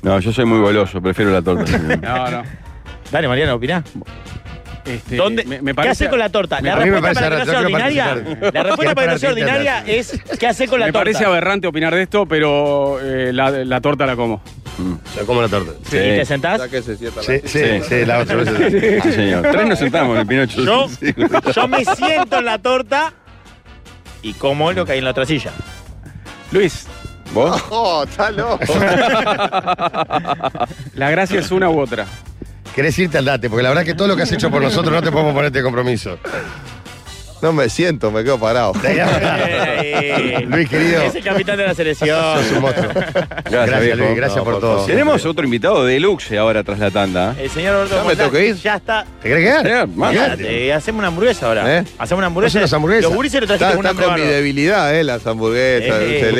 [SPEAKER 3] No, yo soy muy goloso, prefiero la torta.
[SPEAKER 4] No, no.
[SPEAKER 2] Dale, Mariano, opiná.
[SPEAKER 4] Este,
[SPEAKER 2] ¿Dónde,
[SPEAKER 4] me- me
[SPEAKER 2] ¿Qué
[SPEAKER 4] parece-
[SPEAKER 2] haces con la torta? La
[SPEAKER 1] a mí me
[SPEAKER 2] respuesta para que
[SPEAKER 1] parece
[SPEAKER 2] no sea
[SPEAKER 1] raro, yo quiero
[SPEAKER 2] ordinaria,
[SPEAKER 1] participar.
[SPEAKER 2] la respuesta
[SPEAKER 1] Quiero
[SPEAKER 2] para que no sea
[SPEAKER 1] participar.
[SPEAKER 2] ordinaria es ¿qué haces con la
[SPEAKER 4] Me
[SPEAKER 2] torta?
[SPEAKER 4] parece aberrante opinar de esto, pero eh, la, la torta la como.
[SPEAKER 1] Yo como la torta.
[SPEAKER 2] Sí, ¿Y te sentás?
[SPEAKER 5] Ya que se sienta la
[SPEAKER 1] Sí, sí, sí,
[SPEAKER 3] Sí.
[SPEAKER 1] la otra vez.
[SPEAKER 3] Sí, señor. Tres nos sentamos en el Pinocho.
[SPEAKER 2] Yo,
[SPEAKER 3] Sí.
[SPEAKER 2] yo me siento en la torta y como lo que hay en la otra silla.
[SPEAKER 4] Luis,
[SPEAKER 3] ¿Vos?
[SPEAKER 5] Oh, está loco.
[SPEAKER 4] la gracia es una u otra.
[SPEAKER 1] Querés irte al date, porque la verdad que todo lo que has hecho por nosotros no te podemos poner este compromiso.
[SPEAKER 5] No me siento, me quedo parado.
[SPEAKER 1] Luis, querido.
[SPEAKER 2] Eh, Es el capitán de la selección.
[SPEAKER 1] Es un monstruo. Gracias,
[SPEAKER 3] viejo.
[SPEAKER 1] Luis, gracias
[SPEAKER 5] No,
[SPEAKER 1] por,
[SPEAKER 5] por
[SPEAKER 1] todo.
[SPEAKER 5] favor.
[SPEAKER 3] Tenemos otro invitado de luxe ahora tras la tanda. ¿eh?
[SPEAKER 2] El señor Roberto
[SPEAKER 5] ¿Ya me
[SPEAKER 2] González
[SPEAKER 5] tengo que ir?
[SPEAKER 2] Ya está.
[SPEAKER 1] ¿Te querés quedar?
[SPEAKER 3] Eh, más.
[SPEAKER 1] Quédate.
[SPEAKER 2] Eh, hacemos una hamburguesa ahora.
[SPEAKER 5] ¿Eh?
[SPEAKER 2] Hacemos una hamburguesa.
[SPEAKER 1] Hacemos unas hamburguesas.
[SPEAKER 2] Los gurises lo
[SPEAKER 5] Está,
[SPEAKER 2] trajiste con
[SPEAKER 5] está
[SPEAKER 2] una
[SPEAKER 5] con mi debilidad, ¿eh? Las hamburguesas,
[SPEAKER 2] Eh,
[SPEAKER 5] dulce de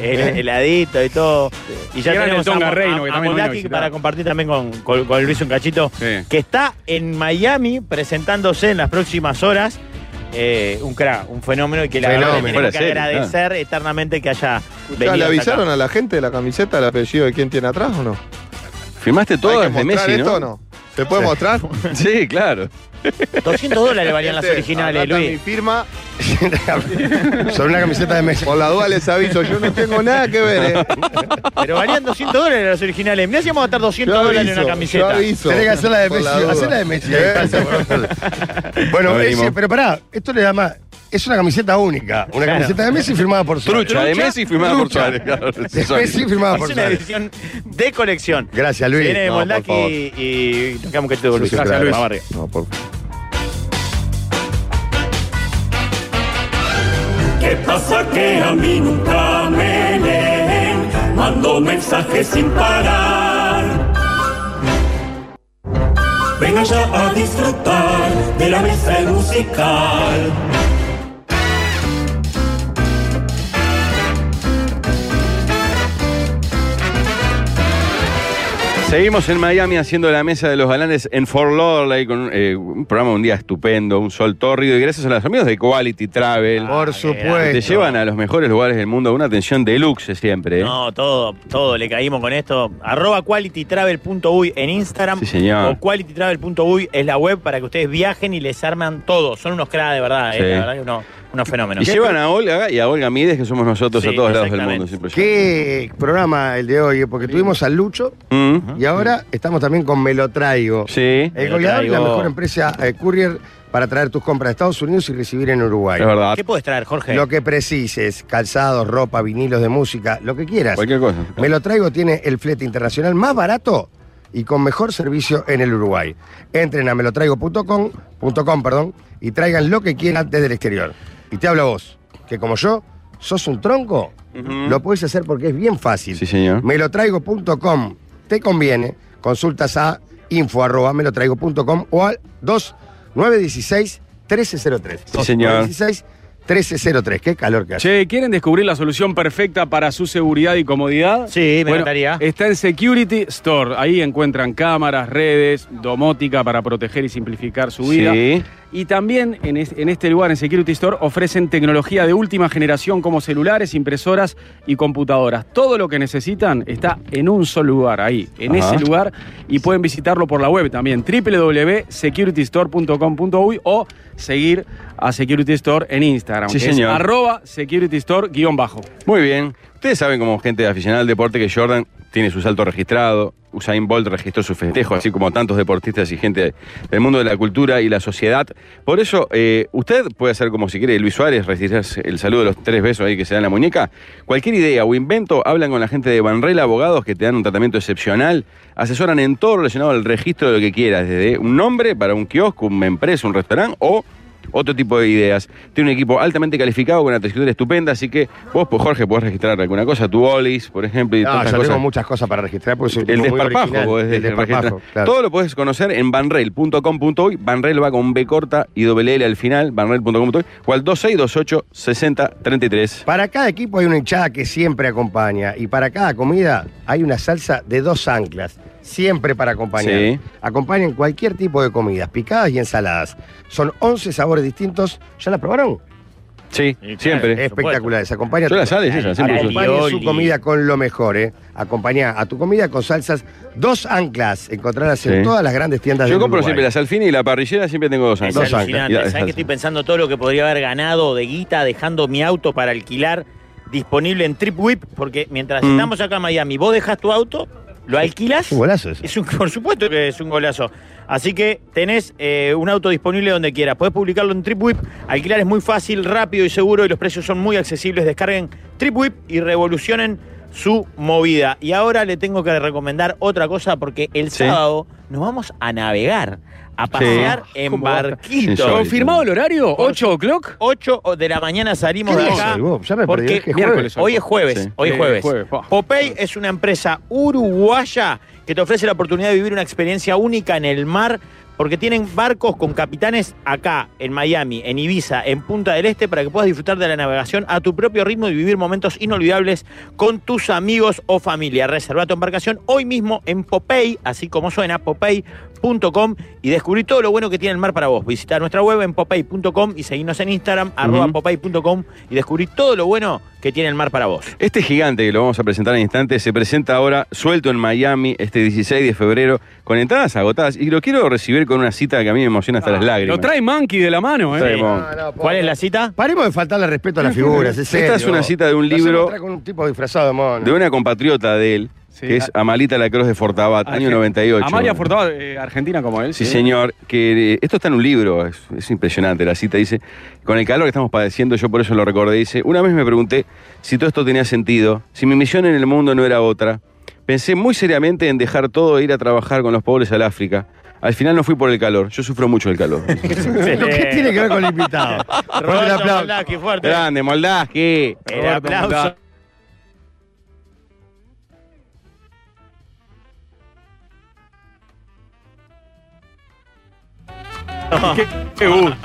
[SPEAKER 5] leche.
[SPEAKER 2] El heladito y todo. Y ya
[SPEAKER 4] Gran el
[SPEAKER 2] tenemos
[SPEAKER 4] Tonga
[SPEAKER 2] a,
[SPEAKER 4] Reino, que
[SPEAKER 2] a- a
[SPEAKER 4] también lo vino a
[SPEAKER 2] Moldaki
[SPEAKER 4] visitar.
[SPEAKER 2] para compartir también con, con- con Luis un cachito,
[SPEAKER 3] Sí.
[SPEAKER 2] que está en Miami presentándose en las próximas horas. eh, un crack, un fenómeno y que la verdad
[SPEAKER 1] Fenómeno.
[SPEAKER 2] le tenemos que
[SPEAKER 3] Fuera de serie,
[SPEAKER 2] agradecer eternamente que haya
[SPEAKER 5] Ya,
[SPEAKER 2] venido.
[SPEAKER 5] ¿Le
[SPEAKER 2] hasta
[SPEAKER 5] avisaron
[SPEAKER 2] acá.
[SPEAKER 5] a la gente de la camiseta el apellido de quién tiene atrás o no?
[SPEAKER 3] Firmaste todo
[SPEAKER 5] ¿Hay que
[SPEAKER 3] desde
[SPEAKER 5] mostrar
[SPEAKER 3] Messi,
[SPEAKER 5] esto
[SPEAKER 3] ¿no?
[SPEAKER 5] o no? ¿Se puede mostrar?
[SPEAKER 3] Sí, claro.
[SPEAKER 2] 200 dólares valían las
[SPEAKER 5] Gente,
[SPEAKER 2] originales,
[SPEAKER 5] acá está Mi
[SPEAKER 2] Luis.
[SPEAKER 5] firma,
[SPEAKER 1] Sobre una camiseta de Messi.
[SPEAKER 5] por la duda les aviso, yo no tengo nada que ver, ¿eh?
[SPEAKER 2] Pero valían 200 dólares las originales. Mirá si vamos a gastar 200
[SPEAKER 5] Yo
[SPEAKER 2] dólares en
[SPEAKER 5] aviso,
[SPEAKER 2] una camiseta.
[SPEAKER 5] yo aviso.
[SPEAKER 1] Tenés que hacer la de
[SPEAKER 5] Por
[SPEAKER 1] Messi.
[SPEAKER 5] la duda.
[SPEAKER 1] Hacer la de Messi.
[SPEAKER 5] ¿Eh?
[SPEAKER 1] bueno,
[SPEAKER 3] Nos
[SPEAKER 1] ese-
[SPEAKER 3] venimos.
[SPEAKER 1] pero pará, esto le da más. Es una camiseta única. Una
[SPEAKER 2] Claro.
[SPEAKER 1] camiseta de Messi firmada por Suárez.
[SPEAKER 3] Trucha de Messi firmada por
[SPEAKER 1] Trucha.
[SPEAKER 3] Suárez. claro.
[SPEAKER 1] De Messi firmada
[SPEAKER 2] Es
[SPEAKER 1] por
[SPEAKER 2] una
[SPEAKER 1] Suárez.
[SPEAKER 2] edición de colección.
[SPEAKER 1] Gracias, Luis.
[SPEAKER 2] Viene
[SPEAKER 1] No, por
[SPEAKER 2] Moldaki
[SPEAKER 1] favor.
[SPEAKER 2] y, y nos quedamos quietos, Luis.
[SPEAKER 1] Sí, sí, claro.
[SPEAKER 2] Vamos arriba.
[SPEAKER 5] No, por
[SPEAKER 6] ¿Qué pasa que a mí nunca me leen? Mando mensajes sin parar. Venga ya a disfrutar de la mesa musical.
[SPEAKER 3] Seguimos en Miami haciendo la mesa de los galanes en Fort Lauderdale con eh, un programa un día estupendo, un sol tórrido y gracias a los amigos de Quality Travel.
[SPEAKER 1] Por
[SPEAKER 3] que te
[SPEAKER 1] supuesto.
[SPEAKER 3] llevan a los mejores lugares del mundo, una atención deluxe siempre. ¿eh?
[SPEAKER 2] No, todo, todo, le caímos con esto. Arroba qualitytravel.uy en Instagram.
[SPEAKER 3] Sí, señor.
[SPEAKER 2] O qualitytravel.uy es la web para que ustedes viajen y les arman todo. Son unos cra de verdad, eh,
[SPEAKER 3] Sí.
[SPEAKER 2] la verdad que uno- unos fenómenos.
[SPEAKER 3] y llevan a Olga y a Olga Mides, que somos nosotros
[SPEAKER 2] Sí,
[SPEAKER 3] a todos lados del
[SPEAKER 2] exactamente.
[SPEAKER 3] mundo. Siempre
[SPEAKER 1] Qué programa el de hoy, eh, porque tuvimos al Lucho
[SPEAKER 3] Mm,
[SPEAKER 1] y ahora estamos también con Me lo traigo.
[SPEAKER 3] Sí,
[SPEAKER 1] El
[SPEAKER 2] Te lo
[SPEAKER 1] goleador y la
[SPEAKER 2] traigo.
[SPEAKER 1] mejor empresa eh, courier para traer tus compras a Estados Unidos y recibir en Uruguay.
[SPEAKER 3] es verdad.
[SPEAKER 2] ¿Qué puedes traer, Jorge?
[SPEAKER 1] Lo que precises, calzados, ropa, vinilos de música, lo que quieras.
[SPEAKER 3] Cualquier cosa.
[SPEAKER 1] Me lo traigo tiene el flete internacional más barato y con mejor servicio en el Uruguay. Entren a melotraigo.com .com, perdón, y traigan lo que quieran desde el exterior. Y te hablo a vos, que como yo, sos un tronco,
[SPEAKER 3] Ujú.
[SPEAKER 1] lo podés hacer porque es bien fácil.
[SPEAKER 3] Sí, señor.
[SPEAKER 1] Melotraigo.com te conviene. Consultas a info arroba melotraigo.com o al 2916 1303.
[SPEAKER 3] Sí, señor.
[SPEAKER 1] 916 1303. Qué calor que hace.
[SPEAKER 4] Che, ¿quieren descubrir la solución perfecta para su seguridad y comodidad?
[SPEAKER 2] Sí, me encantaría.
[SPEAKER 4] Está en Security Store. Ahí encuentran cámaras, redes, domótica para proteger y simplificar su vida.
[SPEAKER 3] Sí.
[SPEAKER 4] Y también en, es- en este lugar, en Security Store, ofrecen tecnología de última generación como celulares, impresoras y computadoras. Todo lo que necesitan está en un solo lugar, ahí, en
[SPEAKER 3] Ajá.
[SPEAKER 4] ese lugar. Y pueden visitarlo por la web también, www.securitystore.com.uy o seguir a Security Store en Instagram.
[SPEAKER 3] Sí,
[SPEAKER 4] que es
[SPEAKER 3] señor.
[SPEAKER 4] arroba Security Store guión bajo.
[SPEAKER 3] Muy bien. Ustedes saben como gente aficionada al deporte que Jordan tiene su salto registrado, Usain Bolt registró su festejo, así como tantos deportistas y gente del mundo de la cultura y la sociedad. Por eso, eh, usted puede hacer como si quiere Luis Suárez, registrarse el saludo de los tres besos ahí que se dan en la muñeca. Cualquier idea o invento, hablan con la gente de Banrel Abogados que te dan un tratamiento excepcional, asesoran en todo relacionado al registro de lo que quieras, desde un nombre para un kiosco, una empresa, un restaurante o otro tipo de ideas. Tiene un equipo altamente calificado con una trayectoria estupenda, así que vos, pues Jorge, podés registrar alguna cosa, tu Olis, por ejemplo, y
[SPEAKER 1] No,
[SPEAKER 3] tantas
[SPEAKER 1] yo
[SPEAKER 3] cosas.
[SPEAKER 1] tengo muchas cosas para registrar porque soy
[SPEAKER 3] El
[SPEAKER 1] muy
[SPEAKER 3] desparpajo,
[SPEAKER 1] original.
[SPEAKER 3] podés
[SPEAKER 1] El desparpajo,
[SPEAKER 3] registrar.
[SPEAKER 1] claro.
[SPEAKER 3] Todo lo podés conocer en banrail.com.uy. Banrail va con B corta y doble L al final, banrail.com.uy, o al 2628 6033.
[SPEAKER 1] Para cada equipo hay una hinchada que siempre acompaña y para cada comida hay una salsa de dos anclas, siempre para acompañar.
[SPEAKER 3] Sí.
[SPEAKER 1] Acompañan cualquier tipo de comidas, picadas y ensaladas. Son 11 sabores distintos. ¿ya la probaron?
[SPEAKER 3] Sí,
[SPEAKER 2] Y claro,
[SPEAKER 3] siempre.
[SPEAKER 1] Espectaculares. Acompaña
[SPEAKER 3] Yo
[SPEAKER 1] tu-
[SPEAKER 3] la sal es esa, siempre.
[SPEAKER 2] Acompaña-
[SPEAKER 3] uso.
[SPEAKER 1] Acompañen su
[SPEAKER 2] Alioli.
[SPEAKER 1] comida con lo mejor, ¿eh? Acompañá a tu comida con salsas dos anclas. Encontrarlas en
[SPEAKER 3] Sí.
[SPEAKER 1] todas las grandes tiendas
[SPEAKER 3] Yo
[SPEAKER 1] del
[SPEAKER 3] compro
[SPEAKER 1] Uruguay.
[SPEAKER 3] siempre la salfina y la parrillera, siempre tengo dos
[SPEAKER 2] Es
[SPEAKER 3] anclas.
[SPEAKER 2] alucinante.
[SPEAKER 3] Y la-
[SPEAKER 2] ¿Saben que estoy pensando todo lo que podría haber ganado de guita dejando mi auto para alquilar disponible en TripWhip? Porque mientras
[SPEAKER 3] Mm.
[SPEAKER 2] estamos acá en Miami, vos dejas tu auto, lo alquilas.
[SPEAKER 1] Es un golazo eso.
[SPEAKER 2] Es un- por supuesto que es un golazo. Así que tenés eh, un auto disponible donde quieras. Podés publicarlo en TripWhip. Alquilar es muy fácil, rápido y seguro y los precios son muy accesibles. Descarguen TripWhip y revolucionen su movida. Y ahora le tengo que recomendar otra cosa porque el
[SPEAKER 3] Sí.
[SPEAKER 2] sábado nos vamos a navegar, a pasear en
[SPEAKER 4] ¿Cómo va a estar?
[SPEAKER 3] Sí, yo-
[SPEAKER 2] barquito.
[SPEAKER 4] ¿Confirmado el horario? ¿8 o'clock?
[SPEAKER 2] 8 de la mañana salimos
[SPEAKER 1] ¿Qué
[SPEAKER 2] de
[SPEAKER 1] día es
[SPEAKER 2] acá.
[SPEAKER 1] hoy, vos? Ya me perdí,
[SPEAKER 2] porque
[SPEAKER 1] es que es
[SPEAKER 2] miércoles,
[SPEAKER 1] jueves.
[SPEAKER 2] hoy es jueves,
[SPEAKER 3] Sí.
[SPEAKER 2] hoy es
[SPEAKER 4] Sí,
[SPEAKER 2] jueves.
[SPEAKER 4] jueves, pa.
[SPEAKER 2] Popey es una empresa uruguaya que te ofrece la oportunidad de vivir una experiencia única en el mar porque tienen barcos con capitanes acá, en Miami, en Ibiza, en Punta del Este, para que puedas disfrutar de la navegación a tu propio ritmo y vivir momentos inolvidables con tus amigos o familia. Reserva tu embarcación hoy mismo en Popey, así como suena, popey.com y descubrí todo lo bueno que tiene el mar para vos. Visita nuestra web en popey.com y seguinos en Instagram, arroba popey.com y descubrí todo lo bueno que tiene el mar para vos.
[SPEAKER 3] Este gigante que lo vamos a presentar en instante se presenta ahora suelto en Miami este 16 de febrero con entradas agotadas y lo quiero recibir con una cita que a mí me emociona hasta las lágrimas.
[SPEAKER 4] Ah, Lo trae Monkey de la mano, ¿eh?
[SPEAKER 3] Trae Monkey.
[SPEAKER 2] ¿Cuál es la cita?
[SPEAKER 1] Paremos de faltarle respeto a las figuras. es
[SPEAKER 3] Esta es
[SPEAKER 1] serio.
[SPEAKER 3] una cita de un
[SPEAKER 1] Nos
[SPEAKER 3] libro-
[SPEAKER 1] encontrás con un tipo disfrazado de mono.
[SPEAKER 3] De una compatriota de él,
[SPEAKER 4] Sí.
[SPEAKER 3] que es Amalita Lacroix de Fortabat, año
[SPEAKER 4] Argen-
[SPEAKER 3] 98.
[SPEAKER 4] Amalia Fortado, eh, argentina como él.
[SPEAKER 3] Sí, señor, que eh, esto está en un libro, es, es impresionante la cita, dice, con el calor que estamos padeciendo, yo por eso lo recordé, dice, una vez me pregunté si todo esto tenía sentido, si mi misión en el mundo no era otra, pensé muy seriamente en dejar todo e ir a trabajar con los pobres al África, al final no fui por el calor, yo sufro mucho el calor.
[SPEAKER 1] ¿Pero ¿Qué tiene que ver con el invitado? Ponle el
[SPEAKER 2] Roberto
[SPEAKER 1] aplauso.
[SPEAKER 2] Moldavsky, fuerte.
[SPEAKER 3] Grande, Moldaski.
[SPEAKER 2] El aplauso.
[SPEAKER 4] Qué gusto.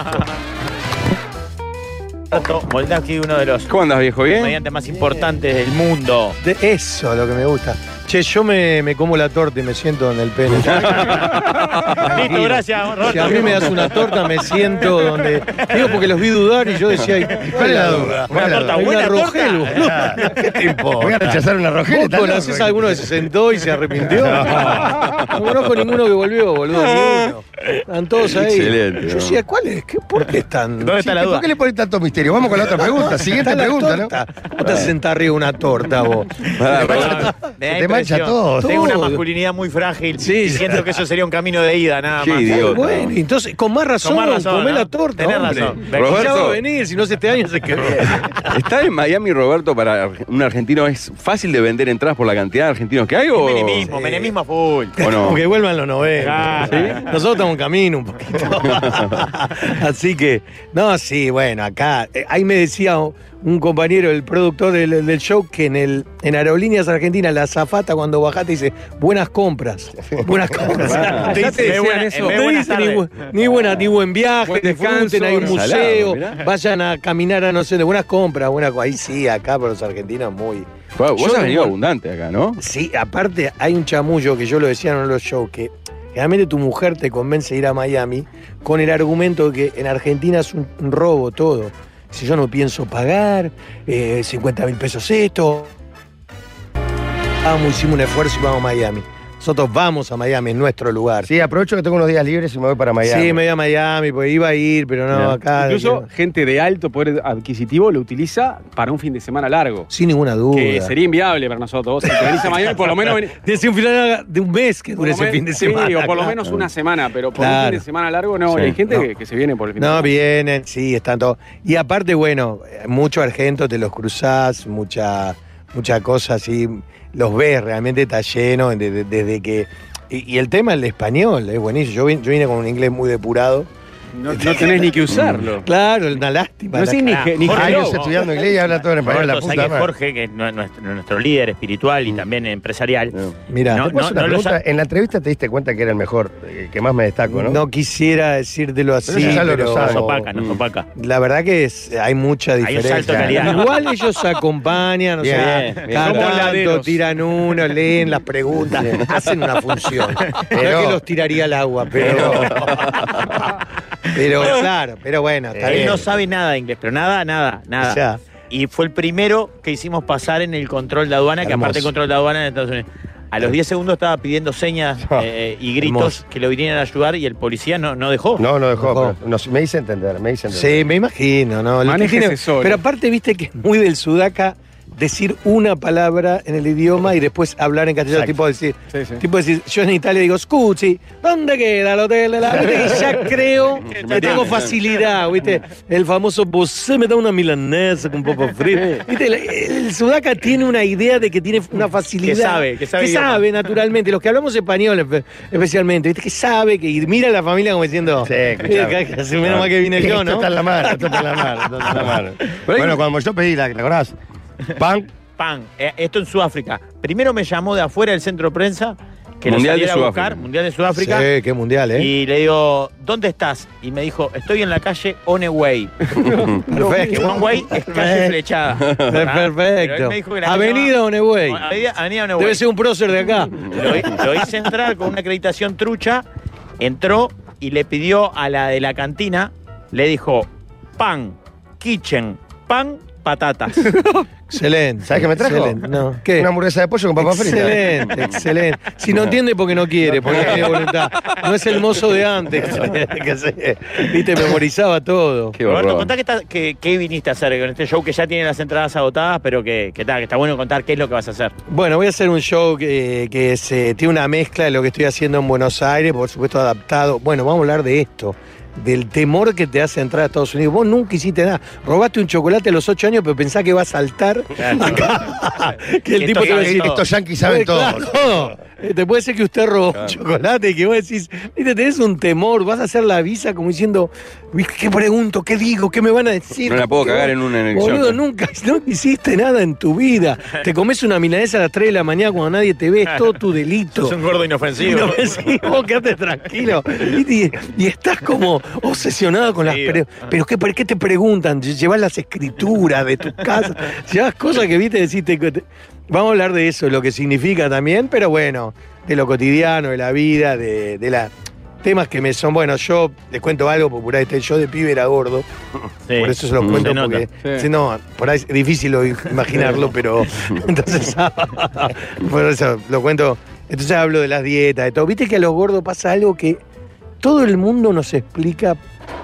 [SPEAKER 2] Roberto Moldavsky, uno de los
[SPEAKER 3] ¿Cómo andas, viejo? ¿Bien?
[SPEAKER 2] comediantes más importantes del mundo.
[SPEAKER 7] De eso lo que me gusta. Che, yo me, me como la torta y me siento en el pene.
[SPEAKER 2] Listo, gracias,
[SPEAKER 7] Si a
[SPEAKER 2] Roberto.
[SPEAKER 7] mí me das una torta, me siento donde. Digo, porque los vi dudar y yo decía, "Ay, ¿cuál es la duda?
[SPEAKER 1] Una torta,
[SPEAKER 7] Hay
[SPEAKER 2] buena torta.
[SPEAKER 7] Rogel, boludo. ¿Qué te importa?
[SPEAKER 1] Voy a rechazar una rojera.
[SPEAKER 7] ¿Vos
[SPEAKER 1] ¿estás
[SPEAKER 7] conocés
[SPEAKER 1] loco?
[SPEAKER 7] a alguno que se sentó y se arrepintió? No, conozco ninguno que volvió, boludo. ni uno. Están todos ahí.
[SPEAKER 3] Excelente,
[SPEAKER 7] Yo
[SPEAKER 3] ¿no?
[SPEAKER 7] decía, ¿cuál es? ¿Qué, ¿Por qué están?
[SPEAKER 2] ¿Dónde está la
[SPEAKER 1] ¿Por
[SPEAKER 2] duda?
[SPEAKER 1] qué le ponen tanto misterio? Vamos con la otra pregunta. Siguiente
[SPEAKER 7] Está la
[SPEAKER 1] pregunta, ¿no?
[SPEAKER 7] torta. ¿Cómo te sentás arriba de una torta vos?
[SPEAKER 3] Pará, pará.
[SPEAKER 2] Me da
[SPEAKER 1] te mancha
[SPEAKER 2] impresión.
[SPEAKER 1] todo,
[SPEAKER 2] Tengo una
[SPEAKER 7] todo.
[SPEAKER 2] masculinidad muy frágil.
[SPEAKER 7] Sí.
[SPEAKER 2] y siento que eso sería un camino de ida, nada
[SPEAKER 3] Qué
[SPEAKER 2] más.
[SPEAKER 3] idiota.
[SPEAKER 7] Bueno, entonces, con más razón,
[SPEAKER 2] Con más razón,
[SPEAKER 7] comé
[SPEAKER 2] ¿no?
[SPEAKER 7] la torta.
[SPEAKER 2] Tenés
[SPEAKER 7] hombre.
[SPEAKER 2] razón.
[SPEAKER 7] Ya
[SPEAKER 3] Roberto.
[SPEAKER 7] va a venir, si no es este año, se que viene.
[SPEAKER 3] ¿Está en Miami, Roberto, para arge- un argentino? ¿Es fácil de vender entradas por la cantidad de argentinos que hay o,
[SPEAKER 2] Menemismo,
[SPEAKER 7] Sí.
[SPEAKER 2] menemismo a full.
[SPEAKER 3] o no?
[SPEAKER 7] Porque vuelvan los 90.
[SPEAKER 2] Ah, ¿sí?
[SPEAKER 7] Nosotros estamos en camino un poquito. Así que, no, sí, bueno, acá. eh, ahí me decía un compañero, el productor del, del show, que en el en Aerolíneas Argentinas, la zafata cuando bajaste dice, buenas compras. Buenas compras.
[SPEAKER 4] Ya te
[SPEAKER 2] Me
[SPEAKER 4] decían
[SPEAKER 2] buena-
[SPEAKER 4] eso.
[SPEAKER 2] me
[SPEAKER 7] Te
[SPEAKER 2] buena
[SPEAKER 7] dicen
[SPEAKER 2] tarde.
[SPEAKER 7] ni, bu- ni buena, ni buen viaje,
[SPEAKER 4] Buen
[SPEAKER 7] disfruten,
[SPEAKER 4] descanso,
[SPEAKER 7] hay un
[SPEAKER 4] no.
[SPEAKER 7] museo,
[SPEAKER 3] Salado, mirá.
[SPEAKER 7] vayan a caminar a no sé, de buenas compras, buenas co- Ahí sí, acá para los argentinos muy.
[SPEAKER 3] Bueno, Vos
[SPEAKER 7] Yo
[SPEAKER 3] has venido
[SPEAKER 7] tengo-
[SPEAKER 3] abundante acá, ¿no?
[SPEAKER 7] Sí, aparte hay un chamullo que yo lo decía en los shows, que generalmente tu mujer te convence a ir a Miami con el argumento de que en Argentina es un un robo todo. Si yo no pienso pagar, eh, 50 mil pesos esto. Vamos, hicimos un esfuerzo y vamos a Miami. Nosotros vamos a Miami, es nuestro lugar. Sí,
[SPEAKER 1] Sí, aprovecho que tengo unos días libres y me voy para Miami.
[SPEAKER 7] me voy a Miami, pues iba a ir, pero no,
[SPEAKER 3] Mirá.
[SPEAKER 7] acá. eh,
[SPEAKER 4] Incluso gente de alto poder adquisitivo lo utiliza para un fin de semana largo.
[SPEAKER 7] Sin ninguna duda.
[SPEAKER 4] Que sería inviable para nosotros. Si te venís a Miami, por lo menos. ven-
[SPEAKER 7] Desde un final de un mes que
[SPEAKER 4] por
[SPEAKER 7] dura
[SPEAKER 4] lo
[SPEAKER 7] ese
[SPEAKER 4] men-
[SPEAKER 7] fin de
[SPEAKER 4] sí,
[SPEAKER 7] semana.
[SPEAKER 4] o por lo
[SPEAKER 7] claro.
[SPEAKER 4] menos una semana, pero por un
[SPEAKER 7] Claro.
[SPEAKER 4] fin de semana largo no.
[SPEAKER 3] Sí.
[SPEAKER 4] Hay gente
[SPEAKER 7] No.
[SPEAKER 4] que, que se viene por el fin de
[SPEAKER 7] No,
[SPEAKER 4] semana.
[SPEAKER 7] vienen, sí, están todos. Y aparte, bueno, eh, mucho argento, te los cruzás, mucha, mucha cosa así, los ves, realmente está lleno de- de- desde que... Y, y el tema del español es buenísimo, yo, vin- yo vine con un inglés muy depurado.
[SPEAKER 4] No, no tenés ni que usarlo.
[SPEAKER 7] Claro, una lástima.
[SPEAKER 4] No sé ni,
[SPEAKER 2] Ah,
[SPEAKER 4] que- ni
[SPEAKER 2] Jorge,
[SPEAKER 1] Hay
[SPEAKER 4] hello.
[SPEAKER 1] años estudiando inglés y habla todo en español. La
[SPEAKER 2] Roberto,
[SPEAKER 1] puta
[SPEAKER 2] saque
[SPEAKER 1] madre.
[SPEAKER 2] Jorge, que es nu- nuestro, nuestro líder espiritual y también empresarial.
[SPEAKER 7] Mira,
[SPEAKER 2] No,
[SPEAKER 7] no,
[SPEAKER 1] ¿Te puedo hacer una
[SPEAKER 2] no lo
[SPEAKER 1] pregunta? En la entrevista te diste cuenta que era el mejor, el que más me destaco, ¿no?
[SPEAKER 7] quisiera decírtelo así,
[SPEAKER 1] eso ya lo
[SPEAKER 7] pero-
[SPEAKER 1] saben.
[SPEAKER 2] Nos opaca, nos
[SPEAKER 3] Mm.
[SPEAKER 2] opaca.
[SPEAKER 7] La verdad que es- hay mucha
[SPEAKER 2] Hay un
[SPEAKER 7] diferencia.
[SPEAKER 2] salto de calidad, ¿no?
[SPEAKER 7] Igual ellos acompañan, o
[SPEAKER 1] Bien,
[SPEAKER 7] sea,
[SPEAKER 1] bien.
[SPEAKER 7] cada
[SPEAKER 4] Somos
[SPEAKER 7] tanto
[SPEAKER 4] laderos.
[SPEAKER 7] tiran uno, leen las preguntas, hacen una función.
[SPEAKER 1] Pero-
[SPEAKER 7] no es que los tiraría al agua, pero. pero claro, pero bueno, está
[SPEAKER 1] Eh,
[SPEAKER 2] Él
[SPEAKER 7] bien.
[SPEAKER 2] no sabe nada de inglés, pero nada, nada, nada.
[SPEAKER 7] O sea,
[SPEAKER 2] y fue el primero que hicimos pasar en el control de aduana, que
[SPEAKER 7] Hermoso.
[SPEAKER 2] aparte el control de aduana en Estados Unidos. A los 10 segundos estaba pidiendo señas eh, y gritos
[SPEAKER 7] Hermoso.
[SPEAKER 2] que lo vinieran a ayudar y el policía no, no dejó.
[SPEAKER 1] No, no dejó.
[SPEAKER 7] Dejó.
[SPEAKER 1] pero nos- me hice entender, me hice entender.
[SPEAKER 7] sí, me imagino, ¿no? Lo que
[SPEAKER 4] Manéjese
[SPEAKER 7] tiene-
[SPEAKER 4] solo.
[SPEAKER 7] Pero aparte, viste que es muy del sudaca decir una palabra en el idioma y después hablar en castellano.
[SPEAKER 1] Exacto.
[SPEAKER 7] Tipo decir,
[SPEAKER 4] Sí, sí.
[SPEAKER 7] tipo decir, yo en Italia digo, Scucci, ¿dónde queda el hotel de la ¿Viste? Y ya creo
[SPEAKER 3] Me
[SPEAKER 7] que tengo
[SPEAKER 3] entienden.
[SPEAKER 7] facilidad, ¿viste? El famoso, vos me da una milanesa con poco frito. ¿Viste? El, el sudaca tiene una idea de que tiene una facilidad.
[SPEAKER 2] sabe, que sabe idioma.
[SPEAKER 7] sabe, naturalmente. Los que hablamos español espe- especialmente, ¿viste? Que sabe, que y mira a la familia como diciendo,
[SPEAKER 1] Sí,
[SPEAKER 7] "Eh,
[SPEAKER 1] claro.
[SPEAKER 7] casi menos mal que vine yo,
[SPEAKER 1] Esto
[SPEAKER 7] ¿no?
[SPEAKER 1] está en la mano, esto está en la mano, esto está en la mano. Bueno, cuando yo pedí, la, ¿te acordás? Pan,
[SPEAKER 2] Pan, eh, esto en Sudáfrica. Primero me llamó de afuera del centro de prensa que lo
[SPEAKER 3] Mundial de
[SPEAKER 2] saliera a buscar,
[SPEAKER 3] Sudáfrica.
[SPEAKER 2] Mundial de Sudáfrica.
[SPEAKER 7] Sí, qué mundial, ¿eh?
[SPEAKER 2] Y le digo, ¿dónde estás? Y me dijo, estoy en la calle Oneway. Que
[SPEAKER 7] Perfecto.
[SPEAKER 2] Oneway es
[SPEAKER 7] Eh,
[SPEAKER 2] calle flechada. ¿verdad? Pero él
[SPEAKER 7] Perfecto.
[SPEAKER 2] me dijo que la calle
[SPEAKER 7] Avenida
[SPEAKER 2] va-
[SPEAKER 7] Oneway.
[SPEAKER 2] Avenida- Avenida Oneway.
[SPEAKER 7] Debe ser un prócer de acá.
[SPEAKER 2] Lo, hi- lo hice entrar con una acreditación trucha, entró y le pidió a la de la cantina, le dijo, pan, kitchen, pan, patatas.
[SPEAKER 7] Excelente.
[SPEAKER 1] ¿Sabés qué me trajo?
[SPEAKER 7] Excelente. No. ¿Qué?
[SPEAKER 1] una hamburguesa de pollo con papas fritas.
[SPEAKER 7] Excelente, excelente. Si no entiende, porque no quiere, porque no tiene voluntad. No es el mozo de antes. que se- Viste, memorizaba todo.
[SPEAKER 3] Qué
[SPEAKER 2] Roberto,
[SPEAKER 3] horror.
[SPEAKER 2] contá qué, estás- qué- qué viniste a hacer con este show que ya tiene las entradas agotadas, pero que, que, está, que está bueno contar qué es lo que vas a hacer.
[SPEAKER 7] Bueno, voy a hacer un show que, que es, eh, tiene una mezcla de lo que estoy haciendo en Buenos Aires, por supuesto adaptado. Bueno, vamos a hablar de esto, del temor que te hace entrar a Estados Unidos. Vos nunca hiciste nada. Robaste un chocolate a los ocho años, pero pensás que va a saltar acá. que el
[SPEAKER 2] Esto
[SPEAKER 7] tipo te va a
[SPEAKER 2] saben
[SPEAKER 7] decir,
[SPEAKER 2] todo.
[SPEAKER 1] Estos yanquis saben todo.
[SPEAKER 7] Claro, todo. Eh, Te puede ser que usted robó un chocolate y que vos decís, viste, tenés un temor, vas a hacer la visa como diciendo, "Uy, ¿qué pregunto? ¿Qué digo? ¿Qué me van a decir?
[SPEAKER 3] No la puedo cagar en una elección.
[SPEAKER 7] Boludo, nunca no hiciste nada en tu vida. Te comes una milanesa a las 3 de la mañana cuando nadie te ve, es todo tu delito.
[SPEAKER 2] Sos un gordo inofensivo.
[SPEAKER 7] No, sí, vos quedate tranquilo. Y, y- y estás como obsesionado con las
[SPEAKER 2] Sí,
[SPEAKER 7] pre- Pero qué, ¿por qué te preguntan? Lle- Llevas las escrituras de tu casa. Llevas cosas que viste decís, te- te- Vamos a hablar de eso, lo que significa también, pero bueno, de lo cotidiano, de la vida, de, de la- Temas que me son, bueno, yo les cuento algo popular, este, yo de pibe era gordo,
[SPEAKER 2] Sí.
[SPEAKER 7] por eso se los
[SPEAKER 3] Mm.
[SPEAKER 7] cuento
[SPEAKER 2] Se nota.
[SPEAKER 7] porque
[SPEAKER 4] Sí.
[SPEAKER 7] si no, por ahí es difícil hoy imaginarlo, pero entonces por eso lo cuento. Entonces hablo de las dietas, de todo. Viste que a los gordos pasa algo que todo el mundo nos explica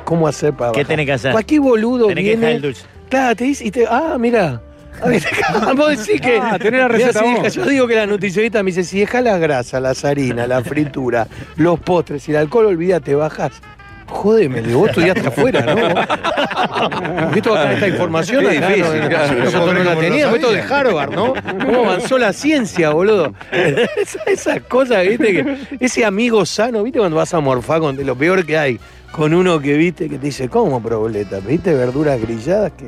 [SPEAKER 7] cómo hacer para
[SPEAKER 2] ¿Qué
[SPEAKER 7] bajar.
[SPEAKER 2] tenés que hacer?
[SPEAKER 7] Cualquier boludo
[SPEAKER 2] Tenés que dejar el
[SPEAKER 7] viene,
[SPEAKER 2] dulce.
[SPEAKER 7] claro, te dice y te, ah, mira. A ver, vos decís que.
[SPEAKER 4] Ah, tenés la
[SPEAKER 7] Mirá,
[SPEAKER 4] receta
[SPEAKER 7] si
[SPEAKER 4] vos.
[SPEAKER 7] deja- yo digo que la nutricionista me dice: si dejas las grasas, las harinas, la fritura, los postres y el alcohol, olvídate, bajas. Jódeme, le digo, vos estudiaste afuera, ¿no? Esto acá esta información
[SPEAKER 3] Qué
[SPEAKER 7] acá
[SPEAKER 3] difícil,
[SPEAKER 7] no,
[SPEAKER 3] claro.
[SPEAKER 7] nosotros no la teníamos, esto de Harvard, ¿no? ¿Cómo avanzó la ciencia, boludo? Esa- Esas cosas, viste, que ese amigo sano, viste, cuando vas a morfar con lo peor que hay, con uno que viste, que te dice, ¿cómo proboleta? ¿Viste verduras grilladas que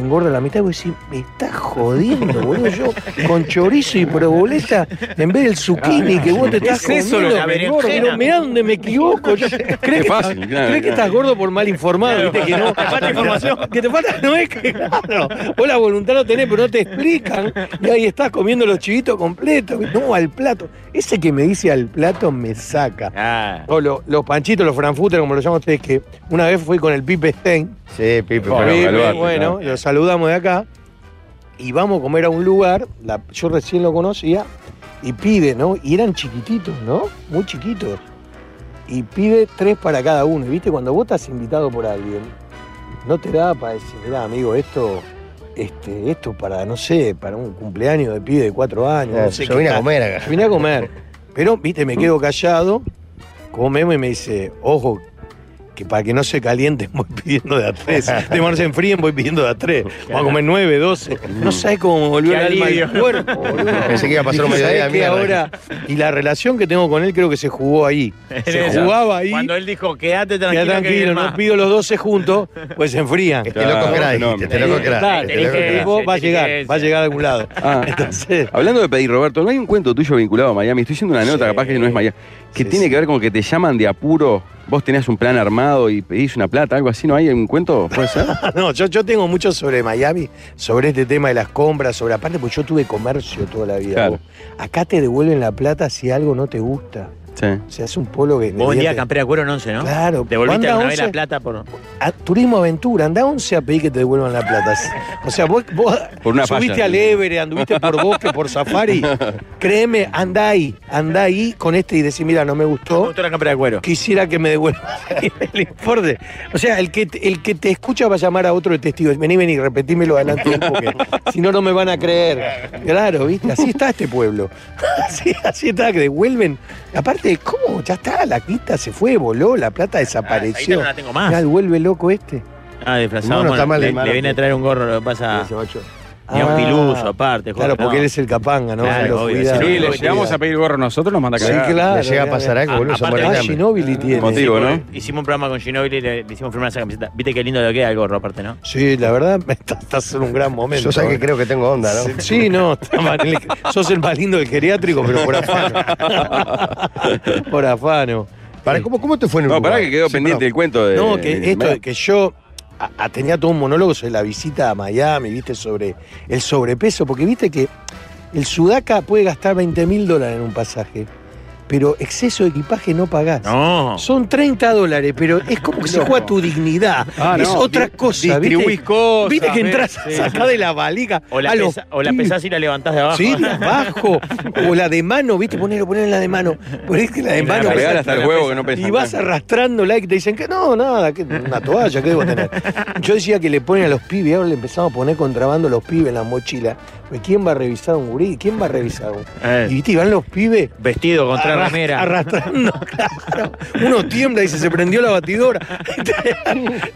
[SPEAKER 7] engorda la mitad? Y vos decís, me está jodiendo, boludo. Yo con chorizo y proboleta, en vez del zucchini que vos te estás
[SPEAKER 4] ¿Qué Ah, es eso,
[SPEAKER 7] comiendo,
[SPEAKER 2] la berenjena?
[SPEAKER 7] pero mirá donde me equivoco. Yo- ¿Crees que,
[SPEAKER 3] fácil,
[SPEAKER 7] estás-
[SPEAKER 3] claro,
[SPEAKER 7] crees que
[SPEAKER 3] claro.
[SPEAKER 7] estás gordo por mal informado? ¿viste? Que no,
[SPEAKER 2] Te falta información.
[SPEAKER 7] que te falta, no es que, claro, vos la voluntad no tenés, pero no te explican. Y ahí estás comiendo los chivitos completos. No, al plato. Ese que me dice al plato me saca.
[SPEAKER 2] Ah.
[SPEAKER 7] O lo- los panchitos, los franfutas, como lo llaman ustedes, que una vez fui con el Pipe Stein.
[SPEAKER 1] Sí, Pipe,
[SPEAKER 3] Bueno,
[SPEAKER 7] Pipe,
[SPEAKER 3] evaluate,
[SPEAKER 7] bueno,
[SPEAKER 3] claro.
[SPEAKER 7] lo saludamos de acá. Y vamos a comer a un lugar, la- yo recién lo conocía, y pide, ¿no? Y eran chiquititos, ¿no? Muy chiquitos. Y pide tres para cada uno. Y viste, cuando vos estás invitado por alguien, no te da para decir, mirá, amigo, esto, este, esto para, no sé, para un cumpleaños de pibe de cuatro años. no sé
[SPEAKER 1] Eh, yo
[SPEAKER 7] qué
[SPEAKER 1] vine a
[SPEAKER 7] tal".
[SPEAKER 1] comer acá.
[SPEAKER 7] Yo vine a comer. Pero, viste, me quedo callado, comemos y me dice, ojo, que para que no se calienten voy pidiendo de a tres. De más se enfríen voy pidiendo de a tres. Vamos a comer nueve, doce. No sabes cómo me volvió
[SPEAKER 2] Qué
[SPEAKER 7] el alma al
[SPEAKER 2] alivio.
[SPEAKER 7] cuerpo, boludo.
[SPEAKER 1] Pensé que iba a pasar un
[SPEAKER 7] Dije,
[SPEAKER 1] mediodía
[SPEAKER 7] "¿Sabés
[SPEAKER 1] de
[SPEAKER 7] qué
[SPEAKER 1] mierda?"
[SPEAKER 7] ahora? Y la relación que tengo con él creo que se jugó ahí. Se
[SPEAKER 2] Esa.
[SPEAKER 7] jugaba ahí.
[SPEAKER 2] Cuando él dijo, quédate tranquilo,
[SPEAKER 7] Queda
[SPEAKER 2] que viene
[SPEAKER 7] tranquilo,
[SPEAKER 2] más".
[SPEAKER 7] no pido los doce juntos, pues se enfrían.
[SPEAKER 1] Este
[SPEAKER 3] Claro,
[SPEAKER 1] loco crack,
[SPEAKER 3] no,
[SPEAKER 1] dijiste, este loco crack.
[SPEAKER 7] Claro,
[SPEAKER 1] este loco
[SPEAKER 2] tenés
[SPEAKER 1] crack.
[SPEAKER 2] que-
[SPEAKER 7] vos va a llegar, va a llegar a algún lado.
[SPEAKER 3] Ah.
[SPEAKER 7] Entonces,
[SPEAKER 3] Hablando de pedir, Roberto, ¿no hay un cuento tuyo vinculado a Miami? Estoy haciendo una nota, capaz que no es Miami. Que
[SPEAKER 7] Sí,
[SPEAKER 3] tiene
[SPEAKER 7] sí.
[SPEAKER 3] que ver con que te llaman de apuro, vos tenías un plan armado y pedís una plata, algo así, ¿no hay un cuento? ¿Puede ser?
[SPEAKER 7] No, yo, yo tengo mucho sobre Miami, sobre este tema de las compras, sobre pues aparte, porque yo tuve comercio toda la vida.
[SPEAKER 3] Claro.
[SPEAKER 7] vos. Acá te devuelven la plata si algo no te gusta.
[SPEAKER 3] Sí.
[SPEAKER 7] O sea, es un polo que.
[SPEAKER 2] Vos vendías
[SPEAKER 7] evidente-
[SPEAKER 2] campera de cuero en 11, ¿no?
[SPEAKER 7] Claro,
[SPEAKER 2] Devolviste
[SPEAKER 7] ¿cuánta
[SPEAKER 2] una vez la
[SPEAKER 7] once?
[SPEAKER 2] plata por.
[SPEAKER 7] a- Ah, Turismo Aventura, anda 11 a pedir que te devuelvan la plata. O sea, vos, vos
[SPEAKER 3] Por una
[SPEAKER 7] subiste
[SPEAKER 3] falla.
[SPEAKER 7] al Everest, anduviste por bosque, por safari. Créeme, andá ahí, andá ahí con este y decís, mira, no me
[SPEAKER 2] Me
[SPEAKER 7] gustó,
[SPEAKER 2] gustó la campera de cuero.
[SPEAKER 7] quisiera que me devuelvan el importe. O sea, el que, te- el que te escucha va a llamar a otro de testigo. Vení, vení, repetímelo adelante del porque si no, no me van a creer. Claro, viste, así está este pueblo. Así, así está, que devuelven. Aparte, ¿cómo? Ya está, la quita se fue, voló, la plata
[SPEAKER 2] Ah, Ahí no
[SPEAKER 7] desapareció.
[SPEAKER 2] la tengo
[SPEAKER 7] Ya
[SPEAKER 2] más.
[SPEAKER 7] devuelve loco este.
[SPEAKER 2] Ah, disfrazado.
[SPEAKER 1] Bueno, está
[SPEAKER 2] bueno,
[SPEAKER 1] mal
[SPEAKER 2] le,
[SPEAKER 1] de mano.
[SPEAKER 2] le viene a traer un gorro, lo que pasa.
[SPEAKER 1] Ese macho.
[SPEAKER 2] Ni a un
[SPEAKER 7] Ah.
[SPEAKER 2] piluso, aparte.
[SPEAKER 7] Claro,
[SPEAKER 2] joder,
[SPEAKER 7] porque
[SPEAKER 2] no.
[SPEAKER 7] él es el capanga, ¿no?
[SPEAKER 2] Claro,
[SPEAKER 7] Lo
[SPEAKER 2] obvio,
[SPEAKER 7] cuida,
[SPEAKER 2] sí, no,
[SPEAKER 7] lo
[SPEAKER 4] Sí,
[SPEAKER 2] no,
[SPEAKER 4] le
[SPEAKER 2] no,
[SPEAKER 7] cuida.
[SPEAKER 4] llegamos a pedir gorro nosotros, nos manda a
[SPEAKER 7] Sí,
[SPEAKER 4] cagar.
[SPEAKER 7] claro.
[SPEAKER 1] Le llega a
[SPEAKER 7] mira,
[SPEAKER 1] pasar
[SPEAKER 7] mira.
[SPEAKER 1] algo, boludo,
[SPEAKER 2] Ah,
[SPEAKER 1] son
[SPEAKER 2] aparte,
[SPEAKER 1] buenas
[SPEAKER 7] Ah,
[SPEAKER 1] gambas.
[SPEAKER 7] Ginóbili tiene.
[SPEAKER 3] Motivo.
[SPEAKER 2] Hicimos-
[SPEAKER 3] ¿no?
[SPEAKER 2] Hicimos un programa con Ginobili y le, le hicimos firmar esa camiseta. Viste qué lindo le queda el gorro, aparte, ¿no?
[SPEAKER 7] Sí, la verdad, estás estás en un gran momento.
[SPEAKER 1] Yo sé que
[SPEAKER 7] ¿eh?
[SPEAKER 1] creo que tengo onda, ¿no?
[SPEAKER 7] Sí, no, está mal. El- sos el más lindo del geriátrico, pero por afano. por afano.
[SPEAKER 1] Para, ¿cómo, ¿Cómo te fue en
[SPEAKER 3] No,
[SPEAKER 1] Uruguay?
[SPEAKER 3] pará que quedó
[SPEAKER 1] Sí,
[SPEAKER 3] pendiente el cuento de.
[SPEAKER 7] No, que esto,
[SPEAKER 3] Mirá.
[SPEAKER 7] de que yo a- a- tenía todo un monólogo sobre la visita a Miami, viste, sobre el sobrepeso, porque viste que el sudaca puede gastar 20 mil dólares en un pasaje, pero exceso de equipaje no pagás.
[SPEAKER 2] No.
[SPEAKER 7] Son 30 dólares, pero es como que se juega tu dignidad.
[SPEAKER 4] Ah,
[SPEAKER 7] es
[SPEAKER 4] no,
[SPEAKER 7] otra
[SPEAKER 4] di-
[SPEAKER 7] cosa,
[SPEAKER 4] distribuís
[SPEAKER 7] ¿viste?
[SPEAKER 4] cosas,
[SPEAKER 7] Viste que
[SPEAKER 4] ¿ves?
[SPEAKER 7] entras,
[SPEAKER 4] Sí,
[SPEAKER 7] sacás de la valija.
[SPEAKER 2] O la,
[SPEAKER 7] a los
[SPEAKER 2] pesa- o la
[SPEAKER 7] pibes.
[SPEAKER 2] pesás y la levantás de abajo.
[SPEAKER 7] Sí, de abajo. O la de mano, ¿viste? Ponelo, ponelo en la de mano. Ponés que la de
[SPEAKER 2] Y la
[SPEAKER 7] mano.
[SPEAKER 2] no,
[SPEAKER 3] Pegar
[SPEAKER 2] pesa-
[SPEAKER 3] hasta el
[SPEAKER 2] no
[SPEAKER 3] huevo
[SPEAKER 2] pesa.
[SPEAKER 3] que no pesa.
[SPEAKER 7] Y vas arrastrándola y te dicen que no, nada, que una toalla, ¿qué debo tener? Yo decía que le ponen a los pibes, ahora le empezamos a poner contrabando a los pibes en las mochilas. Pues, ¿Quién va a revisar un gurí? ¿Quién va a revisar un?
[SPEAKER 2] Eh.
[SPEAKER 7] Y viste, y van los pibes
[SPEAKER 2] Vestido contra
[SPEAKER 7] arras-
[SPEAKER 2] ramera.
[SPEAKER 7] Arrastrando, claro. Uno tiembla y dice, se prendió la batidora.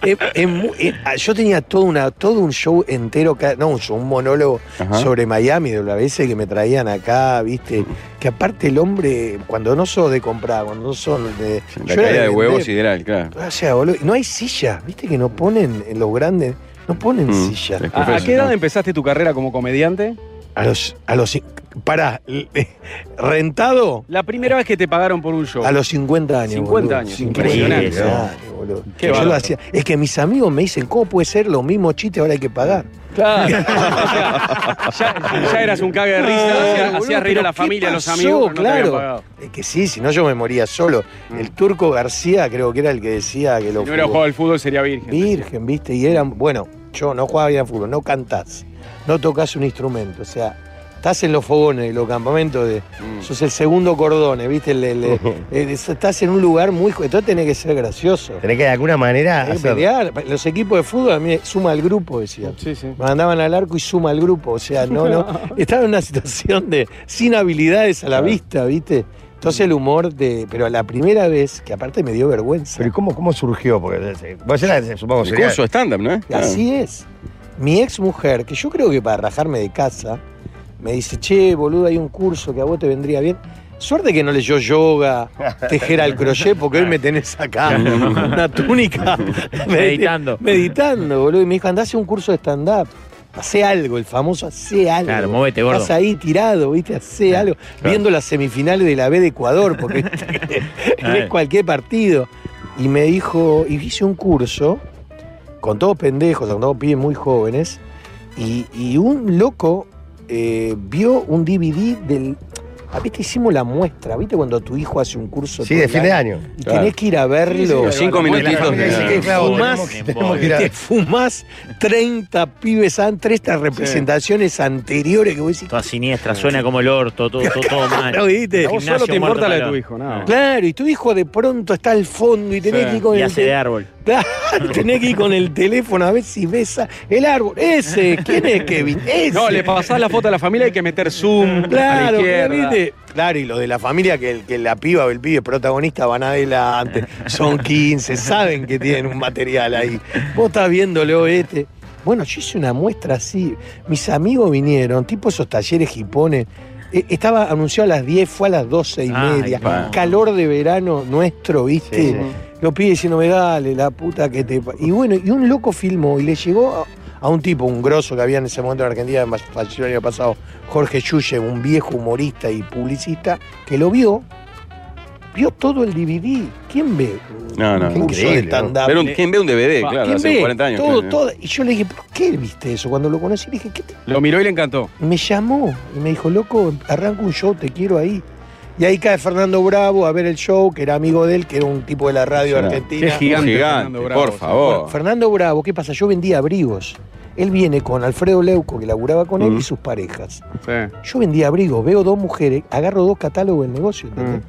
[SPEAKER 7] Eh, eh, mu- eh, ah, yo tenía todo, una, todo un show entero, ca- no un show, un monólogo
[SPEAKER 3] Ajá.
[SPEAKER 7] sobre Miami de la veces que me traían acá, viste.
[SPEAKER 3] Mm.
[SPEAKER 7] Que aparte el hombre, cuando no sos de comprar, cuando no sos de.
[SPEAKER 3] La
[SPEAKER 7] yo era
[SPEAKER 3] caída de huevo
[SPEAKER 7] vender.
[SPEAKER 3] sideral, claro.
[SPEAKER 7] O sea, boludo, y no hay sillas, viste que no ponen en los grandes, no ponen
[SPEAKER 3] Mm,
[SPEAKER 7] sillas.
[SPEAKER 3] es
[SPEAKER 4] ¿A, a
[SPEAKER 3] Profesor,
[SPEAKER 4] qué edad
[SPEAKER 3] ¿no?
[SPEAKER 4] empezaste tu carrera como comediante?
[SPEAKER 7] A los, a los. cin- Pará, rentado.
[SPEAKER 4] La primera vez que te pagaron por un show.
[SPEAKER 7] A los 50 años.
[SPEAKER 4] 50
[SPEAKER 7] boludo.
[SPEAKER 4] años,
[SPEAKER 7] 50 años,
[SPEAKER 2] impresionante.
[SPEAKER 7] boludo.
[SPEAKER 4] Qué
[SPEAKER 7] Yo
[SPEAKER 4] bárbaro.
[SPEAKER 7] lo hacía. Es que mis amigos me dicen, ¿cómo puede ser lo mismo chiste ahora hay que pagar?
[SPEAKER 4] Claro. O sea, ya, ya eras un cague de risa, hacías,
[SPEAKER 7] boludo,
[SPEAKER 4] hacías reír a
[SPEAKER 7] pero
[SPEAKER 4] la
[SPEAKER 7] ¿qué
[SPEAKER 4] familia, a los
[SPEAKER 7] pasó?
[SPEAKER 4] amigos, pero no te habían
[SPEAKER 7] Claro.
[SPEAKER 4] pagado. Mm.
[SPEAKER 7] Es que sí, si no yo me moría solo. El turco García creo que era el que decía que lo
[SPEAKER 4] Si no hubiera
[SPEAKER 7] jugó.
[SPEAKER 4] jugado al fútbol sería virgen.
[SPEAKER 7] Virgen, viste, y eran, bueno, yo no jugaba bien al fútbol, no cantás, no tocas un instrumento, o sea, estás en los fogones y los campamentos de.
[SPEAKER 4] Mm.
[SPEAKER 7] Sos el segundo cordón, viste, el- el- el- el- estás en un lugar muy. jo- Entonces tenés que ser gracioso.
[SPEAKER 1] Tenés que de alguna manera
[SPEAKER 7] Hay que
[SPEAKER 1] hacer-
[SPEAKER 7] pelear. Los equipos de fútbol a mí suma al grupo, decían.
[SPEAKER 4] Sí, sí.
[SPEAKER 7] Mandaban al arco y suma al grupo. O sea, no, no. Estaba en una situación de sin habilidades a la vista, ¿viste? Entonces el humor de. Pero la primera vez, que aparte me dio vergüenza.
[SPEAKER 1] Pero ¿y cómo, cómo surgió? Porque eh, vos eras, eh, supongo,
[SPEAKER 3] El
[SPEAKER 1] sería-
[SPEAKER 3] curso de stand-up, ¿no?
[SPEAKER 7] Así es. Mi ex mujer, que yo creo que para rajarme de casa, me dice, che, boludo, hay un curso que a vos te vendría bien. Suerte que no leyó yoga, tejer al crochet, porque hoy me tenés acá, una túnica.
[SPEAKER 2] Meditando.
[SPEAKER 7] Meditando, boludo. Y me dijo, andá a hacer un curso de stand-up. Hacé algo, el famoso hace algo.
[SPEAKER 2] Claro, movete, gordo.
[SPEAKER 7] Estás ahí tirado, ¿viste? Hace algo. Viendo las semifinales de la B de Ecuador, porque es cualquier partido. Y me dijo, y hice un curso con todos pendejos, con todos pibes muy jóvenes, y, y un loco eh, vio un DVD del. ah, ¿Viste? Hicimos la muestra, ¿viste? Cuando tu hijo hace un curso.
[SPEAKER 1] Sí, de
[SPEAKER 7] todo el
[SPEAKER 1] fin de
[SPEAKER 7] año,
[SPEAKER 1] año.
[SPEAKER 7] Y
[SPEAKER 3] Claro.
[SPEAKER 7] tenés que ir a
[SPEAKER 4] Sí,
[SPEAKER 7] verlo.
[SPEAKER 4] sí, la
[SPEAKER 3] Cinco minutitos.
[SPEAKER 1] familia dice
[SPEAKER 3] de-
[SPEAKER 1] que, claro,
[SPEAKER 7] Fumás,
[SPEAKER 1] tenemos que- tenemos que ir a-
[SPEAKER 7] te fumás 30 pibes, an- 30 representaciones anteriores que vos decís,
[SPEAKER 2] Toda siniestra, suena como el orto, todo, todo, todo mal.
[SPEAKER 7] Claro, ¿viste?
[SPEAKER 4] A vos
[SPEAKER 2] Gimnasio
[SPEAKER 4] solo te
[SPEAKER 2] muerto
[SPEAKER 4] importa la de
[SPEAKER 2] calor.
[SPEAKER 4] tu hijo, nada. más.
[SPEAKER 7] Eh, Claro, y tu hijo de pronto está al fondo y tenés
[SPEAKER 4] Sí.
[SPEAKER 7] que ir con
[SPEAKER 2] Y
[SPEAKER 7] el
[SPEAKER 2] hace
[SPEAKER 7] te-
[SPEAKER 2] de árbol.
[SPEAKER 7] Claro, tenés que ir con el teléfono a ver si besa el árbol. Ese, ¿quién es Kevin? Ese.
[SPEAKER 4] No, le pasás la foto a la familia, hay que meter zoom. a la
[SPEAKER 7] Claro,
[SPEAKER 4] izquierda.
[SPEAKER 7] ¿viste? Claro, y lo de la familia, que, el- que la piba o el pibe protagonista van adelante, son 15, saben que tienen un material ahí. Vos estás viéndolo este. Bueno, yo hice una muestra así. Mis amigos vinieron, tipo esos talleres jipones. Eh, Estaba anunciado a las 10, fue a las 12 y
[SPEAKER 2] Ay,
[SPEAKER 7] media.
[SPEAKER 2] pa.
[SPEAKER 7] Calor de verano nuestro, ¿viste?
[SPEAKER 1] Sí, sí.
[SPEAKER 7] Los pibes diciéndome, dale, la puta que te... pa-". Y bueno, y un loco filmó y le llegó a, a un tipo, un grosso que había en ese momento en Argentina, además falleció el año pasado, Jorge Yuyev, un viejo humorista y publicista, que lo vio, vio todo el DVD. ¿Quién ve? un
[SPEAKER 3] No, no.
[SPEAKER 7] curso de
[SPEAKER 1] Increíble, ¿no?
[SPEAKER 7] stand-up?
[SPEAKER 3] Pero ¿quién ve un DVD?
[SPEAKER 4] Pa,
[SPEAKER 3] Claro,
[SPEAKER 7] ¿Quién
[SPEAKER 3] hace
[SPEAKER 7] ve?
[SPEAKER 3] 40 años.
[SPEAKER 7] Todo,
[SPEAKER 3] claro.
[SPEAKER 7] todo. Y yo le dije, ¿por qué viste eso? Cuando lo conocí, le dije, ¿qué te
[SPEAKER 4] Lo miró y le encantó.
[SPEAKER 7] me llamó y me dijo, loco, arranco un show, te quiero ahí. Y ahí cae Fernando Bravo a ver el show, que era amigo de él, que era un tipo de la radio
[SPEAKER 3] Impresionante.
[SPEAKER 7] argentina.
[SPEAKER 4] Qué gigante,
[SPEAKER 3] gigante,
[SPEAKER 4] Fernando Bravo,
[SPEAKER 3] por
[SPEAKER 4] sí.
[SPEAKER 3] favor.
[SPEAKER 7] Bueno, Fernando Bravo, ¿qué pasa? Yo vendía abrigos. Él viene con Alfredo Leuco, que laburaba con él,
[SPEAKER 3] Mm.
[SPEAKER 7] y sus parejas.
[SPEAKER 4] Sí.
[SPEAKER 7] Yo vendía abrigos, veo dos mujeres, agarro dos catálogos del negocio. ¿entendés?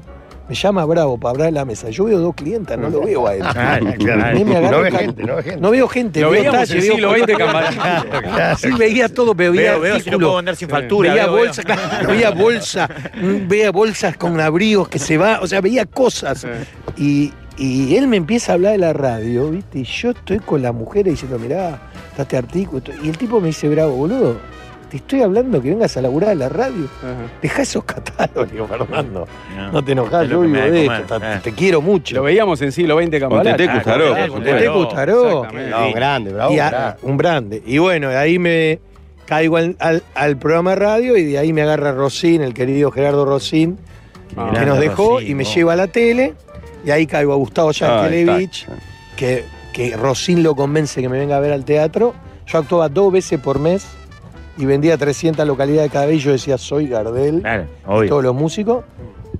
[SPEAKER 7] Me llama Bravo para hablar de la mesa. Yo veo dos clientas, no lo veo a él.
[SPEAKER 1] Claro, claro.
[SPEAKER 7] Ni me agarra
[SPEAKER 1] No ve
[SPEAKER 7] el cal-
[SPEAKER 1] gente, no ve gente.
[SPEAKER 7] No veo gente,
[SPEAKER 4] Lo
[SPEAKER 7] veo
[SPEAKER 4] veíamos
[SPEAKER 7] talle,
[SPEAKER 4] en
[SPEAKER 7] veo
[SPEAKER 4] siglo
[SPEAKER 7] fotos.
[SPEAKER 4] XX Cambalache.
[SPEAKER 1] Claro.
[SPEAKER 7] Sí, veía todo, pero veía
[SPEAKER 2] Veo, veo si lo
[SPEAKER 7] artículos.
[SPEAKER 2] puedo vender sin factura.
[SPEAKER 7] veía
[SPEAKER 2] veo, veo.
[SPEAKER 7] bolsas, claro, veía bolsas, mm, veía bolsas con abrigos que se va, o sea, veía cosas. Y, y él me empieza a hablar de la radio, ¿viste? Y yo estoy con la mujer diciendo, mirá, está este artículo. esto". Y el tipo me dice, bravo, boludo, te estoy hablando que vengas a laburar a la radio.
[SPEAKER 4] Ajá.
[SPEAKER 7] Dejá esos catálogos, le digo, Fernando.
[SPEAKER 2] No.
[SPEAKER 7] No te enojás,
[SPEAKER 2] Es lo
[SPEAKER 7] yo
[SPEAKER 2] que
[SPEAKER 7] vivo
[SPEAKER 2] me da de
[SPEAKER 7] de
[SPEAKER 2] comer,
[SPEAKER 7] esto,
[SPEAKER 2] eh.
[SPEAKER 7] te quiero mucho.
[SPEAKER 4] Lo veíamos en siglo XX
[SPEAKER 3] Con
[SPEAKER 4] Cambalache.
[SPEAKER 3] Teté
[SPEAKER 2] Ah,
[SPEAKER 3] Cujaró,
[SPEAKER 2] claro, claro.
[SPEAKER 3] por
[SPEAKER 7] ¿Te
[SPEAKER 3] supuesto.
[SPEAKER 7] gustaró?
[SPEAKER 4] Exactamente.
[SPEAKER 1] No, grande, bravo.
[SPEAKER 7] Y a-
[SPEAKER 1] bravo.
[SPEAKER 7] un grande. Y bueno, de ahí me caigo al, al- al programa de radio y de ahí me agarra Rosín, el querido Gerardo Rosín,
[SPEAKER 4] Ah.
[SPEAKER 7] que
[SPEAKER 2] Grande
[SPEAKER 7] nos dejó
[SPEAKER 2] Rosín,
[SPEAKER 7] y me
[SPEAKER 2] vos.
[SPEAKER 7] lleva a la tele. Y ahí caigo a Gustavo Yankelevich,
[SPEAKER 3] Ahí
[SPEAKER 7] que, que Rosín lo convence que me venga a ver al teatro. Yo actuaba dos veces por mes y vendía 300 localidades cada vez. y Yo decía, soy Gardel,
[SPEAKER 2] Claro,
[SPEAKER 7] y todos
[SPEAKER 2] Ah, obvio.
[SPEAKER 7] los músicos.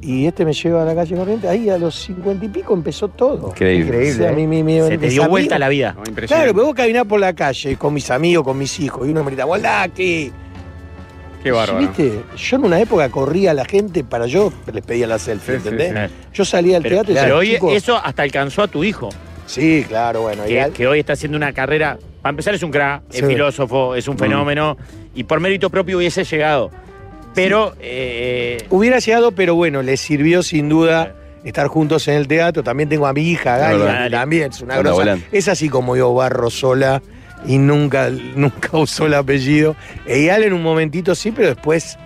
[SPEAKER 7] Y este me lleva a la calle corriente. Ahí a los 50 y pico empezó todo.
[SPEAKER 3] Increíble.
[SPEAKER 7] O sea,
[SPEAKER 1] Increíble. ¿eh?
[SPEAKER 7] mi- mi- mi-
[SPEAKER 2] Se te
[SPEAKER 7] mis
[SPEAKER 2] dio vuelta
[SPEAKER 7] amigos-
[SPEAKER 2] la vida.
[SPEAKER 4] No, impresionante.
[SPEAKER 7] Claro, pero vos caminás por la calle con mis amigos, con mis hijos, y uno me grita, ¡Hola, aquí!
[SPEAKER 4] Qué bárbaro.
[SPEAKER 7] ¿Viste? Yo en una época corría a la gente para yo, les pedía la selfie,
[SPEAKER 4] Sí, sí,
[SPEAKER 7] ¿entendés?
[SPEAKER 2] sí.
[SPEAKER 7] Yo salía al
[SPEAKER 2] Pero,
[SPEAKER 7] teatro y
[SPEAKER 2] pero
[SPEAKER 7] decía,
[SPEAKER 2] hoy
[SPEAKER 7] "Chicos,
[SPEAKER 2] eso hasta alcanzó a tu hijo,
[SPEAKER 7] Sí, claro, bueno. y
[SPEAKER 2] que,
[SPEAKER 7] al-
[SPEAKER 2] que hoy está haciendo una carrera. Para empezar, es un crack, es
[SPEAKER 7] Sí. Mm.
[SPEAKER 2] filósofo, es un fenómeno, y por mérito propio hubiese llegado. Pero. eh,
[SPEAKER 7] Hubiera llegado, pero bueno, les sirvió sin duda estar juntos en el teatro. También tengo a mi hija, Galia,
[SPEAKER 2] verdad.
[SPEAKER 7] que también es una
[SPEAKER 3] Anda
[SPEAKER 7] grosa.
[SPEAKER 3] volando.
[SPEAKER 7] Es así como yo barro sola y nunca, nunca usó el apellido. Eyal en un momentito sí, pero después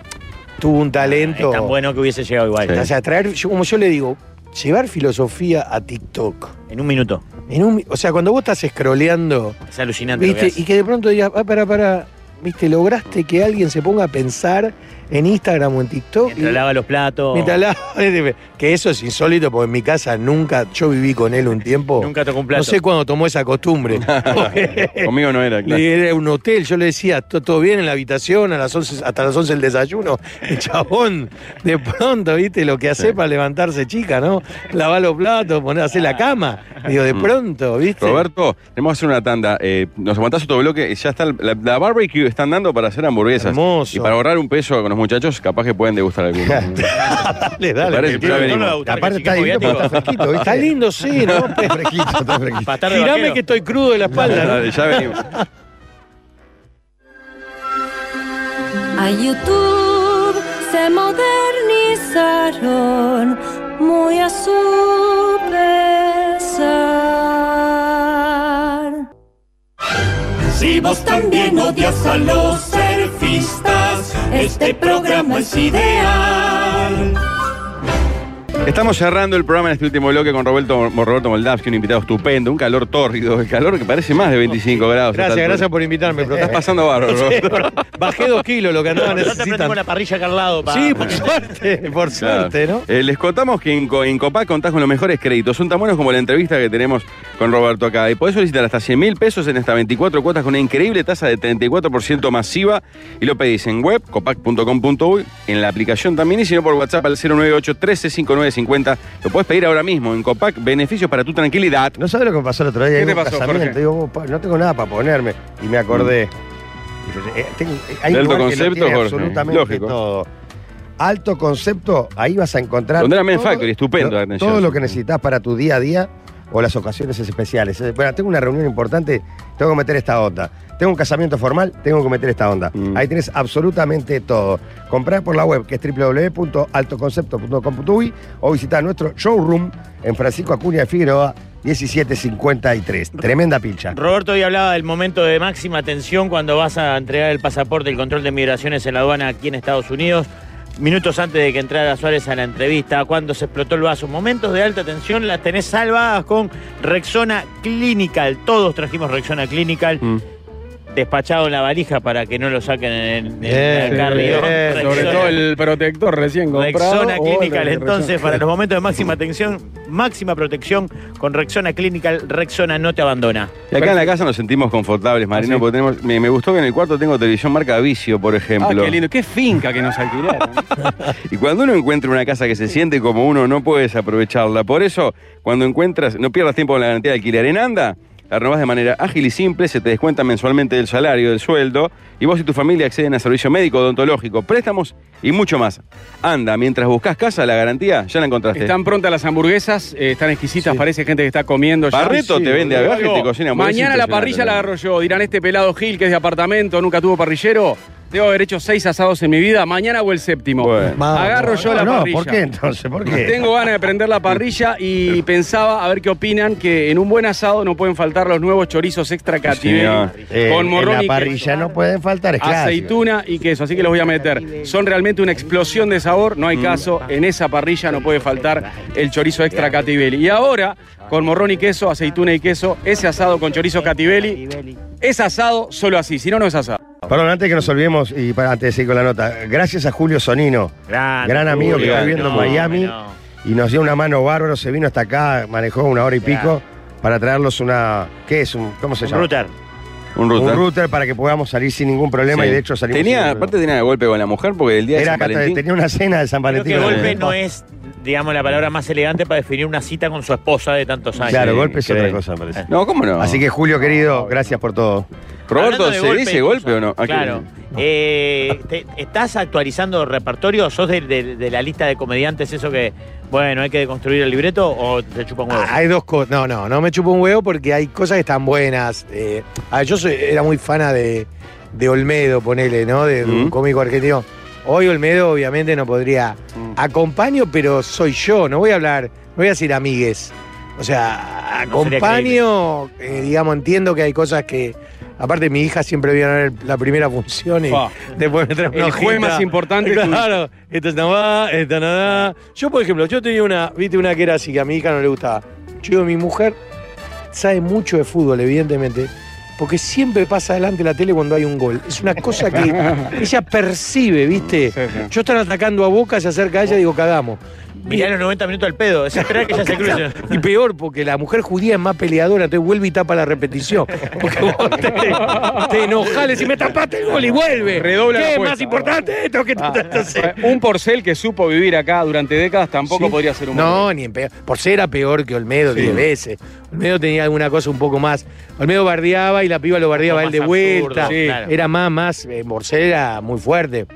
[SPEAKER 7] tuvo un talento.
[SPEAKER 2] Ah, Es tan bueno que hubiese llegado igual.
[SPEAKER 7] O sea, traer, yo- como yo le digo, llevar filosofía a TikTok.
[SPEAKER 2] En un minuto.
[SPEAKER 7] En un- o sea, cuando vos estás scrolleando,
[SPEAKER 2] Es alucinante. lo que
[SPEAKER 7] ¿viste?
[SPEAKER 2] hace.
[SPEAKER 7] Y que de pronto digas, ah, para, para, ¿viste? Lograste que alguien se ponga a pensar en Instagram o en TikTok.
[SPEAKER 2] Mientras
[SPEAKER 7] y-
[SPEAKER 2] lava los platos.
[SPEAKER 7] mientras lava- que eso es insólito porque en mi casa nunca, yo viví con él un tiempo.
[SPEAKER 2] Nunca tocó un plato.
[SPEAKER 7] no sé cuándo tomó esa costumbre. Eh,
[SPEAKER 3] está. Conmigo no era, claro.
[SPEAKER 7] Le- Era un hotel, yo le decía, "¿Todo- todo bien en la habitación, a las 11, hasta las 11 el desayuno. El chabón, de pronto, viste, lo que hace para levantarse chica, ¿no? Lavar los platos, poner, hacer la cama. Digo, de pronto, viste.
[SPEAKER 3] Mm. Roberto, tenemos que hacer una tanda. Eh, nos aguantás otro bloque. Ya está el- la, la barbecue están dando para hacer hamburguesas.
[SPEAKER 7] Hermoso.
[SPEAKER 3] Y para ahorrar un peso con los muchachos, capaz que pueden degustar alguno.
[SPEAKER 7] dale,
[SPEAKER 3] ¿Te
[SPEAKER 7] dale.
[SPEAKER 3] parece?
[SPEAKER 2] Pero
[SPEAKER 3] Ya
[SPEAKER 2] no
[SPEAKER 3] venimos.
[SPEAKER 2] le va a gustar que
[SPEAKER 1] Aparte
[SPEAKER 2] chiquito
[SPEAKER 1] está divino porque está
[SPEAKER 2] viático.
[SPEAKER 1] fresquito, ¿viste?
[SPEAKER 7] Está lindo, sí, ¿no?
[SPEAKER 1] Está fresquito, está fresquito.
[SPEAKER 2] Para estar de
[SPEAKER 7] Tirame
[SPEAKER 2] vaquero.
[SPEAKER 7] que estoy crudo de la espalda, ¿no?
[SPEAKER 3] Dale, ya venimos.
[SPEAKER 8] A YouTube se modernizaron muy a su pesar.
[SPEAKER 6] Si vos también odias a los surfistas, este programa es ideal.
[SPEAKER 3] Estamos cerrando el programa en este último bloque con Roberto, Roberto Moldavsky, un invitado estupendo, un calor tórrido, el calor que parece más de 25 grados. a esta
[SPEAKER 7] Gracias,
[SPEAKER 3] altura.
[SPEAKER 7] gracias por invitarme, pero
[SPEAKER 3] Estás pasando bárbaro, Roberto.
[SPEAKER 7] Bajé dos kilos lo que andaba
[SPEAKER 2] Nosotros prendimos
[SPEAKER 7] necesitando.
[SPEAKER 2] la parrilla acá al lado. pa-
[SPEAKER 7] Sí, por suerte, por suerte, ¿no?
[SPEAKER 3] Eh, les contamos que en, Co- en Copac contás con los mejores créditos. Son tan buenos como la entrevista que tenemos con Roberto acá. Y podés solicitar hasta 100 mil pesos en hasta 24 cuotas con una increíble tasa de 34% masiva. Y lo pedís en web, copac.com.uy, en la aplicación también, y si no por WhatsApp al 098 135950. Lo podés pedir ahora mismo en Copac. Beneficios para tu tranquilidad.
[SPEAKER 1] No sabes lo que me pasó el otro día.
[SPEAKER 4] ¿Qué
[SPEAKER 1] en
[SPEAKER 4] te
[SPEAKER 1] un
[SPEAKER 4] pasó,
[SPEAKER 1] casamiento.
[SPEAKER 4] Jorge?
[SPEAKER 1] Digo, "Oh, pa, no tengo nada para ponerme. Y me acordé. Dije, eh, tengo- eh, hay
[SPEAKER 3] De
[SPEAKER 1] un lugar que
[SPEAKER 3] alto
[SPEAKER 1] lo
[SPEAKER 3] concepto,
[SPEAKER 1] tiene
[SPEAKER 3] Mm. Jorge.
[SPEAKER 1] Absolutamente
[SPEAKER 3] Lógico.
[SPEAKER 1] todo. Alto concepto, ahí vas a encontrar.
[SPEAKER 3] Donde era Men
[SPEAKER 1] todo-
[SPEAKER 3] Factory, estupendo,
[SPEAKER 1] lo-
[SPEAKER 3] atención.
[SPEAKER 1] Todo lo que necesitas para tu día a día o las ocasiones especiales. Eh, Bueno, tengo una reunión importante, tengo que meter esta onda. Tengo un casamiento formal, tengo que meter esta onda.
[SPEAKER 3] Mm.
[SPEAKER 1] Ahí tenés absolutamente todo. Comprar por la web, que es www.altoconcepto.com.uy o visitar nuestro showroom en Francisco Acuña de Figueroa, 1753. Tremenda pincha.
[SPEAKER 2] Roberto hoy hablaba del momento de máxima tensión cuando vas a entregar el pasaporte, el control de migraciones en la aduana aquí en Estados Unidos. Minutos antes de que entrara Suárez a la entrevista, cuando se explotó el vaso. Momentos de alta tensión las tenés salvadas con Rexona Clinical. Todos trajimos Rexona Clinical.
[SPEAKER 3] Mm.
[SPEAKER 2] despachado en la valija para que no lo saquen en el en
[SPEAKER 5] Bien,
[SPEAKER 2] la Carrión.
[SPEAKER 5] bien,
[SPEAKER 4] Eh, Sobre
[SPEAKER 2] Rexona.
[SPEAKER 4] todo el protector recién comprado. Oh,
[SPEAKER 2] Rexona
[SPEAKER 4] o
[SPEAKER 2] Clinical,
[SPEAKER 4] el-
[SPEAKER 2] entonces, para los momentos de máxima tensión, máxima protección con Rexona Clinical, Rexona no te abandona.
[SPEAKER 3] Y acá en la casa nos sentimos confortables, Marino,
[SPEAKER 4] Ah, sí.
[SPEAKER 3] porque tenemos. Me, me gustó que en el cuarto tengo televisión marca Vicio, por
[SPEAKER 4] Ah,
[SPEAKER 3] ejemplo.
[SPEAKER 4] qué lindo. Qué finca que nos alquilaron.
[SPEAKER 3] Y cuando uno encuentra una casa que se siente como uno, no puedes aprovecharla. Por eso, cuando encuentras, no pierdas tiempo con la garantía de alquiler. En Anda, la renovás de manera ágil y simple, se te descuenta mensualmente del salario, del sueldo, y vos y tu familia acceden a servicio médico, odontológico, préstamos y mucho más. Anda, mientras buscas casa, la garantía ya la encontraste.
[SPEAKER 4] Están prontas las hamburguesas, eh, están exquisitas, parece gente que está comiendo. ya.
[SPEAKER 3] Barreto
[SPEAKER 4] Ay, sí,
[SPEAKER 3] te vende a
[SPEAKER 4] boludo.
[SPEAKER 3] viaje y te cocina hamburguesas
[SPEAKER 4] Mañana la parrilla la agarro yo. Dirán, este pelado Gil, que es de apartamento, nunca tuvo parrillero. Debo haber hecho seis asados en mi vida. Mañana o el séptimo.
[SPEAKER 3] Bueno.
[SPEAKER 7] Vamos.
[SPEAKER 4] Agarro yo la
[SPEAKER 1] no,
[SPEAKER 4] parrilla.
[SPEAKER 1] ¿por qué entonces? ¿Por qué?
[SPEAKER 4] Tengo ganas de prender la parrilla y pensaba a ver qué opinan que en un buen asado no pueden faltar los nuevos chorizos extra
[SPEAKER 3] señor.
[SPEAKER 4] cativeros
[SPEAKER 1] Eh,
[SPEAKER 4] con
[SPEAKER 1] en
[SPEAKER 4] morrón
[SPEAKER 1] la
[SPEAKER 4] y queso.
[SPEAKER 1] parrilla no pueden faltar, es clásico.
[SPEAKER 4] Aceituna y queso, así que los voy a meter. Son realmente una explosión de sabor, no hay
[SPEAKER 7] Mm.
[SPEAKER 4] caso. En esa parrilla no puede faltar el chorizo extra Catibelli. Y ahora, con morrón y queso, aceituna y queso, ese asado con chorizo Catibelli es asado solo así, si no, no es asado.
[SPEAKER 1] Perdón, antes que nos olvidemos y para antes de seguir con la nota, gracias a Julio Sonino, gran amigo que está
[SPEAKER 3] Julio,
[SPEAKER 1] viviendo en Miami y nos dio una mano bárbaro, se vino hasta acá, manejó una hora y pico para traerlos una ¿qué es? Un, ¿Cómo se
[SPEAKER 2] Un
[SPEAKER 1] llama?
[SPEAKER 2] router.
[SPEAKER 3] Un router.
[SPEAKER 1] Un router para que podamos salir sin ningún problema
[SPEAKER 3] Sí.
[SPEAKER 1] y de hecho salimos sin
[SPEAKER 3] Tenía,
[SPEAKER 1] ningún
[SPEAKER 3] aparte tenía golpe con la mujer porque el día de
[SPEAKER 1] Era
[SPEAKER 3] San
[SPEAKER 1] cata-
[SPEAKER 3] Valentín-
[SPEAKER 1] tenía una cena de San
[SPEAKER 2] Creo
[SPEAKER 1] Valentín.
[SPEAKER 2] que golpe
[SPEAKER 1] Sí.
[SPEAKER 2] no es, digamos, la palabra más elegante para definir una cita con su esposa de tantos años.
[SPEAKER 1] Claro,
[SPEAKER 3] Sí,
[SPEAKER 1] golpe es otra
[SPEAKER 3] increíble.
[SPEAKER 1] cosa, me parece.
[SPEAKER 3] No, ¿cómo no?
[SPEAKER 1] Así que Julio, querido, gracias por todo.
[SPEAKER 3] Roberto,
[SPEAKER 2] Hablando de
[SPEAKER 3] ¿se dice
[SPEAKER 2] incluso,
[SPEAKER 3] golpe o no? Ah, Aquí-
[SPEAKER 2] Claro. Eh, te- ¿Estás actualizando repertorio? ¿Sos de, de- de la lista de comediantes eso que, bueno, hay que construir el libreto o te chupa un huevo?
[SPEAKER 7] Ah, hay dos cosas. No, no, no me chupo un huevo porque hay cosas que están buenas. Eh, a ver, yo soy- era muy fana de, de Olmedo, ponele, ¿no? De, de un
[SPEAKER 3] Mm.
[SPEAKER 7] cómico argentino. Hoy Olmedo obviamente no podría.
[SPEAKER 2] Mm.
[SPEAKER 7] Acompaño, pero soy yo. No voy a hablar, no voy a decir amigues. O sea,
[SPEAKER 2] No sería
[SPEAKER 7] acompaño, eh, digamos, entiendo que hay cosas que. Aparte, mi hija siempre vino a ver la primera función y
[SPEAKER 4] Fa.
[SPEAKER 7] después me trae una
[SPEAKER 4] El juez
[SPEAKER 7] hojita.
[SPEAKER 4] más importante que-
[SPEAKER 7] Claro, esta es nada, esta es nada. Yo, por ejemplo, yo tenía una, viste, una que era así, que a mi hija no le gustaba. Yo digo, mi mujer sabe mucho de fútbol, evidentemente, porque siempre pasa adelante la tele cuando hay un gol. Es una cosa que ella percibe, viste.
[SPEAKER 4] Sí, sí.
[SPEAKER 7] Yo están atacando a Boca, se acerca a ella y digo, cagamos.
[SPEAKER 2] Mirá los 90 minutos al pedo, es esperar que ya se crucen.
[SPEAKER 7] Y peor, porque la mujer judía es más peleadora, entonces vuelve y tapa la repetición. Porque vos te, te enojás, le decís, me tapaste el gol y vuelve.
[SPEAKER 4] Redobla la
[SPEAKER 7] ¿Qué es
[SPEAKER 4] apuesta.
[SPEAKER 7] más importante esto que
[SPEAKER 4] Ah,
[SPEAKER 7] tanto hacer?
[SPEAKER 4] un porcel que supo vivir acá durante décadas tampoco
[SPEAKER 7] Sí.
[SPEAKER 4] podría ser un
[SPEAKER 7] No, ni en peor. Porcel era peor que Olmedo, 10 veces. Olmedo tenía alguna cosa un poco más. Olmedo bardeaba y la piba lo bardeaba a él de
[SPEAKER 2] Más absurdo,
[SPEAKER 7] vuelta.
[SPEAKER 2] sí. Mm.
[SPEAKER 7] Era más, más. eh, Porcel era muy fuerte.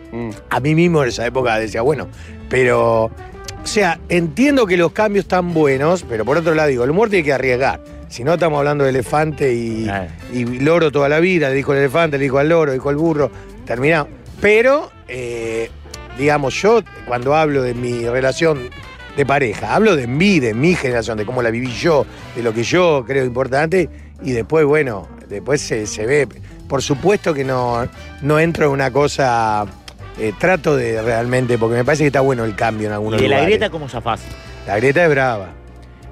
[SPEAKER 7] A mí mismo en esa época decía, bueno, pero. O sea, entiendo que los cambios están buenos, pero por otro lado digo, el humor tiene que arriesgar. Si no, estamos hablando de elefante y,
[SPEAKER 2] Claro.
[SPEAKER 7] y loro toda la vida. Le dijo el elefante, le dijo al loro, le dijo al burro. Terminado. Pero, eh, digamos, yo cuando hablo de mi relación de pareja, hablo de mí, de mi generación, de cómo la viví yo, de lo que yo creo importante, y después, bueno, después se, se ve. Por supuesto que no, no entro en una cosa. eh, trato de realmente, porque me parece que está bueno el cambio en
[SPEAKER 2] Y
[SPEAKER 7] algunos
[SPEAKER 2] de la
[SPEAKER 7] lugares.
[SPEAKER 1] eh.
[SPEAKER 2] grieta, ¿cómo zafás?
[SPEAKER 7] La grieta es brava.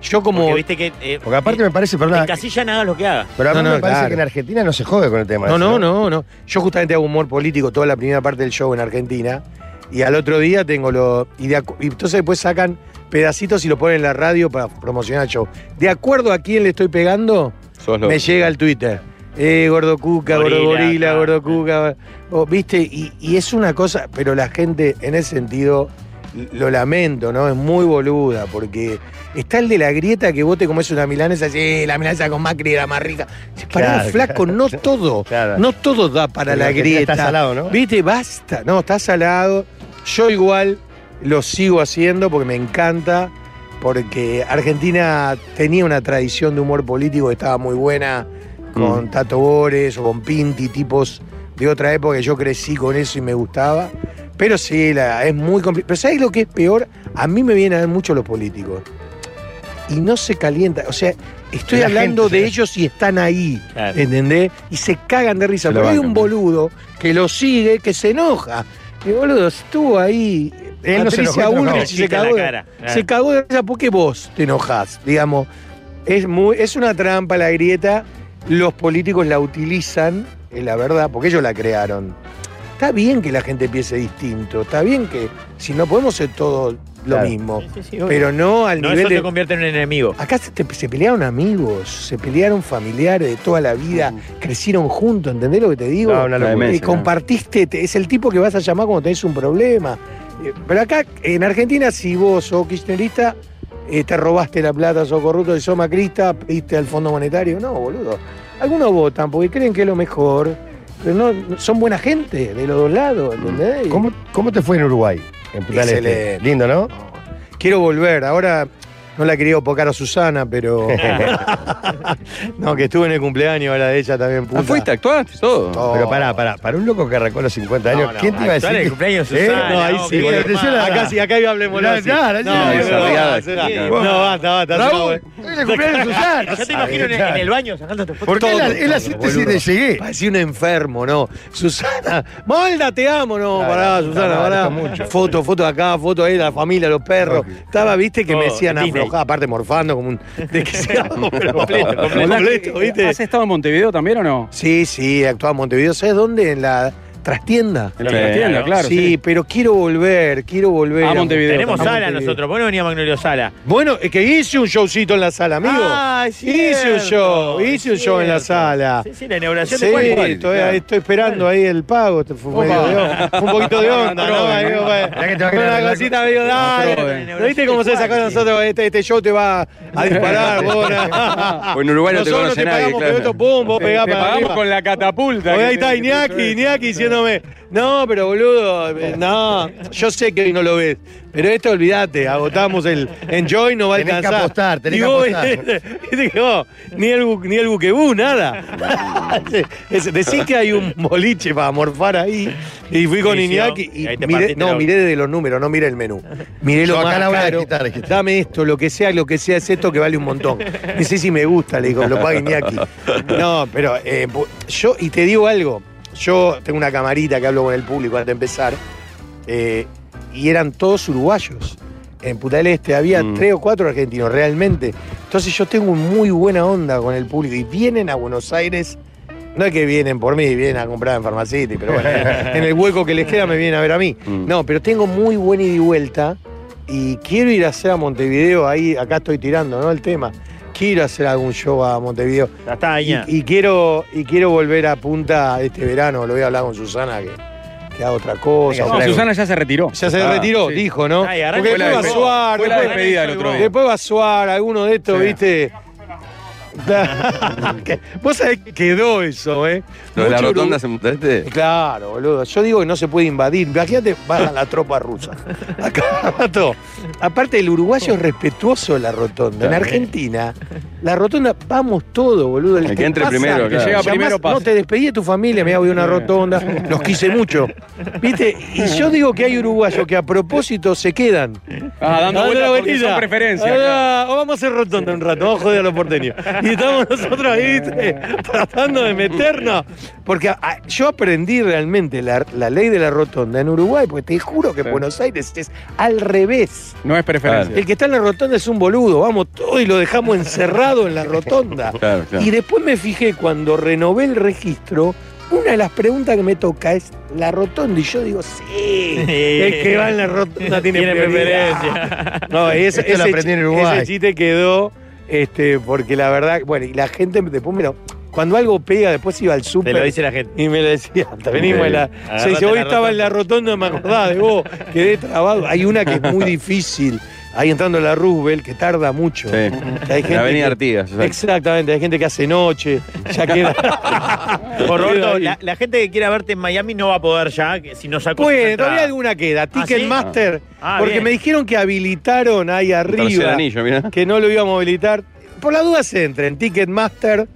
[SPEAKER 7] Yo como.
[SPEAKER 2] Porque viste que. eh,
[SPEAKER 1] Porque aparte me parece, perdón,
[SPEAKER 2] En casilla nada lo que haga.
[SPEAKER 1] pero a mí
[SPEAKER 7] No, no,
[SPEAKER 1] me parece
[SPEAKER 7] claro.
[SPEAKER 1] que en Argentina no se jode con el tema.
[SPEAKER 7] No,
[SPEAKER 1] ese,
[SPEAKER 7] no, no, no. Yo justamente hago humor político toda la primera parte del show en Argentina. Y al otro día tengo lo. Y, de acu- y entonces después sacan pedacitos y lo ponen en la radio para promocionar el show. De acuerdo a quién le estoy pegando,
[SPEAKER 3] Sos lo-
[SPEAKER 7] me llega el Twitter. Eh, gordo cuca, gordo
[SPEAKER 2] Gorila,
[SPEAKER 7] gorila,
[SPEAKER 2] claro.
[SPEAKER 7] gordo cuca. o- ¿Viste? Y, y es una cosa, pero la gente en ese sentido lo lamento, ¿no? Es muy boluda, porque está el de la grieta que vos te comés una milanesa, sí, la milanesa con Macri era más rica. Para
[SPEAKER 1] Claro,
[SPEAKER 7] flaco, no todo.
[SPEAKER 1] Claro.
[SPEAKER 7] No todo da para
[SPEAKER 1] Pero
[SPEAKER 7] la
[SPEAKER 1] Argentina
[SPEAKER 7] grieta.
[SPEAKER 1] está salado, ¿no?
[SPEAKER 7] Viste, basta. No, está salado. Yo igual lo sigo haciendo porque me encanta, porque Argentina tenía una tradición de humor político que estaba muy buena con
[SPEAKER 1] Mm.
[SPEAKER 7] Tato Bores o con Pinti, tipos de otra época que yo crecí con eso y me gustaba. Pero sí, la- es muy complicado. Pero ¿sabes lo que es peor? A mí me vienen a ver mucho los políticos. Y no se calienta. O sea, estoy
[SPEAKER 1] La
[SPEAKER 7] hablando
[SPEAKER 1] gente,
[SPEAKER 7] de
[SPEAKER 1] sí.
[SPEAKER 7] ellos y están ahí.
[SPEAKER 2] Claro.
[SPEAKER 7] ¿Entendés? Y se cagan de risa.
[SPEAKER 3] Se lo
[SPEAKER 7] Pero hay
[SPEAKER 3] bancan.
[SPEAKER 7] un boludo que lo sigue, que se enoja. Y boludo, estuvo ahí.
[SPEAKER 1] Él no se
[SPEAKER 7] Patricia
[SPEAKER 1] enojó,
[SPEAKER 7] Bullrich
[SPEAKER 1] no.
[SPEAKER 7] se
[SPEAKER 2] Chita en la
[SPEAKER 7] cagó. de-
[SPEAKER 2] cara, claro.
[SPEAKER 7] Se cagó de risa porque vos te enojás. Digamos, es, muy, es una trampa la grieta. Los políticos la utilizan es la verdad, porque ellos la crearon. Está bien que la gente piense distinto, está bien que si no podemos ser todos lo
[SPEAKER 1] Claro.
[SPEAKER 7] mismo,
[SPEAKER 2] Sí, sí, sí, obvio.
[SPEAKER 7] pero no al
[SPEAKER 2] no,
[SPEAKER 7] nivel
[SPEAKER 2] eso
[SPEAKER 7] de...
[SPEAKER 2] te convierte en un enemigo.
[SPEAKER 7] Acá se, te- se pelearon amigos, se pelearon familiares de toda la vida, crecieron juntos, ¿entendés lo que te digo?
[SPEAKER 1] Mm. No, una
[SPEAKER 3] La
[SPEAKER 1] locura.
[SPEAKER 3] demencia.
[SPEAKER 7] Y compartiste, te- es el tipo que vas a llamar cuando tenés un problema. Eh, Pero acá, en Argentina, si vos sos kirchnerista, eh, te robaste la plata, sos corrupto, y sos macrista, pediste al Fondo Monetario. No, boludo. Algunos votan porque creen que es lo mejor, pero no, no- son buena gente de los dos lados, ¿entendés?
[SPEAKER 1] ¿Cómo, cómo te fue en Uruguay? En Punta del Este.
[SPEAKER 7] Excelente.
[SPEAKER 1] Lindo, ¿no?
[SPEAKER 7] Quiero volver, ahora no la quería opocar a Susana, pero... no, que estuve en el cumpleaños ahora de ella también, puta.
[SPEAKER 3] Ah, fuiste, actuaste, todo.
[SPEAKER 7] Todo.
[SPEAKER 1] Pero pará, pará. Para un loco que arrancó los 50 años,
[SPEAKER 7] No, no,
[SPEAKER 1] ¿quién te iba a
[SPEAKER 2] actuar
[SPEAKER 1] decir?
[SPEAKER 2] en el
[SPEAKER 1] que-
[SPEAKER 2] cumpleaños de
[SPEAKER 1] ¿Eh?
[SPEAKER 2] Susana,
[SPEAKER 1] No, ahí
[SPEAKER 2] no,
[SPEAKER 1] sí.
[SPEAKER 2] qué
[SPEAKER 1] pero atención a-
[SPEAKER 2] Acá
[SPEAKER 1] acá sí.
[SPEAKER 2] sí,
[SPEAKER 7] acá iba hablemos
[SPEAKER 1] Mirá, ya, ya, ya.
[SPEAKER 3] esa
[SPEAKER 1] Bueno,
[SPEAKER 3] regada que
[SPEAKER 2] no,
[SPEAKER 3] saca.
[SPEAKER 2] no, basta, basta. se acabó.
[SPEAKER 7] eh.
[SPEAKER 1] Raúl, es el cumpleaños de Susana.
[SPEAKER 2] Yo te imagino en, en el baño sacándote fotos.
[SPEAKER 1] Porque es la,
[SPEAKER 2] Todo,
[SPEAKER 1] es la
[SPEAKER 2] todo,
[SPEAKER 1] síntesis
[SPEAKER 2] boludo.
[SPEAKER 1] de llegué.
[SPEAKER 7] Parecía un enfermo, ¿no? Susana, Molda, te amo, no,
[SPEAKER 1] Claro,
[SPEAKER 7] pará,
[SPEAKER 1] está
[SPEAKER 7] Susana,
[SPEAKER 1] mal,
[SPEAKER 7] pará.
[SPEAKER 1] está mucho.
[SPEAKER 7] Foto, foto acá, foto ahí, de la familia, los perros.
[SPEAKER 1] Ok.
[SPEAKER 7] Estaba, viste, que me
[SPEAKER 2] Todo,
[SPEAKER 7] decían
[SPEAKER 2] Disney.
[SPEAKER 7] aflojá, aparte morfando como un desquiciado, pero
[SPEAKER 2] Completo, completo.
[SPEAKER 7] completo, ¿viste?
[SPEAKER 4] ¿Has estado en Montevideo también o no?
[SPEAKER 7] Sí, sí, actuaba en Montevideo. ¿Sabes dónde? En la trastienda.
[SPEAKER 3] Sí.
[SPEAKER 4] Entiendo, claro.
[SPEAKER 7] sí, pero quiero volver, quiero volver.
[SPEAKER 4] A Montevideo.
[SPEAKER 2] Tenemos
[SPEAKER 7] A
[SPEAKER 2] sala
[SPEAKER 7] Montevideo.
[SPEAKER 2] nosotros. ¿Por qué no venía Magnolio Sala?
[SPEAKER 7] Bueno, es que hice un showcito en la sala, amigo.
[SPEAKER 2] Ah, es
[SPEAKER 7] hice un
[SPEAKER 2] cierto,
[SPEAKER 7] show, hice un
[SPEAKER 2] es
[SPEAKER 7] show en la
[SPEAKER 2] cierto.
[SPEAKER 7] sala.
[SPEAKER 2] Sí, sí, la inauguración
[SPEAKER 7] Sí,
[SPEAKER 2] de cuál?
[SPEAKER 7] todavía
[SPEAKER 3] Claro.
[SPEAKER 7] estoy esperando ahí el pago. Este fue medio de onda. Fue un poquito de onda, ¿no? Ahí,
[SPEAKER 1] Droga,
[SPEAKER 7] fue-
[SPEAKER 1] mirá que te va a
[SPEAKER 7] fue
[SPEAKER 1] quedar
[SPEAKER 7] una
[SPEAKER 1] la-
[SPEAKER 7] cosita medio dale.
[SPEAKER 2] droga.
[SPEAKER 7] ¿No ¿Viste cómo se sacó a nosotros? Este, este show te va a disparar, vos.
[SPEAKER 3] Bueno, en Uruguay no te
[SPEAKER 7] Nosotros
[SPEAKER 3] conoce
[SPEAKER 7] te
[SPEAKER 3] nadie,
[SPEAKER 7] pagamos,
[SPEAKER 3] claro.
[SPEAKER 7] pero esto, pum, vos pegás
[SPEAKER 4] Te
[SPEAKER 7] para
[SPEAKER 4] Eh, pagamos
[SPEAKER 7] arriba.
[SPEAKER 4] con la catapulta.
[SPEAKER 7] Porque
[SPEAKER 4] que
[SPEAKER 7] ahí está
[SPEAKER 4] te-
[SPEAKER 7] Iñaki, Iñaki diciéndome, no, pero boludo, eh, no, yo sé que hoy no lo ves, pero esto olvídate, agotamos el enjoy, no va a
[SPEAKER 1] Tenés que
[SPEAKER 7] alcanzar.
[SPEAKER 1] apostar, tenés
[SPEAKER 7] y
[SPEAKER 1] que
[SPEAKER 7] vos
[SPEAKER 1] apostar.
[SPEAKER 7] viste- viste que vos, ni el, bu- ni el buquebú, nada. Es- Decís que hay un boliche para morfar ahí, y fui con
[SPEAKER 2] Sí, sí,
[SPEAKER 7] Iñaki,
[SPEAKER 2] y ahí
[SPEAKER 7] y
[SPEAKER 2] te
[SPEAKER 7] miré,
[SPEAKER 2] partiste
[SPEAKER 7] no,
[SPEAKER 2] la-
[SPEAKER 7] miré de los números, no miré el menú. Miré lo
[SPEAKER 1] No, acá
[SPEAKER 7] más
[SPEAKER 1] la voy a
[SPEAKER 7] caro,
[SPEAKER 1] quitar, dijiste.
[SPEAKER 7] dame esto, lo que sea, lo que sea, es esto que vale un montón. No sé si me gusta, le digo, lo paga Iñaki. No, pero eh, bu- yo, y te digo algo, yo tengo una camarita que hablo con el público antes de empezar, eh, y eran todos uruguayos. En Punta del Este había
[SPEAKER 3] Mm.
[SPEAKER 7] tres o cuatro argentinos, realmente. Entonces yo tengo muy buena onda con el público y vienen a Buenos Aires. No es que vienen por mí, vienen a comprar en Farmacity, pero bueno, en el hueco que les queda me vienen a ver a mí.
[SPEAKER 3] Mm.
[SPEAKER 7] No, pero tengo muy buena ida y vuelta y quiero ir a hacer a Montevideo, ahí acá estoy tirando, ¿no? El tema. Quiero hacer algún show a Montevideo.
[SPEAKER 2] Ya está,
[SPEAKER 7] Y,
[SPEAKER 2] Iña.
[SPEAKER 7] y quiero, y quiero volver a punta este verano, lo voy a hablar con Susana que, que haga otra cosa.
[SPEAKER 4] No, Susana ya se retiró.
[SPEAKER 7] Ya se
[SPEAKER 3] Ah,
[SPEAKER 7] retiró,
[SPEAKER 4] sí.
[SPEAKER 7] dijo, ¿no?
[SPEAKER 2] Ay, arranca
[SPEAKER 7] Porque
[SPEAKER 3] fue la
[SPEAKER 7] después va a
[SPEAKER 3] despedida.
[SPEAKER 7] suar,
[SPEAKER 4] Fue la
[SPEAKER 7] después,
[SPEAKER 4] despedida el otro día.
[SPEAKER 7] después va a suar alguno de estos, ¿viste? Que- Vos sabés que quedó eso, ¿eh?
[SPEAKER 3] Lo de la
[SPEAKER 7] Mucho
[SPEAKER 3] rotonda
[SPEAKER 7] Urugu-
[SPEAKER 3] se ¿entendés?
[SPEAKER 7] Claro, boludo. Yo digo que no se puede invadir. Imagínate, baja la tropa rusa. Acá, rato. Aparte, el uruguayo es respetuoso de la rotonda. En Argentina, la rotonda, vamos todo, boludo.
[SPEAKER 3] El que entre
[SPEAKER 7] pasa,
[SPEAKER 3] primero,
[SPEAKER 4] claro. llega
[SPEAKER 7] Llamás,
[SPEAKER 4] primero pasa.
[SPEAKER 7] No, te despedí de tu familia, me voy a una rotonda. Los quise mucho. ¿Viste? Y yo digo que hay uruguayos que a propósito se quedan.
[SPEAKER 4] Ah, dando vueltas
[SPEAKER 7] la
[SPEAKER 4] porque son preferencias,
[SPEAKER 7] Ah,
[SPEAKER 4] claro.
[SPEAKER 7] o vamos a hacer rotonda un rato, vamos a joder a los porteños. Y estamos nosotros ahí ¿viste? tratando de meternos. Porque ah, yo aprendí realmente la, la ley de la rotonda en Uruguay, porque te juro que en
[SPEAKER 4] Sí.
[SPEAKER 7] Buenos Aires es al revés.
[SPEAKER 4] No es preferencia.
[SPEAKER 7] El que está en la rotonda es un boludo, vamos todo y lo dejamos encerrado en la rotonda.
[SPEAKER 3] Claro, claro.
[SPEAKER 7] Y después me fijé cuando renové el registro, una de las preguntas que me toca es la rotonda. Y yo digo, sí, el que va en la rotonda tiene,
[SPEAKER 2] Tiene
[SPEAKER 7] prioridad.
[SPEAKER 2] preferencia.
[SPEAKER 7] No, es-
[SPEAKER 1] Esto lo
[SPEAKER 7] ese,
[SPEAKER 1] aprendí en
[SPEAKER 7] chi-
[SPEAKER 1] Uruguay.
[SPEAKER 7] ese chiste quedó, este, porque la verdad, bueno, y la gente después me lo. Cuando algo pega, después iba al
[SPEAKER 2] Te lo
[SPEAKER 7] súper.
[SPEAKER 2] dice la gente.
[SPEAKER 7] Y me lo decía, "Te venimos en la.
[SPEAKER 2] Agarrate
[SPEAKER 7] Se dice, hoy
[SPEAKER 2] la
[SPEAKER 7] estaba en la rotonda, me acordaba de vos, quedé trabado. Hay una que es muy difícil, ahí entrando a la Roosevelt, que tarda mucho.
[SPEAKER 3] Sí.
[SPEAKER 7] Que hay gente
[SPEAKER 3] La Avenida
[SPEAKER 7] que-
[SPEAKER 3] Artigas. exacto.
[SPEAKER 7] Exactamente, hay gente que hace noche, ya queda.
[SPEAKER 2] Por
[SPEAKER 7] Queda
[SPEAKER 2] Roberto,
[SPEAKER 7] ahí.
[SPEAKER 2] la, la gente que quiera verte en Miami no va a poder ya que- si no sacó sus
[SPEAKER 7] Bueno,
[SPEAKER 2] entradas.
[SPEAKER 7] todavía alguna queda.
[SPEAKER 2] ¿Ah, sí?
[SPEAKER 7] Ticketmaster,
[SPEAKER 2] Ah,
[SPEAKER 7] porque
[SPEAKER 2] bien.
[SPEAKER 7] me dijeron que habilitaron ahí
[SPEAKER 3] Tercer
[SPEAKER 7] arriba,
[SPEAKER 3] anillo, mirá.
[SPEAKER 7] que no lo íbamos a habilitar. Por la duda se entren, Ticketmaster,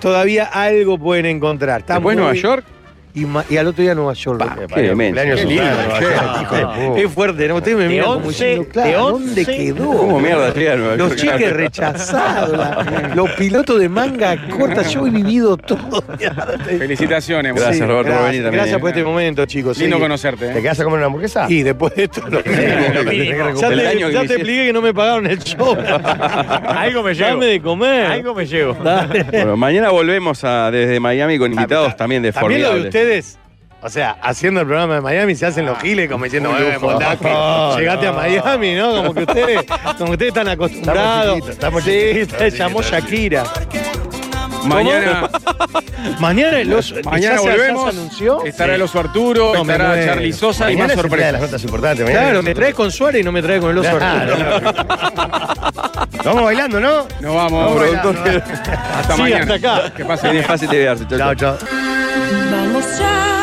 [SPEAKER 7] todavía algo pueden encontrar. Está
[SPEAKER 4] Después
[SPEAKER 7] muy-
[SPEAKER 4] Nueva York.
[SPEAKER 7] y, ma- y al otro día Nueva York.
[SPEAKER 3] Pa,
[SPEAKER 7] Eh,
[SPEAKER 3] qué demencia.
[SPEAKER 1] Cumpleaños
[SPEAKER 3] Qué
[SPEAKER 1] Susana,
[SPEAKER 3] lindo,
[SPEAKER 1] ¿no?
[SPEAKER 3] che.
[SPEAKER 1] Hijo de puta.
[SPEAKER 7] Qué fuerte, ¿no? Ustedes me miran como
[SPEAKER 2] 11,
[SPEAKER 7] diciendo,
[SPEAKER 2] de
[SPEAKER 7] claro,
[SPEAKER 2] 11.
[SPEAKER 7] ¿dónde quedó?
[SPEAKER 3] ¿Cómo mierda llega a Nueva
[SPEAKER 7] Los
[SPEAKER 3] York?
[SPEAKER 7] cheques rechazados, la- los pilotos de manga corta, yo he vivido todo.
[SPEAKER 4] Felicitaciones,
[SPEAKER 3] Gracias,
[SPEAKER 4] boludo.
[SPEAKER 3] Roberto, por
[SPEAKER 7] gracias,
[SPEAKER 3] venir también,
[SPEAKER 7] gracias
[SPEAKER 3] eh.
[SPEAKER 7] por este momento, chicos.
[SPEAKER 4] Lindo
[SPEAKER 7] Sí.
[SPEAKER 4] conocerte.
[SPEAKER 1] ¿Te
[SPEAKER 4] ¿eh?
[SPEAKER 1] quedás a comer una hamburguesa?
[SPEAKER 7] Y después de esto lo Ya
[SPEAKER 3] El daño
[SPEAKER 7] te,
[SPEAKER 3] que
[SPEAKER 7] ya
[SPEAKER 3] me
[SPEAKER 7] te
[SPEAKER 3] hiciste.
[SPEAKER 7] expliqué que no me pagaron el show.
[SPEAKER 2] Algo me llevo.
[SPEAKER 7] Dame de comer.
[SPEAKER 2] Algo me llevo.
[SPEAKER 7] Dale.
[SPEAKER 3] Bueno, mañana volvemos a, desde Miami con invitados también de
[SPEAKER 7] También lo de
[SPEAKER 3] formidables.
[SPEAKER 7] ustedes. O sea, haciendo el programa de Miami se hacen los giles como diciendo, "Eh, Moldaki,
[SPEAKER 1] Oh,
[SPEAKER 7] llegaste a Miami, ¿no? Como que ustedes, como que ustedes están acostumbrados.
[SPEAKER 1] chiquitos, estamos
[SPEAKER 7] Sí,
[SPEAKER 1] chiquitos,
[SPEAKER 7] te llamó
[SPEAKER 1] chiquitos.
[SPEAKER 7] Shakira.
[SPEAKER 4] Mañana,
[SPEAKER 7] Mañana los
[SPEAKER 4] mañana
[SPEAKER 7] ya se- ya se
[SPEAKER 4] volvemos.
[SPEAKER 7] anunció.
[SPEAKER 4] Estará el oso Arturo,
[SPEAKER 7] No, me
[SPEAKER 4] estará
[SPEAKER 7] muero.
[SPEAKER 4] Charlie Sosa y
[SPEAKER 1] Mañana es el
[SPEAKER 4] más
[SPEAKER 1] día de las
[SPEAKER 4] sorpresas.
[SPEAKER 1] notas importantes. mañana.
[SPEAKER 7] Claro, me trae con Suárez y no me trae con el oso.
[SPEAKER 1] Claro,
[SPEAKER 7] Arturo.
[SPEAKER 1] Nos Vamos bailando, ¿no?
[SPEAKER 4] Nos vamos, productor. Hasta
[SPEAKER 7] Sí,
[SPEAKER 4] mañana.
[SPEAKER 7] hasta acá.
[SPEAKER 4] Que pasen
[SPEAKER 3] Viene
[SPEAKER 4] bien.
[SPEAKER 3] fácil de verse. Chau, chau.
[SPEAKER 1] Chao, chao.
[SPEAKER 8] Vamos ya.